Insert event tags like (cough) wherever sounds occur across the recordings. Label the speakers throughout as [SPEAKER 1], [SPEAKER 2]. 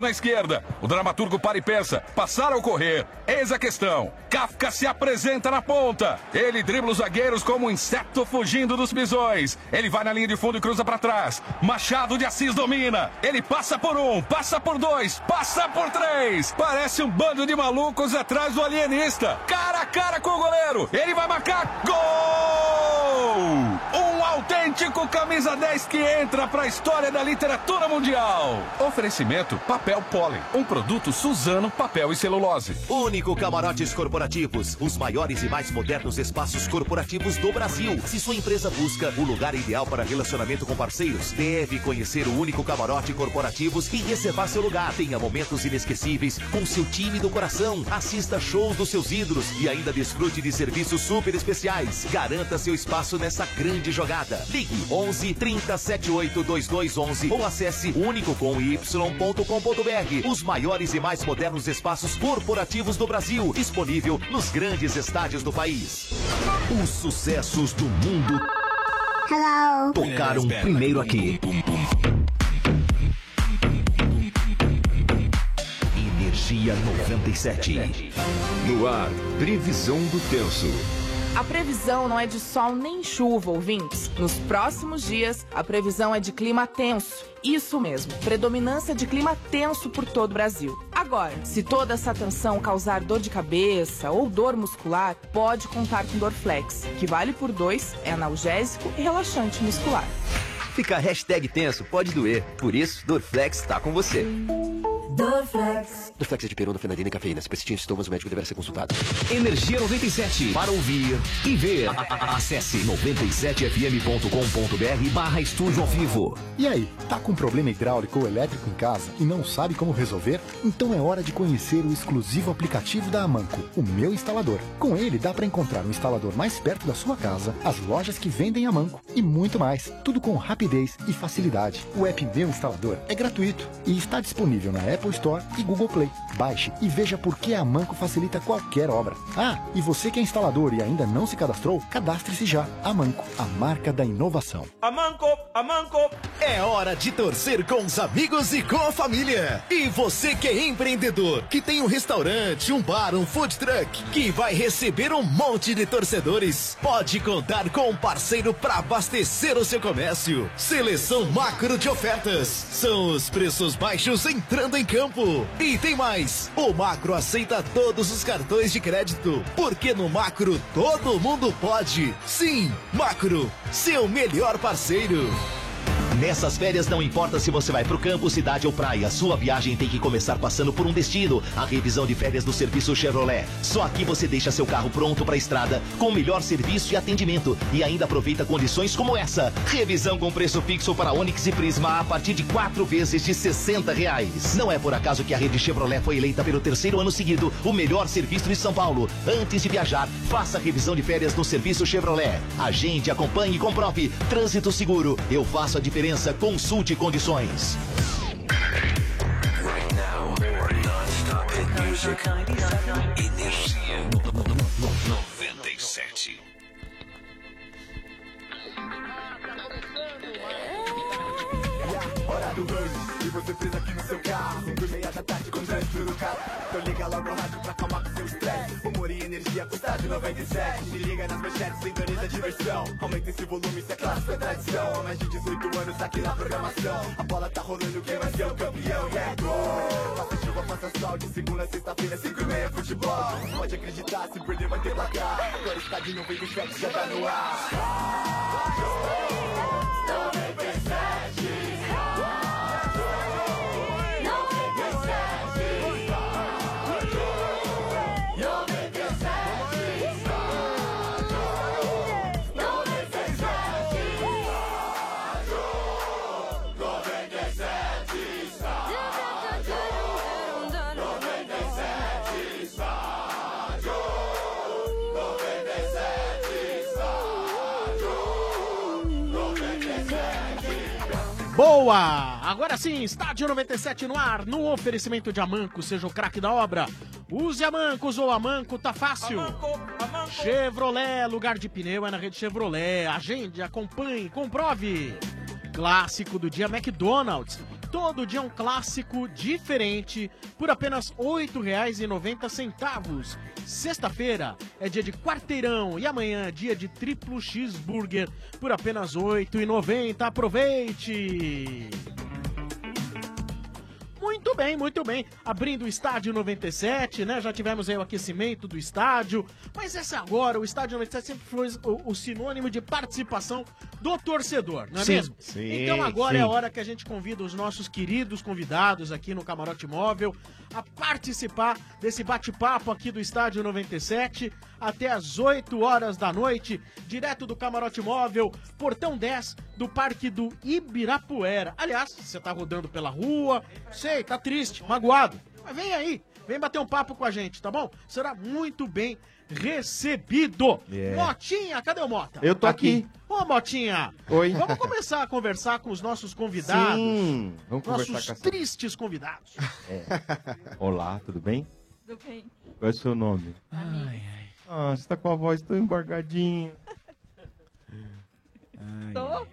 [SPEAKER 1] na esquerda. O dramaturgo para e pensa. Passar ou correr? Eis a questão. Kafka se apresenta na ponta. Ele dribla os zagueiros como um inseto fugindo dos bisões. Ele vai na linha de fundo e cruza para trás. Machado de Assis domina. Ele passa por um, passa por dois, passa por três. Parece um bando de malucos atrás do alienista. Cara a cara com o goleiro. Ele vai marcar. Gol! Um autêntico camisa 10 que entra para a história da literatura mundial. Oferecimento Papel Pólen, um produto Suzano Papel e Celulose.
[SPEAKER 2] Único Camarotes Corporativos, os maiores e mais modernos espaços corporativos do Brasil. Se sua empresa busca o lugar ideal para relacionamento com parceiros, deve conhecer o Único Camarote Corporativos e reservar seu lugar. Tenha momentos inesquecíveis com seu time do coração. Assista shows dos seus ídolos e ainda desfrute de serviços super especiais. Garanta seu espaço nessa grande jogada. Ligue 11 30 78 2211 ou acesse unicocomy.com.br. Os maiores e mais modernos espaços corporativos do Brasil, disponível nos grandes estádios do país. Os sucessos do mundo
[SPEAKER 3] Hello.
[SPEAKER 2] tocaram um primeiro aqui. Energia 97.
[SPEAKER 4] No ar, previsão do tenso.
[SPEAKER 5] A previsão não é de sol nem chuva, ouvintes. Nos próximos dias, a previsão é de clima tenso. Isso mesmo, predominância de clima tenso por todo o Brasil. Agora, se toda essa tensão causar dor de cabeça ou dor muscular, pode contar com Dorflex, que vale por dois, é analgésico e relaxante muscular.
[SPEAKER 6] Ficar hashtag tenso pode doer, por isso Dorflex está com você.
[SPEAKER 3] Dorflex.
[SPEAKER 6] Dorflex é de perona, fenadina e cafeína. Se persistir em sintomas, o médico deverá ser consultado.
[SPEAKER 2] Energia 97. Para ouvir e ver, acesse 97fm.com.br barra estúdio ao vivo.
[SPEAKER 7] E aí, tá com problema hidráulico ou elétrico em casa e não sabe como resolver? Então é hora de conhecer o exclusivo aplicativo da Amanco, o meu instalador. Com ele dá para encontrar um instalador mais perto da sua casa, as lojas que vendem Amanco e muito mais, tudo com rapidez e facilidade. O app Meu Instalador é gratuito e está disponível na Apple Store e Google Play. Baixe e veja por que a Amanco facilita qualquer obra. Ah, e você que é instalador e ainda não se cadastrou, cadastre-se já. Amanco, a marca da inovação.
[SPEAKER 2] É hora de torcer com os amigos e com a família. E você que é empreendedor, que tem um restaurante, um bar, um food truck, que vai receber um monte de torcedores, pode contar com um parceiro para abastecer o seu comércio. Seleção macro de ofertas. São os preços baixos entrando em campo. E tem mais: o macro aceita todos os cartões de crédito, porque no macro todo mundo pode. Sim, macro, seu melhor parceiro. Nessas férias, não importa se você vai pro campo, cidade ou praia, sua viagem tem que começar passando por um destino. A revisão de férias do serviço Chevrolet. Só aqui você deixa seu carro pronto pra estrada, com o melhor serviço e atendimento. E ainda aproveita condições como essa. Revisão com preço fixo para Onix e Prisma a partir de quatro vezes de 60 reais. Não é por acaso que a rede Chevrolet foi eleita pelo terceiro ano seguido o melhor serviço de São Paulo. Antes de viajar, faça a revisão de férias no serviço Chevrolet. Agende, acompanhe e comprove. Trânsito seguro. Eu faço a diferença. Consulte condições.
[SPEAKER 4] Energia 97.
[SPEAKER 8] tá
[SPEAKER 9] Boa! Agora sim, Estádio 97 no ar, no oferecimento de Amanco, seja o craque da obra. Use Amancos ou Amanco, tá fácil. Chevrolet, lugar de pneu é na rede Chevrolet. Agende, acompanhe, comprove. Clássico do dia McDonald's.
[SPEAKER 10] Todo dia um clássico diferente por apenas R$ 8,90. Sexta-feira é dia de quarteirão e amanhã é dia de triplo cheeseburger por apenas R$ 8,90. Aproveite! Muito bem, muito bem. Abrindo o estádio 97, né? Já tivemos aí o aquecimento do estádio. Mas essa agora, o estádio 97 sempre foi o, o sinônimo de participação do torcedor, não é
[SPEAKER 11] Sim,
[SPEAKER 10] mesmo?
[SPEAKER 11] sim,
[SPEAKER 10] então agora
[SPEAKER 11] sim.
[SPEAKER 10] é a hora que a gente convida os nossos queridos convidados aqui no Camarote Móvel a participar desse bate-papo aqui do estádio 97 até às 8 horas da noite, direto do Camarote Móvel, portão 10 do Parque do Ibirapuera. Aliás, você tá rodando pela rua, sei, tá triste, magoado, mas vem aí, vem bater um papo com a gente, tá bom? Será muito bem recebido.
[SPEAKER 11] É.
[SPEAKER 10] Motinha, cadê o Mota? Tá
[SPEAKER 11] Eu tô aqui.
[SPEAKER 10] Ô, Motinha.
[SPEAKER 11] Oi.
[SPEAKER 10] Vamos começar a conversar com os nossos convidados.
[SPEAKER 11] Sim, vamos conversar
[SPEAKER 10] nossos
[SPEAKER 11] com essa-
[SPEAKER 10] tristes
[SPEAKER 2] (laughs)
[SPEAKER 10] convidados.
[SPEAKER 11] Olá, tudo bem?
[SPEAKER 12] Tudo bem?
[SPEAKER 11] Qual é o seu nome? Ah, você tá com a voz tão embargadinha.
[SPEAKER 12] Tô?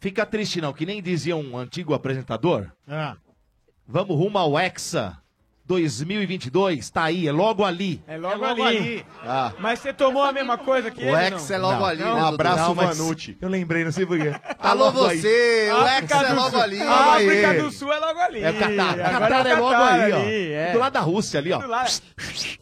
[SPEAKER 2] Fica triste não, que nem dizia um antigo apresentador.
[SPEAKER 10] Ah.
[SPEAKER 2] Vamos rumo ao Hexa 2022, tá aí, é logo ali.
[SPEAKER 13] É logo,
[SPEAKER 2] logo
[SPEAKER 13] ali.
[SPEAKER 2] ali. Ah.
[SPEAKER 13] Mas você tomou a mesma coisa que ele?
[SPEAKER 2] O Hex é logo ali, né,
[SPEAKER 13] Um
[SPEAKER 2] Dudu?
[SPEAKER 13] abraço,
[SPEAKER 2] Não, mas-
[SPEAKER 13] Vanucci.
[SPEAKER 11] Eu lembrei, não sei porquê.
[SPEAKER 2] Alô, você, o Hexa é logo ali.
[SPEAKER 13] A África
[SPEAKER 2] Aí.
[SPEAKER 13] do Sul é logo ali.
[SPEAKER 2] É o Catar,
[SPEAKER 13] Agora
[SPEAKER 2] Catar é
[SPEAKER 13] o
[SPEAKER 2] logo
[SPEAKER 13] Catar
[SPEAKER 2] ali, ó.
[SPEAKER 13] ali, é.
[SPEAKER 2] Do lado da Rússia ali, ó.
[SPEAKER 13] Do lado-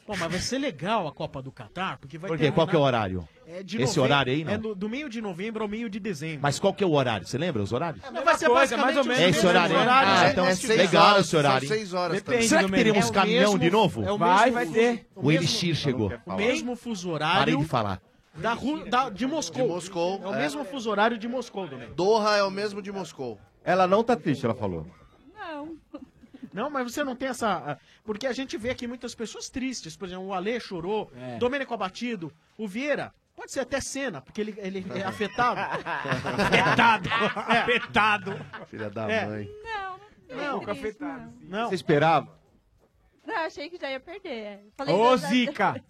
[SPEAKER 10] Pô, mas vai ser legal a Copa do Catar, porque vai
[SPEAKER 2] Por quê? Qual que é o horário?
[SPEAKER 10] É de
[SPEAKER 2] Esse
[SPEAKER 10] novembro-
[SPEAKER 2] horário aí, não?
[SPEAKER 10] É do, do meio de novembro ao meio de dezembro.
[SPEAKER 2] Mas qual que é o horário? Você lembra os horários?
[SPEAKER 10] Não, vai ser
[SPEAKER 13] É coisa,
[SPEAKER 10] basicamente
[SPEAKER 13] mais ou
[SPEAKER 10] o
[SPEAKER 13] menos.
[SPEAKER 2] É esse
[SPEAKER 10] mesmo
[SPEAKER 2] horário, né?
[SPEAKER 10] horário que
[SPEAKER 2] Ah,
[SPEAKER 10] nós
[SPEAKER 2] então é
[SPEAKER 10] tivemos.
[SPEAKER 2] legal esse horário. hein?
[SPEAKER 10] Depende
[SPEAKER 2] Será que
[SPEAKER 10] do mês.
[SPEAKER 2] teremos
[SPEAKER 10] É o
[SPEAKER 2] caminhão de
[SPEAKER 10] mesmo-
[SPEAKER 2] novo?
[SPEAKER 10] é o
[SPEAKER 2] Vai,
[SPEAKER 10] mesmo-
[SPEAKER 2] vai ter.
[SPEAKER 10] o
[SPEAKER 2] O
[SPEAKER 10] mesmo-
[SPEAKER 2] Elixir chegou.
[SPEAKER 10] O mesmo fuso horário.
[SPEAKER 2] Parei de falar.
[SPEAKER 10] Da ru... da- de Moscou. É o
[SPEAKER 14] é.
[SPEAKER 10] mesmo fuso horário de Moscou, né? Domingo.
[SPEAKER 14] Doha é o mesmo de Moscou.
[SPEAKER 11] Ela não tá triste, ela falou.
[SPEAKER 10] Não. Não, mas você não tem essa. Porque a gente vê aqui muitas pessoas tristes. Por exemplo, o Alê chorou,
[SPEAKER 13] É.
[SPEAKER 10] Domênico abatido, o Vieira. Pode ser até cena, porque ele, ele é
[SPEAKER 14] (laughs)
[SPEAKER 10] afetado. É. afetado. Afetado.
[SPEAKER 11] Filha da
[SPEAKER 10] É.
[SPEAKER 11] mãe.
[SPEAKER 12] Não,
[SPEAKER 10] Não,
[SPEAKER 12] triste, não.
[SPEAKER 10] não.
[SPEAKER 11] Você esperava?
[SPEAKER 12] Não, achei que já ia perder. é."
[SPEAKER 11] Ô,
[SPEAKER 12] já-
[SPEAKER 11] Zica!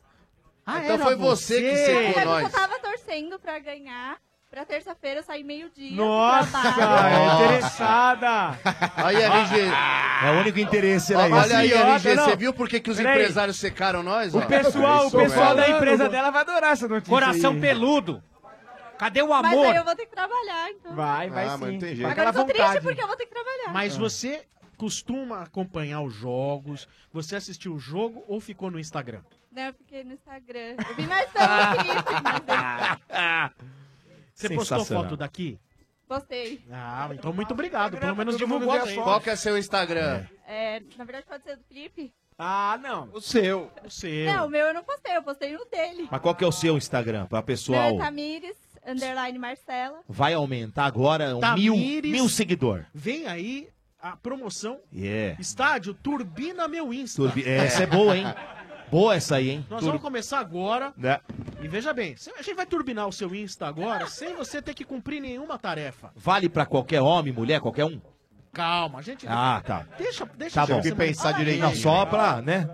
[SPEAKER 12] Ah,
[SPEAKER 14] então
[SPEAKER 12] era
[SPEAKER 14] foi você que
[SPEAKER 12] É,
[SPEAKER 14] secou
[SPEAKER 12] Eu
[SPEAKER 14] nós.
[SPEAKER 12] só tava torcendo pra ganhar, pra terça-feira sair meio-dia.
[SPEAKER 13] Nossa, é interessada.
[SPEAKER 2] (laughs)
[SPEAKER 14] Aí, RG.
[SPEAKER 2] É o único interesse,
[SPEAKER 14] Olha,
[SPEAKER 2] era esse.
[SPEAKER 14] aí, RG,
[SPEAKER 13] Não.
[SPEAKER 14] você viu por que, que os
[SPEAKER 13] Peraí.
[SPEAKER 14] empresários secaram nós?
[SPEAKER 13] O
[SPEAKER 14] ó?
[SPEAKER 13] pessoal, o
[SPEAKER 14] Isso,
[SPEAKER 13] pessoal da
[SPEAKER 14] velho.
[SPEAKER 13] empresa dela vai adorar essa notícia.
[SPEAKER 14] Coração
[SPEAKER 13] peludo. Cadê o
[SPEAKER 12] Mas aí eu vou ter que trabalhar, então.
[SPEAKER 13] Vai, vai
[SPEAKER 10] Ah,
[SPEAKER 13] sim.
[SPEAKER 10] mas não tem
[SPEAKER 12] Agora
[SPEAKER 10] jeito.
[SPEAKER 12] eu tô
[SPEAKER 10] Aquela vontade. Ah.
[SPEAKER 12] triste porque eu vou ter que trabalhar.
[SPEAKER 10] Mas você costuma acompanhar os jogos? Você assistiu o jogo ou ficou no Instagram?
[SPEAKER 12] Né, eu fiquei no Instagram. Eu vi mais tanto clipe, mas
[SPEAKER 10] Você postou
[SPEAKER 14] Sensacional.
[SPEAKER 10] foto daqui?
[SPEAKER 12] gostei.
[SPEAKER 10] Ah, então muito obrigado. Pelo menos
[SPEAKER 14] Todo mundo
[SPEAKER 10] divulgou
[SPEAKER 14] vê as
[SPEAKER 10] bem.
[SPEAKER 14] fotos. Qual que é seu Instagram?
[SPEAKER 12] É, na verdade, pode ser do clipe.
[SPEAKER 13] Ah, não.
[SPEAKER 11] O seu.
[SPEAKER 10] É O seu.
[SPEAKER 12] Não, o meu eu não postei, eu postei no dele.
[SPEAKER 2] Mas qual que é o seu Instagram? Pra pessoal.
[SPEAKER 12] Meu é Tamires, underline Marcela.
[SPEAKER 2] Vai aumentar agora um mil,
[SPEAKER 10] Tamires-
[SPEAKER 2] mil seguidor.
[SPEAKER 10] Vem aí a promoção
[SPEAKER 2] Yeah.
[SPEAKER 10] Estádio Turbina Meu Insta.
[SPEAKER 2] Turbi- é, Essa é boa, hein? Boa essa aí, hein?
[SPEAKER 10] (laughs) Nós
[SPEAKER 2] Tur-
[SPEAKER 10] vamos começar agora.
[SPEAKER 2] Né?
[SPEAKER 10] E veja bem, se- a gente vai turbinar o seu Insta agora sem você ter que cumprir nenhuma tarefa.
[SPEAKER 2] Vale pra qualquer homem, mulher, qualquer um?
[SPEAKER 10] Calma, a gente.
[SPEAKER 2] Ah, tá.
[SPEAKER 10] Deixa, deixa
[SPEAKER 2] tá
[SPEAKER 10] eu Ah, é.
[SPEAKER 2] bom.
[SPEAKER 10] ver semana- Olha aí.
[SPEAKER 2] Não, só pra, né?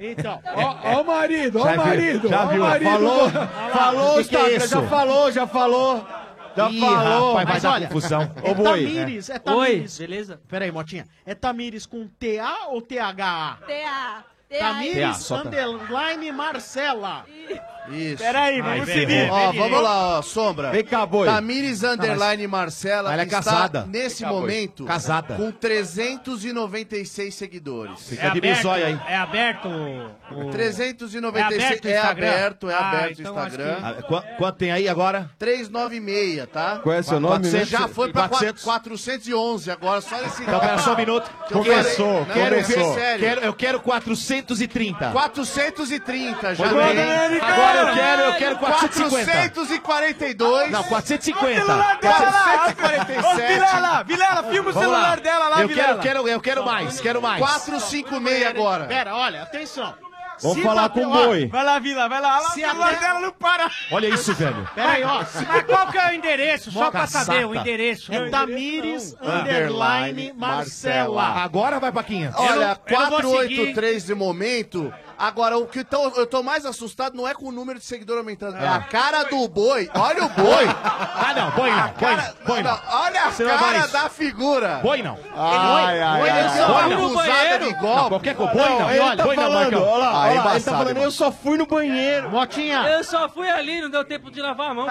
[SPEAKER 10] Então,
[SPEAKER 11] É.
[SPEAKER 13] ó, ó o marido, ó
[SPEAKER 2] Já
[SPEAKER 13] o
[SPEAKER 2] viu,
[SPEAKER 13] marido.
[SPEAKER 2] já
[SPEAKER 13] ó o
[SPEAKER 2] viu,
[SPEAKER 13] marido.
[SPEAKER 2] falou,
[SPEAKER 13] Olha lá.
[SPEAKER 2] falou,
[SPEAKER 13] Que que é
[SPEAKER 2] Instagram,
[SPEAKER 13] isso?
[SPEAKER 2] já falou, já falou, já
[SPEAKER 13] Ih,
[SPEAKER 2] falou.
[SPEAKER 13] rapaz, vai dar confusão.
[SPEAKER 10] É
[SPEAKER 13] Ô, boi,
[SPEAKER 10] Tamires,
[SPEAKER 13] né?
[SPEAKER 10] é Tamires, beleza? Pera aí, Motinha. É Tamires com TA ou THA?
[SPEAKER 12] TA. TA.
[SPEAKER 14] TA,
[SPEAKER 10] Tamires
[SPEAKER 14] só tá.
[SPEAKER 10] underline Marcela.
[SPEAKER 14] Isso.
[SPEAKER 10] Peraí, vamos
[SPEAKER 14] Aí,
[SPEAKER 10] seguir.
[SPEAKER 14] vem, Ó,
[SPEAKER 10] vem,
[SPEAKER 14] vamos
[SPEAKER 10] vem.
[SPEAKER 14] lá, ó, Sombra.
[SPEAKER 2] Vem cá, boi.
[SPEAKER 14] Tamires Underline
[SPEAKER 2] Não, mas-
[SPEAKER 14] Marcela
[SPEAKER 2] Ela é
[SPEAKER 14] está,
[SPEAKER 2] casada.
[SPEAKER 14] nesse
[SPEAKER 2] Vem cá, boi.
[SPEAKER 14] momento,
[SPEAKER 2] Casada.
[SPEAKER 14] com 396 seguidores.
[SPEAKER 2] Fica de bisóia aí.
[SPEAKER 13] É aberto o...
[SPEAKER 14] 396, é aberto, é aberto, o
[SPEAKER 13] então
[SPEAKER 14] Instagram.
[SPEAKER 2] Ah, qua- Quanto tem aí agora?
[SPEAKER 14] 396, tá?
[SPEAKER 2] Qual é seu nome?
[SPEAKER 14] Você já foi pra
[SPEAKER 2] 400?
[SPEAKER 14] 411 agora, só Ah, nesse...
[SPEAKER 2] Então, pera só um minuto.
[SPEAKER 14] Começou,
[SPEAKER 2] Quero- quero, ver-
[SPEAKER 14] começou.
[SPEAKER 2] quero- eu quero 430.
[SPEAKER 14] 430 já
[SPEAKER 2] Ô,
[SPEAKER 14] vem.
[SPEAKER 2] Domingo, Agora eu quero- eu quero 450.
[SPEAKER 14] 442.
[SPEAKER 2] Não, 450.
[SPEAKER 14] celular dela, 447.
[SPEAKER 2] Ô, Vilela, Vilela, filma o
[SPEAKER 14] Vamos
[SPEAKER 2] celular
[SPEAKER 14] lá.
[SPEAKER 2] dela lá,
[SPEAKER 14] eu
[SPEAKER 2] Vilela.
[SPEAKER 14] Quero, quero, eu quero mais, quero mais. 456 agora.
[SPEAKER 10] Pera, olha, atenção.
[SPEAKER 2] Vamos
[SPEAKER 10] Se
[SPEAKER 2] falar
[SPEAKER 10] bater-
[SPEAKER 2] com o
[SPEAKER 10] ó,
[SPEAKER 2] boi.
[SPEAKER 13] Vai lá, Vila, vai lá. Olha lá, o
[SPEAKER 10] Se
[SPEAKER 13] celular
[SPEAKER 10] até-
[SPEAKER 13] dela não para.
[SPEAKER 2] Olha isso, velho.
[SPEAKER 10] Pera aí, ó.
[SPEAKER 13] Mas qual que é o endereço? Só pra
[SPEAKER 2] Caçata.
[SPEAKER 13] saber o endereço.
[SPEAKER 10] É Tamires Underline Marcela.
[SPEAKER 2] Agora vai, Paquinha.
[SPEAKER 14] Olha,
[SPEAKER 10] eu não vou
[SPEAKER 14] 483 de momento, Agora, o que eu tô- eu tô mais assustado não é com o número de seguidor aumentando, é a cara do boi. Olha o boi.
[SPEAKER 2] (laughs) Ah, não, põe não, põe não, põe não.
[SPEAKER 14] Olha a
[SPEAKER 2] Você vai
[SPEAKER 14] cara
[SPEAKER 2] mais.
[SPEAKER 14] da figura.
[SPEAKER 2] Boi não.
[SPEAKER 14] Ai, ai,
[SPEAKER 2] Boi
[SPEAKER 14] ai.
[SPEAKER 2] não.
[SPEAKER 14] Boi
[SPEAKER 2] Boi
[SPEAKER 14] não.
[SPEAKER 2] não.
[SPEAKER 14] Usada de golpe.
[SPEAKER 2] Não, qualquer coisa. Boi não.
[SPEAKER 11] Ele
[SPEAKER 2] Olha,
[SPEAKER 11] tá
[SPEAKER 2] boi não,
[SPEAKER 11] falando,
[SPEAKER 2] Marcão.
[SPEAKER 11] olha lá,
[SPEAKER 2] Ah,
[SPEAKER 11] olha lá, ele tá
[SPEAKER 2] embaçado,
[SPEAKER 11] falando,
[SPEAKER 2] irmão.
[SPEAKER 11] eu só fui no banheiro.
[SPEAKER 2] Motinha.
[SPEAKER 11] (laughs)
[SPEAKER 10] (laughs)
[SPEAKER 15] Eu só fui ali, não deu tempo de
[SPEAKER 14] (laughs)
[SPEAKER 15] lavar a mão.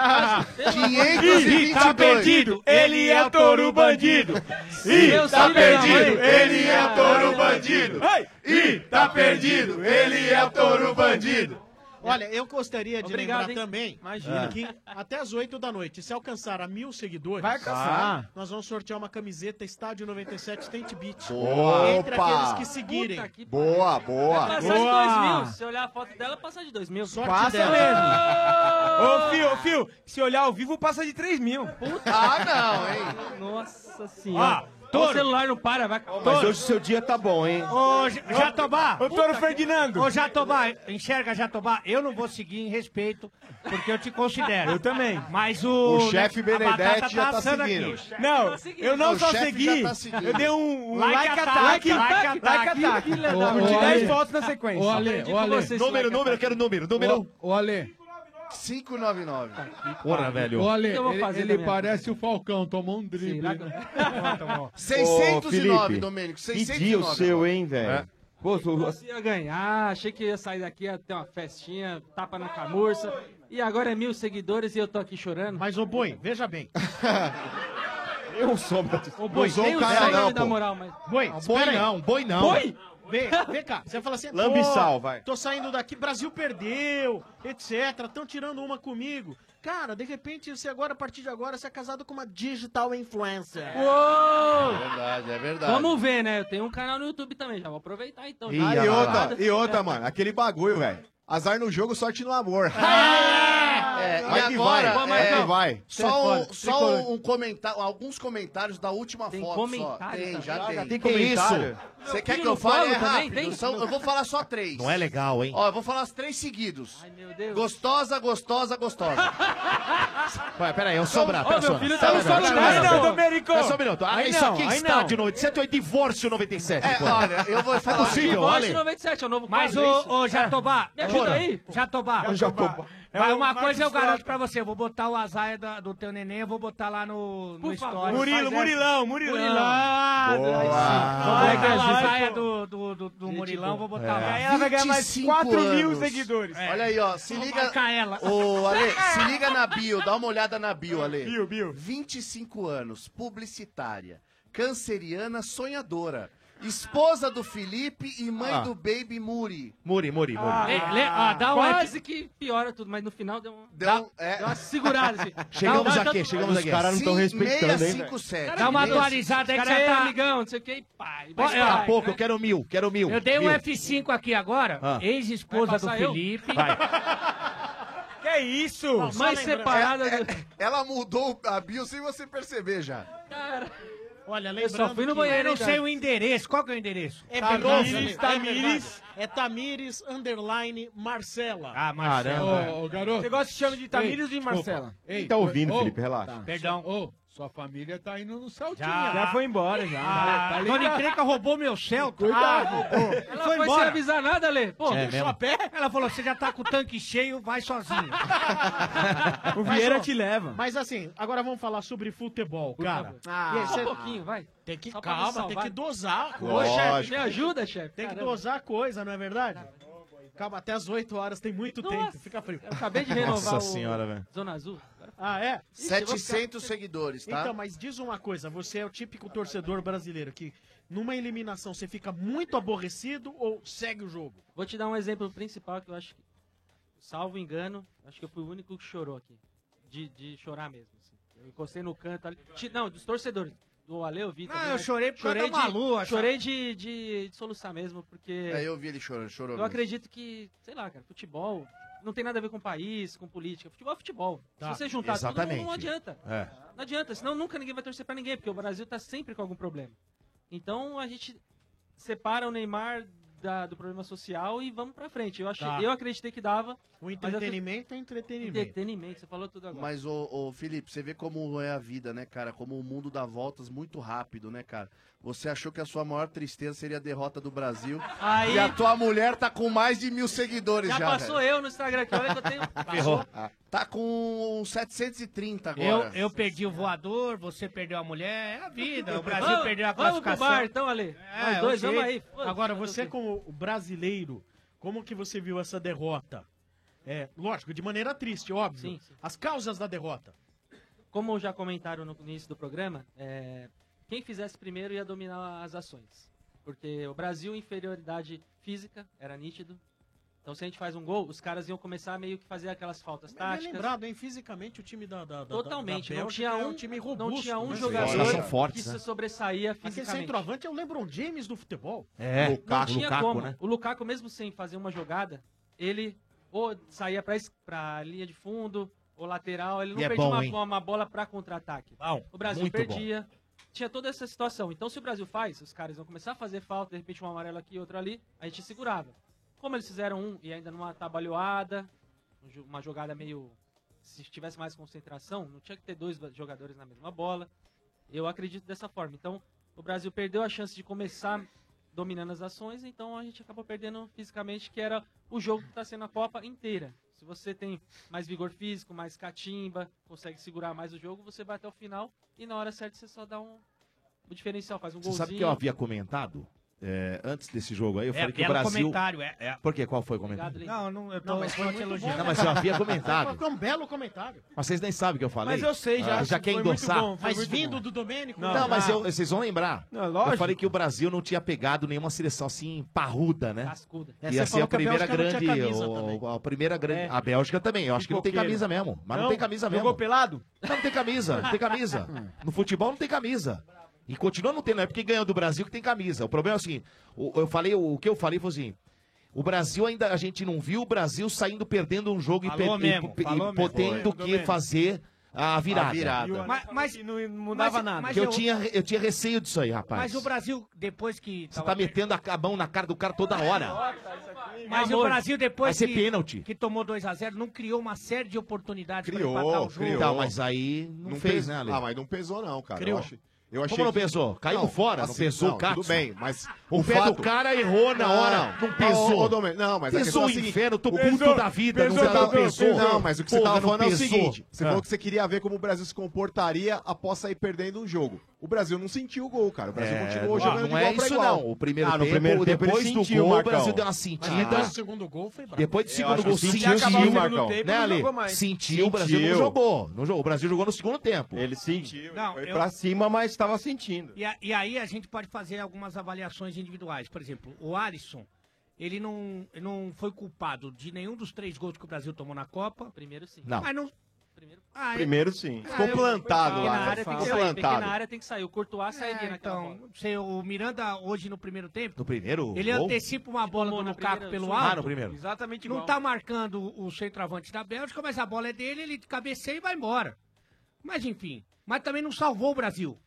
[SPEAKER 11] Ih, tá perdido, ele é touro bandido. Ih,
[SPEAKER 15] Meu
[SPEAKER 11] tá
[SPEAKER 15] filho é
[SPEAKER 11] perdido,
[SPEAKER 15] mãe.
[SPEAKER 11] ele é touro bandido. Ih, tá perdido, ele é touro bandido.
[SPEAKER 10] Olha, eu gostaria de
[SPEAKER 16] Obrigado,
[SPEAKER 10] lembrar
[SPEAKER 16] hein?
[SPEAKER 10] também
[SPEAKER 16] Imagina.
[SPEAKER 10] que até as 8 da noite, se alcançar a mil seguidores, tá?
[SPEAKER 16] Vai alcançar.
[SPEAKER 10] nós vamos sortear uma camiseta Estádio 97 Tent Beat.
[SPEAKER 14] Opa!
[SPEAKER 10] Entre aqueles que seguirem.
[SPEAKER 15] Puta que
[SPEAKER 14] Boa, boa.
[SPEAKER 15] Vai passar de dois mil. Se olhar a foto dela, passa de dois mil. Sorte
[SPEAKER 16] Passa mesmo. Ô, Fio, ô, Fio, se olhar ao vivo, passa de 3 mil. Puta.
[SPEAKER 17] ah,
[SPEAKER 13] Ah,
[SPEAKER 15] hein? Nossa senhora.
[SPEAKER 16] touro.
[SPEAKER 15] o celular não para, vai.
[SPEAKER 11] Mas hoje o seu dia tá bom, hein?
[SPEAKER 16] Ô, J- Jatobá.
[SPEAKER 11] Ô, Toro Ferdinando.
[SPEAKER 16] Ô, Jatobá, enxerga, Jatobá. Eu não vou seguir em respeito, porque eu te considero.
[SPEAKER 11] Eu também.
[SPEAKER 16] Mas o...
[SPEAKER 11] O chefe
[SPEAKER 16] a
[SPEAKER 11] Benedetti
[SPEAKER 16] batata
[SPEAKER 11] já tá
[SPEAKER 16] assando
[SPEAKER 11] seguindo.
[SPEAKER 16] aqui.
[SPEAKER 11] O chefe
[SPEAKER 16] Não,
[SPEAKER 11] tá seguindo.
[SPEAKER 16] eu não
[SPEAKER 11] O
[SPEAKER 16] só
[SPEAKER 11] chefe
[SPEAKER 16] segui,
[SPEAKER 11] já tá seguindo.
[SPEAKER 16] eu dei um, um
[SPEAKER 11] Like
[SPEAKER 16] like,
[SPEAKER 11] attack,
[SPEAKER 16] ataque,
[SPEAKER 11] like attack, que legal.
[SPEAKER 16] Curti
[SPEAKER 11] Ô,
[SPEAKER 16] 10
[SPEAKER 11] Ale.
[SPEAKER 16] fotos na sequência.
[SPEAKER 11] Ô, Ale,
[SPEAKER 16] Aprendi
[SPEAKER 11] ô,
[SPEAKER 16] com
[SPEAKER 11] Ale.
[SPEAKER 16] vocês,
[SPEAKER 11] Número,
[SPEAKER 16] like
[SPEAKER 11] número,
[SPEAKER 2] é
[SPEAKER 16] attack.
[SPEAKER 11] quero número, número.
[SPEAKER 18] O Ale.
[SPEAKER 14] 599.
[SPEAKER 11] Porra, velho.
[SPEAKER 18] O Tá. Ale,
[SPEAKER 14] O que eu vou
[SPEAKER 18] ele,
[SPEAKER 14] fazer
[SPEAKER 18] ele
[SPEAKER 14] da minha
[SPEAKER 18] parece o Falcão, tomou um drible. né?
[SPEAKER 14] 609,
[SPEAKER 11] Ô, Felipe,
[SPEAKER 14] Domênico,
[SPEAKER 11] Que dia o
[SPEAKER 14] 609
[SPEAKER 11] seu,
[SPEAKER 14] agora.
[SPEAKER 11] hein, velho? Pô, tu-
[SPEAKER 15] Eu ia ganhar, achei que ia sair daqui, ia ter uma festinha, tapa na camurça. E agora é mil seguidores e eu tô aqui chorando.
[SPEAKER 10] Mas, ô Boi, veja bem.
[SPEAKER 11] Eu sou, meu.
[SPEAKER 10] Ô, Boi,
[SPEAKER 15] Usou
[SPEAKER 10] tem
[SPEAKER 15] o
[SPEAKER 10] o
[SPEAKER 15] cara
[SPEAKER 10] cara não,
[SPEAKER 15] não, pô.
[SPEAKER 10] Boi,
[SPEAKER 15] Não,
[SPEAKER 10] espera
[SPEAKER 15] boi
[SPEAKER 10] aí.
[SPEAKER 15] não, boi não.
[SPEAKER 10] Boi? Vem, vem cá. Você fala assim,
[SPEAKER 11] Lambe
[SPEAKER 10] pô,
[SPEAKER 11] sal, vai.
[SPEAKER 10] Tô saindo daqui, Brasil perdeu, etc. Estão tirando uma comigo. Cara, de repente, você agora, a partir de agora, você é casado com uma digital influencer.
[SPEAKER 15] (laughs) É. Uou!
[SPEAKER 14] verdade, é verdade.
[SPEAKER 15] Vamos ver, né? Eu tenho um canal no YouTube também, já vou aproveitar então.
[SPEAKER 8] E,
[SPEAKER 15] Já.
[SPEAKER 8] outra, e outra, mano, aquele bagulho, velho. Azar no jogo, sorte no amor.
[SPEAKER 14] É,
[SPEAKER 8] Vai
[SPEAKER 14] e
[SPEAKER 8] que
[SPEAKER 14] agora,
[SPEAKER 8] vai, vai
[SPEAKER 14] é,
[SPEAKER 8] que vai.
[SPEAKER 14] Só, um,
[SPEAKER 8] Telefone,
[SPEAKER 14] só
[SPEAKER 8] telefone.
[SPEAKER 14] um, comentário, alguns comentários da última foto só.
[SPEAKER 15] comentário
[SPEAKER 14] Tem,
[SPEAKER 15] também?
[SPEAKER 14] já
[SPEAKER 15] Ah,
[SPEAKER 14] tem.
[SPEAKER 15] já tem
[SPEAKER 2] comentário?
[SPEAKER 14] Você quer
[SPEAKER 15] filho
[SPEAKER 14] que eu
[SPEAKER 15] no
[SPEAKER 14] fale?
[SPEAKER 15] colo
[SPEAKER 14] É
[SPEAKER 15] também?
[SPEAKER 14] rápido.
[SPEAKER 15] Tem?
[SPEAKER 14] são- eu vou falar só três.
[SPEAKER 2] Não é legal, hein?
[SPEAKER 14] Ó, eu vou falar os três seguidos. Ai, meu Deus. Gostosa, gostosa, gostosa.
[SPEAKER 2] Vai, peraí, é o Sobrado.
[SPEAKER 14] Ô,
[SPEAKER 2] pera
[SPEAKER 14] meu
[SPEAKER 2] só.
[SPEAKER 14] filho tá
[SPEAKER 2] Pera
[SPEAKER 14] no
[SPEAKER 2] só, um
[SPEAKER 14] Sobrado.
[SPEAKER 2] pera só,
[SPEAKER 14] Aí não,
[SPEAKER 2] pera.
[SPEAKER 14] Domênico.
[SPEAKER 2] Pera só um minuto. Ah,
[SPEAKER 14] Aí
[SPEAKER 2] isso
[SPEAKER 14] não,
[SPEAKER 2] aqui é
[SPEAKER 14] aí
[SPEAKER 2] estádio
[SPEAKER 14] não.
[SPEAKER 2] 97, é divórcio 97.
[SPEAKER 14] É,
[SPEAKER 2] pô.
[SPEAKER 14] olha, eu vou
[SPEAKER 2] É
[SPEAKER 14] falar-
[SPEAKER 2] possível,
[SPEAKER 14] Divórcio
[SPEAKER 2] olha.
[SPEAKER 15] 97 é o novo
[SPEAKER 16] Mas,
[SPEAKER 15] quadro,
[SPEAKER 16] ô,
[SPEAKER 15] isso?
[SPEAKER 16] ô, Jatobá.
[SPEAKER 15] É. Me ajuda aí.
[SPEAKER 16] Jatobá.
[SPEAKER 15] Ô, Jatobá.
[SPEAKER 16] Mas
[SPEAKER 15] É o
[SPEAKER 16] uma
[SPEAKER 15] Marcos
[SPEAKER 16] coisa eu
[SPEAKER 15] Frota.
[SPEAKER 16] garanto pra você. Eu vou botar o azar da- do teu neném, eu vou botar lá no, no
[SPEAKER 15] Por favor,
[SPEAKER 16] story.
[SPEAKER 15] Murilo,
[SPEAKER 16] Faz essa.
[SPEAKER 15] Murilão, Murilão.
[SPEAKER 16] Murilão.
[SPEAKER 15] Boa.
[SPEAKER 16] Aí sim.
[SPEAKER 15] Ah,
[SPEAKER 16] Vou
[SPEAKER 15] vai
[SPEAKER 16] pegar
[SPEAKER 15] ganhar,
[SPEAKER 16] a
[SPEAKER 15] vai,
[SPEAKER 16] saia
[SPEAKER 15] pô.
[SPEAKER 16] do, do, do, do Murilão, vou botar
[SPEAKER 15] É.
[SPEAKER 16] lá.
[SPEAKER 15] Aí ela vai ganhar mais
[SPEAKER 14] 25
[SPEAKER 16] 4
[SPEAKER 14] anos. É. Olha aí, ó. Se
[SPEAKER 16] Vou
[SPEAKER 14] liga.
[SPEAKER 16] marcar ela.
[SPEAKER 14] Ô,
[SPEAKER 16] (laughs)
[SPEAKER 14] Ale, se liga na bio, dá uma olhada na bio, Ale.
[SPEAKER 16] Bio,
[SPEAKER 14] 25 anos, publicitária, canceriana sonhadora, esposa do Felipe e mãe
[SPEAKER 2] Ah.
[SPEAKER 14] do baby Muri.
[SPEAKER 2] Muri, Muri, Muri.
[SPEAKER 16] Ah.
[SPEAKER 15] Lê, lê, ó, dá um
[SPEAKER 14] Quase
[SPEAKER 15] Quase que piora tudo, mas no final deu uma,
[SPEAKER 14] Deu um-
[SPEAKER 15] dá, deu uma segurada. Assim.
[SPEAKER 2] Chegamos
[SPEAKER 15] Dá um- dá
[SPEAKER 2] aqui,
[SPEAKER 15] um-
[SPEAKER 2] chegamos aqui.
[SPEAKER 14] Sim,
[SPEAKER 2] hein,
[SPEAKER 14] 657.
[SPEAKER 2] velho?
[SPEAKER 15] Dá uma
[SPEAKER 16] atualizada aí que
[SPEAKER 15] Cara,
[SPEAKER 16] você
[SPEAKER 15] é,
[SPEAKER 16] tá-
[SPEAKER 15] amigão, não sei o que, e pá. e vai
[SPEAKER 2] Daqui
[SPEAKER 15] embora.
[SPEAKER 2] a
[SPEAKER 1] né?
[SPEAKER 2] pouco, eu quero mil, quero mil.
[SPEAKER 16] Eu dei um
[SPEAKER 2] mil.
[SPEAKER 16] F5 aqui agora,
[SPEAKER 2] Ah.
[SPEAKER 16] ex-esposa
[SPEAKER 15] Vai
[SPEAKER 16] do
[SPEAKER 15] passar eu?
[SPEAKER 16] Felipe. (laughs)
[SPEAKER 15] Que isso?
[SPEAKER 16] Não, só
[SPEAKER 15] Tá Mais
[SPEAKER 16] lembrando.
[SPEAKER 15] separada.
[SPEAKER 16] É,
[SPEAKER 15] do-
[SPEAKER 14] Ela mudou a bio sem você perceber já.
[SPEAKER 10] Olha,
[SPEAKER 16] Eu
[SPEAKER 10] lembrando
[SPEAKER 16] só fui no
[SPEAKER 10] que-
[SPEAKER 16] banheiro, eu não sei o endereço. Qual que é o endereço?
[SPEAKER 10] É
[SPEAKER 16] Cardoso,
[SPEAKER 10] Tamires,
[SPEAKER 16] né?
[SPEAKER 10] Tamires. É Tamires, underline, Marcela.
[SPEAKER 16] Ah,
[SPEAKER 18] Ô, ô, garoto.
[SPEAKER 16] Você gosta de chamar de Tamires ou de
[SPEAKER 18] desculpa.
[SPEAKER 16] Marcela?
[SPEAKER 18] Ei,
[SPEAKER 8] Tá ouvindo,
[SPEAKER 18] ô,
[SPEAKER 8] Felipe, relaxa.
[SPEAKER 16] Perdão.
[SPEAKER 18] Ô, sua família tá indo no saltinho.
[SPEAKER 16] Já, Tá já foi embora, já.
[SPEAKER 15] tá
[SPEAKER 18] Ah,
[SPEAKER 16] Dona Encrenca roubou meu Celta.
[SPEAKER 18] Cuidado.
[SPEAKER 16] Ela foi,
[SPEAKER 15] foi
[SPEAKER 16] embora.
[SPEAKER 15] sem avisar nada, Lê. Pô,
[SPEAKER 16] É
[SPEAKER 15] deixou
[SPEAKER 16] mesmo.
[SPEAKER 15] a pé.
[SPEAKER 16] Ela falou, você já tá com o tanque cheio, vai sozinho.
[SPEAKER 10] O
[SPEAKER 16] Vieira
[SPEAKER 10] te leva. Mas assim, agora vamos falar sobre futebol, cara. E aí,
[SPEAKER 15] Só
[SPEAKER 10] cê-
[SPEAKER 15] um pouquinho, vai.
[SPEAKER 10] Ah. Tem que,
[SPEAKER 15] Só pra me
[SPEAKER 10] calma,
[SPEAKER 15] salvar.
[SPEAKER 10] tem que dosar a coisa.
[SPEAKER 15] Ô, chefe,
[SPEAKER 10] Lógico.
[SPEAKER 15] Me ajuda, chefe.
[SPEAKER 10] Tem que
[SPEAKER 15] Caramba.
[SPEAKER 10] dosar a coisa, não é verdade? Calma, até as 8 horas, tem muito tempo, fica frio. Eu
[SPEAKER 15] acabei
[SPEAKER 14] de renovar Nossa o- senhora, velho.
[SPEAKER 15] Zona Azul.
[SPEAKER 10] Ah, é?
[SPEAKER 14] Ixi, 700 seguidores, tá?
[SPEAKER 10] Então, mas diz uma coisa, você é o típico torcedor brasileiro que numa eliminação você fica muito aborrecido ou segue o jogo?
[SPEAKER 15] Vou te dar um exemplo principal que eu acho que, salvo engano, acho que eu fui o único que chorou aqui. De, de chorar mesmo. assim. Eu encostei no canto ali. Ti- Não, dos torcedores. Do Ale, eu vi.
[SPEAKER 16] Não,
[SPEAKER 15] também,
[SPEAKER 16] eu
[SPEAKER 15] mas
[SPEAKER 16] chorei por causa da Malu, acho-
[SPEAKER 15] Chorei de, de, de soluçar mesmo, porque.
[SPEAKER 14] É, eu vi ele chorando, chorou.
[SPEAKER 15] Eu
[SPEAKER 14] mesmo.
[SPEAKER 15] acredito que, sei lá, cara, futebol não tem nada a ver com país, com política. Futebol é futebol.
[SPEAKER 2] Tá.
[SPEAKER 15] Se você juntar todo
[SPEAKER 2] Exatamente.
[SPEAKER 15] mundo, não adianta.
[SPEAKER 2] É.
[SPEAKER 15] Não adianta, senão nunca ninguém vai torcer pra ninguém, porque o Brasil tá sempre com algum problema. Então a gente separa o Neymar da- do problema social e vamos pra frente. Eu, achei,
[SPEAKER 14] Tá.
[SPEAKER 15] eu acreditei que dava.
[SPEAKER 1] O
[SPEAKER 14] entretenimento
[SPEAKER 1] é entretenimento.
[SPEAKER 15] Entretenimento, você falou tudo agora.
[SPEAKER 14] Mas, ô, ô, Felipe, você vê como é a vida, né, cara? Como o mundo dá voltas muito rápido, né, cara? Você achou que a sua maior tristeza seria a derrota do Brasil.
[SPEAKER 15] Aí-
[SPEAKER 14] E a tua mulher tá com mais de mil seguidores já.
[SPEAKER 15] já passou
[SPEAKER 14] velho.
[SPEAKER 15] eu no Instagram aqui, olha que eu tenho.
[SPEAKER 14] Ferrou. (laughs) Tá com 730
[SPEAKER 16] Eu,
[SPEAKER 14] agora.
[SPEAKER 16] eu perdi o voador, você perdeu a mulher, é a vida. O Brasil perdeu a
[SPEAKER 15] vamos
[SPEAKER 16] classificação.
[SPEAKER 15] pro bar, então, Ale.
[SPEAKER 16] É,
[SPEAKER 15] Nós
[SPEAKER 16] é
[SPEAKER 15] dois,
[SPEAKER 16] o
[SPEAKER 15] vamos aí.
[SPEAKER 16] jeito.
[SPEAKER 1] Agora, você como o brasileiro, como que você viu essa derrota? É, lógico, de maneira triste, óbvio. As causas é da derrota.
[SPEAKER 15] Como já comentaram no início do programa, é, quem fizesse primeiro ia dominar as ações. Porque o Brasil, inferioridade física, era nítido. Então, se a gente faz um gol, os caras iam começar a meio que fazer aquelas faltas
[SPEAKER 1] Bem
[SPEAKER 15] táticas.
[SPEAKER 1] lembrado, hein? Fisicamente, o time da, da, da
[SPEAKER 15] Totalmente.
[SPEAKER 1] da
[SPEAKER 15] não
[SPEAKER 1] Bélgica
[SPEAKER 15] tinha
[SPEAKER 1] é
[SPEAKER 15] um,
[SPEAKER 1] um time robusto.
[SPEAKER 15] não tinha um
[SPEAKER 1] né?
[SPEAKER 15] jogador
[SPEAKER 2] são fortes,
[SPEAKER 15] que se
[SPEAKER 2] né?
[SPEAKER 15] sobressaía
[SPEAKER 1] Aquele
[SPEAKER 15] fisicamente.
[SPEAKER 1] centroavante é o LeBron James do futebol.
[SPEAKER 2] É,
[SPEAKER 15] não
[SPEAKER 2] Lukaku,
[SPEAKER 15] tinha
[SPEAKER 2] Lukaku,
[SPEAKER 15] como.
[SPEAKER 2] né?
[SPEAKER 15] O Lukaku, mesmo sem fazer uma jogada, ele ou saía pra, es- pra linha de fundo, ou lateral, ele não
[SPEAKER 2] E é
[SPEAKER 15] perdia
[SPEAKER 2] bom, hein?
[SPEAKER 15] uma, uma bola pra contra-ataque. O Brasil
[SPEAKER 2] muito
[SPEAKER 15] perdia. Tinha toda essa situação. Então, se o Brasil faz, os caras vão começar a fazer falta, de repente um amarelo aqui, outro ali, a gente segurava. Como eles fizeram um e ainda numa trabalhoada, uma jogada meio. Se tivesse mais concentração, não tinha que ter dois jogadores na mesma bola. Eu acredito dessa forma. Então, o Brasil perdeu a chance de começar dominando as ações, então a gente acabou perdendo fisicamente, que era o jogo que está sendo a Copa inteira. Se você tem mais vigor físico, mais catimba, consegue segurar mais o jogo, você vai até o final e na hora certa você só dá um, um diferencial, faz um
[SPEAKER 2] Você
[SPEAKER 15] golzinho.
[SPEAKER 2] sabe o que é eu havia comentado é, antes desse jogo aí? Eu
[SPEAKER 16] É,
[SPEAKER 2] falei que o
[SPEAKER 1] um
[SPEAKER 16] belo
[SPEAKER 2] Brasil.
[SPEAKER 16] comentário, é, é.
[SPEAKER 2] Por quê? Qual foi o comentário?
[SPEAKER 16] Não, não, eu tô,
[SPEAKER 1] Não,
[SPEAKER 16] eu
[SPEAKER 1] mas foi
[SPEAKER 16] tô te
[SPEAKER 1] muito
[SPEAKER 16] elogiando.
[SPEAKER 2] Não, mas eu havia comentado.
[SPEAKER 1] Foi um belo comentário.
[SPEAKER 2] Mas vocês nem sabem o que eu falei.
[SPEAKER 1] Mas eu sei já,
[SPEAKER 2] Ah, já
[SPEAKER 1] foi
[SPEAKER 2] quer
[SPEAKER 1] muito
[SPEAKER 2] endossar.
[SPEAKER 1] bom, foi Mas muito vindo bom. do Domênico,
[SPEAKER 2] Não,
[SPEAKER 1] não.
[SPEAKER 2] mas
[SPEAKER 1] Ah.
[SPEAKER 2] eu- vocês vão lembrar. eu falei que o Brasil não tinha pegado nenhuma seleção assim parruda, né?
[SPEAKER 15] Cascuda.
[SPEAKER 2] E assim, a primeira grande. o- A primeira grande.
[SPEAKER 15] É.
[SPEAKER 2] A Bélgica também. Eu acho que não tem
[SPEAKER 15] Pipoqueira.
[SPEAKER 2] camisa mesmo. Mas não,
[SPEAKER 15] Não?
[SPEAKER 2] tem camisa mesmo.
[SPEAKER 15] Jogou
[SPEAKER 1] pelado?
[SPEAKER 2] Não, não tem camisa. Não tem camisa. no futebol não tem camisa. E continua não tendo. É porque ganhou do Brasil que tem camisa. O problema é o seguinte: o- eu falei, o que eu falei foi assim. O Brasil ainda, a gente não viu o Brasil saindo perdendo um jogo e, per-
[SPEAKER 16] Falou mesmo,
[SPEAKER 2] e,
[SPEAKER 16] falou
[SPEAKER 2] e
[SPEAKER 16] mesmo.
[SPEAKER 2] podendo
[SPEAKER 16] Foi.
[SPEAKER 2] que fazer a virada.
[SPEAKER 16] A virada.
[SPEAKER 2] Que
[SPEAKER 16] Mas, mas não
[SPEAKER 2] Mas- que eu, tinha, eu tinha receio disso aí, rapaz.
[SPEAKER 16] Mas o Brasil, depois que.
[SPEAKER 2] Você tá metendo a a mão na cara do cara toda hora.
[SPEAKER 16] Mas
[SPEAKER 2] Amor,
[SPEAKER 16] o Brasil,
[SPEAKER 2] vai
[SPEAKER 16] depois
[SPEAKER 2] ser
[SPEAKER 16] que,
[SPEAKER 2] pênalti.
[SPEAKER 16] que tomou 2x0, não criou uma série de oportunidades
[SPEAKER 2] Criou,
[SPEAKER 16] pra empatar
[SPEAKER 1] um
[SPEAKER 16] o jogo.
[SPEAKER 2] criou. Então, mas aí não fez,
[SPEAKER 8] pes-
[SPEAKER 2] né, Ale?
[SPEAKER 8] Ah, mas não pesou não, cara.
[SPEAKER 2] Criou.
[SPEAKER 8] Eu achei, eu
[SPEAKER 2] Como
[SPEAKER 8] achei
[SPEAKER 2] não
[SPEAKER 8] que-
[SPEAKER 2] pesou? Caiu fora, não pesou o Cássio?
[SPEAKER 8] Tudo bem, mas...
[SPEAKER 2] O pé do cara errou na hora, não pesou.
[SPEAKER 8] Ô, ô, Domênico, não, mas a
[SPEAKER 2] Pesou
[SPEAKER 8] questão é
[SPEAKER 2] o
[SPEAKER 8] a seguinte-
[SPEAKER 2] inferno, tô puto da vida, não
[SPEAKER 8] Pesou,
[SPEAKER 2] sei lá,
[SPEAKER 8] pesou,
[SPEAKER 2] pesou.
[SPEAKER 8] pesou. Não, mas o que você
[SPEAKER 2] Porra,
[SPEAKER 8] tava
[SPEAKER 2] não
[SPEAKER 8] falando é o
[SPEAKER 2] pesou.
[SPEAKER 8] seguinte. Você
[SPEAKER 2] Ah.
[SPEAKER 8] falou que você queria ver como o Brasil se comportaria após sair perdendo um jogo. O Brasil não sentiu o gol, cara. O Brasil
[SPEAKER 2] É,
[SPEAKER 8] continuou
[SPEAKER 2] não-
[SPEAKER 8] jogando
[SPEAKER 2] não
[SPEAKER 8] de igual
[SPEAKER 2] é
[SPEAKER 8] pra
[SPEAKER 2] isso
[SPEAKER 8] igual.
[SPEAKER 2] não. O primeiro
[SPEAKER 8] Ah, no
[SPEAKER 2] tempo,
[SPEAKER 8] primeiro tempo ele
[SPEAKER 2] depois do
[SPEAKER 8] sentiu,
[SPEAKER 2] gol, o
[SPEAKER 8] Marcão. É,
[SPEAKER 2] Brasil deu uma sentida.
[SPEAKER 8] Ah.
[SPEAKER 1] Depois do segundo gol foi brabo.
[SPEAKER 2] Depois do
[SPEAKER 1] Eu
[SPEAKER 2] segundo
[SPEAKER 1] acho
[SPEAKER 2] gol,
[SPEAKER 1] que
[SPEAKER 2] sentiu,
[SPEAKER 1] sentiu, sentiu, Marcão.
[SPEAKER 2] né,
[SPEAKER 1] Não
[SPEAKER 2] Ale?
[SPEAKER 1] jogou mais.
[SPEAKER 2] Sentiu, o Brasil não
[SPEAKER 9] Sentiu.
[SPEAKER 2] jogou, não jogou. O Brasil jogou no segundo tempo.
[SPEAKER 9] Ele sentiu.
[SPEAKER 16] Não,
[SPEAKER 9] foi
[SPEAKER 16] eu-
[SPEAKER 9] pra cima, mas estava sentindo.
[SPEAKER 16] E, a- e aí a gente pode fazer algumas avaliações individuais. Por exemplo, o Alisson, ele não, não foi culpado de nenhum dos três gols que o Brasil tomou na Copa.
[SPEAKER 15] Primeiro sim.
[SPEAKER 16] Não. Mas não... Ah, eu-
[SPEAKER 9] Primeiro sim.
[SPEAKER 16] Ficou plantado
[SPEAKER 15] Porque
[SPEAKER 16] lá,
[SPEAKER 15] na
[SPEAKER 16] né?
[SPEAKER 15] área tem que
[SPEAKER 16] Ficou
[SPEAKER 15] sair, porque
[SPEAKER 16] plantado.
[SPEAKER 15] na área tem que sair. O Courtois sairia
[SPEAKER 16] É,
[SPEAKER 15] naquela bola.
[SPEAKER 16] então, se o Miranda hoje no primeiro tempo.
[SPEAKER 2] No primeiro
[SPEAKER 16] Ele
[SPEAKER 2] gol?
[SPEAKER 16] antecipa uma bola do Lukaku pelo
[SPEAKER 2] Ah,
[SPEAKER 16] alto.
[SPEAKER 2] no primeiro.
[SPEAKER 16] Exatamente
[SPEAKER 2] igual.
[SPEAKER 16] Não tá marcando o centroavante da Bélgica, mas a bola é dele, ele cabeceia e vai embora. Mas enfim, mas também não salvou o Brasil.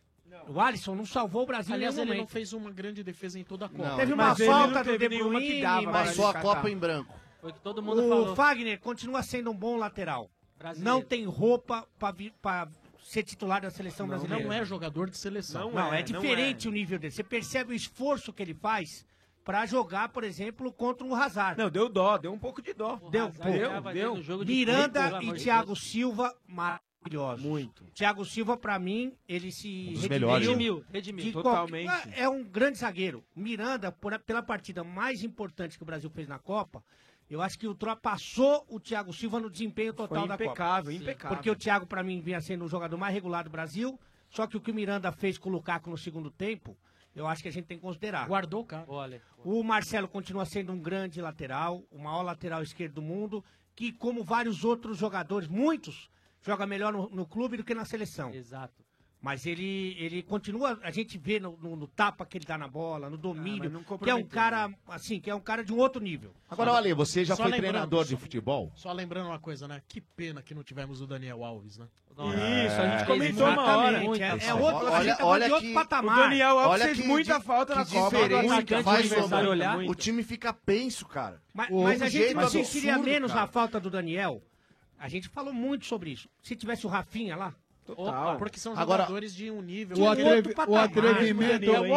[SPEAKER 16] O Alisson não salvou o Brasil em
[SPEAKER 1] Aliás,
[SPEAKER 16] nenhum
[SPEAKER 1] ele não
[SPEAKER 16] momento.
[SPEAKER 1] fez uma grande defesa em toda a Copa.
[SPEAKER 16] Não, Teve uma mas ele falta não do teve De nenhuma que Bruyne, dava pra mas-
[SPEAKER 14] Passou a
[SPEAKER 16] Kaká.
[SPEAKER 14] Copa em branco.
[SPEAKER 15] Foi que todo
[SPEAKER 16] o Fagner continua sendo um bom lateral.
[SPEAKER 15] Brasileiro.
[SPEAKER 16] Não tem roupa pra vir- pra ser titular da seleção brasileira.
[SPEAKER 1] Não é jogador de seleção.
[SPEAKER 16] Não, é, diferente o nível dele. Você percebe o esforço que ele faz pra jogar, por exemplo, contra um Hazard. Não, deu dó, deu um pouco de dó. Deu,
[SPEAKER 15] Hazard tava ali no jogo de peito, pelo
[SPEAKER 16] Miranda
[SPEAKER 15] amor
[SPEAKER 16] e
[SPEAKER 15] de
[SPEAKER 16] Thiago Silva maravilhosos. Muito. Um Thiago Silva, pra mim, ele se
[SPEAKER 15] dos
[SPEAKER 16] redimiu
[SPEAKER 15] melhores. Redimiu, redimiu,
[SPEAKER 16] de
[SPEAKER 15] totalmente.
[SPEAKER 16] qualquer- É um grande zagueiro. Miranda, por- pela partida mais importante que o Brasil fez na Copa, eu acho que ultrapassou o Thiago Silva no desempenho total
[SPEAKER 9] Foi
[SPEAKER 16] da Copa.
[SPEAKER 9] impecável, impecável.
[SPEAKER 16] Porque o Thiago, pra mim, vinha sendo o jogador mais regular do Brasil. Só que o que o Miranda fez com o Lukaku no segundo tempo, eu acho que a gente tem que considerar.
[SPEAKER 1] Guardou o cara.
[SPEAKER 15] Olha.
[SPEAKER 16] O Marcelo continua sendo um grande lateral, o maior lateral esquerdo do mundo, que, como vários outros jogadores, muitos, joga melhor no, no clube do que na seleção.
[SPEAKER 15] Exato.
[SPEAKER 16] Mas ele, ele continua, a gente vê no, no- no tapa que ele dá na bola, no domínio,
[SPEAKER 2] mas não
[SPEAKER 16] que é um
[SPEAKER 2] comprometeu.
[SPEAKER 16] cara, assim, que é um cara de um outro nível.
[SPEAKER 2] Agora, olha, você já
[SPEAKER 1] Só
[SPEAKER 2] foi
[SPEAKER 1] lembrando,
[SPEAKER 2] treinador de
[SPEAKER 1] só-
[SPEAKER 2] futebol?
[SPEAKER 1] Só lembrando uma coisa, né? Que pena que não tivemos o Daniel Alves, né?
[SPEAKER 2] Isso, a gente comentou
[SPEAKER 1] Exatamente,
[SPEAKER 2] uma hora.
[SPEAKER 1] É, é
[SPEAKER 2] Isso.
[SPEAKER 1] outro,
[SPEAKER 2] Olha-
[SPEAKER 1] a gente tá
[SPEAKER 2] olha
[SPEAKER 1] falando de outro
[SPEAKER 2] que-
[SPEAKER 1] patamar.
[SPEAKER 2] o Daniel Alves fez
[SPEAKER 14] que
[SPEAKER 2] muita
[SPEAKER 14] di-
[SPEAKER 2] falta na
[SPEAKER 14] que
[SPEAKER 2] Copa, agora o
[SPEAKER 14] diferença
[SPEAKER 2] atacante
[SPEAKER 14] faz
[SPEAKER 2] do adversário
[SPEAKER 14] sombra.
[SPEAKER 2] olhar.
[SPEAKER 14] O time fica penso, cara.
[SPEAKER 16] Mas,
[SPEAKER 14] O
[SPEAKER 16] mas a gente
[SPEAKER 14] jeito é
[SPEAKER 16] não sentiria
[SPEAKER 14] absurdo,
[SPEAKER 16] menos
[SPEAKER 14] cara.
[SPEAKER 16] a falta do Daniel. A gente falou muito sobre isso. Se tivesse o Rafinha lá.
[SPEAKER 1] Opa, porque são jogadores de um nível.
[SPEAKER 16] De um outro patamar.
[SPEAKER 18] o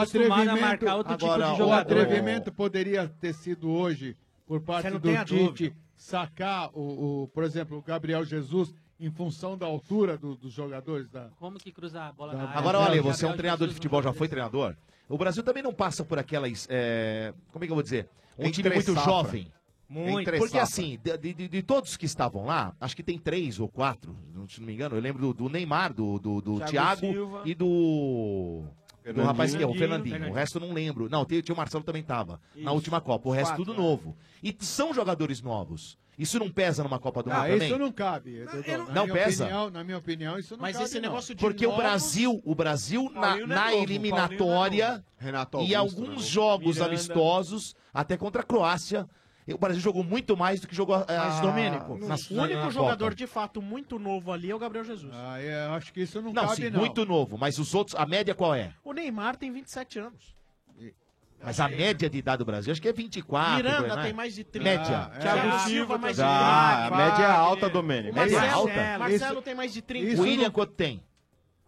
[SPEAKER 18] atrevimento,
[SPEAKER 10] tipo
[SPEAKER 1] Agora,
[SPEAKER 18] o atrevimento poderia ter sido hoje por parte
[SPEAKER 1] Você não
[SPEAKER 18] do
[SPEAKER 1] tem a
[SPEAKER 18] Tite
[SPEAKER 1] dúvida.
[SPEAKER 18] sacar o, o, por exemplo, o Gabriel Jesus em função da altura do- dos jogadores da
[SPEAKER 15] Como que cruzar a bola
[SPEAKER 18] Tá
[SPEAKER 15] na área?
[SPEAKER 2] Agora, olha, você é um
[SPEAKER 15] Gabriel
[SPEAKER 2] treinador de
[SPEAKER 15] Jesus
[SPEAKER 2] futebol, já foi treinador? O Brasil também não passa por aquelas. é, como é que eu vou dizer? Um
[SPEAKER 15] Entre
[SPEAKER 2] time muito
[SPEAKER 15] safra.
[SPEAKER 2] jovem.
[SPEAKER 15] Muito.
[SPEAKER 2] Entre Porque
[SPEAKER 15] safra.
[SPEAKER 2] assim, de, de- de todos que estavam lá, acho que tem três ou quatro, se não me engano. Eu lembro do, do Neymar, do, do, do
[SPEAKER 8] Thiago
[SPEAKER 2] Thiago
[SPEAKER 8] Silva.
[SPEAKER 2] e do. Do
[SPEAKER 8] Fernandinho.
[SPEAKER 2] rapaz que é o Fernandinho.
[SPEAKER 8] Fernandinho.
[SPEAKER 2] O resto eu não lembro. Não, tem- tinha o Marcelo também tava. Na
[SPEAKER 8] Isso.
[SPEAKER 2] última Copa. O resto
[SPEAKER 18] Quatro,
[SPEAKER 2] tudo novo. E são jogadores novos. Isso não pesa numa Copa do Mundo
[SPEAKER 18] Ah,
[SPEAKER 2] também?
[SPEAKER 18] isso não cabe. Dodô.
[SPEAKER 2] não-
[SPEAKER 18] Na
[SPEAKER 2] Não
[SPEAKER 18] minha
[SPEAKER 2] pesa?
[SPEAKER 18] opinião- na minha opinião, isso não
[SPEAKER 1] Mas
[SPEAKER 18] cabe.
[SPEAKER 1] esse
[SPEAKER 18] não.
[SPEAKER 1] negócio de
[SPEAKER 2] Porque o Brasil, o Brasil na,
[SPEAKER 18] Paulinho não é novo, Paulinho
[SPEAKER 2] na
[SPEAKER 18] não é
[SPEAKER 2] eliminatória
[SPEAKER 18] novo. Renato Augusto,
[SPEAKER 2] e
[SPEAKER 18] né,
[SPEAKER 2] alguns
[SPEAKER 18] novo.
[SPEAKER 2] jogos
[SPEAKER 18] Miranda.
[SPEAKER 2] amistosos, até contra a Croácia, o Brasil jogou muito mais do que jogou a,
[SPEAKER 1] Mas, Domênico,
[SPEAKER 2] na-
[SPEAKER 1] o
[SPEAKER 2] na-
[SPEAKER 1] único
[SPEAKER 2] na
[SPEAKER 1] jogador
[SPEAKER 2] Copa.
[SPEAKER 1] de fato muito novo ali é o Gabriel Jesus.
[SPEAKER 18] Ah,
[SPEAKER 1] é.
[SPEAKER 18] eu acho que isso
[SPEAKER 2] não, sim, muito novo, mas os outros, a média qual é?
[SPEAKER 1] O Neymar tem 27 anos.
[SPEAKER 2] Mas a média de idade do Brasil, acho que é 24.
[SPEAKER 1] Miranda
[SPEAKER 2] né?
[SPEAKER 1] tem mais de 30.
[SPEAKER 2] Média.
[SPEAKER 1] Ah, Thiago Thiago Silva Silva mais de
[SPEAKER 2] Ah,
[SPEAKER 1] 30.
[SPEAKER 2] alta, Domênico. Média é
[SPEAKER 1] Marcelo,
[SPEAKER 2] alta.
[SPEAKER 1] Marcelo tem mais de 30.
[SPEAKER 2] O William quanto tem?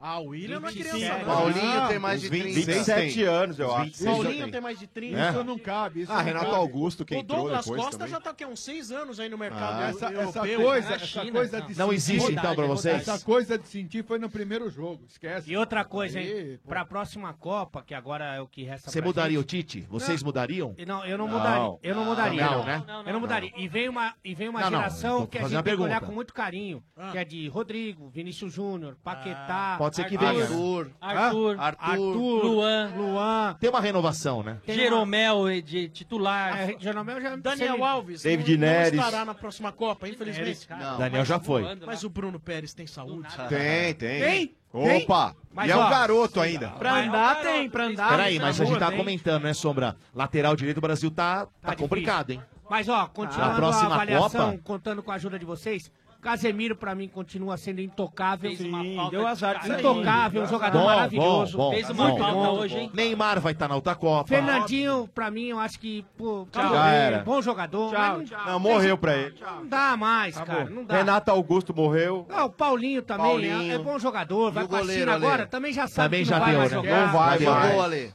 [SPEAKER 1] Ah, o William não é criança.
[SPEAKER 2] 27.
[SPEAKER 1] não.
[SPEAKER 2] Paulinho tem mais de 30.
[SPEAKER 8] 27 anos, eu
[SPEAKER 2] Os
[SPEAKER 8] acho.
[SPEAKER 2] 26
[SPEAKER 1] Paulinho tem mais de 30.
[SPEAKER 8] Né?
[SPEAKER 1] Isso não cabe. isso
[SPEAKER 8] Ah,
[SPEAKER 1] não
[SPEAKER 8] Renato
[SPEAKER 1] cabe.
[SPEAKER 8] Augusto, que
[SPEAKER 1] O
[SPEAKER 8] entrou
[SPEAKER 1] Douglas
[SPEAKER 8] depois
[SPEAKER 1] Costa
[SPEAKER 8] também.
[SPEAKER 1] já tá aqui há uns 6 anos aí no mercado
[SPEAKER 18] Ah, essa,
[SPEAKER 1] eu- europeu.
[SPEAKER 18] essa
[SPEAKER 1] né?
[SPEAKER 18] coisa,
[SPEAKER 1] Na
[SPEAKER 18] essa
[SPEAKER 1] China,
[SPEAKER 18] coisa de sentir-
[SPEAKER 19] então,
[SPEAKER 18] Essa coisa de sentir foi no primeiro jogo, esquece.
[SPEAKER 16] E outra coisa, hein?
[SPEAKER 18] Aí,
[SPEAKER 16] Pra próxima Copa, que agora é o que resta
[SPEAKER 2] Você
[SPEAKER 16] pra
[SPEAKER 2] mudaria o
[SPEAKER 16] gente.
[SPEAKER 2] Tite? Vocês mudariam?
[SPEAKER 16] Não, eu não,
[SPEAKER 2] Não.
[SPEAKER 16] mudaria. Eu não
[SPEAKER 2] Não,
[SPEAKER 16] mudaria.
[SPEAKER 2] não, né?
[SPEAKER 16] Eu não mudaria. E vem uma, e vem uma
[SPEAKER 2] Não, não,
[SPEAKER 16] geração
[SPEAKER 2] tô
[SPEAKER 16] que a
[SPEAKER 2] fazendo
[SPEAKER 16] gente
[SPEAKER 2] uma
[SPEAKER 16] tem que olhar
[SPEAKER 2] pergunta.
[SPEAKER 16] com muito carinho,
[SPEAKER 1] Ah.
[SPEAKER 16] que é de Rodrigo, Vinícius Júnior, Paquetá.
[SPEAKER 2] Pode ser que
[SPEAKER 1] Ah,
[SPEAKER 16] Arthur,
[SPEAKER 2] venha.
[SPEAKER 15] Arthur,
[SPEAKER 16] Hã? Arthur,
[SPEAKER 15] Luan,
[SPEAKER 16] Luan.
[SPEAKER 2] Tem uma renovação, né?
[SPEAKER 15] Tem Jeromel uma- de titular.
[SPEAKER 16] Jeromel já
[SPEAKER 1] Daniel Alves
[SPEAKER 2] David
[SPEAKER 1] não,
[SPEAKER 2] Neres.
[SPEAKER 1] não estará na próxima Copa, infelizmente.
[SPEAKER 2] Não, Daniel já foi.
[SPEAKER 1] Mas o Bruno Pérez tem saúde.
[SPEAKER 8] Tem, tem.
[SPEAKER 1] Tem?
[SPEAKER 8] Opa!
[SPEAKER 1] Mas,
[SPEAKER 8] e é um
[SPEAKER 1] ó,
[SPEAKER 8] garoto ainda.
[SPEAKER 1] Pra andar tem, pra andar.
[SPEAKER 2] Peraí, mas a gente tá
[SPEAKER 16] hein?
[SPEAKER 2] comentando, né, Sombra? Lateral direito, o Brasil tá, tá complicado, hein?
[SPEAKER 16] Mas ó,
[SPEAKER 2] Na
[SPEAKER 16] continuando a
[SPEAKER 2] próxima
[SPEAKER 16] avaliação,
[SPEAKER 2] Copa?
[SPEAKER 16] contando com a ajuda de vocês, Casemiro pra mim continua sendo intocável.
[SPEAKER 13] deu azar disso aí.
[SPEAKER 2] tá
[SPEAKER 16] Intocável, um jogador maravilhoso. muito bom.
[SPEAKER 2] Neymar vai estar na outra Copa.
[SPEAKER 16] Fernandinho, pra mim, eu acho que, pô,
[SPEAKER 2] Tchau.
[SPEAKER 16] tudo bem,
[SPEAKER 2] Já era.
[SPEAKER 16] bom jogador.
[SPEAKER 2] Tchau,
[SPEAKER 16] mas
[SPEAKER 2] tchau.
[SPEAKER 8] Não, morreu pra ele.
[SPEAKER 16] Não dá mais,
[SPEAKER 11] Tá
[SPEAKER 16] cara, não dá.
[SPEAKER 8] Renato Augusto morreu.
[SPEAKER 16] Não, o Paulinho também é-
[SPEAKER 8] Paulinho.
[SPEAKER 16] É, bom jogador, vai
[SPEAKER 8] o
[SPEAKER 16] pra
[SPEAKER 8] goleiro,
[SPEAKER 16] China
[SPEAKER 8] Ale?
[SPEAKER 16] agora, também já sabe
[SPEAKER 2] Também
[SPEAKER 16] que
[SPEAKER 2] já
[SPEAKER 16] não vai
[SPEAKER 2] deu,
[SPEAKER 16] mais
[SPEAKER 2] né?
[SPEAKER 16] jogar.
[SPEAKER 2] Não vai
[SPEAKER 14] No
[SPEAKER 2] mais.
[SPEAKER 14] gol, Ale.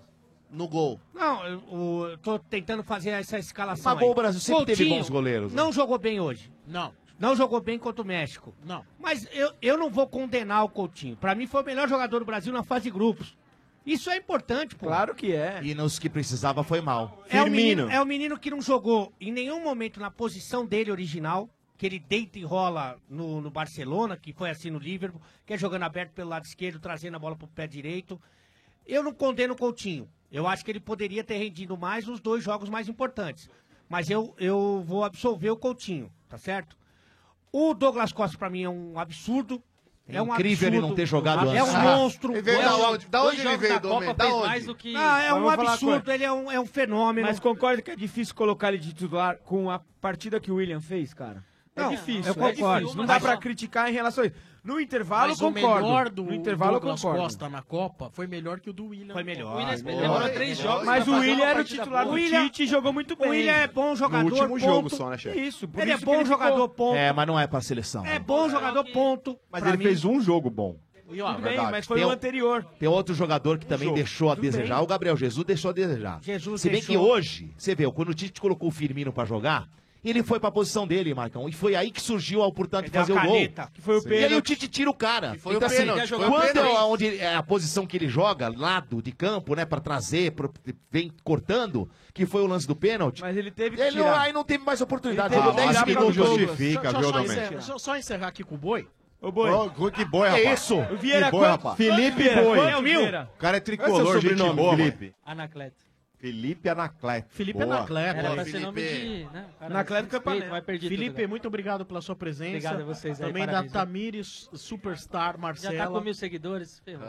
[SPEAKER 14] No gol.
[SPEAKER 16] Não, eu, o- eu tô tentando fazer essa escalação
[SPEAKER 2] Mas bom,
[SPEAKER 16] aí.
[SPEAKER 2] o Brasil sempre teve
[SPEAKER 16] Coutinho
[SPEAKER 2] bons goleiros, né?
[SPEAKER 16] Não jogou bem hoje.
[SPEAKER 1] Não.
[SPEAKER 16] Não jogou bem contra o México.
[SPEAKER 1] Não.
[SPEAKER 16] Mas eu, eu não vou condenar o Coutinho. Pra mim foi o melhor jogador do Brasil na fase de grupos. Isso é importante, pô. Claro
[SPEAKER 2] que é. E nos que precisava foi mal.
[SPEAKER 16] É o, menino, é o menino que não jogou em nenhum momento na posição dele original, que ele deita e rola no, no Barcelona, que foi assim no Liverpool, que é jogando aberto pelo lado esquerdo, trazendo a bola pro pé direito. Eu não condeno o Coutinho. Eu acho que ele poderia ter rendido mais nos dois jogos mais importantes. Mas eu, eu vou absolver o Coutinho, tá certo? O Douglas Costa, pra mim, é um absurdo. É,
[SPEAKER 2] É
[SPEAKER 16] um
[SPEAKER 2] incrível ele
[SPEAKER 16] absurdo.
[SPEAKER 2] não ter jogado
[SPEAKER 16] É um
[SPEAKER 2] antes.
[SPEAKER 16] monstro.
[SPEAKER 2] Ele veio
[SPEAKER 16] É
[SPEAKER 2] da
[SPEAKER 16] um-
[SPEAKER 2] onde? Da
[SPEAKER 16] dois
[SPEAKER 2] onde ele
[SPEAKER 16] jogos
[SPEAKER 2] veio,
[SPEAKER 16] da Copa
[SPEAKER 2] Domênico? Da
[SPEAKER 16] fez
[SPEAKER 2] onde?
[SPEAKER 16] mais do que-
[SPEAKER 2] Ah,
[SPEAKER 16] é um
[SPEAKER 13] Mas eu vou falar
[SPEAKER 16] absurdo,
[SPEAKER 13] com-
[SPEAKER 16] ele é um, é um fenômeno.
[SPEAKER 13] Mas concordo que é difícil colocar ele de titular com a partida que o William fez, cara.
[SPEAKER 16] Não,
[SPEAKER 13] é difícil,
[SPEAKER 16] eu
[SPEAKER 13] é
[SPEAKER 16] concordo.
[SPEAKER 13] difícil. Não dá
[SPEAKER 16] Mas- um-
[SPEAKER 13] pra criticar em relação a isso. No intervalo,
[SPEAKER 1] Mas
[SPEAKER 13] concordo.
[SPEAKER 1] o melhor do
[SPEAKER 13] no intervalo, eu
[SPEAKER 1] Douglas
[SPEAKER 13] concordo.
[SPEAKER 1] Costa na Copa foi melhor que o do William. Foi
[SPEAKER 16] melhor.
[SPEAKER 1] O William
[SPEAKER 13] Melhor. demorou três jogos
[SPEAKER 1] Mas
[SPEAKER 13] pra
[SPEAKER 1] o
[SPEAKER 13] fazer
[SPEAKER 1] William
[SPEAKER 13] uma
[SPEAKER 1] era o
[SPEAKER 13] partida
[SPEAKER 1] titular
[SPEAKER 13] boa.
[SPEAKER 1] do
[SPEAKER 13] O
[SPEAKER 1] William-
[SPEAKER 13] Tite e jogou muito
[SPEAKER 16] O
[SPEAKER 13] bem.
[SPEAKER 16] William é bom jogador.
[SPEAKER 13] último
[SPEAKER 16] ponto.
[SPEAKER 13] jogo só, né, chefe? Isso, por
[SPEAKER 16] Ele
[SPEAKER 13] isso
[SPEAKER 16] é
[SPEAKER 13] que
[SPEAKER 16] bom
[SPEAKER 13] ele ficou.
[SPEAKER 16] jogador, ponto.
[SPEAKER 2] É, mas não é pra seleção.
[SPEAKER 16] É bom jogador, ponto.
[SPEAKER 8] Mas
[SPEAKER 16] Pra
[SPEAKER 8] ele
[SPEAKER 16] mim-
[SPEAKER 8] fez um jogo bom. Um
[SPEAKER 13] Tudo bem,
[SPEAKER 2] Verdade.
[SPEAKER 13] mas foi
[SPEAKER 2] Tem
[SPEAKER 13] o
[SPEAKER 2] um-
[SPEAKER 13] anterior.
[SPEAKER 2] Tem outro jogador que também
[SPEAKER 13] jogo.
[SPEAKER 2] deixou a
[SPEAKER 13] Tudo
[SPEAKER 2] desejar.
[SPEAKER 13] bem.
[SPEAKER 2] O Gabriel Jesus deixou a desejar.
[SPEAKER 13] Jesus
[SPEAKER 2] Se bem
[SPEAKER 13] deixou.
[SPEAKER 2] que hoje, você vê, quando o Tite colocou o Firmino pra jogar, ele foi pra posição dele, Marcão. E foi aí que surgiu a oportunidade de
[SPEAKER 13] Ele
[SPEAKER 2] fazer
[SPEAKER 13] deu
[SPEAKER 2] o
[SPEAKER 13] a
[SPEAKER 2] gol.
[SPEAKER 13] caneta, que foi o
[SPEAKER 2] e aí
[SPEAKER 13] pênalti.
[SPEAKER 2] o Tite tira o cara.
[SPEAKER 13] Que foi
[SPEAKER 2] então,
[SPEAKER 13] o
[SPEAKER 2] assim,
[SPEAKER 13] pênalti, foi o
[SPEAKER 2] quando
[SPEAKER 13] pênalti.
[SPEAKER 2] é onde é a posição que ele joga, lado de campo, né, pra trazer, pro- vem cortando, que foi o lance do pênalti. Mas ele teve
[SPEAKER 8] que tirar.
[SPEAKER 2] aí não teve mais oportunidade.
[SPEAKER 8] Ele teve
[SPEAKER 2] Ele
[SPEAKER 8] que
[SPEAKER 2] deu 10
[SPEAKER 8] tirar pra
[SPEAKER 2] minutos.
[SPEAKER 8] Douglas. Justifica,
[SPEAKER 1] Só-
[SPEAKER 8] viu,
[SPEAKER 1] só,
[SPEAKER 8] Domênico?
[SPEAKER 1] encerrar, só, só encerrar aqui com o Boi.
[SPEAKER 13] Ô,
[SPEAKER 8] Ô, que boi,
[SPEAKER 1] Que
[SPEAKER 8] rapaz.
[SPEAKER 1] isso?
[SPEAKER 8] Que
[SPEAKER 1] Vieira,
[SPEAKER 8] boi,
[SPEAKER 1] quanto-
[SPEAKER 8] rapaz.
[SPEAKER 1] Felipe
[SPEAKER 8] Felipe
[SPEAKER 1] Vieira,
[SPEAKER 8] Boi.
[SPEAKER 1] quanto Vieira?
[SPEAKER 8] O cara é
[SPEAKER 1] Esse é o
[SPEAKER 8] tricolor, gente
[SPEAKER 1] sobrenome,
[SPEAKER 8] boa,
[SPEAKER 1] Felipe.
[SPEAKER 8] mano.
[SPEAKER 15] Anacleto.
[SPEAKER 11] Felipe Anacleto.
[SPEAKER 10] Felipe é
[SPEAKER 11] Boa.
[SPEAKER 10] Anacleto.
[SPEAKER 11] Boa,
[SPEAKER 10] vai ser
[SPEAKER 11] Felipe.
[SPEAKER 10] nome de-
[SPEAKER 15] né, o cara
[SPEAKER 10] Anacleto
[SPEAKER 15] respeita,
[SPEAKER 10] Campanella.
[SPEAKER 15] vai perder
[SPEAKER 10] Felipe,
[SPEAKER 15] tudo, né?
[SPEAKER 10] muito obrigado pela sua presença.
[SPEAKER 15] Obrigado a vocês aí,
[SPEAKER 10] Também
[SPEAKER 15] parabéns, né?
[SPEAKER 10] da Tamires Superstar Marcela.
[SPEAKER 15] Já tá com mil seguidores, ferrou.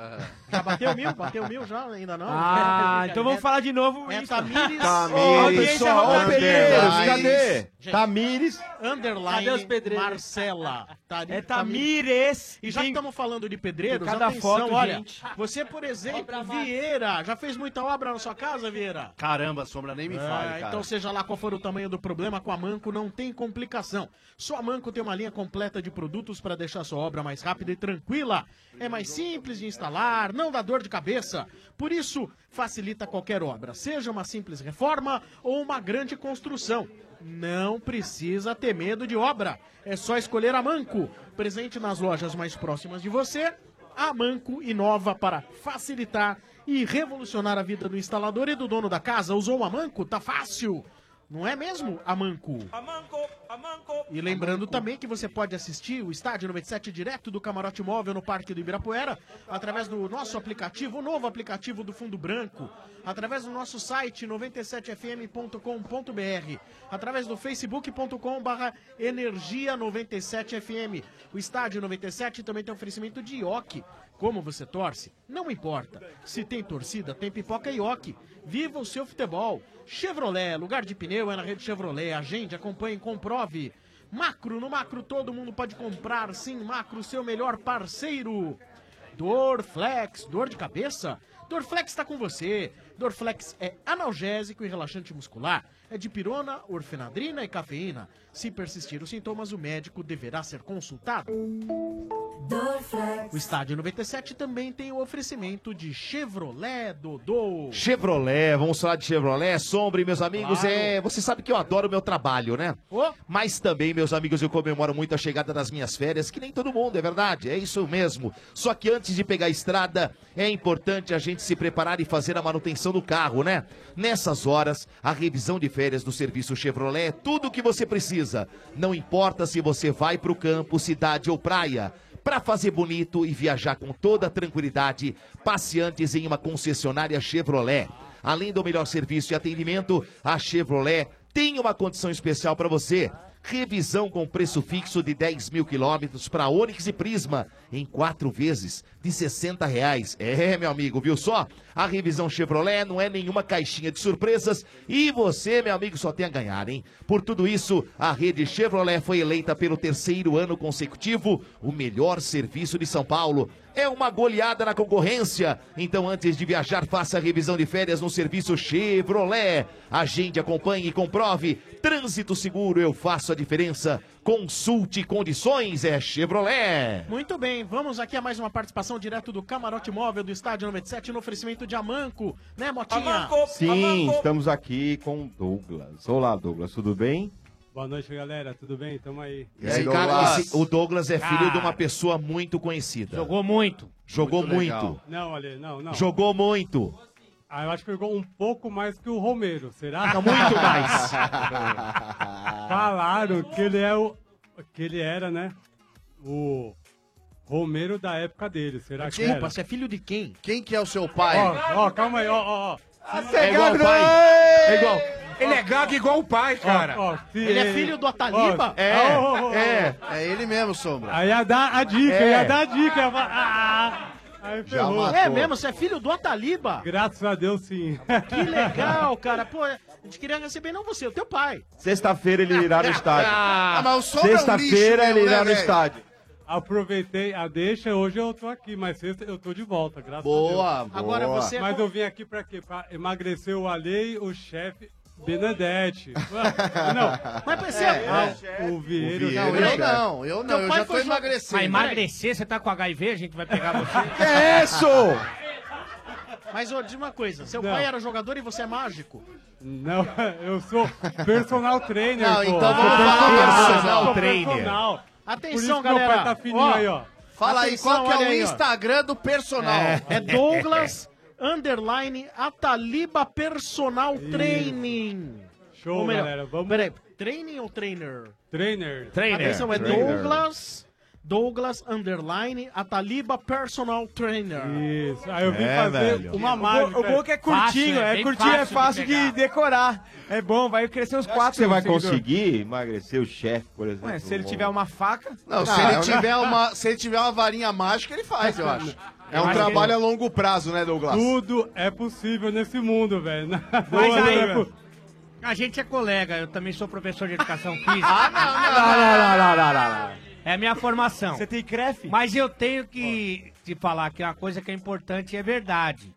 [SPEAKER 10] Já bateu mil? Bateu mil já? Ainda não?
[SPEAKER 13] (laughs)
[SPEAKER 10] (laughs)
[SPEAKER 13] Ah, então vamos falar de novo.
[SPEAKER 10] É (laughs) Tamires...
[SPEAKER 13] Tamires,
[SPEAKER 10] Ô,
[SPEAKER 13] arroba pedreiros,
[SPEAKER 10] Tamires.
[SPEAKER 13] cadê? Tamires.
[SPEAKER 10] Underline
[SPEAKER 13] Cadê os pedreiros?
[SPEAKER 10] Marcela. Tari-
[SPEAKER 13] É Tamires.
[SPEAKER 10] E já que estamos falando de pedreiros,
[SPEAKER 13] Tem cada
[SPEAKER 10] atenção,
[SPEAKER 13] foto,
[SPEAKER 10] olha.
[SPEAKER 13] gente.
[SPEAKER 10] Você, por exemplo, Vieira, já fez muita obra na sua casa, Vieira?
[SPEAKER 9] Caramba, Sombra, nem me fale,
[SPEAKER 10] Ah,
[SPEAKER 9] cara.
[SPEAKER 10] Então, seja lá qual for o tamanho do problema, com a Manco não tem complicação. Só a Manco tem uma linha completa de produtos para deixar sua obra mais rápida e tranquila. É mais simples de instalar, não dá dor de cabeça. Por isso, facilita qualquer obra, seja uma simples reforma ou uma grande construção. Não precisa ter medo de obra. É só escolher a Manco. Presente nas lojas mais próximas de você a Manco inova para facilitar e revolucionar a vida do instalador e do dono da casa. Usou a Manco? Tá fácil! Não é mesmo, a Manco? E lembrando também que você pode assistir o Estádio 97 direto do Camarote Móvel no Parque do Ibirapuera através do nosso aplicativo, o novo aplicativo do Fundo Branco, através do nosso site 97fm.com.br, através do facebook.com energia 97fm. O Estádio 97 também tem oferecimento de ioki. Como você torce? Não importa. Se tem torcida, tem pipoca e ioki. Viva o seu futebol. Chevrolet, lugar de pneu é na rede Chevrolet. Agende, acompanhe, comprove. Macro, no Macro todo mundo pode comprar. Sim, Macro, seu melhor parceiro. Dorflex, dor de cabeça? Dorflex está com você. Dorflex é analgésico e relaxante muscular. É de pirona, orfenadrina e cafeína. Se persistir os sintomas, o médico deverá ser consultado. O Estádio 97 também tem o oferecimento de Chevrolet Dodô.
[SPEAKER 2] Chevrolet, vamos falar de Chevrolet, Sombra, e meus amigos,
[SPEAKER 10] Claro.
[SPEAKER 2] é, você sabe que eu adoro o meu trabalho, né? Mas também, meus amigos, eu comemoro muito a chegada das minhas férias, que nem todo mundo, é verdade, é isso mesmo. Só que antes de pegar a estrada, é importante a gente se preparar e fazer a manutenção do carro, né? Nessas horas, a revisão de férias do serviço Chevrolet é tudo o que você precisa. Não importa se você vai pro campo, cidade ou praia. Para fazer bonito e viajar com toda tranquilidade, passe antes em uma concessionária Chevrolet. Além do melhor serviço e atendimento, a Chevrolet tem uma condição especial para você. Revisão com preço fixo de 10 mil quilômetros para Onix e Prisma em quatro vezes de 60 reais. É, meu amigo, viu só? A revisão Chevrolet não é nenhuma caixinha de surpresas e você, meu amigo, só tem a ganhar, hein? Por tudo isso, a rede Chevrolet foi eleita pelo terceiro ano consecutivo o melhor serviço de São Paulo. É uma goleada na concorrência. Então, antes de viajar, faça a revisão de férias no serviço Chevrolet. Agende, acompanhe e comprove. Trânsito seguro, eu faço a diferença. Consulte condições, é Chevrolet.
[SPEAKER 10] Muito bem, vamos aqui a mais uma participação direto do Camarote Móvel do Estádio 97 no oferecimento de Amanco, né, Motinha?
[SPEAKER 14] Sim, estamos aqui com o Douglas. Olá, Douglas, tudo bem?
[SPEAKER 19] Boa noite, galera. Tudo bem? Tamo aí. Ah,
[SPEAKER 2] Esse cara, esse- o Douglas é filho de uma pessoa muito conhecida. Jogou muito. Jogou muito.
[SPEAKER 19] Não, Ale, não, não.
[SPEAKER 2] Jogou muito.
[SPEAKER 19] Ah, eu acho que jogou um pouco mais que o Romero, será?
[SPEAKER 2] Tá muito mais.
[SPEAKER 19] (laughs) Falaram que ele é o. que ele era, né? O Romero da época dele. Será que
[SPEAKER 9] Desculpa,
[SPEAKER 19] era?
[SPEAKER 9] você
[SPEAKER 10] é filho de quem?
[SPEAKER 9] Quem que é o seu pai?
[SPEAKER 19] Ó, ó, calma aí, ó, ó, ó.
[SPEAKER 9] É igual o pai. É igual.
[SPEAKER 19] Ele é gago igual o pai,
[SPEAKER 9] cara. Ele é filho do Ataliba? É, é.
[SPEAKER 19] É ele mesmo, Sombra. Aí ia dar a dica,
[SPEAKER 9] É.
[SPEAKER 19] ia dar a dica. ia fa- Ah, aí
[SPEAKER 9] Já
[SPEAKER 19] ferrou.
[SPEAKER 9] matou. É mesmo?
[SPEAKER 10] Você é filho do Ataliba?
[SPEAKER 19] Graças a Deus, sim.
[SPEAKER 10] Que legal, cara. Pô, a gente queria receber não você, o teu pai.
[SPEAKER 14] Sexta-feira ele irá no estádio.
[SPEAKER 10] Ah, mas o Sombra é um
[SPEAKER 14] Sexta-feira
[SPEAKER 10] lixo
[SPEAKER 14] ele
[SPEAKER 10] mesmo,
[SPEAKER 14] irá
[SPEAKER 10] né,
[SPEAKER 14] no
[SPEAKER 10] velho?
[SPEAKER 14] estádio.
[SPEAKER 19] Aproveitei a deixa, hoje eu tô aqui, mas sexta eu tô de volta, graças
[SPEAKER 14] Boa,
[SPEAKER 19] a Deus.
[SPEAKER 14] boa. Agora você é
[SPEAKER 19] Mas
[SPEAKER 14] com-
[SPEAKER 19] eu vim aqui pra quê? Pra emagrecer o Ale e o chefe Benedetti. não.
[SPEAKER 10] Mas você
[SPEAKER 19] é,
[SPEAKER 10] é-
[SPEAKER 19] ah, o Vieira.
[SPEAKER 16] é
[SPEAKER 10] Não, eu
[SPEAKER 19] chefe.
[SPEAKER 10] não, eu não, Teu eu pai já tô foi jo- emagrecendo. né?
[SPEAKER 16] Vai emagrecer, você tá com HIV, a gente vai pegar você.
[SPEAKER 10] é isso? Mas ô, diz uma coisa, seu
[SPEAKER 19] Não.
[SPEAKER 10] pai era jogador e você é mágico?
[SPEAKER 19] Não, eu sou personal trainer.
[SPEAKER 10] Não,
[SPEAKER 19] pô.
[SPEAKER 10] então vamos falar
[SPEAKER 19] sou
[SPEAKER 10] personal
[SPEAKER 19] sou
[SPEAKER 10] trainer.
[SPEAKER 19] personal.
[SPEAKER 10] Atenção,
[SPEAKER 19] Por isso que
[SPEAKER 10] galera.
[SPEAKER 19] Meu pai tá fininho
[SPEAKER 10] Ó,
[SPEAKER 19] aí, ó.
[SPEAKER 9] Fala aí, qual que
[SPEAKER 10] olha
[SPEAKER 9] é o
[SPEAKER 10] aí, ó.
[SPEAKER 9] Instagram do personal?
[SPEAKER 10] É Douglas underline Ataliba Personal Training.
[SPEAKER 19] Show, galera, vamos-
[SPEAKER 10] Peraí, training ou trainer?
[SPEAKER 19] Trainer.
[SPEAKER 10] Atenção, é Douglas
[SPEAKER 1] Douglas Underline Ataliba Personal Trainer.
[SPEAKER 19] Isso,
[SPEAKER 10] Ah,
[SPEAKER 19] aí eu vim É, fazer velho. né? uma mágica.
[SPEAKER 1] O bom
[SPEAKER 13] que é curtinho, é, curtinho, é fácil de, decorar. É bom, vai crescer uns quatro.
[SPEAKER 9] Você vai
[SPEAKER 13] seguidores.
[SPEAKER 9] conseguir emagrecer o chefe, por exemplo?
[SPEAKER 13] Ué,
[SPEAKER 11] um
[SPEAKER 13] se ele tiver uma faca. Ah,
[SPEAKER 14] Não, se, ele tiver uma, se ele tiver uma varinha mágica, ele faz, eu acho.
[SPEAKER 8] É um trabalho a longo prazo, né, Douglas?
[SPEAKER 19] Tudo é possível nesse mundo, velho. (laughs) Mas
[SPEAKER 16] aí- (laughs) A gente é colega, eu também sou professor de educação física.
[SPEAKER 10] Ah,
[SPEAKER 16] É a minha formação. Você
[SPEAKER 13] tem crefe?
[SPEAKER 16] Mas eu tenho que te falar que uma coisa que é importante e é verdade.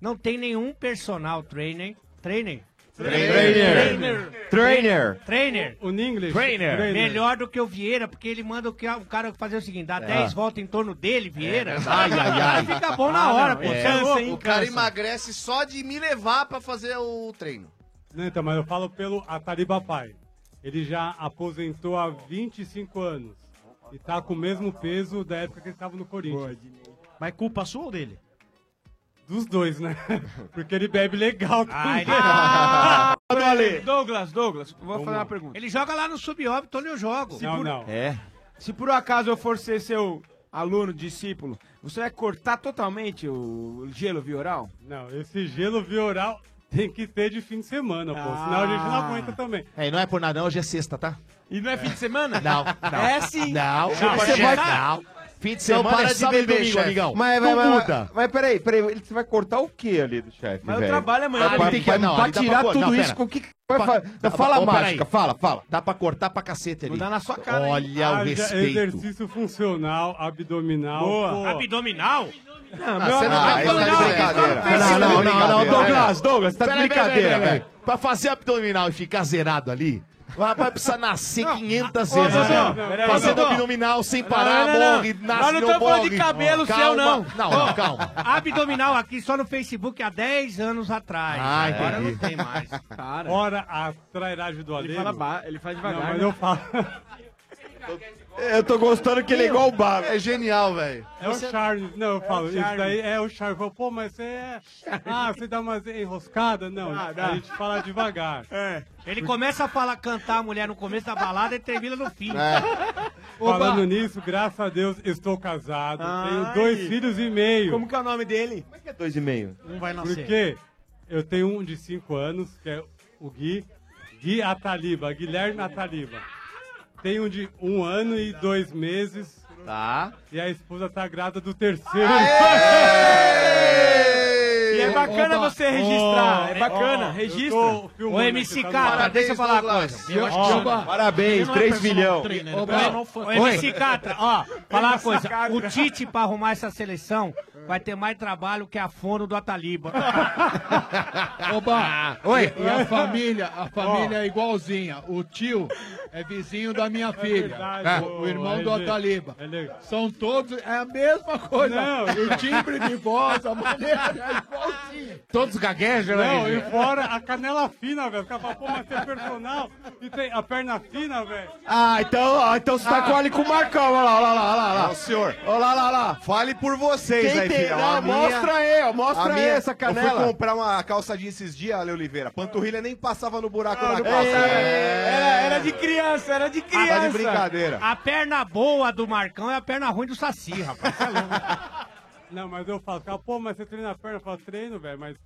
[SPEAKER 16] Não tem nenhum personal trainer. Trainer?
[SPEAKER 9] Trainer.
[SPEAKER 16] Trainer.
[SPEAKER 9] Trainer.
[SPEAKER 16] Trainer. Trainer.
[SPEAKER 19] O inglês.
[SPEAKER 16] Trainer.
[SPEAKER 19] Trainer.
[SPEAKER 16] Melhor do que o Vieira, porque ele manda o, que, o cara fazer o seguinte: dá
[SPEAKER 19] É.
[SPEAKER 16] 10 voltas em torno dele, Vieira.
[SPEAKER 19] É. Ai, ai, ai.
[SPEAKER 16] O cara fica bom na hora, pô. Você é louco?
[SPEAKER 14] Ah, o cara emagrece só de me levar pra fazer o treino.
[SPEAKER 19] Não, então, mas eu falo pelo Atariba Pai. Ele já aposentou há 25 anos. E tá com o mesmo peso da época que ele tava no Corinthians.
[SPEAKER 1] Mas culpa sua ou dele?
[SPEAKER 19] Dos dois, né? (laughs) Porque ele bebe legal
[SPEAKER 16] Ah,
[SPEAKER 19] também.
[SPEAKER 16] ele...
[SPEAKER 19] (laughs)
[SPEAKER 13] Douglas, Douglas, vou fazer uma pergunta.
[SPEAKER 16] Ele joga lá no subóbito onde eu jogo.
[SPEAKER 13] Se por- então
[SPEAKER 9] É?
[SPEAKER 13] Se por acaso eu for ser seu aluno, discípulo, você vai cortar totalmente o gelo vioral?
[SPEAKER 19] Não, esse gelo vioral tem que ter de fim de semana, pô. Senão a gente não aguenta também.
[SPEAKER 2] É, e não é por nada, não, hoje é sexta, tá?
[SPEAKER 13] Ah. E não é fim de semana?
[SPEAKER 2] Não, não.
[SPEAKER 13] É sim.
[SPEAKER 2] Não,
[SPEAKER 13] Não,
[SPEAKER 2] não.
[SPEAKER 13] você vai-
[SPEAKER 2] não. Fim de
[SPEAKER 13] Não
[SPEAKER 2] semana
[SPEAKER 13] para
[SPEAKER 2] é
[SPEAKER 13] de
[SPEAKER 2] sábado e
[SPEAKER 13] beber,
[SPEAKER 2] domingo,
[SPEAKER 13] chefe.
[SPEAKER 2] amigão.
[SPEAKER 9] Mas,
[SPEAKER 2] não
[SPEAKER 9] vai, vai,
[SPEAKER 2] muda.
[SPEAKER 9] vai, vai, peraí, peraí, ele vai cortar o que ali do chefe?
[SPEAKER 2] Mas eu
[SPEAKER 9] velho?
[SPEAKER 2] trabalho amanhã.
[SPEAKER 9] Pra-
[SPEAKER 2] Ah,
[SPEAKER 9] pra-
[SPEAKER 2] ele tem que-
[SPEAKER 9] pra-
[SPEAKER 2] não,
[SPEAKER 9] pra
[SPEAKER 2] ele dá
[SPEAKER 9] tirar
[SPEAKER 2] pra-
[SPEAKER 9] tudo
[SPEAKER 2] não,
[SPEAKER 9] isso,
[SPEAKER 2] pera.
[SPEAKER 9] com o que que vai
[SPEAKER 2] Pa-
[SPEAKER 9] fazer?
[SPEAKER 2] dá pra-
[SPEAKER 9] fala
[SPEAKER 2] ó,
[SPEAKER 9] mágica,
[SPEAKER 2] peraí.
[SPEAKER 9] fala, fala.
[SPEAKER 2] Dá pra cortar pra cacete ali.
[SPEAKER 9] Vou dar na sua cara, hein?
[SPEAKER 2] Olha o
[SPEAKER 19] Haja
[SPEAKER 2] respeito.
[SPEAKER 19] Exercício funcional, abdominal.
[SPEAKER 2] Boa.
[SPEAKER 16] Abdominal? Ah,
[SPEAKER 19] Não,
[SPEAKER 2] meu amigo, abdominal, Não, não, não, não, Douglas, Douglas, tá de
[SPEAKER 9] Peraí,
[SPEAKER 2] brincadeira,
[SPEAKER 9] peraí, peraí.
[SPEAKER 2] velho. Pra fazer abdominal e ficar zerado ali, vai, vai precisar nascer 500
[SPEAKER 13] Ô,
[SPEAKER 2] vezes.
[SPEAKER 13] Dodô,
[SPEAKER 2] né?
[SPEAKER 13] peraí,
[SPEAKER 2] Fazer
[SPEAKER 13] Dodô.
[SPEAKER 2] abdominal sem parar,
[SPEAKER 16] Não, não, não, não.
[SPEAKER 2] morre, nasce,
[SPEAKER 16] Nós não
[SPEAKER 2] não
[SPEAKER 16] estamos
[SPEAKER 2] morre.
[SPEAKER 16] falando de cabelo
[SPEAKER 2] Calma.
[SPEAKER 16] seu, não.
[SPEAKER 2] Não,
[SPEAKER 16] Ó,
[SPEAKER 2] não, calma.
[SPEAKER 16] (laughs) Abdominal aqui só no Facebook há 10 anos atrás.
[SPEAKER 2] Ah,
[SPEAKER 16] Agora
[SPEAKER 2] entendi.
[SPEAKER 16] não tem mais.
[SPEAKER 13] Para.
[SPEAKER 19] Ora, a trairagem do Alejo.
[SPEAKER 13] fala ba- ele faz devagar,
[SPEAKER 19] Não, mas
[SPEAKER 13] né?
[SPEAKER 19] eu falo.
[SPEAKER 9] (laughs) Eu tô gostando que ele é igual o Bar.
[SPEAKER 14] É genial, velho.
[SPEAKER 19] É o Charles, não, eu falo, isso
[SPEAKER 14] Charles.
[SPEAKER 19] daí é o Charles. Eu falo, Pô, mas você é. Ah, você dá uma enroscada? (laughs) Não,
[SPEAKER 16] Dá, Ah, dá.
[SPEAKER 19] a gente fala devagar.
[SPEAKER 16] É. Ele começa a falar, cantar a mulher no começo da balada e termina no fim.
[SPEAKER 19] É.
[SPEAKER 2] É.
[SPEAKER 16] Oba.
[SPEAKER 19] Falando nisso, graças a Deus, estou casado. Tenho dois filhos e meio. Como
[SPEAKER 13] que é o nome dele?
[SPEAKER 19] Como é que é dois e meio?
[SPEAKER 16] Um vai
[SPEAKER 19] nascer. Porque eu tenho um de cinco anos, que é o Gui. Gui Ataliba, Guilherme Ataliba. Tem um de um ano e dois meses.
[SPEAKER 2] Tá.
[SPEAKER 19] E a esposa tá grávida do terceiro.
[SPEAKER 13] E é bacana você registrar, é bacana, registra.
[SPEAKER 16] Ô, MC Catra, deixa eu falar uma coisa. Eu acho que
[SPEAKER 13] Ó,
[SPEAKER 16] eu-
[SPEAKER 9] Parabéns,
[SPEAKER 16] Ele não é
[SPEAKER 13] um
[SPEAKER 9] 3
[SPEAKER 16] personal
[SPEAKER 9] milhão.
[SPEAKER 13] né?
[SPEAKER 16] trainer, ele é um fã. Ô, MC Catra, (laughs) ó, falar uma coisa. O Tite, pra arrumar essa seleção, vai ter mais trabalho que a fono do (laughs) Ataliba.
[SPEAKER 19] Ah,
[SPEAKER 18] Oba!
[SPEAKER 16] Oi.
[SPEAKER 18] E a família, a família é igualzinha. O tio é vizinho da minha filha.
[SPEAKER 19] é
[SPEAKER 18] tá?
[SPEAKER 19] verdade,
[SPEAKER 18] o,
[SPEAKER 19] ô,
[SPEAKER 18] o irmão do
[SPEAKER 19] é le-
[SPEAKER 18] Ataliba.
[SPEAKER 19] é legal.
[SPEAKER 18] São todos, é a mesma coisa.
[SPEAKER 19] Não.
[SPEAKER 18] O timbre de voz,
[SPEAKER 19] (laughs)
[SPEAKER 18] a maneira é igualzinha.
[SPEAKER 2] Todos gaguejam,
[SPEAKER 9] né?
[SPEAKER 19] Não, e fora a canela fina, velho. O cara fala, pô, (laughs) mas você é personal e tem a perna fina, velho.
[SPEAKER 9] Ah, então, ó, então você tá com olho com o Marcão. Olha lá, olha lá, olha lá, olha lá.
[SPEAKER 8] É o senhor.
[SPEAKER 9] Olha lá, olha lá.
[SPEAKER 8] Fale por vocês
[SPEAKER 9] Quem
[SPEAKER 8] aí,
[SPEAKER 9] tem-
[SPEAKER 8] filhão.
[SPEAKER 9] não,
[SPEAKER 8] A
[SPEAKER 9] mostra aí, ó, mostra
[SPEAKER 8] a
[SPEAKER 9] aí essa
[SPEAKER 8] Eu fui
[SPEAKER 9] canela.
[SPEAKER 8] comprar uma calçadinha esses dias, Ale Oliveira. Panturrilha nem passava no buraco
[SPEAKER 9] Ah,
[SPEAKER 8] na calça. É.
[SPEAKER 13] Era, era de criança, era de criança.
[SPEAKER 8] tá de brincadeira.
[SPEAKER 16] A perna boa do Marcão é a perna ruim do Saci, rapaz.
[SPEAKER 19] Não, mas eu falo, cara, pô, mas você treina a perna? Eu falo, treino, velho, mas,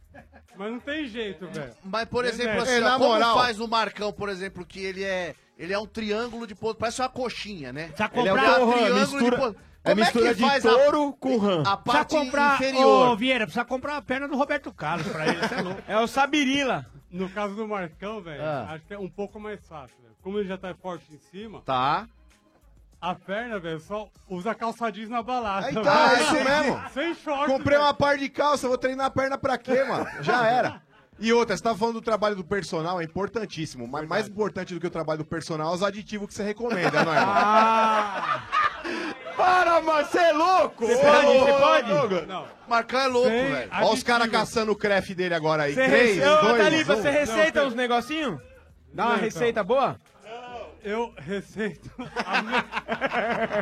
[SPEAKER 19] mas não tem jeito, velho.
[SPEAKER 14] Mas, por exemplo,
[SPEAKER 19] Exato.
[SPEAKER 14] assim, ó, como faz o Marcão, por exemplo, que ele é. Ele é um triângulo de ponto, parece uma coxinha, né? Já
[SPEAKER 16] comprar-
[SPEAKER 14] ele é um
[SPEAKER 16] Porra,
[SPEAKER 14] triângulo
[SPEAKER 16] mistura-
[SPEAKER 14] de ponto.
[SPEAKER 16] é mistura de touro
[SPEAKER 14] com rã. A
[SPEAKER 16] Precisa
[SPEAKER 14] parte
[SPEAKER 16] comprar,
[SPEAKER 14] inferior.
[SPEAKER 16] Ô, Vieira, precisa comprar a perna do Roberto Carlos pra ele, você é louco.
[SPEAKER 13] É o Sabirila.
[SPEAKER 19] No caso do Marcão, velho,
[SPEAKER 16] Ah.
[SPEAKER 19] acho que é um pouco mais fácil, velho. Como ele já tá forte em cima,
[SPEAKER 14] Tá.
[SPEAKER 19] a perna, velho, só usa calçadinhos na balada.
[SPEAKER 14] Então,
[SPEAKER 8] Aí tá,
[SPEAKER 19] velho.
[SPEAKER 8] é isso mesmo.
[SPEAKER 19] Sem short.
[SPEAKER 8] Comprei
[SPEAKER 19] velho.
[SPEAKER 8] uma par de calça, vou treinar a perna pra quê, mano? Já era. E outra, você tava falando do trabalho do personal, é importantíssimo. Mas mais importante do que o trabalho do personal é os aditivos que você recomenda, não é, irmão?
[SPEAKER 9] Para, mas você é louco!
[SPEAKER 8] Você
[SPEAKER 9] Ô,
[SPEAKER 8] pode,
[SPEAKER 9] ô,
[SPEAKER 8] você
[SPEAKER 9] ô,
[SPEAKER 8] pode?
[SPEAKER 9] Douglas.
[SPEAKER 14] Marcão é louco,
[SPEAKER 8] Sem
[SPEAKER 14] velho.
[SPEAKER 8] Olha os caras caçando o craft dele agora aí.
[SPEAKER 13] Você
[SPEAKER 8] Três,
[SPEAKER 13] rece... Ô,
[SPEAKER 8] dois,
[SPEAKER 13] Talipa,
[SPEAKER 8] um.
[SPEAKER 13] você receita uns negocinhos? Dá uma
[SPEAKER 8] Não, então.
[SPEAKER 13] receita boa?
[SPEAKER 19] eu receito.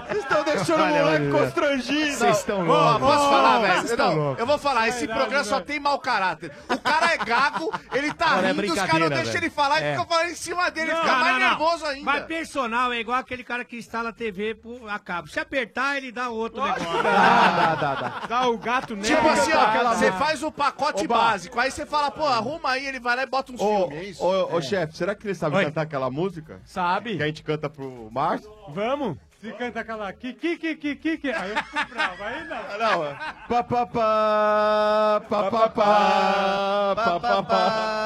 [SPEAKER 9] Vocês estão deixando o moleque constrangido.
[SPEAKER 14] Ó,
[SPEAKER 9] loucos.
[SPEAKER 14] posso falar, velho?
[SPEAKER 9] Vocês
[SPEAKER 14] Não,
[SPEAKER 9] estão loucos.
[SPEAKER 14] Eu vou falar, esse
[SPEAKER 9] Verdade,
[SPEAKER 14] programa só
[SPEAKER 9] velho.
[SPEAKER 14] tem mau caráter. O cara é gago, ele tá
[SPEAKER 16] Olha, é
[SPEAKER 14] rindo, os caras não
[SPEAKER 16] brincadeira,
[SPEAKER 14] deixam
[SPEAKER 16] velho.
[SPEAKER 14] ele falar
[SPEAKER 16] É.
[SPEAKER 14] e ficam falando em cima dele,
[SPEAKER 16] Não,
[SPEAKER 14] ele fica
[SPEAKER 16] não,
[SPEAKER 14] mais
[SPEAKER 16] não.
[SPEAKER 14] nervoso ainda.
[SPEAKER 16] Mas personal é igual aquele cara que instala a TV pro, a cabo. Se apertar, ele dá outro negócio.
[SPEAKER 14] (laughs)
[SPEAKER 9] dá,
[SPEAKER 16] dá, dá. Dá o gato nele.
[SPEAKER 14] Tipo assim, ó, você faz o pacote básico, aí você fala, pô, arruma aí, ele vai lá e bota uns
[SPEAKER 11] Ô,
[SPEAKER 14] filmes, é isso?
[SPEAKER 11] ô, ô,
[SPEAKER 14] É.
[SPEAKER 11] chefe, será que ele sabe cantar aquela música?
[SPEAKER 19] Sabe.
[SPEAKER 11] Que a gente canta pro Márcio?
[SPEAKER 19] Vamos. Se canta aquela que, que, que, que, que, que. Aí eu fico bravo, aí não.
[SPEAKER 11] Não, é. Pa, pa, pa, pa, pa, pa, pa, pa,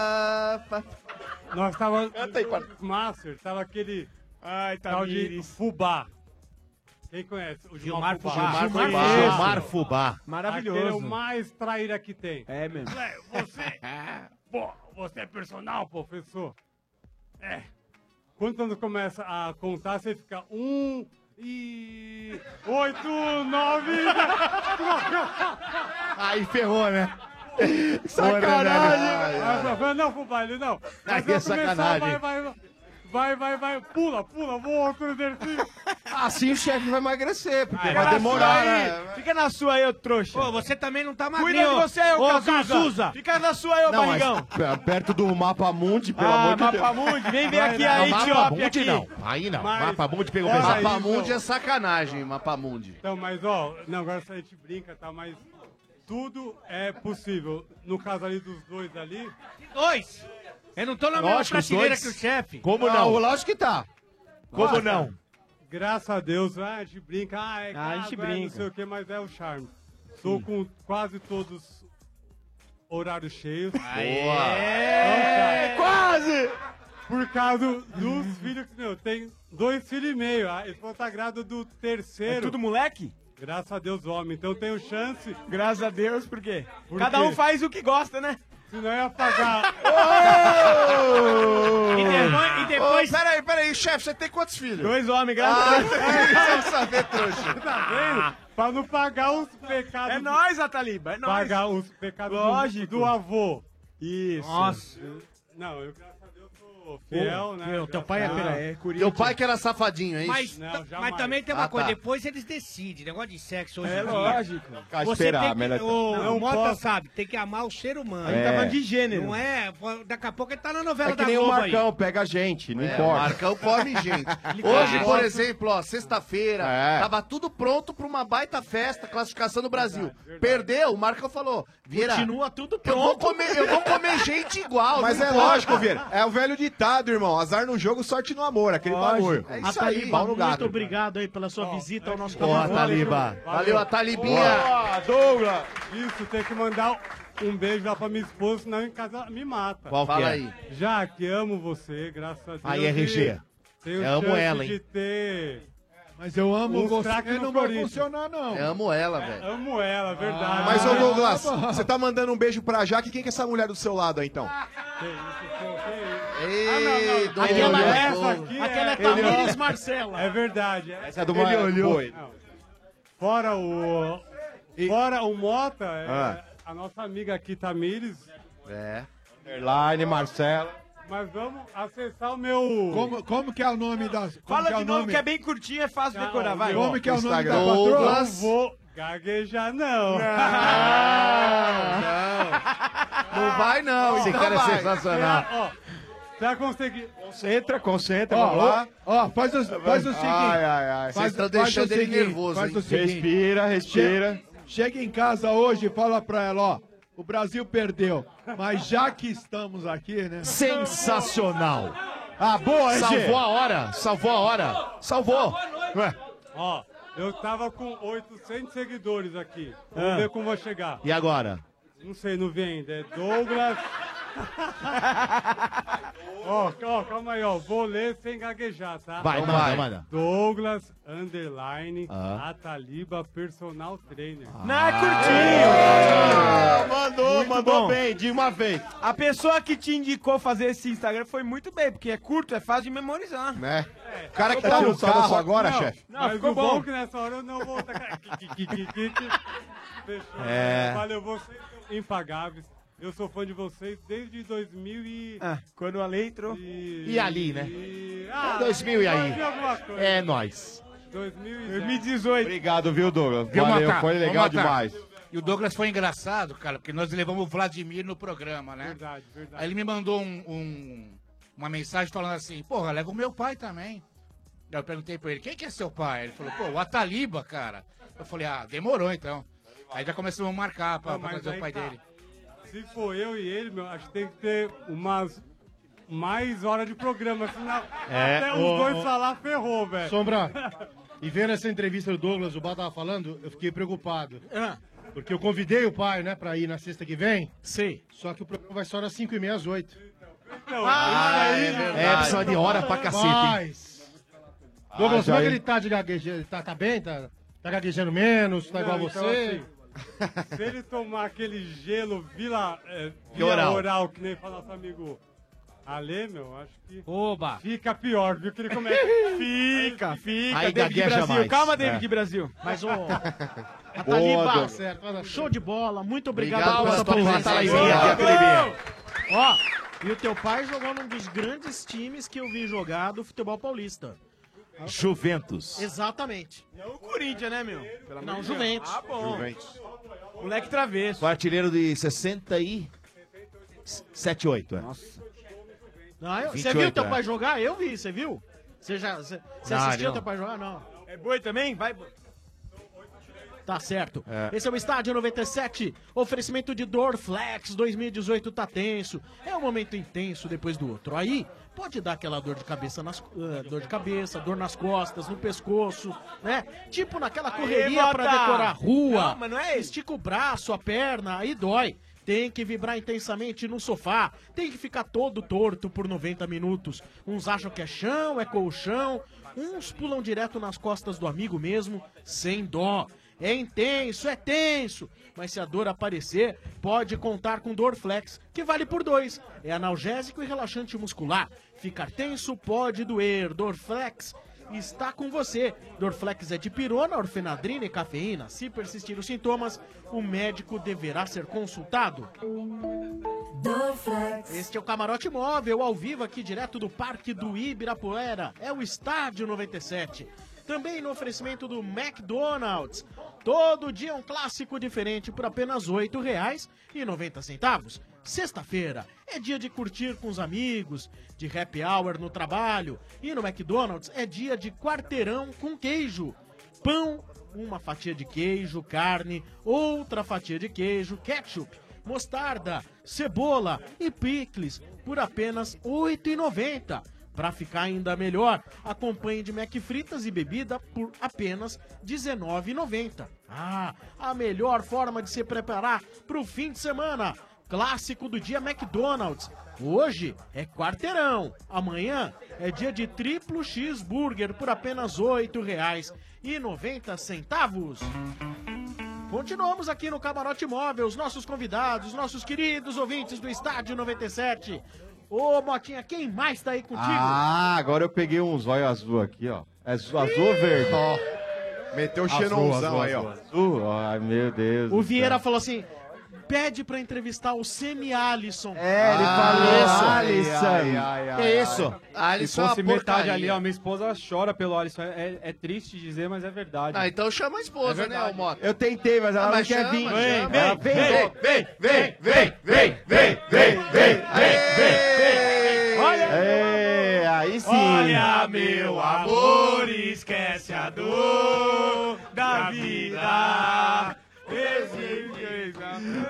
[SPEAKER 14] pa.
[SPEAKER 19] Nós tava. Canta aí, Master, tava aquele. Ai, tá tal de Fubá. Quem conhece? O
[SPEAKER 16] Gilmar Fubá.
[SPEAKER 19] Gilmar Fubá.
[SPEAKER 16] Gilmar Fubá.
[SPEAKER 19] Isso.
[SPEAKER 16] Gilmar Fubá.
[SPEAKER 19] Maravilhoso. Aquele é o mais traíra que tem. É mesmo. você. pô, você é personal, professor. É. Quando quando começa a contar, você fica um e. oito, nove.
[SPEAKER 9] Aí ferrou, né?
[SPEAKER 19] Aí a prof fala, não, fubá, ele não.
[SPEAKER 9] Aí
[SPEAKER 19] Mas vai
[SPEAKER 9] é
[SPEAKER 19] começar,
[SPEAKER 9] sacanagem.
[SPEAKER 19] Vai, vai, vai. Vai, vai, vai, pula, pula, voa, outro exercício.
[SPEAKER 13] Assim o chefe vai emagrecer, porque vai
[SPEAKER 16] Ah, fica na sua
[SPEAKER 13] demorar,
[SPEAKER 16] aí.
[SPEAKER 13] né?
[SPEAKER 16] Fica na sua aí, ô trouxa. Pô, você também não tá magrinho.
[SPEAKER 13] Cuida de você aí, ô
[SPEAKER 16] ô
[SPEAKER 13] Cazuza.
[SPEAKER 16] Cazuza.
[SPEAKER 2] É
[SPEAKER 13] Fica na sua aí, ô
[SPEAKER 11] Não, mas (laughs)
[SPEAKER 13] barrigão.
[SPEAKER 11] pe- perto do Mapa Mundi, pelo
[SPEAKER 13] Ah,
[SPEAKER 11] amor de Deus. né?
[SPEAKER 13] Mapa Mundi, vem ver aqui
[SPEAKER 11] Não,
[SPEAKER 13] a
[SPEAKER 11] Mapa
[SPEAKER 13] Etiópia
[SPEAKER 11] Mundi
[SPEAKER 13] aqui.
[SPEAKER 11] não. Aí não.
[SPEAKER 19] Mas-
[SPEAKER 11] Mapamundi pegou
[SPEAKER 19] Olha
[SPEAKER 11] pesado.
[SPEAKER 19] aí,
[SPEAKER 14] Mapamundi
[SPEAKER 19] então.
[SPEAKER 14] é sacanagem, Mapamundi.
[SPEAKER 19] Então, mas ó, não, agora a gente brinca, tá? Mas tudo é possível. No caso ali dos dois ali.
[SPEAKER 16] Dois! Eu não tô na
[SPEAKER 19] Lógico,
[SPEAKER 16] mesma
[SPEAKER 19] os
[SPEAKER 16] prateleira
[SPEAKER 19] dois.
[SPEAKER 16] que o chefe.
[SPEAKER 19] Como
[SPEAKER 14] Ah,
[SPEAKER 19] não?
[SPEAKER 16] Lógico que tá.
[SPEAKER 19] Como não? Graças a Deus, ah, a gente brinca, ah, é
[SPEAKER 16] Ah, a
[SPEAKER 19] gago,
[SPEAKER 16] gente
[SPEAKER 19] é não
[SPEAKER 16] brinca.
[SPEAKER 19] sei o que, mas é o charme. Estou com quase todos horários cheios.
[SPEAKER 9] Aê!
[SPEAKER 19] Boa! É o charme.
[SPEAKER 9] Quase!
[SPEAKER 19] Por causa dos filhos que meu, tem dois filhos e meio. A esposa tá grávida do terceiro.
[SPEAKER 13] É tudo
[SPEAKER 19] moleque? Graças a Deus, homem. Então tenho chance. Graças a Deus, por quê?
[SPEAKER 13] Cada um
[SPEAKER 19] faz o que gosta, né? Senão ia (laughs) pagar.
[SPEAKER 13] E depois- e depois-
[SPEAKER 14] Ô, peraí, peraí, chefe, você tem quantos filhos?
[SPEAKER 13] Dois homens, graças a Deus.
[SPEAKER 14] Deus. saber, trouxa.
[SPEAKER 19] Tá vendo? Pra não pagar os pecados.
[SPEAKER 13] Ah. É nóis, Ataliba, é nóis.
[SPEAKER 19] Pagar os pecados do-
[SPEAKER 13] Lógico.
[SPEAKER 19] Do, avô. Isso.
[SPEAKER 13] Nossa.
[SPEAKER 19] Não, eu graças a Deus sou fiel, né?
[SPEAKER 16] meu, teu pai é-
[SPEAKER 19] Graças a Deus.
[SPEAKER 14] Ah,
[SPEAKER 16] pera aí,
[SPEAKER 14] Teu pai que era safadinho, é isso?
[SPEAKER 16] Mas,
[SPEAKER 19] Não,
[SPEAKER 16] ta-
[SPEAKER 19] jamais.
[SPEAKER 16] mas também tem uma
[SPEAKER 14] Ah,
[SPEAKER 16] coisa,
[SPEAKER 14] tá.
[SPEAKER 16] depois eles decidem. Negócio de sexo hoje
[SPEAKER 19] É
[SPEAKER 16] em dia.
[SPEAKER 19] lógico.
[SPEAKER 11] Ah,
[SPEAKER 16] Você
[SPEAKER 11] esperar,
[SPEAKER 16] tem que,
[SPEAKER 11] melhor-
[SPEAKER 16] o,
[SPEAKER 11] Não
[SPEAKER 16] o Mota
[SPEAKER 11] posso.
[SPEAKER 16] sabe, tem que amar o ser humano.
[SPEAKER 11] A gente tá É. falando de gênero.
[SPEAKER 16] Não é? pô, Daqui a pouco ele tá na novela
[SPEAKER 11] É que
[SPEAKER 16] da
[SPEAKER 11] nem o
[SPEAKER 16] Globo aí.
[SPEAKER 11] Marcão, pega a gente, não
[SPEAKER 14] É,
[SPEAKER 11] importa.
[SPEAKER 14] Marcão (laughs) come gente. Hoje, por exemplo, ó, sexta-feira,
[SPEAKER 11] É.
[SPEAKER 14] tava tudo pronto pra uma baita festa, classificação do Brasil. Perdeu, o Marcão falou, Vieira,
[SPEAKER 8] Continua
[SPEAKER 14] tudo Eu vou comer, eu vou comer gente igual.
[SPEAKER 8] Mas
[SPEAKER 14] não
[SPEAKER 8] é
[SPEAKER 14] importa.
[SPEAKER 8] lógico, Vieira. É o velho ditado, irmão. Azar no jogo, sorte no amor. Aquele bagulho.
[SPEAKER 10] É isso aí. muito obrigado aí pela sua visita ao nosso
[SPEAKER 8] Ó, Ataliba. Valeu,
[SPEAKER 14] Atalibinha.
[SPEAKER 19] Boa, Douglas. Isso, tem que mandar um beijo lá pra minha esposa, senão em casa ela me mata.
[SPEAKER 2] Qual que Fala é? aí.
[SPEAKER 19] Já que amo você, graças a Deus.
[SPEAKER 2] Aí, RG.
[SPEAKER 19] e Tenho
[SPEAKER 2] Eu amo
[SPEAKER 19] chance
[SPEAKER 2] ela, hein?
[SPEAKER 19] de ter...
[SPEAKER 18] É, Mas eu amo
[SPEAKER 19] Os
[SPEAKER 18] você,
[SPEAKER 19] craques no
[SPEAKER 18] não vai
[SPEAKER 19] Corinthians.
[SPEAKER 18] funcionar, não. Ah,
[SPEAKER 14] Eu amo ela, velho.
[SPEAKER 19] Amo ela, verdade.
[SPEAKER 8] Mas, ô Douglas, você tá mandando um beijo pra Jaque. Quem que é essa mulher do seu lado aí, então?
[SPEAKER 14] Ei,
[SPEAKER 8] Ah, não, não. Aquela
[SPEAKER 19] Douglas,
[SPEAKER 8] é-
[SPEAKER 19] essa aqui
[SPEAKER 8] aquela é Tamires
[SPEAKER 19] Marcela. É verdade.
[SPEAKER 11] Essa é do Ele Mar- olhou. Boi.
[SPEAKER 19] Não. Fora o... Fora o Mota, é,
[SPEAKER 11] Ah.
[SPEAKER 19] a nossa amiga aqui, Tamires,
[SPEAKER 14] É.
[SPEAKER 11] Underline, Marcelo.
[SPEAKER 19] mas vamos acessar o meu...
[SPEAKER 18] Como, como que é o nome das. como
[SPEAKER 19] Fala
[SPEAKER 18] é o
[SPEAKER 19] de novo,
[SPEAKER 18] nome?
[SPEAKER 19] que é
[SPEAKER 13] bem curtinho, é fácil decorar, vai.
[SPEAKER 18] Como que é o nome da
[SPEAKER 19] Não
[SPEAKER 18] patroa?
[SPEAKER 19] vou gaguejar, não. (laughs)
[SPEAKER 14] Não vai, não.
[SPEAKER 19] Não
[SPEAKER 11] Esse
[SPEAKER 19] Então
[SPEAKER 11] cara é
[SPEAKER 19] vai.
[SPEAKER 11] sensacional.
[SPEAKER 19] É, ó, já consegui.
[SPEAKER 11] Concentra, concentra,
[SPEAKER 18] Ó,
[SPEAKER 11] vamos lá.
[SPEAKER 18] ó, ó, faz o, faz o seguinte.
[SPEAKER 11] Ai, ai, ai.
[SPEAKER 18] Faz-
[SPEAKER 11] Vocês tão
[SPEAKER 18] faz
[SPEAKER 11] deixando
[SPEAKER 18] o
[SPEAKER 11] ele nervoso,
[SPEAKER 18] faz
[SPEAKER 11] hein?
[SPEAKER 18] o seguinte.
[SPEAKER 11] Respira, respira.
[SPEAKER 18] Che- Chega em casa hoje e fala pra ela, ó, o Brasil perdeu, mas já que estamos aqui, né?
[SPEAKER 2] Sensacional. Ah, boa, hein,
[SPEAKER 18] Salvou a
[SPEAKER 2] hora, salvou a hora. Salvou.
[SPEAKER 19] Ó, eu tava com 800 seguidores aqui. Vamos
[SPEAKER 2] Ah.
[SPEAKER 19] ver como vai chegar.
[SPEAKER 2] E agora?
[SPEAKER 19] Não sei, não vem ainda. É Douglas. ó, ó, calma aí, ó. Vou ler sem gaguejar, tá?
[SPEAKER 2] Vai,
[SPEAKER 19] Então
[SPEAKER 2] manda, manda.
[SPEAKER 19] Douglas, underline,
[SPEAKER 2] Ah.
[SPEAKER 19] Ataliba, personal trainer.
[SPEAKER 13] Não é
[SPEAKER 19] Ah.
[SPEAKER 13] curtinho!
[SPEAKER 11] mandou,
[SPEAKER 19] mandou
[SPEAKER 11] bem, de uma vez.
[SPEAKER 13] A pessoa que te indicou fazer esse Instagram foi muito bem, porque é curto, é fácil de memorizar.
[SPEAKER 8] Né? O cara que tá no carro agora,
[SPEAKER 13] Não,
[SPEAKER 8] chefe.
[SPEAKER 13] Não,
[SPEAKER 19] Mas
[SPEAKER 13] ficou
[SPEAKER 19] o bom, é
[SPEAKER 13] bom. é
[SPEAKER 19] que nessa hora eu não vou tacar. (laughs) Ki, ki, ki, ki, ki. Fechou.
[SPEAKER 13] É.
[SPEAKER 19] Valeu, vocês são impagáveis. Eu sou fã de vocês desde 2000 e...
[SPEAKER 13] Ah, quando a lei entrou.
[SPEAKER 19] E,
[SPEAKER 13] E ali, né?
[SPEAKER 19] e-
[SPEAKER 2] É 2000 e aí.
[SPEAKER 19] fazer alguma coisa.
[SPEAKER 2] É nóis.
[SPEAKER 19] 2018.
[SPEAKER 9] Obrigado, viu, Douglas?
[SPEAKER 20] Viu,
[SPEAKER 9] Valeu,
[SPEAKER 20] Matar?
[SPEAKER 9] foi legal
[SPEAKER 20] Ô, Matar,
[SPEAKER 9] demais.
[SPEAKER 20] E o Douglas foi engraçado, cara, porque nós levamos o Vladimir no programa, né? Verdade, verdade. Aí ele me mandou um- um- uma mensagem falando assim, porra, leva o meu pai também. Daí Eu perguntei pra ele, quem que é seu pai? Ele falou, pô, o Ataliba, cara. Eu falei, ah, demorou então. Aí já começamos a marcar pra,
[SPEAKER 19] Não,
[SPEAKER 20] pra
[SPEAKER 19] mas
[SPEAKER 16] é
[SPEAKER 20] trazer o pai
[SPEAKER 19] aí tá.
[SPEAKER 20] dele.
[SPEAKER 19] Se for eu e ele, meu, acho que tem que ter umas mais horas de programa, senão
[SPEAKER 21] É,
[SPEAKER 19] até
[SPEAKER 21] ô,
[SPEAKER 19] os dois
[SPEAKER 21] ô.
[SPEAKER 19] falar ferrou, velho.
[SPEAKER 21] Sombra, e vendo essa entrevista do Douglas, o Bá tava falando, eu fiquei preocupado. Porque eu convidei o pai, né, pra ir na sexta que vem.
[SPEAKER 20] Sim.
[SPEAKER 21] Só que o programa vai só das 5 e meia às 8.
[SPEAKER 2] Ah, é verdade. É, precisa de
[SPEAKER 21] tá
[SPEAKER 19] (laughs)
[SPEAKER 2] hora pra cacete, hein?
[SPEAKER 21] Mas... Douglas,
[SPEAKER 2] Ah,
[SPEAKER 21] como é que
[SPEAKER 2] Jair.
[SPEAKER 21] ele tá de gaguejando? Ele Tá, tá bem? Tá, tá gaguejando menos? Tá igual a
[SPEAKER 19] Não, então,
[SPEAKER 21] você?
[SPEAKER 19] assim, se ele tomar aquele gelo vila, é, via
[SPEAKER 21] oral.
[SPEAKER 19] oral. que nem fala nosso amigo Ale, meu, acho que
[SPEAKER 16] Oba.
[SPEAKER 19] fica pior, viu? Que ele começa. fica, fica.
[SPEAKER 16] Aí
[SPEAKER 19] David
[SPEAKER 16] gagueja
[SPEAKER 19] Brasil.
[SPEAKER 16] mais.
[SPEAKER 19] Calma,
[SPEAKER 16] É.
[SPEAKER 19] David Brasil. (laughs)
[SPEAKER 10] Mas, ô, (laughs) a
[SPEAKER 19] Boa,
[SPEAKER 10] Taliba,
[SPEAKER 19] Douglas.
[SPEAKER 21] certo,
[SPEAKER 10] show de bola, muito obrigado,
[SPEAKER 19] Obrigado pela
[SPEAKER 10] pela sua
[SPEAKER 19] tua
[SPEAKER 10] presença.
[SPEAKER 19] palavrinha aqui, a Telebinha.
[SPEAKER 10] Ó, e o teu pai jogou num dos grandes times que eu vi jogar do futebol paulista.
[SPEAKER 2] Juventus.
[SPEAKER 10] Exatamente. É o Corinthians, né, meu?
[SPEAKER 2] amor
[SPEAKER 10] Não,
[SPEAKER 2] de
[SPEAKER 10] Juventus.
[SPEAKER 2] Deus. Ah, bom. Juventus.
[SPEAKER 10] Moleque travesso.
[SPEAKER 2] Foi artilheiro de 60 e... 7, 8, é. Nossa.
[SPEAKER 10] Não, eu- você
[SPEAKER 2] 28,
[SPEAKER 10] viu teu
[SPEAKER 2] é.
[SPEAKER 10] pai jogar? Eu vi, você viu? Você já você, você
[SPEAKER 2] Não,
[SPEAKER 10] assistiu
[SPEAKER 2] não.
[SPEAKER 10] teu pai jogar? Não. É boi também? Vai, boi. Tá certo.
[SPEAKER 2] É.
[SPEAKER 10] Esse é o Estádio 97, oferecimento de Dorflex 2018 tá tenso. É um momento intenso depois do outro. Aí pode dar aquela dor de cabeça nas ah, dor de cabeça, dor nas costas, no pescoço, né? Tipo naquela correria
[SPEAKER 16] Bota!
[SPEAKER 10] pra decorar a rua.
[SPEAKER 16] Não, mas não é isso.
[SPEAKER 10] Estica o braço, a perna, aí dói. Tem que vibrar intensamente no sofá. Tem que ficar todo torto por 90 minutos. Uns acham que é chão, é colchão. Uns pulam direto nas costas do amigo mesmo, sem dó. É intenso, é tenso. Mas se a dor aparecer, pode contar com Dorflex, que vale por dois. É analgésico e relaxante muscular. Ficar tenso pode doer. Dorflex está com você. Dorflex é de pirona, orfenadrina e cafeína. Se persistir os sintomas, o médico deverá ser consultado. Este é o Camarote Móvel, ao vivo aqui direto do Parque do Ibirapuera. É o Estádio 97. Também no oferecimento do McDonald's. Todo dia um clássico diferente por apenas R$ 8,90. Sexta-feira é dia de curtir com os amigos, de happy hour no trabalho. E no McDonald's é dia de quarteirão com queijo pão, uma fatia de queijo, carne, outra fatia de queijo, ketchup, mostarda, cebola e picles por apenas R$ 8,90. Para ficar ainda melhor, acompanhe de Mac fritas e bebida por apenas R$ 19,90. Ah, a melhor forma de se preparar para o fim de semana. Clássico do dia McDonald's. Hoje é quarteirão, amanhã é dia de triplo cheeseburger por apenas R$ 8,90. Continuamos aqui no Camarote Móvel, os nossos convidados, nossos queridos ouvintes do Estádio 97. Ô, Motinha, quem mais tá aí contigo?
[SPEAKER 9] Ah, agora eu peguei um zóio azul aqui, ó. É azul azul ou verde?
[SPEAKER 8] Meteu o
[SPEAKER 9] Azul,
[SPEAKER 8] xenonzão
[SPEAKER 9] azul,
[SPEAKER 8] aí,
[SPEAKER 9] azul,
[SPEAKER 8] ó.
[SPEAKER 9] Azul, ai meu Deus.
[SPEAKER 10] O
[SPEAKER 9] do
[SPEAKER 10] Vieira
[SPEAKER 9] céu.
[SPEAKER 10] falou assim: pede pra entrevistar o Semi Alisson.
[SPEAKER 9] É,
[SPEAKER 22] Ah,
[SPEAKER 9] ele
[SPEAKER 10] falou
[SPEAKER 9] isso.
[SPEAKER 10] Alisson.
[SPEAKER 9] Ai, ai, ai,
[SPEAKER 10] Que isso? Alisson é
[SPEAKER 14] uma
[SPEAKER 22] Se fosse metade
[SPEAKER 14] porcaria.
[SPEAKER 22] ali, ó, minha esposa chora pelo Alisson. É, é triste dizer, mas é verdade.
[SPEAKER 14] Ah, então chama a esposa,
[SPEAKER 22] É
[SPEAKER 14] né,
[SPEAKER 22] verdade.
[SPEAKER 14] ô Mota?
[SPEAKER 9] Eu tentei, mas ela
[SPEAKER 14] Ah,
[SPEAKER 9] não
[SPEAKER 14] mas
[SPEAKER 9] quer
[SPEAKER 14] chama,
[SPEAKER 9] vir.
[SPEAKER 14] chama.
[SPEAKER 9] Ela
[SPEAKER 14] Vem,
[SPEAKER 9] vem,
[SPEAKER 14] vem,
[SPEAKER 9] vem, vem, vem, vem, vem, vem, vem, vem. Olha! É, aí sim.
[SPEAKER 23] Olha, meu amor, esquece a dor da vida.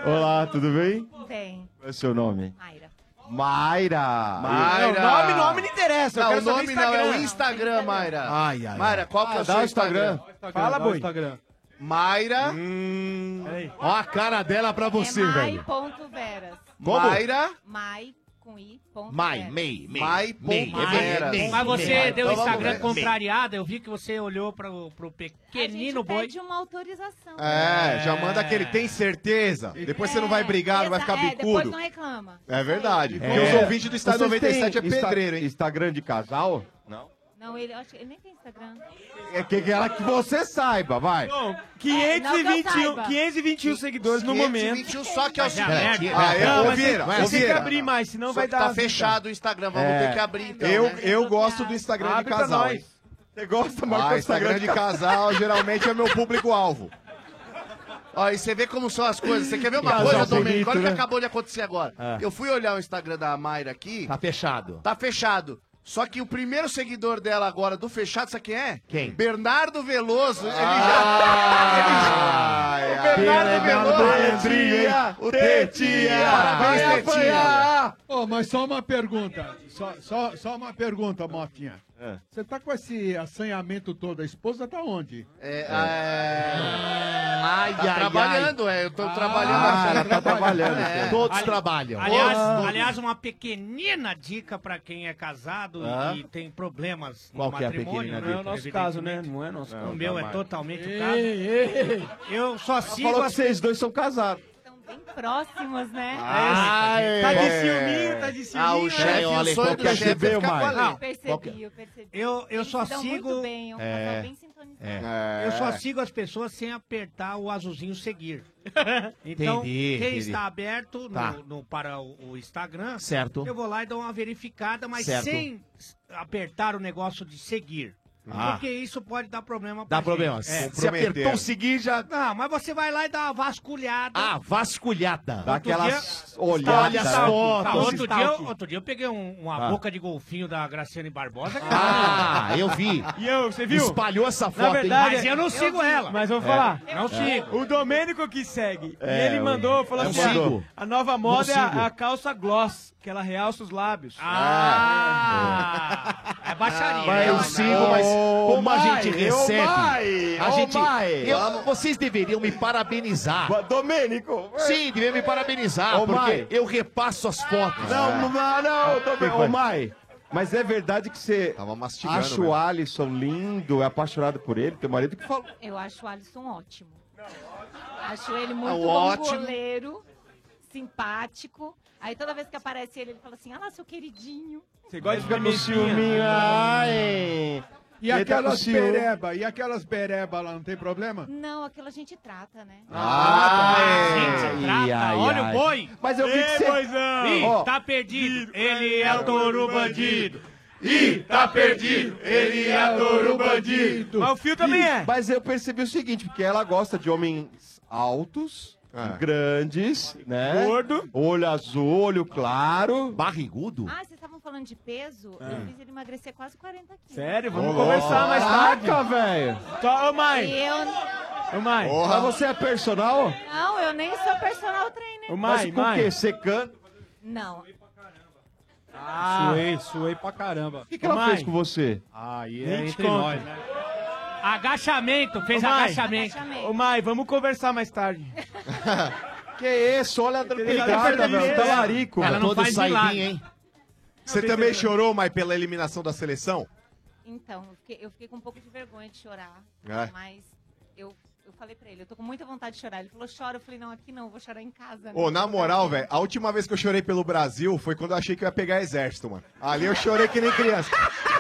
[SPEAKER 9] Olá, tudo bem?
[SPEAKER 24] Bem,
[SPEAKER 9] Qual é o seu nome?
[SPEAKER 24] Mayra.
[SPEAKER 9] Mayra.
[SPEAKER 14] Mayra.
[SPEAKER 9] eu
[SPEAKER 14] Não,
[SPEAKER 9] quero
[SPEAKER 14] o
[SPEAKER 9] saber
[SPEAKER 14] nome não, é o Instagram, Mayra.
[SPEAKER 9] Ai, ai,
[SPEAKER 14] Mayra,
[SPEAKER 9] ai.
[SPEAKER 14] qual que é
[SPEAKER 9] Ah,
[SPEAKER 14] o
[SPEAKER 9] dá
[SPEAKER 14] seu
[SPEAKER 9] o Instagram.
[SPEAKER 14] Instagram?
[SPEAKER 9] Fala,
[SPEAKER 14] dá o
[SPEAKER 9] boi.
[SPEAKER 14] Instagram. Mayra.
[SPEAKER 16] Hum.
[SPEAKER 14] Peraí.
[SPEAKER 9] Ó a cara dela pra você,
[SPEAKER 24] é
[SPEAKER 9] velho.
[SPEAKER 24] mai.veras.
[SPEAKER 9] Como? Mayra?
[SPEAKER 24] Mai com i. Ponto
[SPEAKER 9] Mai,
[SPEAKER 24] veras.
[SPEAKER 9] mei, mei.
[SPEAKER 14] Mai,
[SPEAKER 9] mei,
[SPEAKER 14] ponto,
[SPEAKER 9] mei,
[SPEAKER 14] Vera.
[SPEAKER 9] mei,
[SPEAKER 16] Mas você
[SPEAKER 9] mei.
[SPEAKER 16] deu o
[SPEAKER 9] Então vamos
[SPEAKER 16] Instagram
[SPEAKER 9] ver.
[SPEAKER 16] contrariado, eu vi que você olhou pro, pro pequenino
[SPEAKER 24] A
[SPEAKER 16] boi.
[SPEAKER 24] gente pede uma autorização.
[SPEAKER 8] É, já manda aquele tem certeza. Depois você não vai brigar, não vai ficar
[SPEAKER 24] é, depois
[SPEAKER 8] bicudo.
[SPEAKER 24] não reclama.
[SPEAKER 8] É verdade. Porque os ouvintes do Estado
[SPEAKER 9] É. Vocês têm
[SPEAKER 8] 97 é
[SPEAKER 9] Insta-
[SPEAKER 8] pedreiro, hein?
[SPEAKER 9] Instagram de casal? Não.
[SPEAKER 24] Não, ele, eu acho que ele nem tem Instagram.
[SPEAKER 8] É que, que ela que você saiba, vai.
[SPEAKER 22] Bom,
[SPEAKER 24] É, não que eu
[SPEAKER 22] 521,
[SPEAKER 24] saiba.
[SPEAKER 22] 521 seguidores no momento.
[SPEAKER 14] 521 só que é o
[SPEAKER 22] Mas é a
[SPEAKER 14] seguinte.
[SPEAKER 22] merda.
[SPEAKER 14] Ah, é,
[SPEAKER 22] Não,
[SPEAKER 14] ô,
[SPEAKER 22] mas tem-
[SPEAKER 14] Vieira,
[SPEAKER 22] mas
[SPEAKER 14] ô,
[SPEAKER 22] tem que
[SPEAKER 14] Vieira.
[SPEAKER 22] abrir mais, senão
[SPEAKER 14] Só
[SPEAKER 22] vai
[SPEAKER 14] que
[SPEAKER 22] dar
[SPEAKER 14] Tá
[SPEAKER 22] zica.
[SPEAKER 14] fechado o Instagram, vamos
[SPEAKER 8] É.
[SPEAKER 14] ter que abrir então.
[SPEAKER 8] eu,
[SPEAKER 14] né?
[SPEAKER 8] eu gosto do Instagram
[SPEAKER 14] Abre
[SPEAKER 8] de
[SPEAKER 14] pra
[SPEAKER 8] casal.
[SPEAKER 14] nós.
[SPEAKER 8] hein?
[SPEAKER 14] Você gosta
[SPEAKER 8] mais que o Instagram de casal, geralmente é o meu público-alvo.
[SPEAKER 14] Ó, e você vê como são as coisas. Você quer ver uma
[SPEAKER 8] Casal
[SPEAKER 14] coisa, Domênico? Olha o que
[SPEAKER 8] bonito, né?
[SPEAKER 14] acabou de acontecer agora.
[SPEAKER 2] Ah.
[SPEAKER 14] Eu fui olhar o Instagram da Mayra aqui.
[SPEAKER 2] Tá fechado.
[SPEAKER 14] Tá fechado. Só que o primeiro seguidor dela agora do fechado, sabe quem é?
[SPEAKER 2] Quem?
[SPEAKER 14] Bernardo Veloso. Ele
[SPEAKER 8] já.
[SPEAKER 14] Ele já... o Bernardo Veloso.
[SPEAKER 18] O
[SPEAKER 14] Tetinha. Parabéns,
[SPEAKER 18] Vai
[SPEAKER 14] Tetinha.
[SPEAKER 18] apanhar. Ô, mas só uma pergunta. Só, só, só uma pergunta, Motinha. Você tá com esse assanhamento todo. A esposa tá onde?
[SPEAKER 14] É, Ai,
[SPEAKER 11] Tá
[SPEAKER 18] ai, ai.
[SPEAKER 14] tá trabalhando, é. Eu tô
[SPEAKER 18] Ah,
[SPEAKER 14] trabalhando.
[SPEAKER 18] ela tá trabalhando.
[SPEAKER 2] Todos
[SPEAKER 16] Ali-
[SPEAKER 2] trabalham.
[SPEAKER 16] Aliás,
[SPEAKER 2] Todos.
[SPEAKER 16] aliás, uma pequenina dica pra quem é casado
[SPEAKER 2] Ah.
[SPEAKER 16] e tem problemas
[SPEAKER 2] Qual
[SPEAKER 16] no
[SPEAKER 2] que é a
[SPEAKER 16] matrimônio.
[SPEAKER 2] pequenina
[SPEAKER 16] né?
[SPEAKER 2] dica? Não é o nosso
[SPEAKER 16] Evidentemente.
[SPEAKER 2] caso, né? Não é nosso
[SPEAKER 16] O
[SPEAKER 2] caso.
[SPEAKER 16] meu é
[SPEAKER 2] Jamais.
[SPEAKER 16] totalmente o
[SPEAKER 2] Ei,
[SPEAKER 16] caso.
[SPEAKER 2] ei.
[SPEAKER 16] Eu só
[SPEAKER 2] Ela
[SPEAKER 16] sigo
[SPEAKER 2] falou que
[SPEAKER 16] as
[SPEAKER 2] vocês dois são casados.
[SPEAKER 24] Bem próximos, né?
[SPEAKER 2] Ah, é.
[SPEAKER 16] Tá de
[SPEAKER 2] ciúminho, tá de ciúminho. Ah, o chefe,
[SPEAKER 16] É,
[SPEAKER 2] olha, qual que é o chefe,
[SPEAKER 16] chefe é
[SPEAKER 2] fica
[SPEAKER 16] mais.
[SPEAKER 2] com a lei.
[SPEAKER 16] Não,
[SPEAKER 24] Eu
[SPEAKER 16] qual que é?
[SPEAKER 24] percebi, eu percebi.
[SPEAKER 16] Eu, eu
[SPEAKER 24] Eles
[SPEAKER 16] só
[SPEAKER 24] se dão
[SPEAKER 16] sigo.
[SPEAKER 24] Muito bem, é um casal bem sintonizado.
[SPEAKER 9] É.
[SPEAKER 16] Eu só
[SPEAKER 2] É.
[SPEAKER 16] sigo as pessoas sem apertar o
[SPEAKER 2] (laughs)
[SPEAKER 16] azulzinho seguir. Então,
[SPEAKER 2] Entendi,
[SPEAKER 16] quem
[SPEAKER 2] entendi.
[SPEAKER 16] está aberto no-
[SPEAKER 2] Tá.
[SPEAKER 16] no- para o, o Instagram,
[SPEAKER 2] Certo.
[SPEAKER 16] eu vou lá e dou uma verificada, mas
[SPEAKER 2] Certo.
[SPEAKER 16] sem s- apertar o negócio de seguir.
[SPEAKER 2] Ah.
[SPEAKER 16] Porque isso pode dar problema pra
[SPEAKER 2] Dá problema.
[SPEAKER 16] gente. É.
[SPEAKER 2] Se apertou o seguir, já.
[SPEAKER 16] Não, mas você vai lá e dá uma vasculhada.
[SPEAKER 2] Ah, vasculhada.
[SPEAKER 16] Outro
[SPEAKER 2] Daquelas
[SPEAKER 16] dia-
[SPEAKER 2] olhadas.
[SPEAKER 16] Olha
[SPEAKER 2] as
[SPEAKER 16] só, tá,
[SPEAKER 2] fotos.
[SPEAKER 16] outro, dia, eu- outro dia eu peguei um- uma
[SPEAKER 2] Ah.
[SPEAKER 16] boca de golfinho da Graciane Barbosa. que- é
[SPEAKER 2] Ah, eu vi.
[SPEAKER 22] E eu, você viu?
[SPEAKER 2] Espalhou essa
[SPEAKER 22] Na
[SPEAKER 2] foto, hein?
[SPEAKER 22] verdade,
[SPEAKER 16] Mas eu não sigo
[SPEAKER 22] vi,
[SPEAKER 16] ela.
[SPEAKER 22] Mas eu vou
[SPEAKER 2] É.
[SPEAKER 22] falar.
[SPEAKER 16] Não sigo.
[SPEAKER 22] O Domênico que segue.
[SPEAKER 2] É,
[SPEAKER 22] e ele
[SPEAKER 2] eu-
[SPEAKER 22] mandou, falou
[SPEAKER 2] eu
[SPEAKER 22] assim: ah,
[SPEAKER 2] sigo.
[SPEAKER 22] a nova moda
[SPEAKER 2] Não
[SPEAKER 22] é
[SPEAKER 2] sigo.
[SPEAKER 22] a, a calça gloss, que ela realça os lábios.
[SPEAKER 16] Ah! É baixaria.
[SPEAKER 2] Mas eu
[SPEAKER 22] né?
[SPEAKER 2] sigo, mas
[SPEAKER 22] Ô,
[SPEAKER 2] como a
[SPEAKER 22] mãe,
[SPEAKER 2] gente
[SPEAKER 22] ô,
[SPEAKER 2] recebe.
[SPEAKER 22] mãe,
[SPEAKER 2] a
[SPEAKER 22] ô,
[SPEAKER 2] gente.
[SPEAKER 22] mãe.
[SPEAKER 2] eu- vocês deveriam me parabenizar. Domênico! Sim, deveriam me parabenizar,
[SPEAKER 9] Ô,
[SPEAKER 2] porque
[SPEAKER 9] mãe.
[SPEAKER 2] eu repasso as fotos.
[SPEAKER 9] Não, não, Ah, então não, tô bem. Ô, Mai, mas é verdade que você
[SPEAKER 8] mastigando
[SPEAKER 9] acha
[SPEAKER 8] mesmo.
[SPEAKER 9] o Alisson lindo, é apaixonado por ele, teu marido que falou.
[SPEAKER 24] Eu acho o Alisson ótimo. Acho ele muito
[SPEAKER 9] Ah, o
[SPEAKER 24] bom
[SPEAKER 9] ótimo.
[SPEAKER 24] goleiro, simpático. Aí toda vez que aparece ele, ele fala assim, ah lá, seu queridinho.
[SPEAKER 22] Você gosta de
[SPEAKER 18] Fica no ciúminho, ai. E
[SPEAKER 2] tá
[SPEAKER 18] aquelas bereba, e aquelas bereba lá, não tem problema?
[SPEAKER 24] Não, aquilo a gente trata, né?
[SPEAKER 18] Ah,
[SPEAKER 2] é.
[SPEAKER 16] Gente, trata, olha o boi.
[SPEAKER 9] Mas eu vi que você-
[SPEAKER 16] Ih,
[SPEAKER 9] Ó.
[SPEAKER 16] tá perdido. Ele é o touro bandido.
[SPEAKER 9] Ih,
[SPEAKER 16] tá perdido, ele
[SPEAKER 9] é
[SPEAKER 16] adora o bandido.
[SPEAKER 9] Mas o
[SPEAKER 22] fio
[SPEAKER 16] também é.
[SPEAKER 9] Mas eu percebi o seguinte, porque ela gosta de homens altos, grandes, né?
[SPEAKER 22] Gordo.
[SPEAKER 9] Olho azul, olho claro.
[SPEAKER 8] tá.
[SPEAKER 9] Barrigudo?
[SPEAKER 24] Ah, vocês estavam falando de peso?
[SPEAKER 8] É.
[SPEAKER 24] Eu fiz ele emagrecer quase 40 quilos.
[SPEAKER 22] Sério? Vamos
[SPEAKER 9] Ô,
[SPEAKER 22] conversar mais tarde.
[SPEAKER 9] Caraca, velho.
[SPEAKER 22] Tá, ô, mãe.
[SPEAKER 24] Eu...
[SPEAKER 22] Ô, mãe.
[SPEAKER 9] Mas você é personal?
[SPEAKER 24] Não, eu nem sou personal trainer.
[SPEAKER 9] Mas com o quê? Você canta?
[SPEAKER 24] Não.
[SPEAKER 11] é
[SPEAKER 22] Suei, suei pra caramba. O
[SPEAKER 9] que, que ela fez com você?
[SPEAKER 22] Aí
[SPEAKER 9] é entre nós,
[SPEAKER 22] né?
[SPEAKER 16] Agachamento, fez agachamento.
[SPEAKER 22] Ô, mãe, vamos conversar mais tarde.
[SPEAKER 9] que isso, olha a
[SPEAKER 8] tranquilidade, velho, tá larico.
[SPEAKER 2] Ela não
[SPEAKER 8] Todo
[SPEAKER 2] faz
[SPEAKER 8] saidinho,
[SPEAKER 2] milagre.
[SPEAKER 8] hein? Você também chorou, mas pela eliminação da seleção?
[SPEAKER 24] Então, eu fiquei, eu fiquei com um pouco de vergonha de chorar.
[SPEAKER 8] É.
[SPEAKER 24] Mas eu, eu falei pra ele, eu tô com muita vontade de chorar. Ele falou, chora. Eu falei, não, aqui não, eu vou chorar em casa. né?"
[SPEAKER 8] Ô, na moral, velho, a última vez que eu chorei pelo Brasil foi quando eu achei que eu ia pegar exército, mano. Ali eu chorei que nem criança.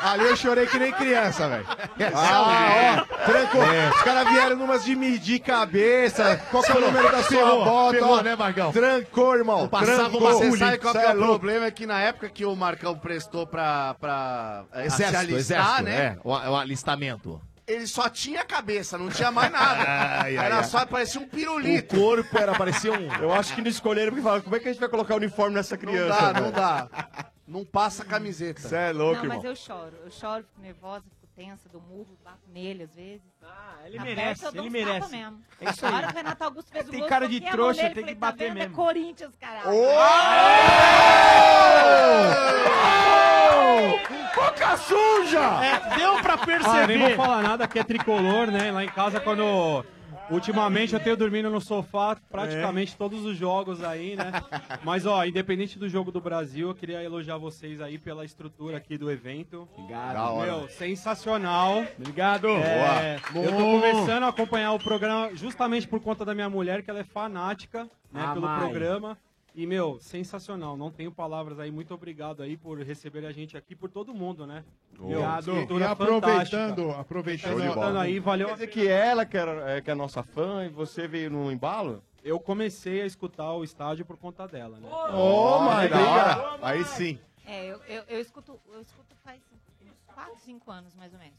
[SPEAKER 8] Ali eu chorei que nem criança, velho. Ah, ó, trancou. Os caras vieram numas de medir cabeça, qual que é o número da sua
[SPEAKER 2] Ferrou,
[SPEAKER 8] bota,
[SPEAKER 2] ferrou,
[SPEAKER 8] ó.
[SPEAKER 2] né, Marcão?
[SPEAKER 8] Trancou, irmão.
[SPEAKER 14] Passava
[SPEAKER 8] trancou.
[SPEAKER 14] uma Você sabe qual que é
[SPEAKER 8] Cê
[SPEAKER 14] o
[SPEAKER 8] louco.
[SPEAKER 14] problema? É que na época que o Marcão prestou pra, pra eh, se
[SPEAKER 2] Exército,
[SPEAKER 14] alistar,
[SPEAKER 2] exército,
[SPEAKER 14] né?
[SPEAKER 2] é. O, o alistamento.
[SPEAKER 14] Ele só tinha a cabeça, não tinha mais nada.
[SPEAKER 2] Ai, ai,
[SPEAKER 14] Era
[SPEAKER 2] ai.
[SPEAKER 14] só, parecia um pirulito.
[SPEAKER 9] O corpo era, parecia um... Eu acho que não escolheram, porque falaram, como é que a gente vai colocar o uniforme nessa
[SPEAKER 14] Não
[SPEAKER 9] criança?
[SPEAKER 11] né?
[SPEAKER 14] dá, não
[SPEAKER 9] velho?
[SPEAKER 14] dá. Não passa a camiseta.
[SPEAKER 9] Cê é louco,
[SPEAKER 24] não, mas
[SPEAKER 9] irmão.
[SPEAKER 24] eu choro. Eu choro, fico nervosa, fico tensa, dou murro, bato nele às vezes. Ah,
[SPEAKER 22] ele merece, ele merece.
[SPEAKER 24] Mesmo.
[SPEAKER 22] É isso aí.
[SPEAKER 24] Agora o Renato Augusto fez o
[SPEAKER 22] Tem
[SPEAKER 24] gol,
[SPEAKER 22] cara
[SPEAKER 24] soquei
[SPEAKER 22] de
[SPEAKER 24] a mão
[SPEAKER 22] trouxa,
[SPEAKER 24] nele,
[SPEAKER 22] tem
[SPEAKER 24] falei,
[SPEAKER 22] que bater
[SPEAKER 24] tá vendo?
[SPEAKER 22] mesmo."
[SPEAKER 24] É Corinthians, caralho.
[SPEAKER 9] Boca suja!
[SPEAKER 22] É, deu pra
[SPEAKER 9] perceber.
[SPEAKER 22] Ah, nem vou falar nada que é tricolor, né? Lá em casa, quando. Ultimamente eu tenho dormindo no sofá
[SPEAKER 9] É.
[SPEAKER 22] praticamente todos os jogos aí, né? Mas ó, independente do jogo do Brasil, eu queria elogiar vocês aí pela estrutura aqui do evento.
[SPEAKER 9] Da
[SPEAKER 22] Obrigado.
[SPEAKER 9] hora.
[SPEAKER 22] Meu, sensacional. Obrigado.
[SPEAKER 9] Boa.
[SPEAKER 22] eu tô
[SPEAKER 9] Bom.
[SPEAKER 22] começando a acompanhar o programa justamente por conta da minha mulher, que ela é fanática, né,
[SPEAKER 9] Ah,
[SPEAKER 22] pelo
[SPEAKER 9] mãe.
[SPEAKER 22] programa. E, meu, sensacional. Não tenho palavras aí. Muito obrigado aí por receber a gente aqui, por todo mundo, né? Meu,
[SPEAKER 18] Obrigado.
[SPEAKER 22] estrutura
[SPEAKER 18] E aproveitando,
[SPEAKER 22] fantástica.
[SPEAKER 18] aproveitando-
[SPEAKER 22] Aproveitando aí, valeu.
[SPEAKER 18] Quer
[SPEAKER 22] a
[SPEAKER 18] dizer
[SPEAKER 22] pena.
[SPEAKER 18] que
[SPEAKER 11] ela que, era, é, que é nossa fã e você veio no embalo?
[SPEAKER 22] Eu comecei a escutar o estádio por conta dela, né?
[SPEAKER 11] Oh, my
[SPEAKER 22] Da hora.
[SPEAKER 11] God. Aí sim.
[SPEAKER 24] É, eu, eu, eu escuto, eu escuto faz uns 4, 5 anos, mais ou menos.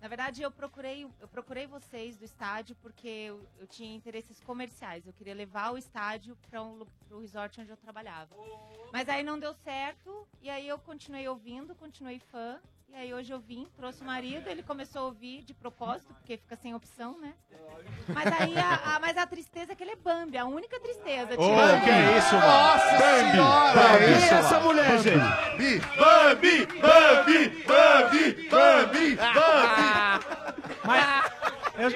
[SPEAKER 24] Na verdade, eu procurei, eu procurei vocês do estádio porque eu, eu tinha interesses comerciais. Eu queria levar o estádio para um, lu- pro resort onde eu trabalhava. Mas aí não deu certo, e aí eu continuei ouvindo, continuei fã. E aí hoje eu vim, trouxe o marido, ele começou a ouvir de propósito, porque fica sem opção, né? Mas aí a, a- mas a tristeza é que ele é Bambi, a única tristeza.
[SPEAKER 11] Ô,
[SPEAKER 24] tirando
[SPEAKER 11] que
[SPEAKER 24] ele.
[SPEAKER 11] é isso, mano? Nossa Bambi, senhora!
[SPEAKER 9] é
[SPEAKER 11] Bambi,
[SPEAKER 24] Bambi,
[SPEAKER 11] isso,
[SPEAKER 24] essa
[SPEAKER 11] mano.
[SPEAKER 24] mulher,
[SPEAKER 11] Bambi.
[SPEAKER 24] gente?
[SPEAKER 11] Bambi, Bambi, Bambi, Bambi,
[SPEAKER 16] Mas eu,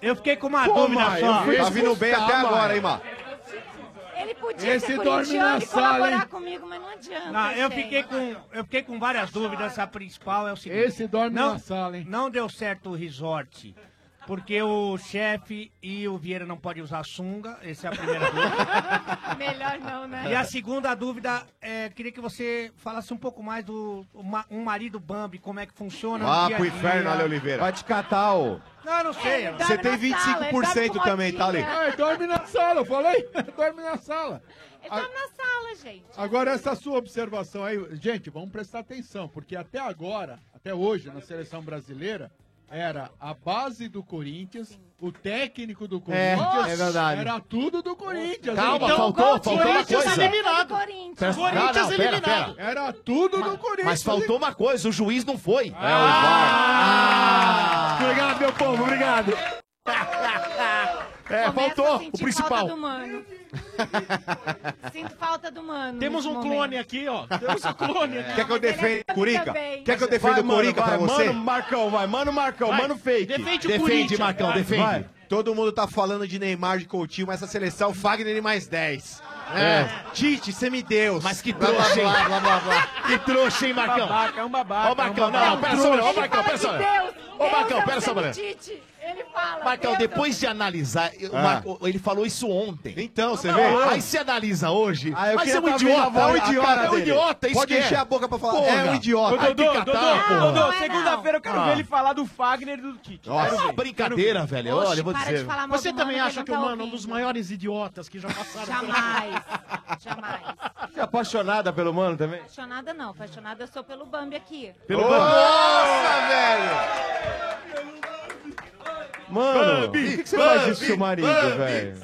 [SPEAKER 16] eu fiquei com uma
[SPEAKER 8] Pô,
[SPEAKER 16] dúvida
[SPEAKER 8] Maia, eu
[SPEAKER 16] só.
[SPEAKER 8] fui Tá vindo bem assustar, até agora, Maia. hein, Má?
[SPEAKER 24] Ele podia
[SPEAKER 16] Esse
[SPEAKER 24] ser
[SPEAKER 16] dorme
[SPEAKER 24] corintiano
[SPEAKER 16] na
[SPEAKER 24] e
[SPEAKER 16] sala,
[SPEAKER 24] colaborar
[SPEAKER 16] hein?
[SPEAKER 24] comigo, mas não adianta.
[SPEAKER 16] Não, eu
[SPEAKER 24] gente.
[SPEAKER 16] fiquei com, eu fiquei com várias dúvidas. A principal é o seguinte:
[SPEAKER 18] Esse dorme
[SPEAKER 16] não,
[SPEAKER 18] na sala, hein?
[SPEAKER 16] Não deu certo o resort. Porque o chefe e o Vieira não podem usar sunga, essa
[SPEAKER 18] (laughs)
[SPEAKER 16] é a primeira dúvida.
[SPEAKER 24] (laughs) Melhor não, né?
[SPEAKER 16] E a segunda dúvida, é, queria que você falasse um pouco mais do o ma- um marido Bambi, como é que funciona. no
[SPEAKER 2] Vá
[SPEAKER 16] dia a
[SPEAKER 2] pro
[SPEAKER 16] dia.
[SPEAKER 2] inferno, Ale Oliveira. Vai te catar, ô.
[SPEAKER 16] Não, eu não sei. eu não sei.
[SPEAKER 2] Você tem 25% também, tá, Ale?
[SPEAKER 18] Ah, dorme na sala, eu falei. (laughs) Dorme na sala.
[SPEAKER 24] Ele tá na sala, gente.
[SPEAKER 18] Agora, essa sua observação aí, gente, vamos prestar atenção, porque até agora, até hoje, na seleção brasileira, era a base do Corinthians, o técnico do Corinthians.
[SPEAKER 2] é verdade.
[SPEAKER 18] Era tudo do Corinthians.
[SPEAKER 2] Calma,
[SPEAKER 18] Então,
[SPEAKER 2] faltou-
[SPEAKER 18] Corinthians
[SPEAKER 2] faltou uma coisa.
[SPEAKER 24] Corinthians.
[SPEAKER 2] Presta- Corinthians Não, não, pera, eliminado.
[SPEAKER 18] Era tudo do Corinthians.
[SPEAKER 2] Mas faltou uma coisa, o juiz não foi.
[SPEAKER 11] Ah!
[SPEAKER 18] Obrigado, meu povo, obrigado.
[SPEAKER 2] É,
[SPEAKER 24] Começo a
[SPEAKER 2] faltou o
[SPEAKER 24] sentir
[SPEAKER 2] principal.
[SPEAKER 24] Falta do mano. Sinto falta do mano.
[SPEAKER 13] Temos
[SPEAKER 24] nesse
[SPEAKER 13] um clone
[SPEAKER 24] momento.
[SPEAKER 13] aqui, ó. Temos um clone aqui.
[SPEAKER 2] Quer que eu defenda o Curica?
[SPEAKER 24] também.
[SPEAKER 2] Quer que eu
[SPEAKER 24] Vai,
[SPEAKER 2] defenda o
[SPEAKER 14] mano,
[SPEAKER 2] Curica
[SPEAKER 14] vai,
[SPEAKER 2] pra você?
[SPEAKER 14] mano,
[SPEAKER 2] Marcão, vai. Mano, Marcão,
[SPEAKER 14] Vai. mano fake. Defende o Corinthians,
[SPEAKER 2] Marcão,
[SPEAKER 14] vai.
[SPEAKER 2] defende.
[SPEAKER 14] Vai.
[SPEAKER 11] Todo mundo tá falando de Neymar, de Coutinho, mas essa seleção, Fagner e mais 10.
[SPEAKER 2] É.
[SPEAKER 11] Tite, semideus.
[SPEAKER 2] Mas que trouxa, hein?
[SPEAKER 11] Blá, blá, blá, blá.
[SPEAKER 2] Que trouxa, hein, Marcão?
[SPEAKER 24] Babaca,
[SPEAKER 2] é um babaca. Ó, Marcão, não, não, pera só, um minuto, ó, Marcão, pera só. um minuto. Ô, Marcão, pera só, um minuto.
[SPEAKER 24] Ele fala.
[SPEAKER 2] Marcão,
[SPEAKER 24] Deus
[SPEAKER 2] depois de analisar, eu- o
[SPEAKER 11] Ah.
[SPEAKER 2] Marco- ele falou isso ontem.
[SPEAKER 11] Então, você
[SPEAKER 2] Não,
[SPEAKER 11] vê?
[SPEAKER 2] Aí você analisa hoje.
[SPEAKER 11] Ah, eu
[SPEAKER 2] mas é um
[SPEAKER 11] queria tá vendo
[SPEAKER 2] idiota,
[SPEAKER 11] a
[SPEAKER 2] é um
[SPEAKER 11] voz- a
[SPEAKER 2] idiota,
[SPEAKER 11] cara
[SPEAKER 2] é um
[SPEAKER 11] dele.
[SPEAKER 2] idiota, isso
[SPEAKER 11] Pode
[SPEAKER 2] que é.
[SPEAKER 11] encher a boca pra falar, é um idiota.
[SPEAKER 2] Ô,
[SPEAKER 11] Ai,
[SPEAKER 2] Dodô,
[SPEAKER 11] tem que catar,
[SPEAKER 2] Dodô,
[SPEAKER 11] porra.
[SPEAKER 2] Dodô,
[SPEAKER 11] Não é,
[SPEAKER 13] Segunda-feira eu quero
[SPEAKER 11] Ah.
[SPEAKER 13] ver ele falar do Fagner e do Tite.
[SPEAKER 2] Nossa,
[SPEAKER 13] Quero ver.
[SPEAKER 2] brincadeira,
[SPEAKER 13] Quero ver.
[SPEAKER 2] velho. Olha, eu vou Para de dizer. falar mal
[SPEAKER 13] Você
[SPEAKER 2] do
[SPEAKER 13] também
[SPEAKER 2] Mano,
[SPEAKER 13] acha
[SPEAKER 2] ele
[SPEAKER 13] que
[SPEAKER 2] não
[SPEAKER 13] o
[SPEAKER 2] tá
[SPEAKER 13] Mano é um dos maiores idiotas que já passaram
[SPEAKER 24] Jamais.
[SPEAKER 11] Você é apaixonada pelo mano também?
[SPEAKER 24] Apaixonada não, apaixonada eu sou pelo Bambi aqui.
[SPEAKER 11] Pelo Nossa, velho!
[SPEAKER 9] Mano, por que, que você faz isso com seu marido,
[SPEAKER 11] Bambi,
[SPEAKER 9] velho?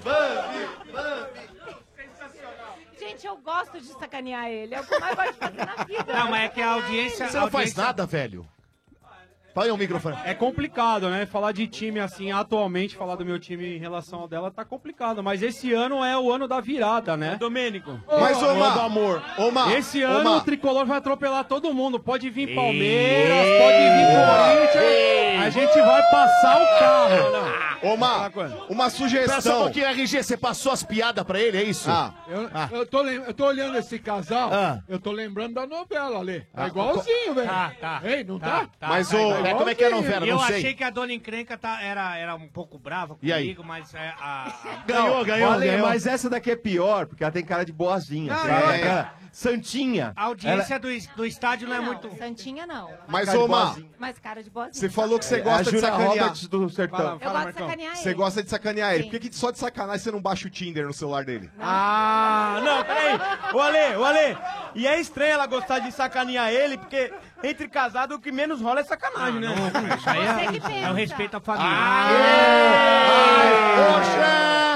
[SPEAKER 24] Gente, eu gosto de sacanear ele. É o que eu mais gosto de fazer na vida.
[SPEAKER 16] Não, mas é que a audiência.
[SPEAKER 2] Você não
[SPEAKER 16] a
[SPEAKER 2] faz
[SPEAKER 16] audiência-
[SPEAKER 2] nada, Tá, velho. Põe o microfone.
[SPEAKER 22] É complicado, né? Falar de time assim, atualmente, falar do meu time em relação ao dela tá complicado. Mas esse ano é o ano da virada,
[SPEAKER 16] É
[SPEAKER 22] né? Domênico.
[SPEAKER 2] Mas, ô, Má,
[SPEAKER 22] do amor.
[SPEAKER 2] ô, Má,
[SPEAKER 22] esse
[SPEAKER 2] ô,
[SPEAKER 22] ano
[SPEAKER 2] Má.
[SPEAKER 22] o tricolor vai atropelar todo mundo. Pode vir Palmeiras,
[SPEAKER 2] Palmeiras,
[SPEAKER 22] pode vir Corinthians. A gente vai passar o carro.
[SPEAKER 2] Ô, Mar, uma
[SPEAKER 22] sugestão.
[SPEAKER 2] Pera só um pouquinho, RG, você passou as piadas pra ele, é isso?
[SPEAKER 18] Ah, eu, eu tô, lem- eu tô olhando esse casal, eu tô lembrando da novela, Ale. É
[SPEAKER 2] Ah,
[SPEAKER 18] igualzinho, velho.
[SPEAKER 16] Tá, tá.
[SPEAKER 18] Ei, não tá?
[SPEAKER 2] Mas, ô,
[SPEAKER 16] igual.
[SPEAKER 2] é, como é que é a novela?
[SPEAKER 16] Eu
[SPEAKER 2] Não sei.
[SPEAKER 16] achei que a dona encrenca tá- era, era um pouco brava
[SPEAKER 11] E aí?
[SPEAKER 16] comigo, mas é, a.
[SPEAKER 11] Não, Ale, Mas essa daqui é pior, porque ela tem cara de boazinha.
[SPEAKER 16] Não,
[SPEAKER 11] tem
[SPEAKER 16] não,
[SPEAKER 11] cara-
[SPEAKER 16] é.
[SPEAKER 11] cara- Santinha.
[SPEAKER 16] A audiência
[SPEAKER 11] Ela-
[SPEAKER 16] do, do estádio não é muito.
[SPEAKER 24] Santinha não.
[SPEAKER 11] Mas, ô, Má,
[SPEAKER 24] Mas cara de boazinha.
[SPEAKER 11] Você falou que você gosta
[SPEAKER 8] É, a
[SPEAKER 11] de
[SPEAKER 8] Julia
[SPEAKER 11] sacanear.
[SPEAKER 8] Roberts do Sertão. Fala,
[SPEAKER 24] Eu gosto de sacanear ele.
[SPEAKER 8] Você gosta de sacanear ele.
[SPEAKER 24] Sim.
[SPEAKER 8] Por que que só de sacanagem você não baixa o Tinder no celular dele?
[SPEAKER 13] Ah, não, peraí. O Ale, o Ale. E é estranho ela gostar de sacanear ele, porque entre casado o que menos rola é
[SPEAKER 2] Ah,
[SPEAKER 13] sacanagem, né?
[SPEAKER 2] um
[SPEAKER 16] É o respeito à família.
[SPEAKER 9] Ô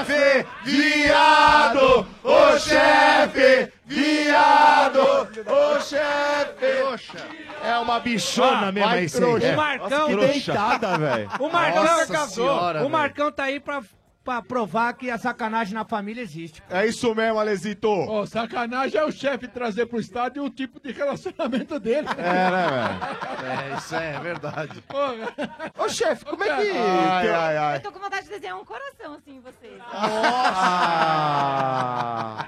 [SPEAKER 9] chefe, viado! Ô chefe, viado! Ô chefe!
[SPEAKER 2] É uma
[SPEAKER 16] Ah,
[SPEAKER 2] bichona mesmo
[SPEAKER 9] vai
[SPEAKER 2] aí, sim.
[SPEAKER 9] trouxa.
[SPEAKER 2] É.
[SPEAKER 9] O Marcão-
[SPEAKER 2] Nossa, que
[SPEAKER 9] Deitada, velho.
[SPEAKER 16] O Marcão
[SPEAKER 9] Nossa
[SPEAKER 16] acabou.
[SPEAKER 9] senhora,
[SPEAKER 16] o
[SPEAKER 9] velho.
[SPEAKER 16] Marcão tá aí pra, pra provar que a sacanagem na família existe.
[SPEAKER 8] É isso mesmo, Alesito.
[SPEAKER 18] Ô, sacanagem é o chefe trazer pro estádio o tipo de relacionamento dele.
[SPEAKER 14] É, né, velho? (laughs) É, isso é verdade.
[SPEAKER 8] Ô, chefe,
[SPEAKER 14] como é que-
[SPEAKER 8] Ai, ai, ai.
[SPEAKER 24] Então, Eu tô com vontade de desenhar um coração assim em vocês.
[SPEAKER 11] Ah.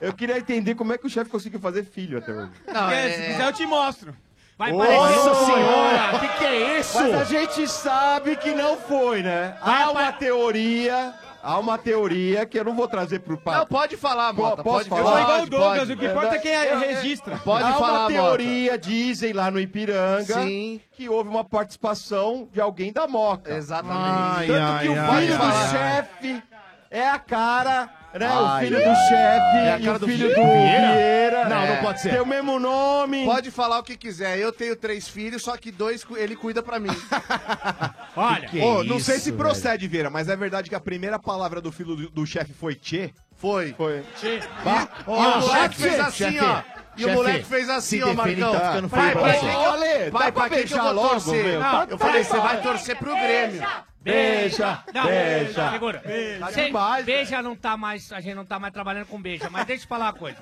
[SPEAKER 11] Eu queria entender como é que o chefe conseguiu fazer filho até hoje.
[SPEAKER 13] Não, é- Se quiser eu te mostro.
[SPEAKER 11] Vai
[SPEAKER 13] parecer-
[SPEAKER 11] Nossa senhora,
[SPEAKER 13] que que é isso?
[SPEAKER 11] Mas a gente sabe que não foi, né? Há uma teoria
[SPEAKER 25] Há uma teoria que eu não vou trazer pro papo.
[SPEAKER 14] Não, pode falar, Mota,
[SPEAKER 25] Posso falar?
[SPEAKER 14] pode falar.
[SPEAKER 25] Pode,
[SPEAKER 14] Eu sou igual o Douglas,
[SPEAKER 25] pode.
[SPEAKER 14] o que importa é quem
[SPEAKER 25] Eu- eu-
[SPEAKER 14] registra.
[SPEAKER 25] Pode
[SPEAKER 14] Há uma
[SPEAKER 25] falar, Há uma
[SPEAKER 14] teoria,
[SPEAKER 25] teoria, dizem lá no Ipiranga, que houve uma participação de alguém da Moca.
[SPEAKER 14] Exatamente.
[SPEAKER 25] Tanto que o filho do chefe é a cara... Né? o filho do chefe
[SPEAKER 14] É a
[SPEAKER 25] e
[SPEAKER 14] cara
[SPEAKER 25] o
[SPEAKER 14] do
[SPEAKER 25] filho do
[SPEAKER 14] Vieira?
[SPEAKER 25] Vieira.
[SPEAKER 14] Não,
[SPEAKER 25] É.
[SPEAKER 14] não pode ser.
[SPEAKER 25] Tem o mesmo nome.
[SPEAKER 14] Pode falar o que quiser. Eu tenho três filhos, só que dois cu- ele
[SPEAKER 25] (laughs)
[SPEAKER 14] cuida pra mim.
[SPEAKER 8] Olha,
[SPEAKER 14] Que
[SPEAKER 8] não sei
[SPEAKER 14] isso,
[SPEAKER 8] se procede, Vieira, mas é verdade que a primeira palavra do filho do, do chefe foi Tchê?
[SPEAKER 14] Foi.
[SPEAKER 25] Foi.
[SPEAKER 14] Tchê.
[SPEAKER 8] Bah.
[SPEAKER 14] E
[SPEAKER 8] Ah,
[SPEAKER 14] o moleque
[SPEAKER 8] chefe,
[SPEAKER 14] fez assim,
[SPEAKER 8] chefe,
[SPEAKER 14] ó. E o
[SPEAKER 8] chefe,
[SPEAKER 14] moleque fez assim,
[SPEAKER 8] se
[SPEAKER 14] ó,
[SPEAKER 8] define,
[SPEAKER 14] Marcão.
[SPEAKER 8] tá ficando
[SPEAKER 14] vai
[SPEAKER 8] feio
[SPEAKER 14] pra
[SPEAKER 8] pra
[SPEAKER 14] quem que
[SPEAKER 8] você.
[SPEAKER 14] eu, vai
[SPEAKER 8] Olê, dá
[SPEAKER 14] pra
[SPEAKER 8] pra
[SPEAKER 14] quem que eu
[SPEAKER 8] beijar
[SPEAKER 14] vou
[SPEAKER 8] logo,
[SPEAKER 14] torcer?
[SPEAKER 8] meu.
[SPEAKER 14] Não,
[SPEAKER 8] Tá-
[SPEAKER 14] eu falei,
[SPEAKER 8] tá-
[SPEAKER 14] você vai
[SPEAKER 8] tá-
[SPEAKER 14] torcer pro Grêmio.
[SPEAKER 25] Beija,
[SPEAKER 16] Não,
[SPEAKER 25] beija.
[SPEAKER 16] Segura.
[SPEAKER 25] Tá
[SPEAKER 16] Cê-
[SPEAKER 25] demais,
[SPEAKER 16] beija não tá mais, a gente não tá mais trabalhando com beija, mas deixa eu falar uma coisa.